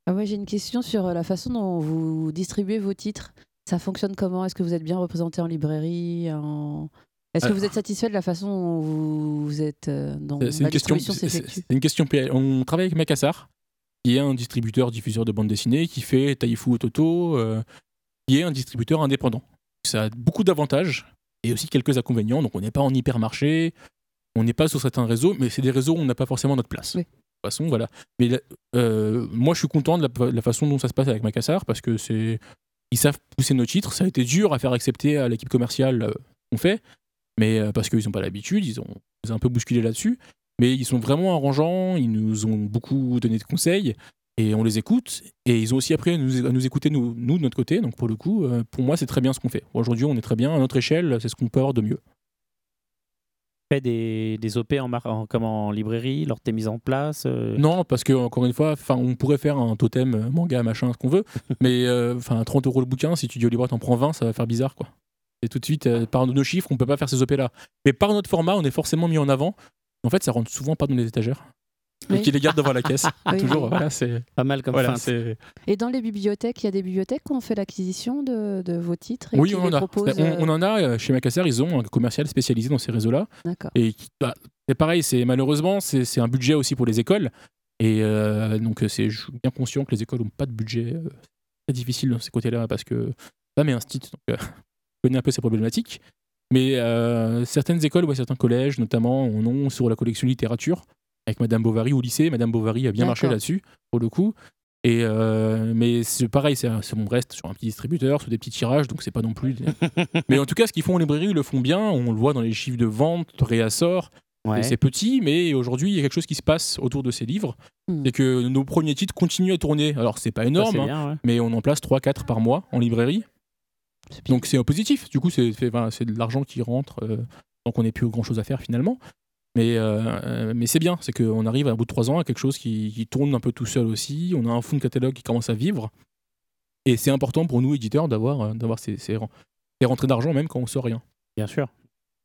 [SPEAKER 5] Ah ouais, j'ai une question sur euh, la façon dont vous distribuez vos titres. Ça fonctionne comment Est-ce que vous êtes bien représenté en librairie en- Est-ce que
[SPEAKER 7] Alors-
[SPEAKER 5] vous êtes satisfait de la façon dont vous vous êtes euh, dont
[SPEAKER 7] Euh, C'est- C'est
[SPEAKER 5] la
[SPEAKER 7] une question.
[SPEAKER 5] distribution
[SPEAKER 7] c'est- c'est-
[SPEAKER 5] s'effectue
[SPEAKER 7] c'est une question. PL. On travaille avec Makassar, qui est un distributeur diffuseur de bande dessinée, qui fait Taifu Ototo, euh, qui est un distributeur indépendant. Ça a beaucoup d'avantages et aussi quelques inconvénients. Donc on n'est pas en hypermarché, on n'est pas sur certains réseaux, mais c'est des réseaux où on n'a pas forcément notre place.
[SPEAKER 5] Oui.
[SPEAKER 7] De toute façon, voilà. Mais la- euh, moi, je suis content de la, la façon dont ça se passe avec Makassar parce que c'est ils savent pousser nos titres. Ça a été dur à faire accepter à l'équipe commerciale euh, qu'on fait, mais euh, parce qu'ils n'ont pas l'habitude, ils ont ils ont un peu bousculé là-dessus mais ils sont vraiment arrangeants, ils nous ont beaucoup donné de conseils. Et on les écoute. Et ils ont aussi appris à nous, à nous écouter, nous, nous, de notre côté. Donc pour le coup, euh, pour moi, c'est très bien ce qu'on fait. Aujourd'hui, on est très bien. À notre échelle, c'est ce qu'on peut avoir de mieux.
[SPEAKER 2] fait des, des OP en, mar- en- comme en librairie, lors de tes mises en place euh,
[SPEAKER 7] Non, parce que encore une fois, 'fin, on pourrait faire un totem euh, manga, machin, ce qu'on veut, mais euh, enfin 30 euros le bouquin, si tu dis au libraire t'en prends 20, ça va faire bizarre quoi. Et tout de suite, euh, par nos chiffres, on peut pas faire ces OP là. Mais par notre format, on est forcément mis en avant. En fait, ça rentre souvent pas dans les étagères.
[SPEAKER 5] Oui.
[SPEAKER 7] Donc ils les gardent devant la caisse.
[SPEAKER 5] Oui,
[SPEAKER 7] Ah, Toujours,
[SPEAKER 5] oui.
[SPEAKER 7] voilà, c'est.
[SPEAKER 2] Pas mal comme
[SPEAKER 7] Voilà,
[SPEAKER 2] feinte.
[SPEAKER 7] c'est-
[SPEAKER 5] Et dans les bibliothèques, il y a des bibliothèques qui ont fait l'acquisition de, de vos titres et
[SPEAKER 7] Oui,
[SPEAKER 5] qui
[SPEAKER 7] on
[SPEAKER 5] les
[SPEAKER 7] en a.
[SPEAKER 5] proposent.
[SPEAKER 7] On,
[SPEAKER 5] euh,
[SPEAKER 7] on en a euh, chez Macassar, ils ont un commercial spécialisé dans ces réseaux-là.
[SPEAKER 5] euh, D'accord.
[SPEAKER 7] Et qui- bah, c'est pareil, c'est malheureusement, c'est c'est un budget aussi pour les écoles. Et euh, donc, euh, c'est je suis bien conscient que les écoles n'ont pas de budget. euh, C'est très difficile dans ces côtés-là parce que ça met un stit. Donc, euh, je connais un peu ces problématiques. Mais euh, certaines écoles, ouais, certains collèges notamment, en ont sur la collection littérature avec Madame Bovary au lycée. Madame Bovary a bien marché
[SPEAKER 5] D'accord.
[SPEAKER 7] là-dessus, pour le coup. Et euh, mais c'est pareil, c'est un- c'est- on reste sur un petit distributeur, sur des petits tirages, donc c'est pas non plus. mais en tout cas, ce qu'ils font en librairie, ils le font bien. On le voit dans les chiffres de vente, réassort.
[SPEAKER 2] Ouais.
[SPEAKER 7] Et C'est petit, mais aujourd'hui, il y a quelque chose qui se passe autour de ces livres. C'est que nos premiers titres continuent à tourner. Alors, c'est pas énorme,
[SPEAKER 2] c'est bien,
[SPEAKER 7] hein,
[SPEAKER 2] ouais.
[SPEAKER 7] mais on en place 3-4 par mois en librairie. Donc, c'est euh, positif. Du coup, c'est c'est- voilà, c'est de l'argent qui rentre, euh, donc on n'est plus grand chose à faire finalement. Mais, euh, euh, mais c'est bien, c'est qu'on arrive à bout de 3 ans à quelque chose qui, qui tourne un peu tout seul aussi. On a un fond de catalogue qui commence à vivre. Et c'est important pour nous, éditeurs, d'avoir euh, d'avoir ces, ces ren- ces rentrées d'argent même quand on sort rien.
[SPEAKER 2] Bien sûr.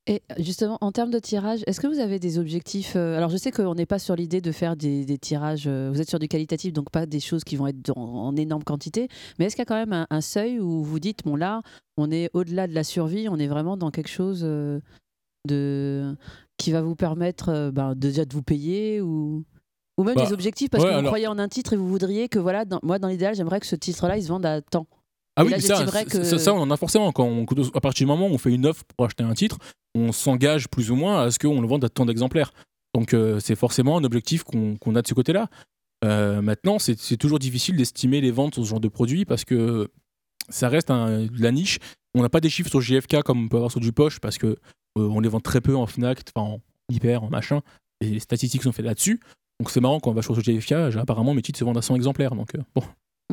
[SPEAKER 5] Et euh, justement, en termes de tirage, est-ce que vous avez des objectifs euh, Alors, je sais qu'on n'est pas sur l'idée de faire des, des tirages. euh, vous êtes sur du qualitatif, donc pas des choses qui vont être dans- en énorme quantité. Mais est-ce qu'il y a quand même un, un seuil où vous dites, bon là, on est au-delà de la survie, on est vraiment dans quelque chose euh, de qui va vous permettre euh, ben, déjà de vous payer ou ou même
[SPEAKER 7] Bah,
[SPEAKER 5] des objectifs parce
[SPEAKER 7] ouais,
[SPEAKER 5] que vous
[SPEAKER 7] alors-
[SPEAKER 5] croyez en un titre et vous voudriez que voilà, dans- moi dans l'idéal, j'aimerais que ce titre-là, il se vende à temps.
[SPEAKER 7] Ah
[SPEAKER 5] Et
[SPEAKER 7] oui,
[SPEAKER 5] là,
[SPEAKER 7] mais ça,
[SPEAKER 5] j'estimerais
[SPEAKER 7] ça-
[SPEAKER 5] que-
[SPEAKER 7] ça, ça, on en a forcément. Quand on, à partir du moment où on fait une offre pour acheter un titre, on s'engage plus ou moins à ce qu'on le vende à tant d'exemplaires. Donc euh, c'est forcément un objectif qu'on qu'on a de ce côté-là. Euh, maintenant, c'est c'est toujours difficile d'estimer les ventes sur ce genre de produit parce que ça reste un- de la niche. On n'a pas des chiffres sur JFK comme on peut avoir sur du poche parce que euh, on les vend très peu en Fnac, enfin en hyper, en machin. Et les statistiques sont faites là-dessus. Donc c'est marrant quand on va sur JFK, j'ai- apparemment mes titres se vendent à 100 exemplaires. Donc euh, bon,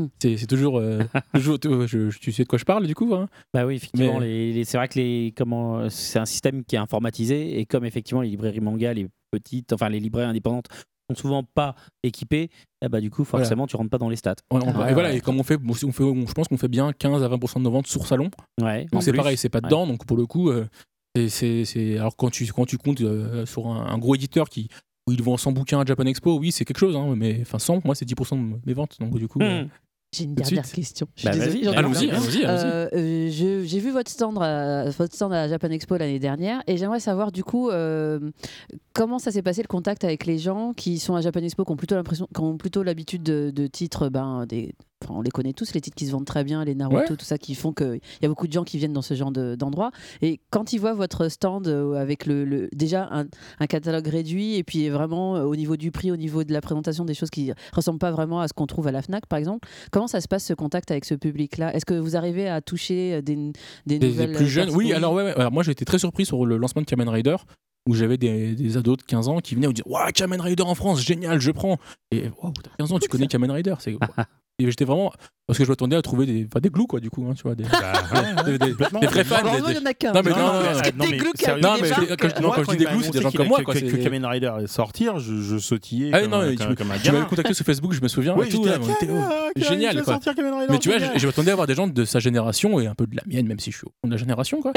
[SPEAKER 5] Mm.
[SPEAKER 7] c'est c'est toujours, euh, toujours- tu- je- je- tu sais de quoi je parle du coup. hein
[SPEAKER 2] Bah oui, effectivement,
[SPEAKER 7] Mais-
[SPEAKER 2] les- les- c'est vrai que les, comment, euh, c'est un système qui est informatisé et comme effectivement les librairies manga, les petites, enfin les librairies indépendantes sont souvent pas équipées, eh bah du coup
[SPEAKER 7] Voilà.
[SPEAKER 2] forcément tu rentres pas dans les stats.
[SPEAKER 7] Ouais, on- et voilà, et comme on fait, on fait- on- je pense qu'on fait bien 15 à 20% de nos ventes sur salon.
[SPEAKER 2] Ouais, en
[SPEAKER 7] donc c'est
[SPEAKER 2] plus.
[SPEAKER 7] pareil, c'est pas
[SPEAKER 2] Ouais.
[SPEAKER 7] dedans. Donc pour le coup, euh, c'est- c'est c'est- alors quand tu quand tu comptes euh, sur un, un gros éditeur qui où ils vend 100 bouquins à Japan Expo, oui c'est quelque chose, hein, mais enfin 100, moi c'est 10% de mes ventes. Donc du coup,
[SPEAKER 2] Mmh.
[SPEAKER 7] euh,
[SPEAKER 5] J'ai une
[SPEAKER 7] tout de
[SPEAKER 5] dernière
[SPEAKER 7] suite.
[SPEAKER 5] question. Je suis
[SPEAKER 7] Bah,
[SPEAKER 5] désolée,
[SPEAKER 7] vas-y,
[SPEAKER 5] j'en ai
[SPEAKER 7] allons-y,
[SPEAKER 5] plein.
[SPEAKER 7] allons-y, allons-y.
[SPEAKER 5] Euh, euh, je- J'ai vu votre stand, à, votre stand à Japan Expo l'année dernière et j'aimerais savoir du coup euh, comment ça s'est passé le contact avec les gens qui sont à Japan Expo, qui ont plutôt l'impression, qui ont plutôt l'habitude de, de titres, ben des, enfin, on les connaît tous, les titres qui se vendent très bien, les Naruto,
[SPEAKER 7] Ouais.
[SPEAKER 5] tout ça, qui font qu'il y a beaucoup de gens qui viennent dans ce genre de- d'endroit. et quand ils voient votre stand euh, avec le, le- déjà un, un catalogue réduit et puis vraiment euh, au niveau du prix, au niveau de la présentation, des choses qui ressemblent pas vraiment à ce qu'on trouve à la Fnac, par exemple, comment ça se passe ce contact avec ce public-là Est-ce que vous arrivez à toucher euh, des, des
[SPEAKER 7] des, des
[SPEAKER 5] nouvelles euh,
[SPEAKER 7] plus jeunes.
[SPEAKER 5] personnes
[SPEAKER 7] Oui, alors, ouais, ouais. Alors, moi j'ai été très surpris sur le lancement de Kamen Rider où j'avais des, des ados de 15 ans qui venaient me dire Waouh, Kamen Rider en France, génial, je prends. Et waouh, t'as 15 ans, tu connais Kamen Rider. C'est... Et j'étais vraiment. Parce que je m'attendais à trouver des, enfin, des glous, quoi, du coup. hein, tu vois, des, des, des-
[SPEAKER 1] complètement.
[SPEAKER 7] des vrais fans.
[SPEAKER 1] Heureusement,
[SPEAKER 7] des- des-
[SPEAKER 1] il y en a qu'un.
[SPEAKER 7] Non, mais
[SPEAKER 1] Non,
[SPEAKER 5] Ah
[SPEAKER 7] non,
[SPEAKER 1] non,
[SPEAKER 7] non,
[SPEAKER 1] mais-
[SPEAKER 7] parce que
[SPEAKER 1] non,
[SPEAKER 7] des
[SPEAKER 1] mais
[SPEAKER 7] glous qui
[SPEAKER 1] sérieux-
[SPEAKER 7] arrivent, des gens
[SPEAKER 1] que-
[SPEAKER 7] que-
[SPEAKER 1] moi,
[SPEAKER 7] quand
[SPEAKER 1] quand
[SPEAKER 7] je dis
[SPEAKER 1] il
[SPEAKER 7] des
[SPEAKER 1] m'a
[SPEAKER 7] glous, c'est des
[SPEAKER 1] annoncé
[SPEAKER 7] gens
[SPEAKER 1] qu'il
[SPEAKER 7] comme moi,
[SPEAKER 1] allait-
[SPEAKER 7] quoi,
[SPEAKER 1] que- Que
[SPEAKER 7] c'est-
[SPEAKER 1] Kamen Rider allait sortir, je, je sautillais
[SPEAKER 7] Ah oui,
[SPEAKER 1] comme,
[SPEAKER 7] non,
[SPEAKER 1] un-
[SPEAKER 7] mais tu,
[SPEAKER 1] comme, comme un
[SPEAKER 7] tu m'avais
[SPEAKER 1] gamin.
[SPEAKER 7] contacté sur Facebook, je me souviens.
[SPEAKER 1] Oui,
[SPEAKER 7] et tout,
[SPEAKER 1] j'étais hein, là,
[SPEAKER 7] ouais, on était-
[SPEAKER 1] Kamen Rider, je
[SPEAKER 7] génial,
[SPEAKER 1] vais
[SPEAKER 7] quoi.
[SPEAKER 1] sortir Kamen Rider,
[SPEAKER 7] Mais tu vois,
[SPEAKER 1] génial.
[SPEAKER 7] je je m'attendais à avoir des gens de sa génération et un peu de la mienne, même si je suis au fond de la génération, quoi.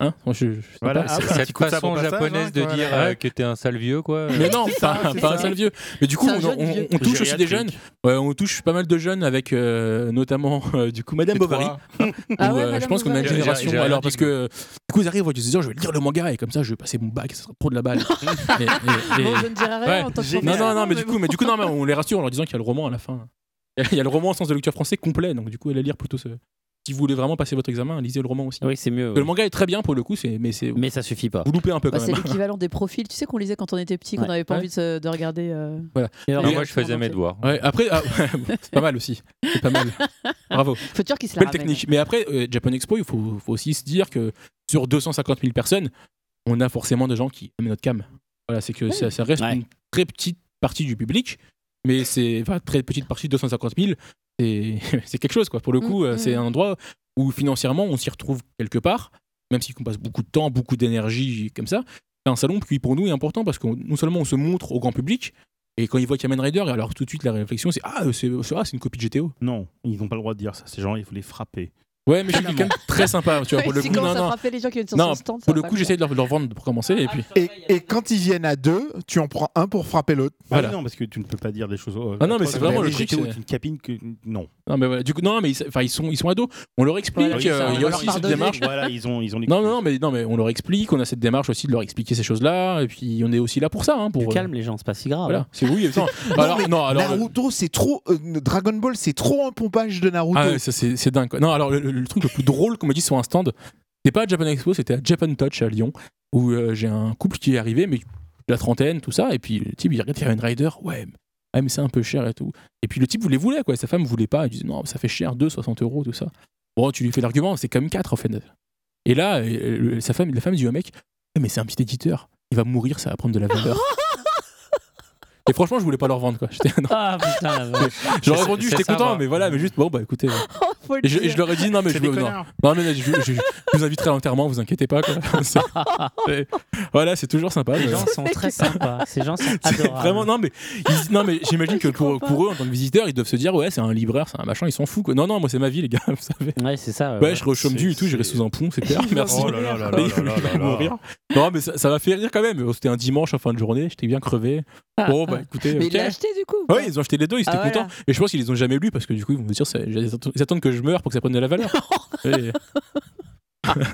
[SPEAKER 7] Hein Moi, je- je sais
[SPEAKER 4] Voilà,
[SPEAKER 7] pas,
[SPEAKER 4] c'est-
[SPEAKER 7] c'est-
[SPEAKER 4] cette façon japonaise de dire
[SPEAKER 7] voilà.
[SPEAKER 4] euh, que t'es un sale vieux, quoi.
[SPEAKER 7] Mais non,
[SPEAKER 4] C'est
[SPEAKER 7] pas,
[SPEAKER 4] ça, c'est
[SPEAKER 7] pas un
[SPEAKER 4] ça.
[SPEAKER 7] sale vieux. Mais du coup,
[SPEAKER 4] C'est un
[SPEAKER 7] on,
[SPEAKER 4] jeune
[SPEAKER 7] on-
[SPEAKER 4] vieux.
[SPEAKER 7] on touche aussi des
[SPEAKER 4] Gériatrique.
[SPEAKER 7] jeunes. Ouais, on touche pas mal de jeunes avec euh, notamment euh, du coup Madame
[SPEAKER 4] toi.
[SPEAKER 7] Bovary.
[SPEAKER 4] Ah
[SPEAKER 7] Où,
[SPEAKER 4] ouais,
[SPEAKER 7] euh, je
[SPEAKER 4] Madame
[SPEAKER 7] pense qu'on a une
[SPEAKER 4] Bovary. J'ai- j'ai- j'ai
[SPEAKER 7] génération.
[SPEAKER 4] rien
[SPEAKER 7] Alors
[SPEAKER 4] dit,
[SPEAKER 7] parce que du coup ils arrivent, ils se disent je vais lire le manga et comme ça je vais passer mon bac, ça sera trop de la balle. Et- et- et-
[SPEAKER 5] Bon, Ah, je ne dirai rien
[SPEAKER 7] Ouais.
[SPEAKER 5] en tant que
[SPEAKER 7] Non
[SPEAKER 5] Génial.
[SPEAKER 7] non non, mais du coup, mais du coup non, mais on les rassure en leur disant qu'il y a le roman à la fin. Il y a le roman au sens de lecture français complet, donc du coup allez lire plutôt ce. Si vous voulez vraiment passer votre examen, lisez le roman aussi.
[SPEAKER 2] Oui, c'est mieux.
[SPEAKER 7] Le manga est très bien pour le coup, c'est mais c'est.
[SPEAKER 2] Mais ça suffit pas.
[SPEAKER 7] Vous loupez un peu
[SPEAKER 5] Bah,
[SPEAKER 7] quand
[SPEAKER 5] c'est
[SPEAKER 7] même.
[SPEAKER 5] l'équivalent des profils, tu sais qu'on lisait quand on était petit, qu'on
[SPEAKER 7] Ouais.
[SPEAKER 5] n'avait pas
[SPEAKER 7] Ouais.
[SPEAKER 5] envie de, se- de regarder. euh,
[SPEAKER 7] Voilà.
[SPEAKER 5] Et alors,
[SPEAKER 7] Mais-
[SPEAKER 5] moi, je faisais mes
[SPEAKER 4] devoirs.
[SPEAKER 7] Ouais, après, ah, c'est pas mal aussi. C'est pas mal. Bravo.
[SPEAKER 5] Faut dire qu'il se la
[SPEAKER 7] Belle
[SPEAKER 5] ramène.
[SPEAKER 7] technique. Mais après, euh, Japan Expo, il faut, faut aussi se dire que sur 250 000 personnes, on a forcément des gens qui aiment notre cam. Voilà, c'est que ça, ça reste une très petite partie du public. mais c'est enfin, très petite partie, 250 000, c'est c'est quelque chose, quoi. Pour le coup,
[SPEAKER 13] Mm,
[SPEAKER 7] euh,
[SPEAKER 13] mm.
[SPEAKER 7] c'est un endroit où financièrement, on s'y retrouve quelque part, même si on passe beaucoup de temps, beaucoup d'énergie, comme ça. C'est un salon qui, pour nous, est important parce que on- non seulement on se montre au grand public, et quand ils voient Kamen Rider, alors tout de suite, la réflexion, c'est Ah, c'est ah, c'est une copie de GTO.
[SPEAKER 1] Non, ils n'ont pas le droit de dire ça. Ces gens, il faut les frapper.
[SPEAKER 7] Ouais, mais je suis quelqu'un de très sympa, tu vois,
[SPEAKER 5] Ouais,
[SPEAKER 7] pour le
[SPEAKER 5] si
[SPEAKER 7] coup.
[SPEAKER 5] commence
[SPEAKER 7] Non,
[SPEAKER 5] à
[SPEAKER 7] non.
[SPEAKER 5] frapper les gens qui viennent sur
[SPEAKER 7] Non,
[SPEAKER 5] son stand, ça
[SPEAKER 7] pour
[SPEAKER 5] va
[SPEAKER 7] le
[SPEAKER 5] pas
[SPEAKER 7] coup,
[SPEAKER 5] le
[SPEAKER 7] j'essaie de leur, leur vendre pour commencer, et puis.
[SPEAKER 6] Et, et quand ils viennent à deux, tu en prends un pour frapper l'autre.
[SPEAKER 1] Ah oui, non, parce que tu ne peux pas dire des choses. euh,
[SPEAKER 7] Ah non, mais
[SPEAKER 1] atroces.
[SPEAKER 7] c'est vraiment le
[SPEAKER 1] Les
[SPEAKER 7] truc,
[SPEAKER 1] GTO
[SPEAKER 7] c'est-
[SPEAKER 1] est une cabine que. Non.
[SPEAKER 7] Non mais voilà, du coup non mais ils, enfin, ils sont ils sont ados. On leur explique
[SPEAKER 1] Voilà, oui, ça,
[SPEAKER 7] euh, il y
[SPEAKER 1] on leur
[SPEAKER 7] a aussi cette
[SPEAKER 1] pardonne.
[SPEAKER 7] démarche.
[SPEAKER 1] Voilà, ils ont ils ont
[SPEAKER 7] Non, non non, mais non mais on leur explique, on a cette démarche aussi de leur expliquer ces choses là et puis on est aussi là pour ça hein, pour
[SPEAKER 2] calme les gens, c'est pas si grave.
[SPEAKER 7] Voilà, c'est oui. attends.
[SPEAKER 6] hein. Non,
[SPEAKER 7] alors
[SPEAKER 6] mais
[SPEAKER 7] non alors le-
[SPEAKER 6] Naruto, c'est trop. euh, Dragon Ball, c'est trop un pompage de Naruto.
[SPEAKER 7] Ah ouais, ça, c'est c'est dingue. quoi. Non, alors le, le- le truc le plus drôle qu'on m'a dit sur un stand, c'était pas à Japan Expo, c'était à Japan Touch à Lyon, où euh, j'ai un couple qui est arrivé, mais la trentaine, tout ça, et puis le type il regarde Kamen Rider, ouais, mais- ouais, mais c'est un peu cher et tout. Et puis le type voulait, voulait quoi, sa femme voulait pas, il disait non, ça fait cher, 2, 60 euros, tout ça. Bon, tu lui fais l'argument, c'est quand même 4 en fait. Et là, euh, le- sa femme, la femme dit au mec, Ouais, mais c'est un petit éditeur, il va mourir, ça va prendre de la valeur. Et franchement, je voulais pas leur vendre quoi. J'étais- non.
[SPEAKER 2] Ah putain, la vache.
[SPEAKER 7] J'aurais
[SPEAKER 2] C'est-
[SPEAKER 7] vendu,
[SPEAKER 2] c'est
[SPEAKER 7] j'étais
[SPEAKER 2] ça,
[SPEAKER 7] content,
[SPEAKER 2] moi.
[SPEAKER 7] mais voilà, mais juste bon bah écoutez. et, je, et je leur ai dit non mais
[SPEAKER 1] C'est
[SPEAKER 7] je
[SPEAKER 1] des
[SPEAKER 7] veux- non.
[SPEAKER 1] connards.
[SPEAKER 7] Non, mais là, je, je- je vous inviterai à l'enterrement, vous inquiétez pas. quoi. C'est- c'est- voilà, c'est toujours sympa.
[SPEAKER 2] Les
[SPEAKER 7] mais-
[SPEAKER 2] gens sont très sympas. Ces gens sont
[SPEAKER 7] c'est
[SPEAKER 2] adorables.
[SPEAKER 7] Vraiment non mais ils- non mais j'imagine que pour, pour eux en tant que visiteurs ils doivent se dire ouais c'est un libraire c'est un machin ils s'en foutent quoi. non non moi c'est ma vie les gars vous savez
[SPEAKER 2] Ouais, c'est ça.
[SPEAKER 1] Ah
[SPEAKER 7] ouais, je rechaume du et tout j'irai sous un pont c'est clair
[SPEAKER 1] Ils
[SPEAKER 7] merci
[SPEAKER 1] vont mourir. Oh là là là
[SPEAKER 7] Les-
[SPEAKER 1] là là
[SPEAKER 7] ils vont
[SPEAKER 1] là là.
[SPEAKER 7] mourir. non mais ça, ça m'a fait rire quand même Oh, c'était un dimanche en fin de journée j'étais bien crevé bon bah écoutez
[SPEAKER 5] Mais
[SPEAKER 7] ok.
[SPEAKER 5] il l'a acheté du coup ou
[SPEAKER 7] Ouais,
[SPEAKER 5] pas
[SPEAKER 7] ils ont acheté les deux, ils étaient
[SPEAKER 5] Ah, voilà.
[SPEAKER 7] contents. Et je pense qu'ils les ont jamais lus parce que du coup, ils vont me dire, c'est- ils attendent- ils attendent que je meure pour que ça prenne de la valeur. Et-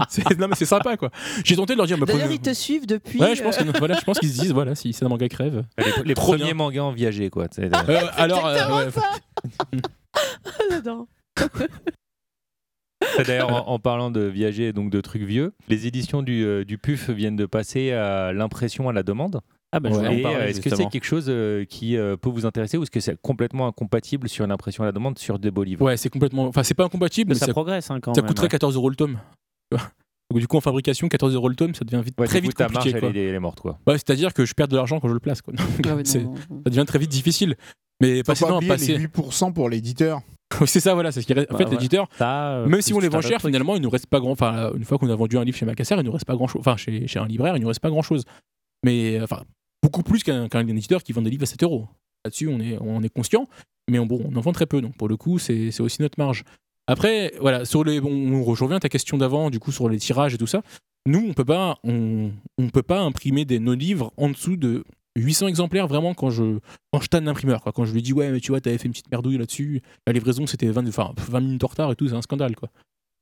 [SPEAKER 7] C'est- non, mais c'est sympa quoi. J'ai tenté de leur dire, mais
[SPEAKER 5] D'ailleurs,
[SPEAKER 7] prenez-
[SPEAKER 5] ils te suivent depuis.
[SPEAKER 7] Ouais, je pense
[SPEAKER 5] euh,
[SPEAKER 7] que- voilà, je pense qu'ils se disent, voilà, si c'est un manga crève.
[SPEAKER 4] Les, les
[SPEAKER 7] Trop
[SPEAKER 4] premiers
[SPEAKER 7] bien.
[SPEAKER 4] mangas en viager, quoi. tu sais,
[SPEAKER 7] Euh,
[SPEAKER 4] les-
[SPEAKER 7] alors, euh, ouais,
[SPEAKER 5] dedans.
[SPEAKER 4] D'ailleurs, en, en parlant de viager et donc de trucs vieux, les éditions du, euh, du PUF viennent de passer à l'impression à la demande.
[SPEAKER 2] Ah bah, je voulais en
[SPEAKER 4] Et,
[SPEAKER 2] parler,
[SPEAKER 4] euh, Est-ce que c'est
[SPEAKER 2] justement.
[SPEAKER 4] quelque chose euh, qui euh, peut vous intéresser ou est-ce que c'est complètement incompatible sur l'impression à la demande sur des beaux livres
[SPEAKER 7] ouais, c'est complètement. Enfin, c'est pas incompatible, mais
[SPEAKER 2] Ça progresse hein, quand
[SPEAKER 7] ça
[SPEAKER 2] même.
[SPEAKER 7] coûterait 14 euros le tome. Tu vois. Donc, du coup, en fabrication, 14 euros le tome, ça devient vite,
[SPEAKER 4] Ouais,
[SPEAKER 7] très
[SPEAKER 4] du coup,
[SPEAKER 7] vite
[SPEAKER 4] ta
[SPEAKER 7] compliqué.
[SPEAKER 4] marge,
[SPEAKER 7] quoi.
[SPEAKER 4] Elle, est, elle est morte, quoi.
[SPEAKER 7] Ouais, c'est-à-dire que je perds de l'argent quand je le place. Quoi.
[SPEAKER 5] Ah ouais, non,
[SPEAKER 7] C'est-
[SPEAKER 5] non, non.
[SPEAKER 7] Ça devient très vite difficile. Mais
[SPEAKER 6] Faut
[SPEAKER 7] passer,
[SPEAKER 6] pas
[SPEAKER 7] non,
[SPEAKER 6] oublier
[SPEAKER 7] passer.
[SPEAKER 6] les 8% pour l'éditeur.
[SPEAKER 7] c'est ça, voilà. C'est ce qui reste. En
[SPEAKER 2] Bah,
[SPEAKER 7] fait,
[SPEAKER 2] voilà.
[SPEAKER 7] l'éditeur,
[SPEAKER 2] Ça, euh,
[SPEAKER 7] Même si
[SPEAKER 2] plus
[SPEAKER 7] on les
[SPEAKER 2] tout un
[SPEAKER 7] vend
[SPEAKER 2] tas
[SPEAKER 7] cher,
[SPEAKER 2] de trucs.
[SPEAKER 7] finalement, il nous reste pas grand. Enfin, une fois qu'on a vendu un livre chez Macassar, il nous reste pas grand chose. Enfin, chez, chez un libraire, il nous reste pas grand chose. Mais euh, enfin, beaucoup plus qu'un qu'un éditeur qui vend des livres à 7 euros. Là-dessus, on est, on est conscient, mais on, bon, on en vend très peu. Donc, pour le coup, c'est c'est aussi notre marge. Après, voilà, sur les, bon, on je reviens à ta question d'avant, du coup, sur les tirages et tout ça. Nous, on peut pas, on, on peut pas imprimer des, nos livres en dessous de 800 exemplaires vraiment quand je, quand je tanne l'imprimeur, quoi. Quand je lui dis, ouais, mais tu vois, t'avais fait une petite merdouille là-dessus, la livraison c'était 20, enfin, 20 minutes en retard et tout, c'est un scandale, quoi.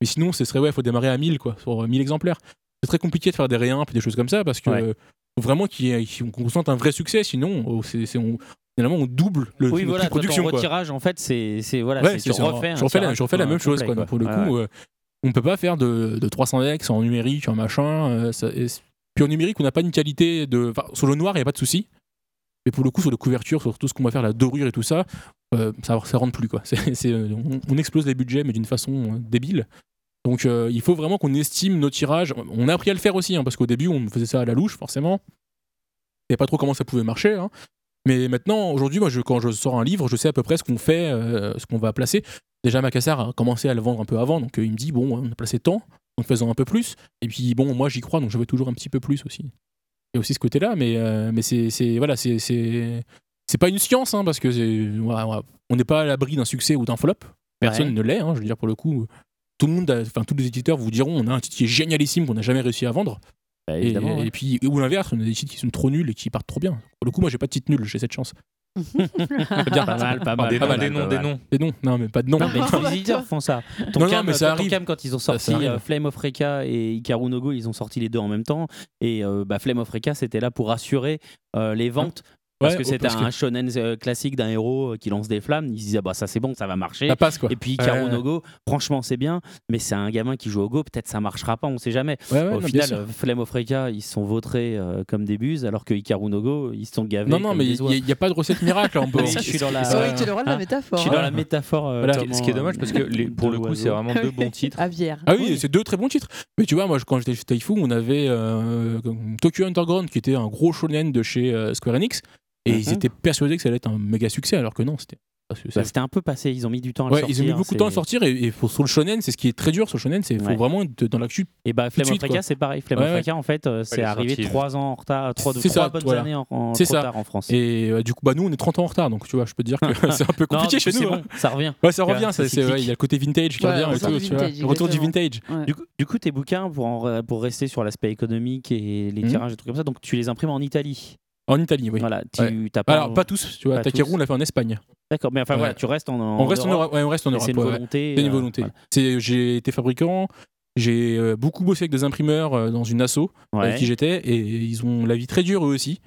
[SPEAKER 7] Mais sinon, ce serait, ouais, faut démarrer à 1000, quoi, sur euh, 1000 exemplaires. C'est très compliqué de faire des réimps et des choses comme ça parce que
[SPEAKER 2] Ouais.
[SPEAKER 7] euh, faut vraiment qu'il y ait- qu'on ressente un vrai succès, sinon, oh, c'est c'est- on, finalement, on double le,
[SPEAKER 2] oui,
[SPEAKER 7] le
[SPEAKER 2] voilà,
[SPEAKER 7] prix de production,
[SPEAKER 2] Ton
[SPEAKER 7] quoi.
[SPEAKER 2] retirage, en fait, c'est c'est- voilà,
[SPEAKER 7] Ouais,
[SPEAKER 2] c'est-
[SPEAKER 7] c'est
[SPEAKER 2] tu
[SPEAKER 7] ça.
[SPEAKER 2] refais. un
[SPEAKER 7] je refais, la,
[SPEAKER 2] tirage
[SPEAKER 7] je refais la
[SPEAKER 2] tout-
[SPEAKER 7] même chose.
[SPEAKER 2] complet,
[SPEAKER 7] quoi. Donc, pour le
[SPEAKER 2] Ouais,
[SPEAKER 7] coup,
[SPEAKER 2] ouais.
[SPEAKER 7] euh, on peut pas faire de, de 300x en numérique, en machin. euh, ça- et c- puis en numérique, on n'a pas une qualité de. enfin, sur le noir, il n'y a pas de souci. Mais pour le coup, sur les couvertures, sur tout ce qu'on va faire, la dorure et tout ça, euh, ça ne rentre plus. Quoi. C'est- c'est, euh, on, on explose les budgets, mais d'une façon euh, débile. Donc euh, il faut vraiment qu'on estime nos tirages. On a appris à le faire aussi, hein, parce qu'au début, on faisait ça à la louche, forcément. Il n'y pas trop comment ça pouvait marcher. hein. Mais maintenant, aujourd'hui, moi, je- quand je sors un livre, je sais à peu près ce qu'on fait, euh, ce qu'on va placer. Déjà, Macassar a commencé à le vendre un peu avant, donc euh, il me dit bon, on a placé tant, donc faisons un peu plus. Et puis bon, moi, j'y crois, donc je veux toujours un petit peu plus aussi. Il y a aussi ce côté-là, mais euh, mais c'est c'est- voilà, c'est c'est c'est pas une science, hein, parce que c'est- voilà, voilà, on n'est pas à l'abri d'un succès ou d'un flop. Personne
[SPEAKER 2] Ouais.
[SPEAKER 7] ne l'est. hein, je veux dire pour le coup, tout le monde, a- enfin tous les éditeurs vous diront on a un titre qui est génialissime qu'on n'a jamais réussi à vendre.
[SPEAKER 2] Bah,
[SPEAKER 7] Et,
[SPEAKER 2] évidemment, ouais.
[SPEAKER 7] et puis, ou l'inverse, on a des titres qui sont trop nuls et qui partent trop bien. Pour le coup, moi, j'ai pas de titre nul, j'ai cette chance. C'est bien.
[SPEAKER 2] Pas mal, pas
[SPEAKER 7] Ah,
[SPEAKER 2] mal.
[SPEAKER 7] des
[SPEAKER 2] pas
[SPEAKER 7] noms,
[SPEAKER 2] mal,
[SPEAKER 7] des
[SPEAKER 2] pas
[SPEAKER 4] noms,
[SPEAKER 2] mal.
[SPEAKER 4] des noms.
[SPEAKER 7] Et non, non, mais pas de nom.
[SPEAKER 2] Non, mais tous les éditeurs font ça. Ton
[SPEAKER 7] Non, non,
[SPEAKER 2] cam,
[SPEAKER 7] mais ça
[SPEAKER 2] ton
[SPEAKER 7] arrive.
[SPEAKER 2] cam, quand ils ont
[SPEAKER 7] Ça, ça
[SPEAKER 2] sorti
[SPEAKER 7] arrive.
[SPEAKER 2] euh, Flame of Reka et Ikaru no Go, ils ont sorti les deux en même temps. Et euh, bah, Flame of Reka, c'était là pour assurer euh, les ventes. Parce
[SPEAKER 7] Ouais,
[SPEAKER 2] que
[SPEAKER 7] oh,
[SPEAKER 2] c'était
[SPEAKER 7] parce que-
[SPEAKER 2] un shonen euh, classique d'un héros euh, qui lance des flammes. Ils se disaient, bah, ça c'est bon, ça va marcher.
[SPEAKER 7] Ça passe, quoi.
[SPEAKER 2] Et puis
[SPEAKER 7] bah, Ouais,
[SPEAKER 2] Ikaru
[SPEAKER 7] ouais.
[SPEAKER 2] no Go, franchement, c'est bien, mais c'est un gamin qui joue au Go, peut-être ça marchera pas, on sait jamais.
[SPEAKER 7] Ouais, ouais, non,
[SPEAKER 2] au
[SPEAKER 7] bien
[SPEAKER 2] final,
[SPEAKER 7] sûr.
[SPEAKER 2] euh, Flame of Reka, ils se sont vautrés euh, comme des buses, alors que Ikaru no Go, ils se sont gavés.
[SPEAKER 7] Non, non,
[SPEAKER 2] comme
[SPEAKER 7] mais
[SPEAKER 2] des oies.
[SPEAKER 7] il n'y a pas de recette miracle. hein, On peut...
[SPEAKER 2] Oui, je suis dans la.
[SPEAKER 5] C'est
[SPEAKER 7] Euh,
[SPEAKER 5] vrai que tu le rôles de la
[SPEAKER 7] ah,
[SPEAKER 2] hein,
[SPEAKER 5] métaphore,
[SPEAKER 2] Je suis
[SPEAKER 5] hein.
[SPEAKER 2] dans la métaphore. euh,
[SPEAKER 7] Voilà.
[SPEAKER 4] Ce qui- Ce qui est
[SPEAKER 2] comment,
[SPEAKER 4] dommage parce que les- pour
[SPEAKER 2] de
[SPEAKER 4] le coup,
[SPEAKER 2] l'oiseau.
[SPEAKER 4] c'est vraiment deux bons titres.
[SPEAKER 5] À Vierre.
[SPEAKER 7] Ah oui, c'est deux très bons titres. Mais tu vois, moi, je- quand j'étais chez Taifu, on avait euh, Tokyo Underground, qui était un gros shonen de chez euh, Square Enix, Et
[SPEAKER 2] Mhm.
[SPEAKER 7] ils étaient persuadés que ça allait être un méga succès, alors que non, c'était. parce que c'est-
[SPEAKER 2] Bah, c'était un peu passé, ils ont mis du temps à
[SPEAKER 7] Ouais,
[SPEAKER 2] le sortir.
[SPEAKER 7] ils ont mis beaucoup de temps à le
[SPEAKER 2] c'est-
[SPEAKER 7] sortir et, et pour- sur le shonen, c'est ce qui est très dur sur le shonen, c'est faut
[SPEAKER 2] Ouais.
[SPEAKER 7] vraiment être dans l'actu.
[SPEAKER 2] Et bah
[SPEAKER 7] tout de
[SPEAKER 2] Flame of
[SPEAKER 7] suite,
[SPEAKER 2] Reka,
[SPEAKER 7] quoi.
[SPEAKER 2] c'est pareil. Flame
[SPEAKER 7] Ouais,
[SPEAKER 2] of
[SPEAKER 7] ouais.
[SPEAKER 2] Reka, en fait, euh,
[SPEAKER 7] Elle
[SPEAKER 2] c'est
[SPEAKER 7] est
[SPEAKER 2] arrivé
[SPEAKER 7] sortie.
[SPEAKER 2] 3 ans en retard, 3,
[SPEAKER 7] C'est ça,
[SPEAKER 2] bonnes
[SPEAKER 7] voilà.
[SPEAKER 2] années en, en-
[SPEAKER 7] C'est
[SPEAKER 2] trop
[SPEAKER 7] ça.
[SPEAKER 2] tard en France.
[SPEAKER 7] Et euh, du coup, bah nous, on est 30 ans en retard, donc tu vois, je peux te dire que c'est un peu
[SPEAKER 2] Non,
[SPEAKER 7] compliqué
[SPEAKER 2] du coup,
[SPEAKER 7] chez nous.
[SPEAKER 2] c'est
[SPEAKER 7] hein.
[SPEAKER 2] bon, ça revient.
[SPEAKER 7] Ouais, ça revient.
[SPEAKER 2] C'est
[SPEAKER 7] ça, c'est- ouais, Il
[SPEAKER 2] cyclique.
[SPEAKER 7] y a le côté vintage qui
[SPEAKER 2] Ouais,
[SPEAKER 7] revient et
[SPEAKER 2] retour
[SPEAKER 7] tout,
[SPEAKER 2] du
[SPEAKER 7] tu vois.
[SPEAKER 2] vintage,
[SPEAKER 7] Le retour du
[SPEAKER 2] exactement.
[SPEAKER 7] vintage.
[SPEAKER 2] Du, coup, du coup, tes bouquins, pour, en- pour rester sur l'aspect économique et les
[SPEAKER 7] Mhm.
[SPEAKER 2] tirages et trucs comme ça, donc tu les imprimes en Italie.
[SPEAKER 7] En Italie, oui.
[SPEAKER 2] Voilà, tu
[SPEAKER 7] Ouais.
[SPEAKER 2] t'as pas.
[SPEAKER 7] Alors, pas tous, tu vois.
[SPEAKER 2] pas
[SPEAKER 7] Takeru,
[SPEAKER 2] tous.
[SPEAKER 7] on l'a fait en Espagne.
[SPEAKER 2] D'accord, mais enfin
[SPEAKER 7] Ouais.
[SPEAKER 2] voilà, tu restes en,
[SPEAKER 7] on reste en Europe, ouais, on reste en
[SPEAKER 2] mais
[SPEAKER 7] Europe.
[SPEAKER 2] C'est une
[SPEAKER 7] ouais, ouais.
[SPEAKER 2] volonté.
[SPEAKER 7] C'est une
[SPEAKER 2] euh,
[SPEAKER 7] volonté.
[SPEAKER 2] voilà.
[SPEAKER 7] C'est- J'ai été fabricant, j'ai euh, beaucoup bossé avec des imprimeurs euh, dans une asso
[SPEAKER 2] Ouais.
[SPEAKER 7] avec qui j'étais, et ils ont la vie très dure eux aussi.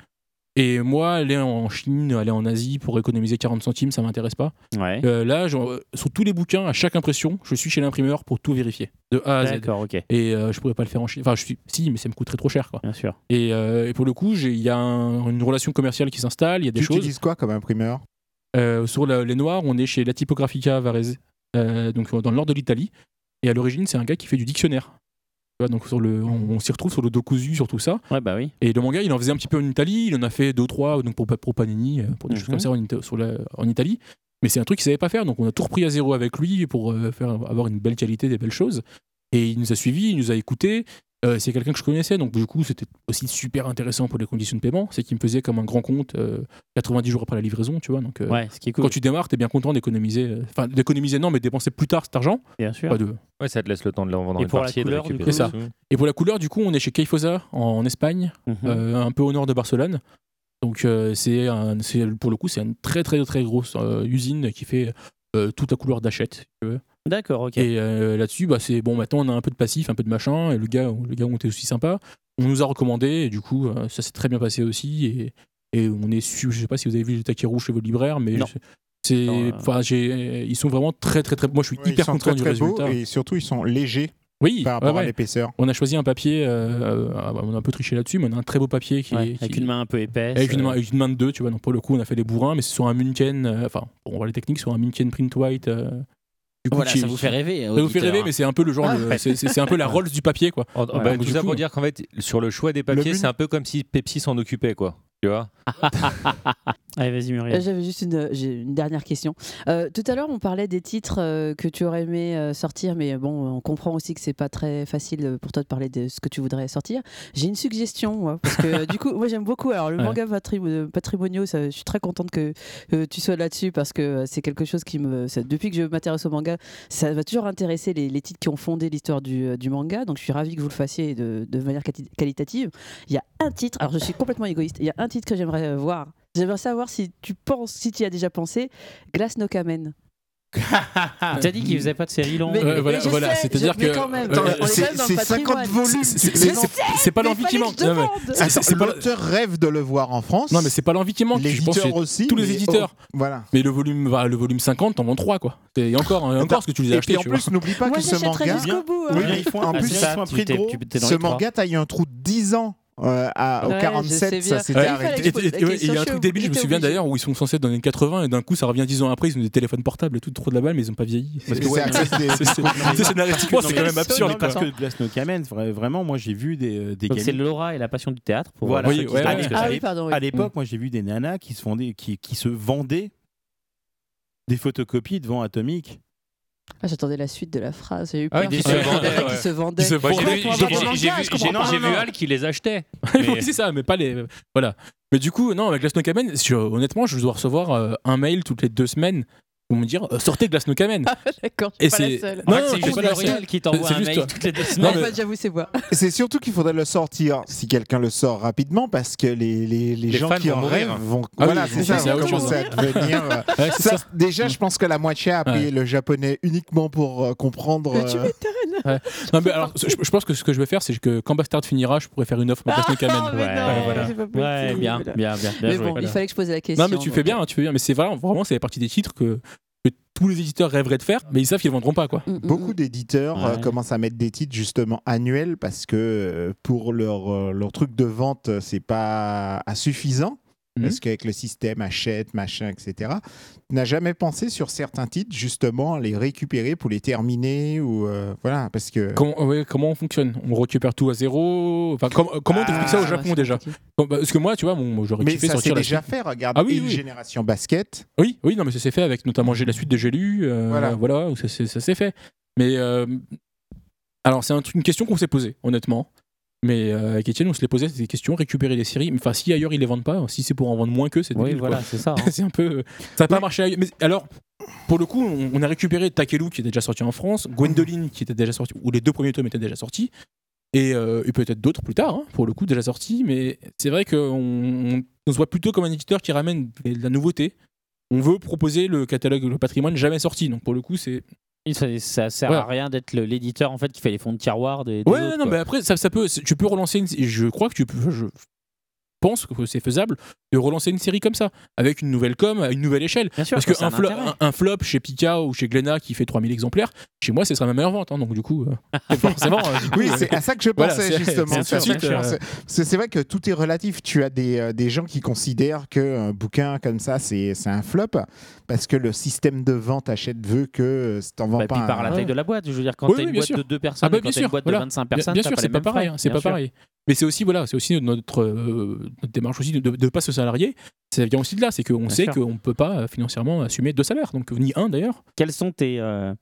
[SPEAKER 7] Et moi, aller en Chine, aller en Asie pour économiser 40 centimes, ça m'intéresse pas.
[SPEAKER 2] Ouais.
[SPEAKER 7] Euh, là, genre, euh, sur tous les bouquins, à chaque impression, je suis chez l'imprimeur pour tout vérifier, de A à Z.
[SPEAKER 2] D'accord, ok.
[SPEAKER 7] Et euh, je pourrais pas le faire en Chine. Enfin, je suis... si, mais ça me coûterait trop cher. Quoi.
[SPEAKER 2] Bien sûr.
[SPEAKER 7] Et, euh, et pour le coup, j'ai- il y a un- une relation commerciale qui s'installe, il y a des
[SPEAKER 6] Tu
[SPEAKER 7] choses.
[SPEAKER 6] utilises quoi comme imprimeur
[SPEAKER 7] Euh, sur la- les noirs, on est chez la Typographica Varese, euh, donc dans le nord de l'Italie. Et à l'origine, c'est un gars qui fait du dictionnaire. Tu vois, donc sur le, on, on s'y retrouve sur le dokusu, sur tout ça.
[SPEAKER 2] Ouais, bah oui.
[SPEAKER 7] Et le manga, il en faisait un petit peu en Italie, il en a fait deux, trois donc pour, pour Panini, euh, pour des choses
[SPEAKER 2] Mhm.
[SPEAKER 7] comme ça en, Ita- sur la- en Italie. Mais c'est un truc qu'il savait pas faire, donc on a tout repris à zéro avec lui pour euh, faire, avoir une belle qualité, des belles choses. Et il nous a suivis, il nous a écoutés. Euh, c'est quelqu'un que je connaissais, donc du coup c'était aussi super intéressant pour les conditions de paiement. C'est qu'il me faisait comme un grand compte euh, 90 jours après la livraison, tu vois. Donc, euh,
[SPEAKER 2] Ouais, ce qui est cool.
[SPEAKER 7] quand tu démarres, t'es bien content d'économiser, euh, enfin d'économiser non, mais dépenser plus tard cet argent.
[SPEAKER 2] Bien sûr.
[SPEAKER 7] Pas de-
[SPEAKER 4] Ouais, ça te laisse le temps de le revendre
[SPEAKER 2] Et
[SPEAKER 4] une
[SPEAKER 2] pour la
[SPEAKER 4] partie et de
[SPEAKER 2] couleur, du
[SPEAKER 4] récupérer
[SPEAKER 7] c'est
[SPEAKER 4] les
[SPEAKER 7] ça.
[SPEAKER 4] sous.
[SPEAKER 7] Et pour la couleur, du coup, on est chez Keifosa en, en Espagne,
[SPEAKER 2] Mhm. Mmh.
[SPEAKER 7] euh, un peu au nord de Barcelone. Donc euh, c'est un- c'est- pour le coup, c'est une très très très grosse euh, usine qui fait euh, toute la couleur d'achète. si tu veux.
[SPEAKER 2] D'accord, ok.
[SPEAKER 7] Et euh, là-dessus, bah, c'est bon. Maintenant, on a un peu de passif, un peu de machin, et le gars, le gars, on était aussi sympa. On nous a recommandé, et du coup, euh, ça s'est très bien passé aussi. Et, et on est, su- je sais pas si vous avez vu le Takeru chez vos libraires, mais
[SPEAKER 2] Non.
[SPEAKER 7] je- c'est,
[SPEAKER 2] Non, euh.
[SPEAKER 7] enfin, j'ai- ils sont vraiment très très très. Moi, je suis
[SPEAKER 6] Ouais, Ils
[SPEAKER 7] hyper
[SPEAKER 6] sont
[SPEAKER 7] content
[SPEAKER 6] très,
[SPEAKER 7] du
[SPEAKER 6] très beaux
[SPEAKER 7] résultat.
[SPEAKER 6] et surtout ils sont légers
[SPEAKER 7] Oui,
[SPEAKER 6] par rapport
[SPEAKER 7] ouais,
[SPEAKER 6] à
[SPEAKER 7] ouais.
[SPEAKER 6] l'épaisseur.
[SPEAKER 7] On a choisi un papier, euh, euh, ah bah, on a un peu triché là-dessus, mais on a un très beau papier qui,
[SPEAKER 2] Ouais,
[SPEAKER 7] est-
[SPEAKER 2] avec
[SPEAKER 7] qui-
[SPEAKER 2] une main un peu épaisse.
[SPEAKER 7] avec une main,
[SPEAKER 2] euh,
[SPEAKER 7] avec une main de deux, tu vois. Donc pour le coup, on a fait des bourrins, mais c'est sur un Munken, euh, enfin, bon, on voit les techniques, sur un Munken print white. euh, du coup,
[SPEAKER 2] Voilà,
[SPEAKER 7] qui-
[SPEAKER 2] ça vous fait rêver.
[SPEAKER 7] Ça vous fait
[SPEAKER 2] auditeur,
[SPEAKER 7] rêver,
[SPEAKER 2] hein.
[SPEAKER 7] mais c'est un peu le genre,
[SPEAKER 2] Ah,
[SPEAKER 7] le-
[SPEAKER 2] ouais.
[SPEAKER 7] c'est c'est- c'est un peu la Rolls du papier, quoi.
[SPEAKER 4] En-
[SPEAKER 7] Voilà.
[SPEAKER 4] bah,
[SPEAKER 7] Donc,
[SPEAKER 4] tout
[SPEAKER 7] Oh, du
[SPEAKER 4] ça
[SPEAKER 7] coup,
[SPEAKER 4] pour dire qu'en fait, sur le choix des
[SPEAKER 7] Le
[SPEAKER 4] papiers,
[SPEAKER 7] but-
[SPEAKER 4] c'est un peu comme si Pepsi s'en occupait, quoi. Tu vois
[SPEAKER 2] Allez, vas-y,
[SPEAKER 5] Euh,
[SPEAKER 2] Muriel.
[SPEAKER 5] J'avais juste une, j'ai une dernière question. Euh, tout à l'heure, on parlait des titres euh, que tu aurais aimé euh, sortir, mais bon, on comprend aussi que c'est pas très facile euh, pour toi de parler de ce que tu voudrais sortir. J'ai une suggestion, moi, parce que euh, du coup, moi j'aime beaucoup. Alors, le
[SPEAKER 13] Ouais.
[SPEAKER 5] manga patri- euh, patrimonio, ça, je suis très contente que euh, tu sois là-dessus parce que euh, c'est quelque chose qui me. ça- depuis que je m'intéresse au manga, ça va toujours intéresser les, les titres qui ont fondé l'histoire du, euh, du manga. Donc, je suis ravie que vous le fassiez de, de manière quali- qualitative. Il y a un titre, alors je suis complètement égoïste, il y a un titre que j'aimerais euh, voir. J'aimerais savoir si tu penses, si tu y as déjà pensé, Glass no Kamen.
[SPEAKER 7] Ah,
[SPEAKER 2] Ah, T'as dit qu'il faisait pas de série longue.
[SPEAKER 5] Mais-
[SPEAKER 7] Euh, voilà, voilà, c'est-à-dire que euh,
[SPEAKER 6] volumes,
[SPEAKER 7] C'est-
[SPEAKER 6] tu
[SPEAKER 7] c'est-
[SPEAKER 6] les
[SPEAKER 7] c'est-
[SPEAKER 6] entends.
[SPEAKER 7] C'est pas l'envie qui
[SPEAKER 6] fallait
[SPEAKER 7] manque.
[SPEAKER 6] que je
[SPEAKER 7] Non, mais-
[SPEAKER 6] demande.
[SPEAKER 7] c'est- c'est- c'est
[SPEAKER 6] Attends,
[SPEAKER 7] pas-
[SPEAKER 6] l'auteur rêve de le voir en France.
[SPEAKER 7] Non, mais c'est pas l'envie qui manque. je pense que
[SPEAKER 6] L'éditeur
[SPEAKER 7] c'est
[SPEAKER 6] aussi,
[SPEAKER 7] Tous les
[SPEAKER 6] mais-
[SPEAKER 7] éditeurs.
[SPEAKER 6] oh, voilà.
[SPEAKER 7] Mais le volume, bah, le volume 50, t'en vends 3 quoi. Et encore, hein, encore ce que tu les as
[SPEAKER 6] Et
[SPEAKER 7] achetés.
[SPEAKER 6] puis en
[SPEAKER 7] tu
[SPEAKER 6] plus,
[SPEAKER 7] vois.
[SPEAKER 6] n'oublie pas
[SPEAKER 5] Moi,
[SPEAKER 6] que ce
[SPEAKER 5] j'achèterais
[SPEAKER 6] manga.
[SPEAKER 5] jusqu'au bout, hein.
[SPEAKER 6] Oui,
[SPEAKER 5] Bien,
[SPEAKER 6] mais
[SPEAKER 5] ils font un-
[SPEAKER 6] en
[SPEAKER 2] ah,
[SPEAKER 6] plus,
[SPEAKER 2] c'est ça,
[SPEAKER 6] ils font un
[SPEAKER 2] tu
[SPEAKER 6] prix de
[SPEAKER 2] t'es-
[SPEAKER 6] gros.
[SPEAKER 2] tu t'es dans
[SPEAKER 6] Ce
[SPEAKER 2] les trois.
[SPEAKER 6] manga, t'as eu un trou de 10 ans euh, à- au
[SPEAKER 5] Ouais, je
[SPEAKER 6] 47,
[SPEAKER 5] sais
[SPEAKER 6] ça
[SPEAKER 5] bien.
[SPEAKER 6] s'était
[SPEAKER 5] Ouais.
[SPEAKER 6] arrêté.
[SPEAKER 7] Et- et- et-
[SPEAKER 5] la
[SPEAKER 7] ouais, Il y
[SPEAKER 5] question
[SPEAKER 7] a un
[SPEAKER 5] chaude,
[SPEAKER 7] truc débile, je me
[SPEAKER 5] j'étais
[SPEAKER 7] souviens
[SPEAKER 5] obligée.
[SPEAKER 7] d'ailleurs, où ils sont censés être dans les années 80 et d'un coup ça revient 10 ans après, ils ont des téléphones portables et tout, trop de la balle, mais ils ont pas vieilli.
[SPEAKER 6] Parce
[SPEAKER 7] C'est-
[SPEAKER 6] que
[SPEAKER 7] ouais,
[SPEAKER 6] c'est à cause des-
[SPEAKER 7] c'est- c'est- c'est scénaristiquement, c'est quand même absurde.
[SPEAKER 1] Parce
[SPEAKER 7] quoi.
[SPEAKER 1] que Glass No Kamen, vra- vraiment, moi j'ai vu des, euh, des
[SPEAKER 2] Donc c'est
[SPEAKER 1] gamines-
[SPEAKER 2] Laura et la passion du théâtre. Pour
[SPEAKER 1] Voilà,
[SPEAKER 2] ceux
[SPEAKER 1] ceux
[SPEAKER 2] qui
[SPEAKER 1] qui
[SPEAKER 2] savent
[SPEAKER 1] se
[SPEAKER 2] ce
[SPEAKER 1] vendent.
[SPEAKER 2] que
[SPEAKER 5] Ah
[SPEAKER 2] c'est.
[SPEAKER 5] oui, pardon, oui.
[SPEAKER 1] À l'époque, moi j'ai vu des nanas qui se, vendaient, qui, qui se vendaient des photocopies devant Atomic.
[SPEAKER 5] Ah, J'attendais la suite de la phrase. J'ai eu
[SPEAKER 1] Ah
[SPEAKER 5] peur.
[SPEAKER 1] oui,
[SPEAKER 5] Qui
[SPEAKER 1] qui
[SPEAKER 5] se
[SPEAKER 1] se
[SPEAKER 5] vendait,
[SPEAKER 1] vendaient,
[SPEAKER 5] qui
[SPEAKER 1] ouais.
[SPEAKER 5] se vendait.
[SPEAKER 1] Qui se vendait.
[SPEAKER 5] Pourquoi
[SPEAKER 1] J'ai-
[SPEAKER 5] on va
[SPEAKER 1] j'ai-
[SPEAKER 5] dans le
[SPEAKER 1] j'ai-
[SPEAKER 5] manga,
[SPEAKER 1] j'ai vu-
[SPEAKER 5] je
[SPEAKER 1] j'ai- j'ai
[SPEAKER 5] comprends pas.
[SPEAKER 4] J'ai
[SPEAKER 1] non,
[SPEAKER 4] vu
[SPEAKER 1] non.
[SPEAKER 4] Al qui les achetait.
[SPEAKER 7] Oui, c'est ça, mais pas les. Voilà. Mais du coup, non, avec Glass No Kamen, je- honnêtement, je dois recevoir euh, un mail toutes les deux semaines pour me dire euh, sortez Glass No Kamen.
[SPEAKER 5] D'accord, je
[SPEAKER 7] Et
[SPEAKER 5] suis pas la
[SPEAKER 7] c'est.
[SPEAKER 5] seule.
[SPEAKER 7] Non,
[SPEAKER 2] En fait, c'est
[SPEAKER 7] non,
[SPEAKER 2] juste
[SPEAKER 7] je suis pas la
[SPEAKER 2] L'Oréal
[SPEAKER 7] seule.
[SPEAKER 2] qui t'envoie
[SPEAKER 7] C'est
[SPEAKER 2] un
[SPEAKER 7] juste
[SPEAKER 2] mail
[SPEAKER 7] toi.
[SPEAKER 2] toutes les deux
[SPEAKER 7] Non,
[SPEAKER 2] semaines.
[SPEAKER 7] mais-
[SPEAKER 5] Bah, J'avoue, c'est moi.
[SPEAKER 6] C'est surtout qu'il faudrait le sortir si quelqu'un le sort rapidement parce que les, les, les, gens
[SPEAKER 7] fans
[SPEAKER 6] qui
[SPEAKER 7] vont
[SPEAKER 6] en
[SPEAKER 7] mourir.
[SPEAKER 6] rêvent vont.
[SPEAKER 7] Ah oui,
[SPEAKER 6] voilà,
[SPEAKER 7] ils
[SPEAKER 6] c'est
[SPEAKER 7] vont
[SPEAKER 6] ça,
[SPEAKER 7] penser à
[SPEAKER 6] vont
[SPEAKER 7] autre chose.
[SPEAKER 6] commencer à devenir. euh,
[SPEAKER 7] Ouais, c'est
[SPEAKER 6] ça,
[SPEAKER 7] ça.
[SPEAKER 6] Déjà, je pense que la moitié a appris
[SPEAKER 7] Ouais.
[SPEAKER 6] le japonais uniquement pour euh, comprendre. euh,
[SPEAKER 7] Ouais. Non, mais alors, je, je pense que ce que je vais faire, c'est que quand Bastard finira, je pourrais faire une offre pour Glass No Kamen.
[SPEAKER 2] mais non, c'est pas possible. Ouais, bien, bien, bien, bien
[SPEAKER 5] Mais
[SPEAKER 2] joué.
[SPEAKER 5] bon, il
[SPEAKER 2] Voilà.
[SPEAKER 5] fallait que je pose la question.
[SPEAKER 7] Non, mais tu fais
[SPEAKER 5] donc.
[SPEAKER 7] bien, hein, tu fais bien. Mais c'est vraiment, vraiment, c'est la partie des titres que, que tous les éditeurs rêveraient de faire, mais ils savent qu'ils ne vendront pas, quoi.
[SPEAKER 6] Beaucoup d'éditeurs euh,
[SPEAKER 7] Ouais.
[SPEAKER 6] commencent à mettre des titres justement annuels parce que euh, pour leur, euh, leur truc de vente, euh, c'est pas euh, suffisant.
[SPEAKER 7] Mhm.
[SPEAKER 6] parce qu'avec le système achète, machin, etc. N'a jamais pensé sur certains titres justement les récupérer pour les terminer ou euh, voilà parce que
[SPEAKER 7] Comment, ouais, comment on fonctionne On récupère tout à zéro Enfin, com- euh, comment on t'explique ça au
[SPEAKER 6] Ah,
[SPEAKER 7] Japon
[SPEAKER 6] c'est
[SPEAKER 7] déjà Comme- bah, Parce que moi, tu vois, bon, moi, j'aurais
[SPEAKER 6] mais
[SPEAKER 7] kiffé
[SPEAKER 6] ça
[SPEAKER 7] sortir
[SPEAKER 6] c'est
[SPEAKER 7] la
[SPEAKER 6] déjà
[SPEAKER 7] suite.
[SPEAKER 6] fait. Regarde
[SPEAKER 7] Ah oui,
[SPEAKER 6] une
[SPEAKER 7] oui.
[SPEAKER 6] génération basket.
[SPEAKER 7] Oui, oui, non, mais ça s'est fait avec notamment j'ai la suite de GLU. euh,
[SPEAKER 6] Voilà.
[SPEAKER 7] voilà. ça, s'est- ça s'est fait. Mais euh, alors, c'est un truc- une question qu'on s'est posée, honnêtement. Mais euh, avec Étienne, on se les posait ces questions, récupérer les séries. Enfin, si ailleurs ils les vendent pas, si c'est pour en vendre moins qu'eux, c'est
[SPEAKER 2] Oui,
[SPEAKER 7] débile,
[SPEAKER 2] voilà,
[SPEAKER 7] quoi.
[SPEAKER 2] c'est ça, hein.
[SPEAKER 7] c'est un peu. euh, Ça n'a pas marché ailleurs. Mais alors, pour le coup, on, on a récupéré Takelu qui était déjà sorti en France, Gwendoline qui était déjà sorti, ou les deux premiers tomes étaient déjà sortis, et, euh, et peut-être d'autres plus tard, hein, pour le coup, déjà sortis. Mais c'est vrai qu'on on, on se voit plutôt comme un éditeur qui ramène de la nouveauté. On veut proposer le catalogue, le patrimoine jamais sorti. Donc pour le coup, c'est
[SPEAKER 2] Il- Ça, ça sert
[SPEAKER 7] Voilà.
[SPEAKER 2] à rien d'être le- l'éditeur en fait qui fait les fonds de tiroir des. des
[SPEAKER 7] Ouais,
[SPEAKER 2] autres,
[SPEAKER 7] non,
[SPEAKER 2] quoi.
[SPEAKER 7] mais après, ça, ça peut, c'est- tu peux relancer une. Je crois que tu peux. Je pense que c'est faisable de relancer une série comme ça, avec une nouvelle com, à une nouvelle échelle.
[SPEAKER 2] sûr,
[SPEAKER 7] Parce
[SPEAKER 2] ça, c'est
[SPEAKER 7] qu'un
[SPEAKER 2] un
[SPEAKER 7] flop,
[SPEAKER 2] intérêt.
[SPEAKER 7] un, un flop chez Pika ou chez Glénat qui fait 3000 exemplaires, chez moi, ce sera ma meilleure vente. hein, donc, du coup, euh, c'est forcément. euh, du coup,
[SPEAKER 6] Ah Oui,
[SPEAKER 7] euh,
[SPEAKER 6] c'est à ça que je
[SPEAKER 7] voilà,
[SPEAKER 6] pensais
[SPEAKER 7] c'est-
[SPEAKER 6] justement.
[SPEAKER 7] c'est
[SPEAKER 6] C'est à ça
[SPEAKER 7] suite,
[SPEAKER 6] que je
[SPEAKER 7] euh,
[SPEAKER 6] pensais. C'est c'est vrai que tout est relatif. Tu as des, euh, des gens qui considèrent qu'un bouquin comme ça, c'est c'est un flop parce que le système de vente achète veut que euh, si t'en vends
[SPEAKER 2] Bah,
[SPEAKER 6] pas.
[SPEAKER 2] puis par
[SPEAKER 6] un-
[SPEAKER 2] la taille de la boîte, je veux dire quand
[SPEAKER 7] Oui,
[SPEAKER 2] t'as
[SPEAKER 7] oui,
[SPEAKER 2] une
[SPEAKER 7] bien
[SPEAKER 2] boîte
[SPEAKER 7] sûr.
[SPEAKER 2] de deux personnes,
[SPEAKER 7] Ah bah,
[SPEAKER 2] et quand
[SPEAKER 7] bien
[SPEAKER 2] t'as
[SPEAKER 7] sûr,
[SPEAKER 2] une boîte
[SPEAKER 7] voilà.
[SPEAKER 2] de 25
[SPEAKER 7] Bien-
[SPEAKER 2] personnes,
[SPEAKER 7] bien
[SPEAKER 2] t'as
[SPEAKER 7] sûr,
[SPEAKER 2] pas
[SPEAKER 7] c'est
[SPEAKER 2] les
[SPEAKER 7] pas
[SPEAKER 2] mêmes
[SPEAKER 7] pareil.
[SPEAKER 2] frais,
[SPEAKER 7] hein, c'est
[SPEAKER 2] bien
[SPEAKER 7] pas
[SPEAKER 2] sûr.
[SPEAKER 7] pareil. Mais c'est aussi voilà, c'est aussi notre euh, notre démarche aussi de- de ne pas se salarier. Ça vient aussi de là, c'est qu'on
[SPEAKER 2] Bien
[SPEAKER 7] sait
[SPEAKER 2] sûr.
[SPEAKER 7] qu'on peut pas euh, financièrement assumer deux salaires, donc ni un d'ailleurs.
[SPEAKER 2] Quelles sont tes euh,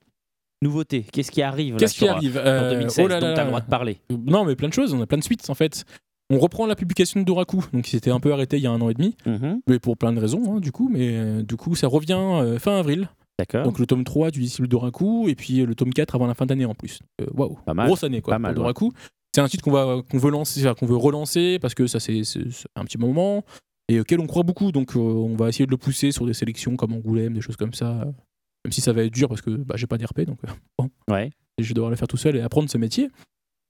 [SPEAKER 2] nouveautés Qu'est-ce qui arrive là,
[SPEAKER 7] Qu'est-ce qui
[SPEAKER 2] sur-
[SPEAKER 7] arrive
[SPEAKER 2] en
[SPEAKER 7] Euh,
[SPEAKER 2] 2016
[SPEAKER 7] oh là
[SPEAKER 2] dont
[SPEAKER 7] là
[SPEAKER 2] t'as le
[SPEAKER 7] là.
[SPEAKER 2] droit de parler
[SPEAKER 7] Euh, Non, mais plein de choses, on a plein de suites en fait. On reprend la publication de Doraku, donc qui s'était un peu arrêté il y a un an et demi,
[SPEAKER 2] Mhm.
[SPEAKER 7] mais pour plein de raisons, hein, du coup. Mais euh, du coup, ça revient euh, fin avril.
[SPEAKER 2] D'accord.
[SPEAKER 7] Donc le tome 3 du disciple Doraku, et puis euh, le tome 4 avant la fin d'année en plus. Euh, Waouh,
[SPEAKER 2] Pas mal.
[SPEAKER 7] grosse année quoi.
[SPEAKER 2] Pas mal,
[SPEAKER 7] pour Doraku. C'est un titre qu'on va qu'on veut lancer, enfin, qu'on veut relancer parce que ça c'est c'est- c'est un petit moment et auquel on croit beaucoup. Donc euh, on va essayer de le pousser sur des sélections comme Angoulême, des choses comme ça. euh, Même si ça va être dur parce que bah, j'ai pas d'RP, donc euh, bon,
[SPEAKER 2] Ouais.
[SPEAKER 7] je vais devoir le faire tout seul et apprendre ce métier.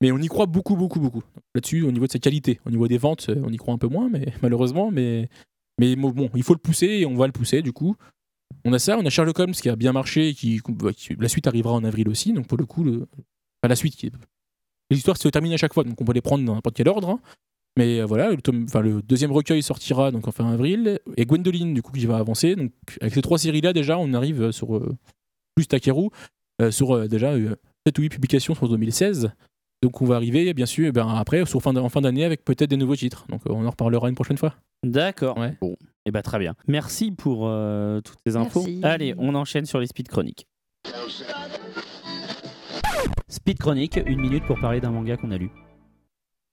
[SPEAKER 7] Mais on y croit beaucoup, beaucoup, beaucoup. Là-dessus, au niveau de sa qualité, au niveau des ventes, euh, on y croit un peu moins, mais malheureusement, mais, mais mo- bon, il faut le pousser et on va le pousser du coup. On a ça, on a Sherlock Holmes qui a bien marché, et qui, bah, qui- la suite arrivera en avril aussi, donc pour le coup, le, enfin, la suite, qui, les histoires se terminent à chaque fois, donc on peut les prendre dans n'importe quel ordre. hein. Mais euh, voilà, le, tome- enfin, le deuxième recueil sortira donc en fin avril, et Gwendoline du coup qui va avancer. Donc avec ces trois séries là déjà, on arrive euh, sur euh, plus Takeru euh, sur euh, déjà euh, 7 ou 8 publications sur 2016. Donc on va arriver bien sûr eh ben, après sur fin d- en fin d'année avec peut-être des nouveaux titres. Donc euh, on en reparlera une prochaine fois.
[SPEAKER 2] D'accord.
[SPEAKER 7] Ouais.
[SPEAKER 2] Bon, et bah très bien. Merci pour euh, toutes ces infos.
[SPEAKER 5] Merci.
[SPEAKER 2] Allez, on enchaîne sur les speed chroniques. Speed chronique, une minute pour parler d'un manga qu'on a lu.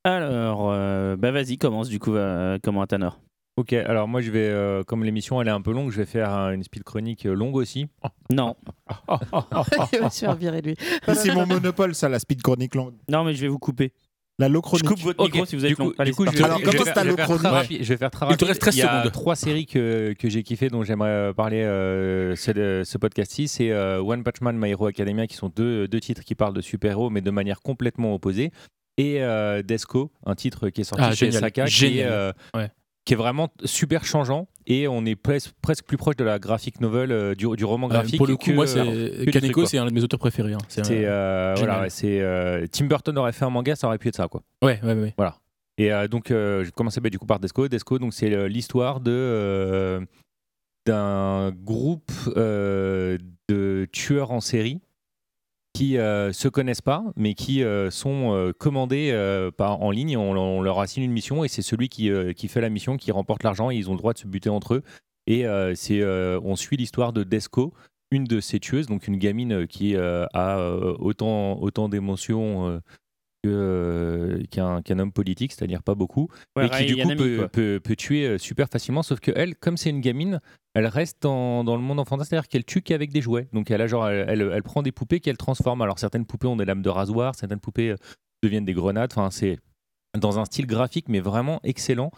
[SPEAKER 2] Alors, euh, bah vas-y, commence du coup, euh, comment Tanner
[SPEAKER 4] Ok, alors moi je vais, euh, comme l'émission elle est un peu longue, je vais faire euh, une speed chronique euh, longue aussi.
[SPEAKER 2] Non.
[SPEAKER 5] Il va se faire virer lui.
[SPEAKER 6] Ça, c'est mon monopole, ça, la speed chronique longue.
[SPEAKER 2] Non, mais je vais vous couper.
[SPEAKER 6] La
[SPEAKER 2] Je
[SPEAKER 6] low chronique.
[SPEAKER 2] coupe votre micro si vous êtes
[SPEAKER 4] du coup,
[SPEAKER 2] long. Allez,
[SPEAKER 4] du coup,
[SPEAKER 2] c'est
[SPEAKER 4] je,
[SPEAKER 6] Alors,
[SPEAKER 4] je
[SPEAKER 6] quand
[SPEAKER 4] vais,
[SPEAKER 6] on
[SPEAKER 4] faire-
[SPEAKER 6] se
[SPEAKER 4] je vais
[SPEAKER 6] l'allo
[SPEAKER 4] faire très
[SPEAKER 6] chrono-
[SPEAKER 4] rapi- je vais faire très
[SPEAKER 7] Il te
[SPEAKER 4] rapide.
[SPEAKER 7] reste 13
[SPEAKER 4] Il y a
[SPEAKER 7] secondes.
[SPEAKER 4] trois séries que, que j'ai kiffées dont j'aimerais parler euh, c'est de- ce podcast-ci. C'est euh, One Punch Man, My Hero Academia, qui sont deux, deux titres qui parlent de super-héros, mais de manière complètement opposée. Et euh, Desco, un titre qui est sorti
[SPEAKER 7] Ah,
[SPEAKER 4] chez
[SPEAKER 7] génial,
[SPEAKER 4] Saka, qui est,
[SPEAKER 7] génial.
[SPEAKER 4] euh,
[SPEAKER 7] Ouais.
[SPEAKER 4] qui est vraiment super changeant. Et on est pres- presque plus proche de la graphic novel, euh, du, du roman
[SPEAKER 7] Euh,
[SPEAKER 4] graphique.
[SPEAKER 7] pour le coup,
[SPEAKER 4] que-
[SPEAKER 7] moi,
[SPEAKER 4] que
[SPEAKER 7] c'est
[SPEAKER 4] du truc,
[SPEAKER 7] Kaneko,
[SPEAKER 4] quoi.
[SPEAKER 7] c'est un de mes auteurs préférés. hein. C'est
[SPEAKER 4] C'est
[SPEAKER 7] un-
[SPEAKER 4] euh,
[SPEAKER 7] génial.
[SPEAKER 4] voilà, ouais, c'est euh, Tim Burton aurait fait un manga, ça aurait pu être ça, quoi.
[SPEAKER 7] Ouais, ouais, ouais.
[SPEAKER 4] Voilà. Et euh, donc, euh, je vais commencer bah, du coup par Desco. Desco, donc c'est euh, l'histoire de euh, d'un groupe euh, de tueurs en série qui euh, se connaissent pas, mais qui euh, sont euh, commandés euh, par, en ligne. On, on leur assigne une mission et c'est celui qui, euh, qui fait la mission qui remporte l'argent. Et ils ont le droit de se buter entre eux. Et euh, c'est euh, on suit l'histoire de Desco, une de ces tueuses, donc une gamine euh, qui euh, a euh, autant autant d'émotions. euh, que, euh, qu'un qu'un homme politique, c'est-à-dire pas beaucoup,
[SPEAKER 2] Ouais,
[SPEAKER 4] et qui
[SPEAKER 2] Ray
[SPEAKER 4] du coup
[SPEAKER 2] Yanami,
[SPEAKER 4] peut,
[SPEAKER 2] quoi.
[SPEAKER 4] peut- peut tuer euh, super facilement, sauf que elle, comme c'est une gamine, elle reste dans, dans le monde enfantin, c'est-à-dire qu'elle tue qu'avec des jouets. Donc elle, a genre, elle, elle- elle prend des poupées qu'elle transforme. Alors certaines poupées ont des lames de rasoir, certaines poupées euh, deviennent des grenades, enfin c'est dans un style graphique mais vraiment excellent.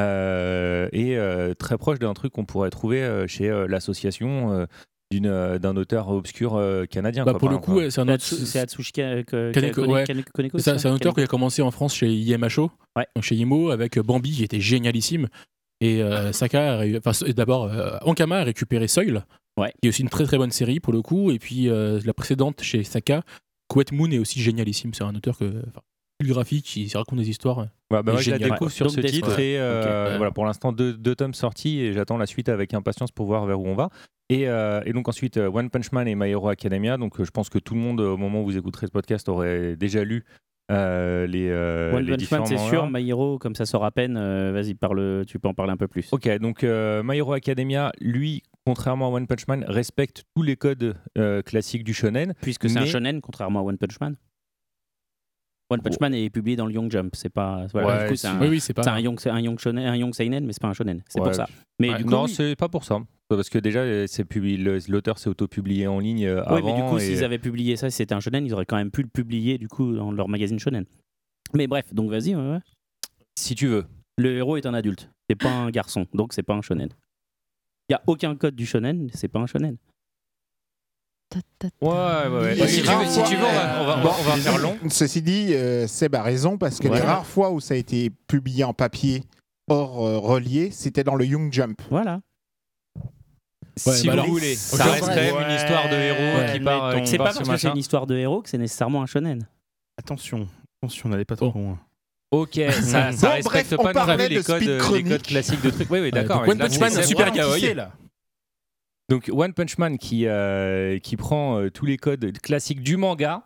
[SPEAKER 4] euh, et euh, très proche d'un truc qu'on pourrait trouver euh, chez euh, l'association euh, d'une, euh, d'un auteur obscur euh, canadien.
[SPEAKER 7] Bah,
[SPEAKER 4] quoi,
[SPEAKER 7] pour
[SPEAKER 4] par
[SPEAKER 7] le
[SPEAKER 4] exemple.
[SPEAKER 7] coup, ouais, c'est un autre-
[SPEAKER 2] Atsu- C'est Atsushi Ka- Ka-
[SPEAKER 7] Kaneko,
[SPEAKER 2] Kaneko-
[SPEAKER 7] ouais.
[SPEAKER 2] Kaneko- Kaneko,
[SPEAKER 7] C'est un-
[SPEAKER 2] ça
[SPEAKER 7] c'est un auteur qui
[SPEAKER 2] Kaneko.
[SPEAKER 7] a commencé en France chez IMHO,
[SPEAKER 2] Ouais.
[SPEAKER 7] donc chez IMO, avec Bambi qui était génialissime. Et euh, Saka, a ré- enfin, s- d'abord, euh, Ankama a récupéré Soil,
[SPEAKER 2] Ouais.
[SPEAKER 7] qui est aussi une très très bonne série pour le coup. Et puis euh, la précédente chez Saka, Kuwait Moon est aussi génialissime. C'est un auteur que. enfin, graphique, il il raconte des histoires. ouais.
[SPEAKER 4] Ouais, bah
[SPEAKER 7] Il est
[SPEAKER 4] moi, je la
[SPEAKER 7] génial,
[SPEAKER 4] découvre
[SPEAKER 7] quoi.
[SPEAKER 4] sur ce titre et euh,
[SPEAKER 7] Ok.
[SPEAKER 4] voilà pour l'instant deux, deux tomes sortis et j'attends la suite avec impatience pour voir vers où on va. Et, euh, et donc ensuite euh, One Punch Man et My Hero Academia. Donc euh, je pense que tout le monde euh, au moment où vous écouterez ce podcast aurait déjà lu euh, les, euh,
[SPEAKER 2] One Punch
[SPEAKER 4] les
[SPEAKER 2] Man,
[SPEAKER 4] différents
[SPEAKER 2] c'est
[SPEAKER 4] mangas.
[SPEAKER 2] sûr. My Hero, comme ça sort à peine, euh, vas-y, parle, tu peux en parler un peu plus.
[SPEAKER 4] Ok, donc euh, My Hero Academia, lui, contrairement à One Punch Man, respecte tous les codes euh, classiques du shonen.
[SPEAKER 2] Puisque c'est un
[SPEAKER 4] mais-
[SPEAKER 2] shonen, contrairement à One Punch Man. One Punch Man est publié dans le Young Jump, c'est pas. voilà,
[SPEAKER 4] Oh. Ouais,
[SPEAKER 2] du coup,
[SPEAKER 4] si.
[SPEAKER 2] c'est un,
[SPEAKER 4] Oui, oui, c'est pas-
[SPEAKER 2] un young, c'est un young shonen, un young seinen, mais c'est pas un shonen. C'est
[SPEAKER 4] Ouais.
[SPEAKER 2] pour ça. Mais
[SPEAKER 4] Ouais,
[SPEAKER 2] du coup,
[SPEAKER 4] non,
[SPEAKER 2] oui.
[SPEAKER 4] c'est pas pour ça. Parce que déjà, euh, c'est publié- le- l'auteur s'est auto-publié en ligne euh,
[SPEAKER 2] Ouais,
[SPEAKER 4] avant.
[SPEAKER 2] mais du coup,
[SPEAKER 4] et-
[SPEAKER 2] s'ils avaient publié ça, si c'était un shonen, ils auraient quand même pu le publier du coup dans leur magazine shonen. Mais bref, donc vas-y. ouais, ouais.
[SPEAKER 4] Si tu veux.
[SPEAKER 2] Le héros est un adulte. C'est pas un garçon, donc c'est pas un shonen. Il y a aucun code du shonen, c'est pas un shonen.
[SPEAKER 4] Ouais, ouais, ouais.
[SPEAKER 6] Les
[SPEAKER 4] Si tu
[SPEAKER 6] rares
[SPEAKER 4] veux, si
[SPEAKER 6] fois-
[SPEAKER 4] tu veux, on va, on va- on va- on va faire long.
[SPEAKER 6] Ceci dit, euh, Seb a raison parce que les
[SPEAKER 4] Voilà.
[SPEAKER 6] rares fois où ça a été publié en papier hors euh, relié, c'était dans le Young Jump.
[SPEAKER 2] Voilà. bah
[SPEAKER 4] si vous voulez, ça reste quand même une histoire de héros qui part. euh, qui
[SPEAKER 2] C'est
[SPEAKER 4] part
[SPEAKER 2] pas
[SPEAKER 4] ce
[SPEAKER 2] parce que c'est
[SPEAKER 4] machin.
[SPEAKER 2] une histoire de héros que c'est nécessairement un shonen.
[SPEAKER 1] Attention, attention, n'allez pas trop loin.
[SPEAKER 4] Ok, ça, ça respecte pas non plus les codes, euh, les codes classiques de trucs. Oui, oui, d'accord.
[SPEAKER 7] donc One
[SPEAKER 4] Là,
[SPEAKER 7] Punch
[SPEAKER 4] c'est-
[SPEAKER 7] Man,
[SPEAKER 4] c'est
[SPEAKER 7] super
[SPEAKER 4] vraiment
[SPEAKER 7] kawaii.
[SPEAKER 4] tissé, là. Donc One Punch Man qui, euh, qui prend euh, tous les codes classiques du manga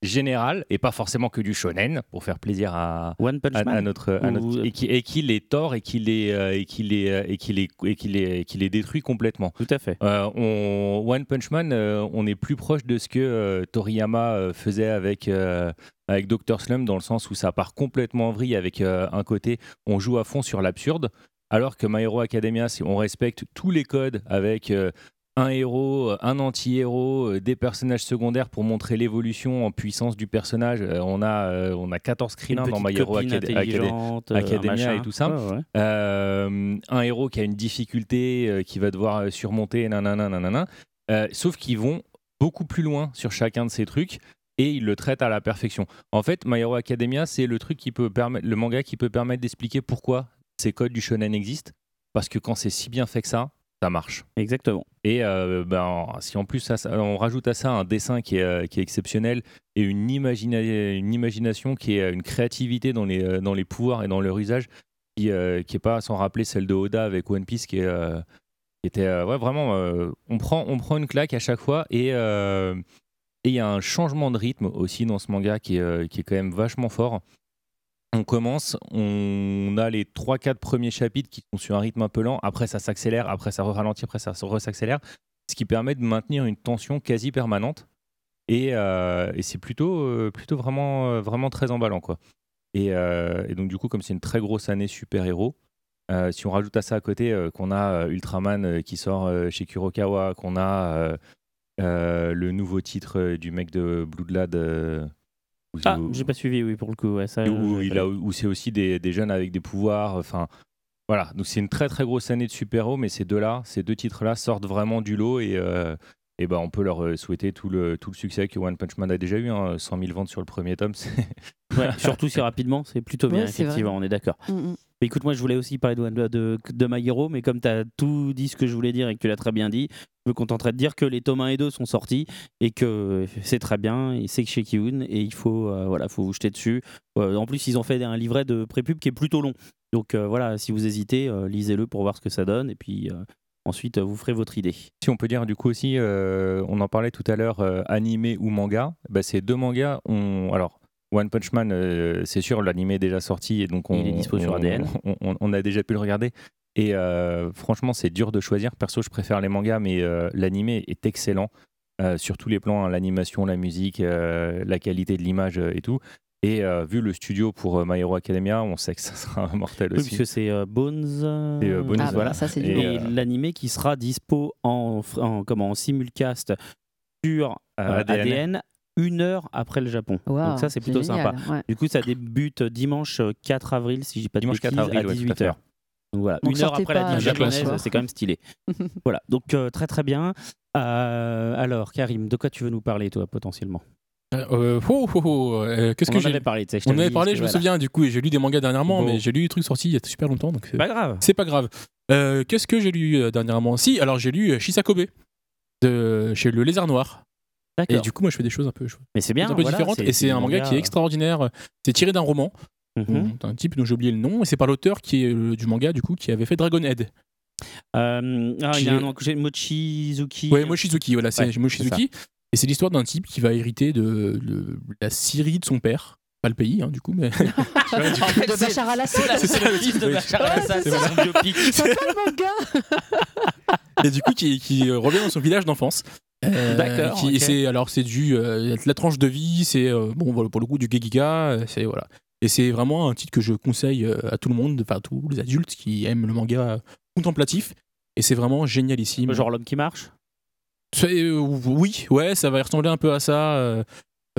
[SPEAKER 4] général et pas forcément que du shonen pour faire plaisir à,
[SPEAKER 2] One Punch
[SPEAKER 4] à, à
[SPEAKER 2] Man
[SPEAKER 4] notre, à notre-
[SPEAKER 2] Ou-
[SPEAKER 4] et, qui, et qui les tord et qui les, euh, et qui les, euh, et qui les, et qui les, et qui les détruit complètement.
[SPEAKER 2] Tout à fait.
[SPEAKER 4] Euh, on, One Punch Man, euh, on est plus proche de ce que euh, Toriyama euh, faisait avec, euh, avec Dr. Slum, dans le sens où ça part complètement en vrille avec euh, un côté, on joue à fond sur l'absurde, alors que My Hero Academia, c'est- on respecte tous les codes avec euh, un héros, euh, un anti-héros, euh, des personnages secondaires pour montrer l'évolution en puissance du personnage. Euh, on, a, euh, on a 14 screeners
[SPEAKER 2] Une
[SPEAKER 4] dans My
[SPEAKER 2] petite
[SPEAKER 4] Hero
[SPEAKER 2] copine
[SPEAKER 4] Acad- Acad-
[SPEAKER 2] intelligente, euh, un
[SPEAKER 4] Academia et
[SPEAKER 2] machin.
[SPEAKER 4] tout ça.
[SPEAKER 2] Ouais, ouais.
[SPEAKER 4] Euh, un héros qui a une difficulté euh, qui va devoir euh, surmonter, nanana, nanana. Euh, sauf qu'ils vont beaucoup plus loin sur chacun de ces trucs et ils le traitent à la perfection. En fait, My Hero Academia, c'est le truc qui peut permettre, le manga qui peut permettre d'expliquer pourquoi ces codes du shonen existent, parce que quand c'est si bien fait que ça, ça marche.
[SPEAKER 2] Exactement.
[SPEAKER 4] Et euh, ben, si en plus ça- ça- on rajoute à ça un dessin qui est, euh, qui est exceptionnel et une, imagina- une imagination qui est euh, une créativité dans les, euh, dans les pouvoirs et dans leur usage qui, euh, qui est pas sans rappeler celle de Oda avec One Piece qui est euh, qui était euh, ouais, vraiment euh, on prend on prend une claque à chaque fois et euh, et il y a un changement de rythme aussi dans ce manga qui est, euh, qui est quand même vachement fort on commence, on a les 3-4 premiers chapitres qui sont sur un rythme un peu lent, après ça s'accélère, après ça ralentit, après ça se re-s'accélère, ce qui permet de maintenir une tension quasi permanente. Et, euh, et c'est plutôt, euh, plutôt vraiment, euh, vraiment très emballant. Quoi. Et, euh, et donc, du coup, comme c'est une très grosse année super-héros, euh, si on rajoute à ça à côté euh, qu'on a euh, Ultraman euh, qui sort euh, chez Kurokawa, qu'on a euh, euh, le nouveau titre euh, du mec de Bloodlad. euh, où-
[SPEAKER 2] Ah, j'ai pas suivi, oui, pour le coup. ouais, ça,
[SPEAKER 4] et où,
[SPEAKER 2] euh,
[SPEAKER 4] il a- où c'est aussi des, des jeunes avec des pouvoirs. Enfin, voilà. Donc c'est une très très grosse année de super-héros, mais ces deux-là, ces deux titres-là sortent vraiment du lot et, euh, et ben on peut leur euh, souhaiter tout le, tout le succès que One Punch Man a déjà eu. hein. 100 000 ventes sur le premier tome. c'est-
[SPEAKER 2] euh, Ouais, surtout si rapidement, c'est plutôt bien,
[SPEAKER 4] Ouais, c'est vrai.
[SPEAKER 2] effectivement, on est d'accord. Mais écoute, moi je voulais aussi parler de, One- de, de My Hero, mais comme tu as tout dit ce que je voulais dire et que tu l'as très bien dit, je me contenterai de dire que les tomes 1 et 2 sont sortis et que c'est très bien, et c'est chez Kiun et il faut, euh, voilà, faut vous jeter dessus. Euh, en plus, ils ont fait un livret de prépub qui est plutôt long. Donc euh, voilà, si vous hésitez, euh, lisez-le pour voir ce que ça donne et puis euh, ensuite euh, vous ferez votre idée.
[SPEAKER 4] Si on peut dire du coup aussi, euh, on en parlait tout à l'heure, euh, animé ou manga, bah, ces deux mangas ont. Alors, One Punch Man, euh, c'est sûr, l'anime est déjà sorti et donc on.
[SPEAKER 2] Il est dispo sur
[SPEAKER 4] on-
[SPEAKER 2] ADN.
[SPEAKER 4] On, on- on a déjà pu le regarder. Et euh, franchement, c'est dur de choisir. Perso, je préfère les mangas, mais euh, l'anime est excellent euh, sur tous les plans hein, l'animation, la musique, euh, la qualité de l'image euh, et tout. Et euh, vu le studio pour euh, My Hero Academia, on sait que ça sera mortel
[SPEAKER 2] Oui,
[SPEAKER 4] aussi.
[SPEAKER 2] puisque c'est euh, Bones. euh,
[SPEAKER 4] Bah, C'est, euh, Bones, Ah, voilà. ça, c'est du
[SPEAKER 2] Et
[SPEAKER 4] lourd.
[SPEAKER 2] euh, l'animé qui sera dispo en, fr- en- comment, en simulcast sur euh,
[SPEAKER 4] ADN.
[SPEAKER 2] ADN. une heure après le Japon.
[SPEAKER 13] Waouh,
[SPEAKER 2] Donc ça, c'est
[SPEAKER 13] c'est
[SPEAKER 2] plutôt
[SPEAKER 13] génial,
[SPEAKER 2] sympa.
[SPEAKER 13] ouais.
[SPEAKER 2] Du coup, ça débute dimanche 4 avril, si je dis pas de
[SPEAKER 4] Dimanche 4
[SPEAKER 2] bêtises,
[SPEAKER 4] avril,
[SPEAKER 2] à
[SPEAKER 4] ouais, tout à
[SPEAKER 2] 18h.
[SPEAKER 4] fait.
[SPEAKER 2] Donc voilà,
[SPEAKER 4] Donc
[SPEAKER 2] une heure
[SPEAKER 4] sortez
[SPEAKER 2] après la
[SPEAKER 4] pas
[SPEAKER 2] dîme
[SPEAKER 4] le soir.
[SPEAKER 2] japonaise, c'est quand même stylé. voilà, donc euh, très très bien. Euh, alors, Karim, de quoi tu veux nous parler, toi, potentiellement
[SPEAKER 7] Euh, euh, oh, oh, oh, euh, qu'est-ce
[SPEAKER 2] On
[SPEAKER 7] que
[SPEAKER 2] en
[SPEAKER 7] j'ai
[SPEAKER 2] avait parlé, tu sais, je
[SPEAKER 7] On en
[SPEAKER 2] t'avais
[SPEAKER 7] avait
[SPEAKER 2] dit,
[SPEAKER 7] parlé,
[SPEAKER 2] c'était-
[SPEAKER 7] je me
[SPEAKER 2] voilà.
[SPEAKER 7] souviens. Du coup, et j'ai lu des mangas dernièrement,
[SPEAKER 2] Bon. Bah.
[SPEAKER 7] mais j'ai lu des trucs sortis il y a super longtemps, donc c'est
[SPEAKER 2] Pas grave.
[SPEAKER 7] C'est pas grave. Euh, qu'est-ce que j'ai lu euh, dernièrement Si, alors j'ai lu euh, Shisakobe de chez le Lézard Noir.
[SPEAKER 2] D'accord.
[SPEAKER 7] Et du coup, moi, je fais des choses un peu, je-
[SPEAKER 2] Mais c'est bien,
[SPEAKER 7] un peu
[SPEAKER 2] voilà,
[SPEAKER 7] différentes.
[SPEAKER 2] c'est-
[SPEAKER 7] Et
[SPEAKER 2] c'est euh,
[SPEAKER 7] c'est un manga qui est Mm-hmm. extraordinaire. C'est tiré d'un roman
[SPEAKER 2] Mhm.
[SPEAKER 7] d'un type dont j'ai oublié le nom. Et c'est par l'auteur qui est euh, du manga, du coup, qui avait fait Dragon Head.
[SPEAKER 2] Euh, ah, il y a un nom que j'ai- Mochizuki.
[SPEAKER 7] Ouais, Mochizuki, voilà, c'est
[SPEAKER 2] Ouais,
[SPEAKER 7] Mochizuki. Et c'est l'histoire d'un type qui va hériter de, de la Syrie de son père. Pas le pays, hein, du coup, mais.
[SPEAKER 5] de Bachar al-Assad.
[SPEAKER 7] C'est ça, le titre de Bachar al-Assad, c'est
[SPEAKER 5] ça.
[SPEAKER 7] mon biopic.
[SPEAKER 5] C'est ça le manga.
[SPEAKER 7] et du coup qui, qui revient dans son village d'enfance. Euh,
[SPEAKER 2] D'accord,
[SPEAKER 7] qui- et
[SPEAKER 2] ok.
[SPEAKER 7] c'est alors c'est du euh, la tranche de vie, c'est euh, bon voilà, pour le coup du gegiga, euh, c'est voilà. Et c'est vraiment un titre que je conseille euh, à tout le monde, enfin à tous les adultes qui aiment le manga euh, contemplatif. Et c'est vraiment génialissime.
[SPEAKER 2] Genre l'homme qui marche.
[SPEAKER 7] C'est- euh, oui, ouais, ça va ressembler un peu à ça. euh,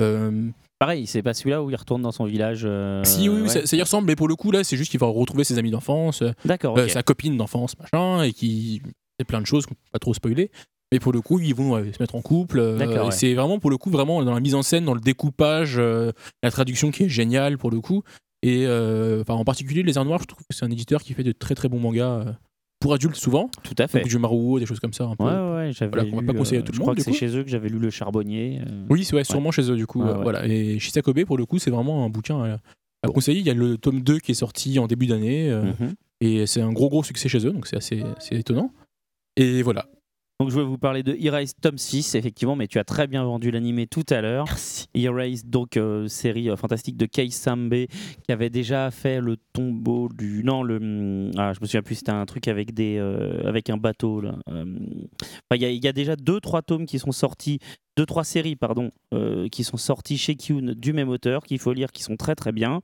[SPEAKER 7] euh,
[SPEAKER 2] Pareil, c'est pas celui-là où il retourne dans son village. euh,
[SPEAKER 7] si oui, oui,
[SPEAKER 2] ouais.
[SPEAKER 7] ça, ça y ressemble, mais pour le coup là, c'est juste qu'il va retrouver ses amis d'enfance, euh,
[SPEAKER 2] D'accord.
[SPEAKER 7] euh,
[SPEAKER 2] ok.
[SPEAKER 7] sa copine d'enfance, machin, et qui c'est plein de choses qu'on peut pas trop spoiler. Mais pour le coup, ils vont ouais, se mettre en couple. euh,
[SPEAKER 2] D'accord,
[SPEAKER 7] et
[SPEAKER 2] ouais.
[SPEAKER 7] C'est vraiment pour le coup vraiment dans la mise en scène, dans le découpage, euh, la traduction qui est géniale pour le coup. Et euh, enfin, en particulier Les Arts Noirs, je trouve que c'est un éditeur qui fait de très très bons mangas euh, pour adultes souvent.
[SPEAKER 2] Tout à fait.
[SPEAKER 7] Donc du Maruo, des choses comme ça. Un peu.
[SPEAKER 2] Ouais, ouais, ouais, j'avais.
[SPEAKER 7] Voilà, qu'on va
[SPEAKER 2] lu,
[SPEAKER 7] pas conseiller à
[SPEAKER 2] euh,
[SPEAKER 7] tout le
[SPEAKER 2] Je crois
[SPEAKER 7] monde,
[SPEAKER 2] que
[SPEAKER 7] du
[SPEAKER 2] c'est
[SPEAKER 7] coup.
[SPEAKER 2] chez eux que j'avais lu Le Charbonnier. euh,
[SPEAKER 7] Oui, c'est ouais, sûrement chez eux du coup.
[SPEAKER 2] Ouais,
[SPEAKER 7] euh,
[SPEAKER 2] ouais.
[SPEAKER 7] Voilà. Et Shisakobe pour le coup, c'est vraiment un bouquin à, à conseiller. Il y a le tome 2 qui est sorti en début d'année euh,
[SPEAKER 2] Mhm.
[SPEAKER 7] et c'est un gros gros succès chez eux, donc c'est assez, assez étonnant. Et voilà.
[SPEAKER 2] Donc je voulais vous parler de Erase tome 6, effectivement, mais tu as très bien vendu l'animé tout à l'heure. Merci. Erase, donc euh, série euh, fantastique de Kei Sambe, qui avait déjà fait le tombeau du... Non, le... hum, Ah, je me souviens plus, c'était un truc avec, des, euh, avec un bateau. là. Euh, enfin, Il y, a- il y a déjà 2-3 tomes qui sont sortis, 2-3 séries, pardon, euh, qui sont sorties chez Kyun du même auteur, qu'il faut lire, qui sont très très bien.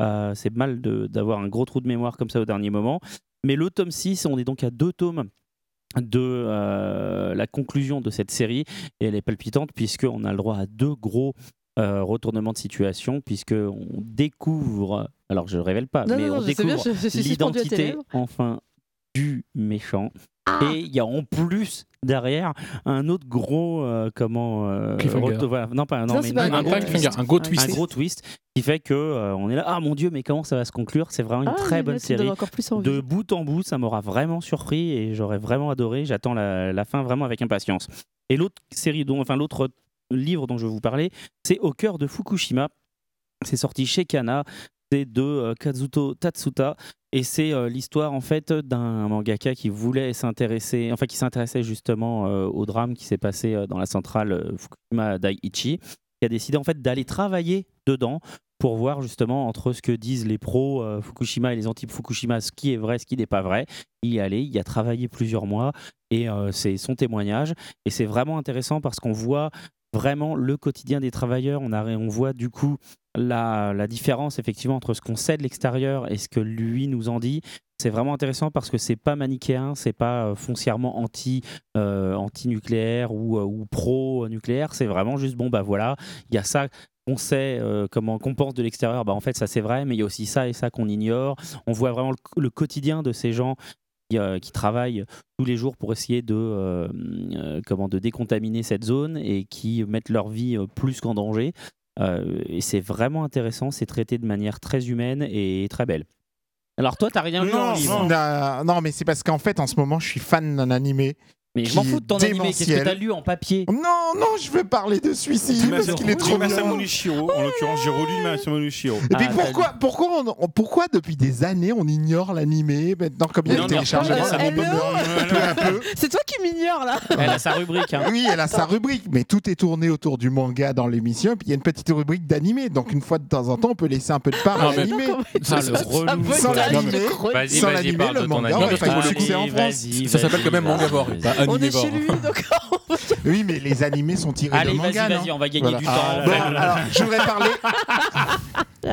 [SPEAKER 2] Euh, C'est mal de- d'avoir un gros trou de mémoire comme ça au dernier moment. Mais le tome 6, on est donc à deux tomes de euh, la conclusion de cette série et elle est palpitante puisqu'on a le droit à deux gros euh, retournements de situation puisqu'on découvre alors je révèle pas
[SPEAKER 5] Non,
[SPEAKER 2] Ah, mais
[SPEAKER 5] non,
[SPEAKER 2] on
[SPEAKER 5] non, je sais bien,
[SPEAKER 2] découvre
[SPEAKER 5] je- je suis suspendue à tes
[SPEAKER 2] l'identité
[SPEAKER 5] lèvres.
[SPEAKER 2] enfin du méchant et il y a en plus derrière un autre gros euh, comment euh,
[SPEAKER 7] Cliffhanger.
[SPEAKER 2] retour- voilà, non pas non,
[SPEAKER 7] Non,
[SPEAKER 2] mais
[SPEAKER 7] c'est pas
[SPEAKER 2] non,
[SPEAKER 7] un
[SPEAKER 2] un, gros
[SPEAKER 7] cliffhanger,
[SPEAKER 2] twist,
[SPEAKER 5] Ah,
[SPEAKER 7] un gros twist.
[SPEAKER 2] gros twist qui fait que euh, on est là ah mon dieu mais comment ça va se conclure c'est vraiment une
[SPEAKER 5] Ah,
[SPEAKER 2] très
[SPEAKER 5] oui,
[SPEAKER 2] bonne
[SPEAKER 5] là, ça me
[SPEAKER 2] série
[SPEAKER 5] donne encore plus envie.
[SPEAKER 2] de bout en bout, ça m'aura vraiment surpris et j'aurais vraiment adoré. J'attends la, la fin vraiment avec impatience. Et l'autre série, dont, enfin l'autre livre dont je vais vous parler, c'est Au cœur de Fukushima. C'est sorti chez Kana. C'est de euh, Kazuto Tatsuta. Et c'est euh, l'histoire en fait d'un mangaka qui voulait s'intéresser, enfin qui s'intéressait justement euh, au drame qui s'est passé euh, dans la centrale euh, Fukushima Daiichi, qui a décidé en fait d'aller travailler dedans pour voir justement entre ce que disent les pros euh, Fukushima et les anti-Fukushima, ce qui est vrai, ce qui n'est pas vrai. Il y est allé, il y a travaillé plusieurs mois et euh, c'est son témoignage. Et c'est vraiment intéressant parce qu'on voit vraiment le quotidien des travailleurs. On, a, on voit du coup la, la différence effectivement entre ce qu'on sait de l'extérieur et ce que lui nous en dit. C'est vraiment intéressant parce que c'est pas manichéen, c'est pas euh, foncièrement anti, euh, anti-nucléaire ou, euh, ou pro-nucléaire. C'est vraiment juste bon, bah voilà, il y a ça qu'on sait, euh, comment qu'on pense de l'extérieur. Bah en fait, ça c'est vrai, mais il y a aussi ça et ça qu'on ignore. On voit vraiment le, le quotidien de ces gens qui, euh, qui travaillent tous les jours pour essayer de, euh, euh, comment, de décontaminer cette zone et qui mettent leur vie euh, plus qu'en danger. Euh, et c'est vraiment intéressant, c'est traité de manière très humaine et très belle. Alors toi, t'as rien vu en livre.
[SPEAKER 6] Non, non, mais c'est parce qu'en fait, en ce moment, je suis fan d'un animé.
[SPEAKER 2] Mais je
[SPEAKER 6] qui
[SPEAKER 2] m'en
[SPEAKER 6] est
[SPEAKER 2] fous de ton animé, qu'est-ce que
[SPEAKER 6] démentiel.
[SPEAKER 2] t'as lu en papier
[SPEAKER 6] Non, non, je veux parler de suicide parce qu'il est trop bien.
[SPEAKER 1] Masamune Shiro, en l'occurrence Jérôme Masamune Shiro.
[SPEAKER 6] Et
[SPEAKER 2] Ah,
[SPEAKER 6] puis pourquoi, pourquoi, on- on- pourquoi depuis des années on ignore l'animé maintenant comme il y a
[SPEAKER 1] Non,
[SPEAKER 6] le
[SPEAKER 1] mais
[SPEAKER 6] téléchargement
[SPEAKER 1] après,
[SPEAKER 6] ça
[SPEAKER 1] euh,
[SPEAKER 6] m'étonne
[SPEAKER 1] hello
[SPEAKER 6] peu à peu.
[SPEAKER 5] C'est toi qui m'ignores là.
[SPEAKER 2] Elle a sa rubrique. hein.
[SPEAKER 6] Oui, elle a sa rubrique, mais tout est tourné autour du manga dans l'émission. Et puis il y a une petite rubrique d'animé, donc une fois de temps en temps, on peut laisser un peu de part
[SPEAKER 7] Non,
[SPEAKER 6] à
[SPEAKER 7] mais-
[SPEAKER 6] l'animé.
[SPEAKER 7] Ah, le relou.
[SPEAKER 6] Sans
[SPEAKER 7] Voilà.
[SPEAKER 6] l'animé,
[SPEAKER 2] Bah,
[SPEAKER 7] Vas-y,
[SPEAKER 6] sans
[SPEAKER 7] vas-y,
[SPEAKER 6] l'animé,
[SPEAKER 7] parle
[SPEAKER 6] le
[SPEAKER 7] de ton
[SPEAKER 6] manga
[SPEAKER 7] anime.
[SPEAKER 6] aurait pas eu de
[SPEAKER 7] Allez,
[SPEAKER 6] succès en France.
[SPEAKER 2] vas-y,
[SPEAKER 7] Ça s'appelle
[SPEAKER 2] vas-y,
[SPEAKER 7] quand même
[SPEAKER 2] vas-y,
[SPEAKER 7] Mangavore,
[SPEAKER 2] vas-y.
[SPEAKER 7] pas Animevore.
[SPEAKER 6] Oui, mais les animés sont tirés
[SPEAKER 2] Allez,
[SPEAKER 6] de
[SPEAKER 2] vas-y,
[SPEAKER 6] manga.
[SPEAKER 2] vas-y,
[SPEAKER 6] non
[SPEAKER 2] on va gagner
[SPEAKER 6] Voilà.
[SPEAKER 2] du
[SPEAKER 1] Ah,
[SPEAKER 2] temps.
[SPEAKER 1] bon,
[SPEAKER 2] on va-
[SPEAKER 6] Alors, je voudrais parler.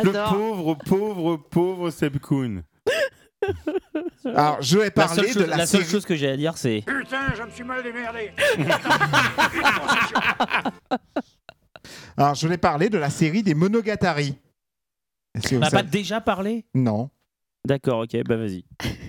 [SPEAKER 1] Le
[SPEAKER 2] Ah.
[SPEAKER 1] pauvre, pauvre, pauvre Seb Kuhn.
[SPEAKER 6] Alors, je vais
[SPEAKER 2] La seule,
[SPEAKER 6] parler
[SPEAKER 2] chose,
[SPEAKER 6] de la,
[SPEAKER 2] la seule
[SPEAKER 6] série.
[SPEAKER 2] chose que j'ai à dire, c'est
[SPEAKER 12] Putain, je me suis mal démerdé.
[SPEAKER 6] Alors, je voulais parler de la série des Monogatari. Est-ce que
[SPEAKER 2] On
[SPEAKER 6] vous
[SPEAKER 2] n'a Bah, pas
[SPEAKER 6] savez-
[SPEAKER 2] déjà parlé
[SPEAKER 6] Non.
[SPEAKER 2] D'accord, ok, bah vas-y.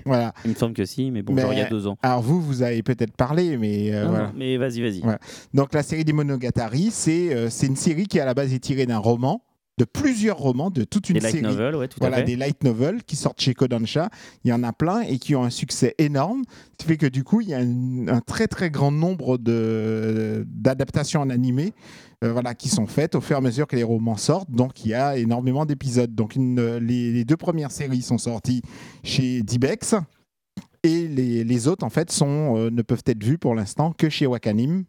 [SPEAKER 6] Voilà.
[SPEAKER 2] Il me semble que si, mais bon,
[SPEAKER 6] Mais-
[SPEAKER 2] genre il y a deux ans.
[SPEAKER 6] Alors vous, vous avez peut-être parlé, mais euh,
[SPEAKER 2] Non,
[SPEAKER 6] voilà.
[SPEAKER 2] non, mais vas-y, vas-y.
[SPEAKER 6] Ouais. Donc la série des Monogatari, c'est euh, c'est une série qui à la base est tirée d'un roman de plusieurs romans, de toute une
[SPEAKER 2] Des light
[SPEAKER 6] série.
[SPEAKER 2] novels, ouais, tout à
[SPEAKER 6] voilà,
[SPEAKER 2] fait.
[SPEAKER 6] des light novels qui sortent chez Kodansha. Il y en a plein et qui ont un succès énorme. Ce qui fait que du coup, il y a une- un très très grand nombre de- d'adaptations en animé euh, voilà, qui sont faites au fur et à mesure que les romans sortent. Donc il y a énormément d'épisodes. Donc une, euh, les, les deux premières séries sont sorties chez Dibex. Et les, les autres, en fait, sont, euh, ne peuvent être vus pour l'instant que chez Wakanim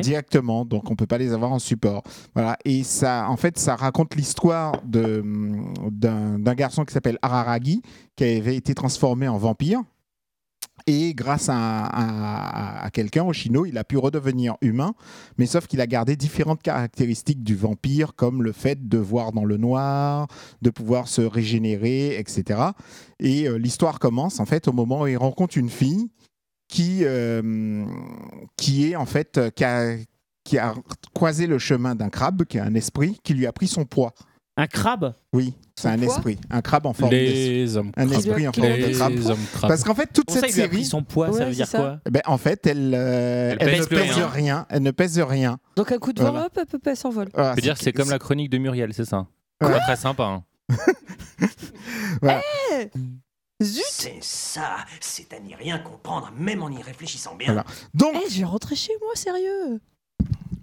[SPEAKER 6] directement, donc on peut pas les avoir en support. Voilà, et ça, en fait, ça raconte l'histoire de d'un d'un garçon qui s'appelle Araragi, qui avait été transformé en vampire. Et grâce à, à, à quelqu'un, Oshino, il a pu redevenir humain, mais sauf qu'il a gardé différentes caractéristiques du vampire, comme le fait de voir dans le noir, de pouvoir se régénérer, etc. Et euh, l'histoire commence, en fait, au moment où il rencontre une fille qui, euh, qui est en fait euh, qui a, qui a croisé le chemin d'un crabe, qui est un esprit, qui lui a pris son poids.
[SPEAKER 2] Un crabe
[SPEAKER 6] Oui, c'est un
[SPEAKER 2] poids
[SPEAKER 6] esprit, un crabe en forme
[SPEAKER 7] Les
[SPEAKER 6] d'esprit.
[SPEAKER 7] hommes
[SPEAKER 6] Un
[SPEAKER 7] crabes.
[SPEAKER 6] esprit en
[SPEAKER 7] Qui
[SPEAKER 6] forme
[SPEAKER 7] lui a
[SPEAKER 6] de
[SPEAKER 7] pris
[SPEAKER 6] crabe.
[SPEAKER 7] les hommes crabes.
[SPEAKER 6] Parce qu'en fait, toute
[SPEAKER 2] Comment ça,
[SPEAKER 6] cette
[SPEAKER 2] il lui a
[SPEAKER 6] série.
[SPEAKER 2] pris son poids, ça Ouais, veut c'est dire ça. quoi
[SPEAKER 6] ben, En fait, elle, euh,
[SPEAKER 4] Elle
[SPEAKER 6] elle
[SPEAKER 4] pèse
[SPEAKER 6] ne
[SPEAKER 4] plus
[SPEAKER 6] pèse
[SPEAKER 4] rien.
[SPEAKER 6] rien. Elle ne pèse rien. Ah,
[SPEAKER 13] Donc un coup de vent,
[SPEAKER 6] Voilà.
[SPEAKER 13] hop, hop, hop, elle s'envole.
[SPEAKER 6] Voilà,
[SPEAKER 4] Je veux dire, Ah, c'est comme la chronique de Muriel, c'est ça Pas Très sympa. hein.
[SPEAKER 6] Voilà.
[SPEAKER 13] C'est
[SPEAKER 12] ça, c'est à n'y rien comprendre, même en y réfléchissant bien.
[SPEAKER 6] Voilà. Donc,
[SPEAKER 13] Eh, je vais rentrer chez moi, sérieux.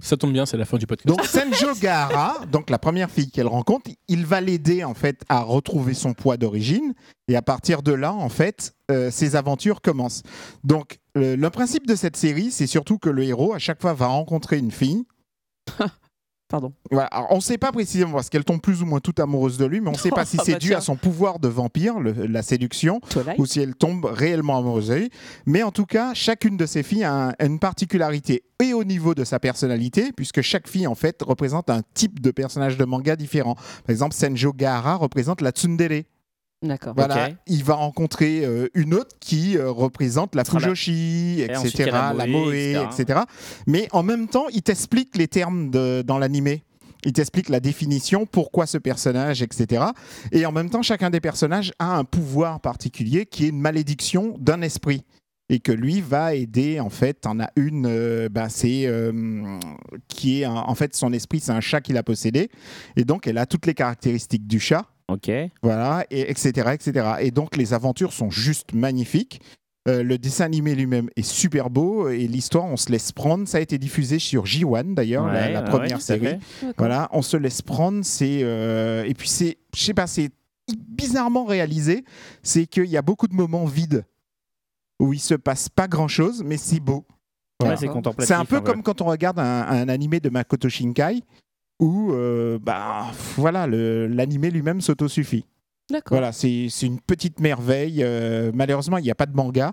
[SPEAKER 7] Ça tombe bien, c'est la fin du podcast.
[SPEAKER 6] Donc Senjo Gaara, donc la première fille qu'elle rencontre, il va l'aider en fait à retrouver son poids d'origine et à partir de là en fait euh, ses aventures commencent. Donc euh, le principe de cette série, c'est surtout que le héros à chaque fois va rencontrer une fille.
[SPEAKER 13] Pardon.
[SPEAKER 6] on ne sait pas précisément parce qu'elle tombe plus ou moins toute amoureuse de lui, mais on ne sait pas si
[SPEAKER 13] Ah
[SPEAKER 6] c'est
[SPEAKER 13] bah
[SPEAKER 6] dû
[SPEAKER 13] tiens.
[SPEAKER 6] à son pouvoir de vampire, le- la séduction,
[SPEAKER 13] Twilight.
[SPEAKER 6] ou si elle tombe réellement amoureuse de lui. Mais en tout cas, chacune de ces filles a, un- a une particularité et au niveau de sa personnalité, puisque chaque fille en fait représente un type de personnage de manga différent. Par exemple, Senjo Gaara représente la tsundere.
[SPEAKER 13] D'accord.
[SPEAKER 6] Voilà,
[SPEAKER 13] Ok.
[SPEAKER 6] il va rencontrer euh, une autre qui euh, représente la
[SPEAKER 13] sera la-
[SPEAKER 6] Fujoshi,
[SPEAKER 13] Et ensuite, il
[SPEAKER 6] etc.,
[SPEAKER 13] y a
[SPEAKER 6] la
[SPEAKER 13] la
[SPEAKER 6] Moe,
[SPEAKER 13] Moe,
[SPEAKER 6] etc.
[SPEAKER 13] etc.
[SPEAKER 6] Mais en même temps, il t'explique les termes de- dans l'animé. Il t'explique la définition, pourquoi ce personnage, etc. Et en même temps, chacun des personnages a un pouvoir particulier qui est une malédiction d'un esprit. Et que lui va aider, en fait, en a une, euh, bah, c'est euh, qui est un- en fait son esprit, c'est un chat qu'il a possédé. Et donc, elle a toutes les caractéristiques du chat.
[SPEAKER 2] Ok.
[SPEAKER 6] Voilà, et etc., etc. Et donc les aventures sont juste magnifiques. Euh, le dessin animé lui-même est super beau et l'histoire, on se laisse prendre. Ça a été diffusé sur J1 d'ailleurs, la-
[SPEAKER 2] Ouais,
[SPEAKER 6] la,
[SPEAKER 2] ouais,
[SPEAKER 6] première
[SPEAKER 2] tout à fait.
[SPEAKER 6] série.
[SPEAKER 2] D'accord.
[SPEAKER 6] Voilà, on se laisse prendre. C'est euh, et puis c'est, je sais pas, c'est bizarrement réalisé. C'est qu'il y a beaucoup de moments vides où il se passe pas grand chose, mais c'est beau.
[SPEAKER 2] Ouais, c'est contemplatif,
[SPEAKER 6] C'est un peu
[SPEAKER 2] hein,
[SPEAKER 6] comme
[SPEAKER 2] voilà.
[SPEAKER 6] quand on regarde un, un animé de Makoto Shinkai où euh, bah, voilà, le- l'animé lui-même s'autosuffit.
[SPEAKER 13] D'accord.
[SPEAKER 6] Voilà, c'est c'est une petite merveille. Euh, malheureusement, il n'y a pas de manga,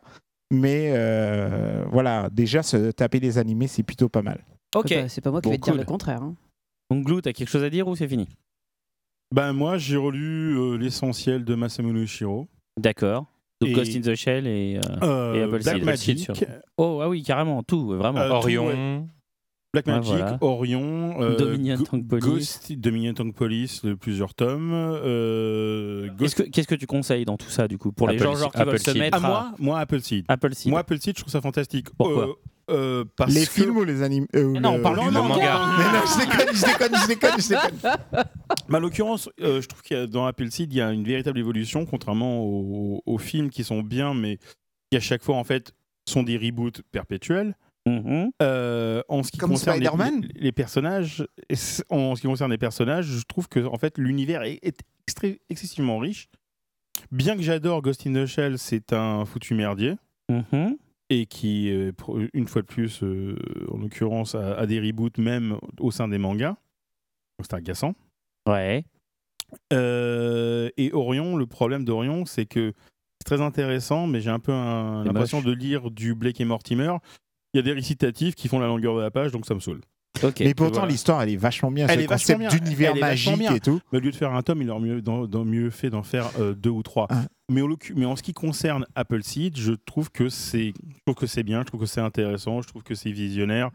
[SPEAKER 6] mais euh, voilà, déjà se taper des animés, c'est plutôt pas mal.
[SPEAKER 2] Ok.
[SPEAKER 13] Bah, c'est pas moi qui
[SPEAKER 2] Bon,
[SPEAKER 13] vais te dire
[SPEAKER 2] cool.
[SPEAKER 13] le contraire. hein.
[SPEAKER 2] Donc Glou, t'as quelque chose à dire ou c'est fini
[SPEAKER 1] Ben moi, j'ai relu euh, l'essentiel de Masamune Ushiro.
[SPEAKER 2] D'accord. Donc
[SPEAKER 1] Et-
[SPEAKER 2] Ghost in the Shell et, euh,
[SPEAKER 1] Euh,
[SPEAKER 2] et Apple
[SPEAKER 1] Black
[SPEAKER 2] Seed.
[SPEAKER 1] Magic.
[SPEAKER 2] Sur- Oh ah oui, carrément, tout, vraiment.
[SPEAKER 1] Euh, tout, ouais. Black
[SPEAKER 2] Ouais,
[SPEAKER 1] Magic,
[SPEAKER 2] voilà.
[SPEAKER 1] Orion, euh,
[SPEAKER 2] Dominion
[SPEAKER 1] Go-
[SPEAKER 2] Tank Police.
[SPEAKER 1] Ghost, Dominion Tank Police, de plusieurs tomes. euh, Ghost-
[SPEAKER 2] Qu'est-ce que, qu'est-ce que tu conseilles dans tout ça, du coup, pour les
[SPEAKER 1] Apple
[SPEAKER 2] gens genre, qui
[SPEAKER 1] Seed.
[SPEAKER 2] veulent se
[SPEAKER 1] Apple Seed.
[SPEAKER 2] mettre
[SPEAKER 1] Ah, moi, moi, Apple Seed.
[SPEAKER 2] Apple Seed.
[SPEAKER 1] Moi, Apple Seed, je trouve ça fantastique.
[SPEAKER 2] Pourquoi
[SPEAKER 1] Euh, euh, parce
[SPEAKER 6] les
[SPEAKER 1] que-
[SPEAKER 6] films ou les animés euh,
[SPEAKER 1] Non, on
[SPEAKER 6] le-
[SPEAKER 1] parle du
[SPEAKER 6] le
[SPEAKER 1] manga.
[SPEAKER 6] Mais non, je déconne, je déconne, je déconne, je déconne.
[SPEAKER 1] Mais en l'occurrence, euh, je trouve qu'il y a- dans Apple Seed, il y a une véritable évolution, contrairement aux, aux films qui sont bien, mais qui à chaque fois, en fait, sont des reboots perpétuels.
[SPEAKER 2] Hum,
[SPEAKER 1] Euh, en ce qui
[SPEAKER 6] Comme
[SPEAKER 1] concerne les,
[SPEAKER 6] Spider-Man
[SPEAKER 1] les- les personnages, et c- en ce qui concerne les personnages, je trouve que en fait l'univers est, est extré- excessivement riche. Bien que j'adore Ghost in the Shell, c'est un foutu merdier
[SPEAKER 2] hum,
[SPEAKER 1] et qui, euh, pro- une fois de plus, euh, en l'occurrence, a, a des reboots même au sein des mangas. Donc, C'est agaçant.
[SPEAKER 2] Ouais.
[SPEAKER 1] Euh, et Orion, le problème d'Orion, c'est que c'est très intéressant, mais j'ai un peu un-
[SPEAKER 2] C'est
[SPEAKER 1] l'impression
[SPEAKER 2] moche.
[SPEAKER 1] de lire du Blake et Mortimer. Il y a des récitatifs qui font la longueur de la page, donc ça me saoule.
[SPEAKER 6] Mais pourtant,
[SPEAKER 1] Voilà.
[SPEAKER 6] l'histoire, elle est vachement bien.
[SPEAKER 1] Elle
[SPEAKER 6] ce
[SPEAKER 1] est vachement
[SPEAKER 6] concept
[SPEAKER 1] bien.
[SPEAKER 6] d'univers
[SPEAKER 1] Elle est vachement
[SPEAKER 6] magique
[SPEAKER 1] bien.
[SPEAKER 6] et tout.
[SPEAKER 1] Mais au lieu de faire un tome, il aurait mieux, dans- dans- mieux fait d'en faire euh, deux ou trois.
[SPEAKER 2] Ah.
[SPEAKER 1] Mais, au locu- mais en ce qui concerne Apple Seed, je trouve que c'est, je trouve que c'est bien, je trouve que c'est intéressant, je trouve que c'est visionnaire.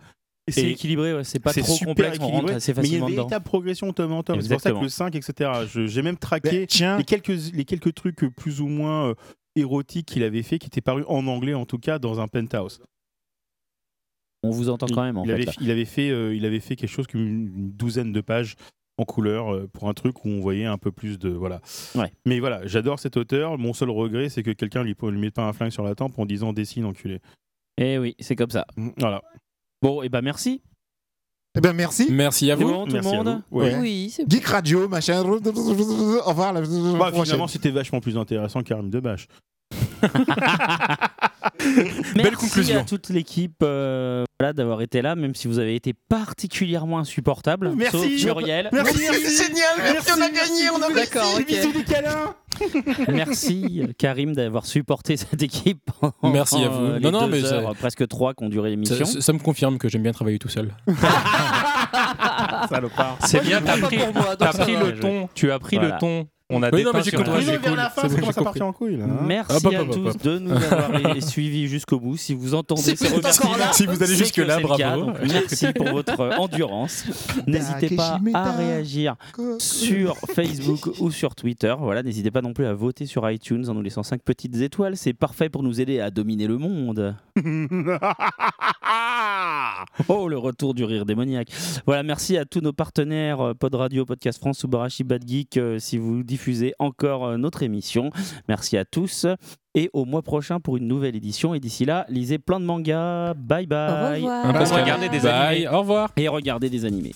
[SPEAKER 2] Et c'est équilibré, ouais, c'est pas trop
[SPEAKER 1] super
[SPEAKER 2] complexe, on rentre assez
[SPEAKER 1] mais il y a
[SPEAKER 2] facilement
[SPEAKER 1] une
[SPEAKER 2] dedans.
[SPEAKER 1] véritable progression tome en tome. C'est pour ça que
[SPEAKER 2] Exactement.
[SPEAKER 1] le 5, etc. je- J'ai même traqué les, quelques, les quelques trucs plus ou moins euh, érotiques qu'il avait fait, qui étaient parus en anglais en tout cas dans un penthouse.
[SPEAKER 2] On vous entend quand même, en
[SPEAKER 1] il
[SPEAKER 2] fait.
[SPEAKER 1] avait,
[SPEAKER 2] là.
[SPEAKER 1] il avait fait, euh, il avait fait quelque chose comme une, une douzaine de pages en couleur euh, pour un truc où on voyait un peu plus de voilà.
[SPEAKER 2] Ouais.
[SPEAKER 1] Mais voilà, j'adore cet auteur. Mon seul regret, c'est que quelqu'un lui, lui mette pas un flingue sur la tempe en disant dessine enculé. Mm,
[SPEAKER 2] Eh oui, c'est comme ça.
[SPEAKER 1] Voilà.
[SPEAKER 2] Bon, et ben merci.
[SPEAKER 6] Eh ben merci.
[SPEAKER 7] Merci à
[SPEAKER 2] C'est
[SPEAKER 7] vous.
[SPEAKER 2] bon, tout le monde
[SPEAKER 1] Ouais.
[SPEAKER 13] Oui, c'est
[SPEAKER 6] Geek Radio, machin. Au revoir. La...
[SPEAKER 1] Bah,
[SPEAKER 6] prochaine.
[SPEAKER 1] finalement, c'était vachement plus intéressant qu'Arme de Bâche.
[SPEAKER 2] Merci
[SPEAKER 7] Belle conclusion.
[SPEAKER 2] à toute l'équipe euh, voilà, d'avoir été là, même si vous avez été particulièrement insupportable.
[SPEAKER 6] Merci.
[SPEAKER 2] sauf Muriel.
[SPEAKER 6] Merci, c'est génial. Merci, on a gagné, on a
[SPEAKER 13] D'accord,
[SPEAKER 6] réussi.
[SPEAKER 13] ok.
[SPEAKER 6] Bisous, des câlins.
[SPEAKER 2] Merci euh, Karim d'avoir supporté cette équipe. pendant,
[SPEAKER 7] Merci à vous.
[SPEAKER 2] euh, les
[SPEAKER 7] Non, non,
[SPEAKER 2] deux
[SPEAKER 7] mais ça-
[SPEAKER 2] heures, presque trois qui ont duré
[SPEAKER 7] Ça,
[SPEAKER 2] l'émission.
[SPEAKER 7] ça- ça me confirme que j'aime bien travailler tout seul.
[SPEAKER 1] Salopard.
[SPEAKER 7] C'est
[SPEAKER 4] Moi, je
[SPEAKER 7] bien,
[SPEAKER 4] le
[SPEAKER 7] t'as
[SPEAKER 4] prends pas
[SPEAKER 7] pris,
[SPEAKER 4] pour moi, donc
[SPEAKER 7] t'as
[SPEAKER 4] ça
[SPEAKER 7] pris
[SPEAKER 4] va.
[SPEAKER 7] le ton. Tu as pris
[SPEAKER 2] Voilà.
[SPEAKER 7] le ton. On a Oui, non, mais
[SPEAKER 4] dépeint
[SPEAKER 7] j'ai
[SPEAKER 4] sur toi,
[SPEAKER 7] compris.
[SPEAKER 1] Dis-le
[SPEAKER 7] j'ai
[SPEAKER 1] vers la fin,
[SPEAKER 7] compris. C'est
[SPEAKER 1] ça
[SPEAKER 7] bon,
[SPEAKER 1] commence
[SPEAKER 7] j'ai
[SPEAKER 1] à partir en couille. là, hein.
[SPEAKER 2] Merci
[SPEAKER 7] Hop, hop,
[SPEAKER 2] à
[SPEAKER 7] hop,
[SPEAKER 2] tous
[SPEAKER 7] hop.
[SPEAKER 2] de nous avoir les- suivis jusqu'au bout. Si vous entendez
[SPEAKER 7] Si
[SPEAKER 2] ces
[SPEAKER 7] vous êtes encore
[SPEAKER 2] remerciements,
[SPEAKER 7] là, si vous allez
[SPEAKER 2] c'est que
[SPEAKER 7] jusque-là,
[SPEAKER 2] c'est le
[SPEAKER 7] bravo.
[SPEAKER 2] cas. Donc, merci pour votre euh, endurance. N'hésitez pas à
[SPEAKER 6] Takeshimeta.
[SPEAKER 2] réagir sur Facebook ou sur Twitter. Voilà, n'hésitez pas non plus à voter sur iTunes en nous laissant 5 petites étoiles. C'est parfait pour nous aider à dominer le monde. Oh, le retour du rire démoniaque. Voilà, merci à tous nos partenaires euh, Pod Radio, Podcast France, Subarashi, Bad Geek, euh, si vous diffusez encore euh, notre émission. Merci à tous et au mois prochain pour une nouvelle édition. Et d'ici là, lisez plein de mangas. Bye bye.
[SPEAKER 13] Au revoir.
[SPEAKER 7] Parce que-
[SPEAKER 4] Regardez des
[SPEAKER 6] bah,
[SPEAKER 7] Bye,
[SPEAKER 4] animés.
[SPEAKER 7] Au revoir.
[SPEAKER 2] Et regardez des animés.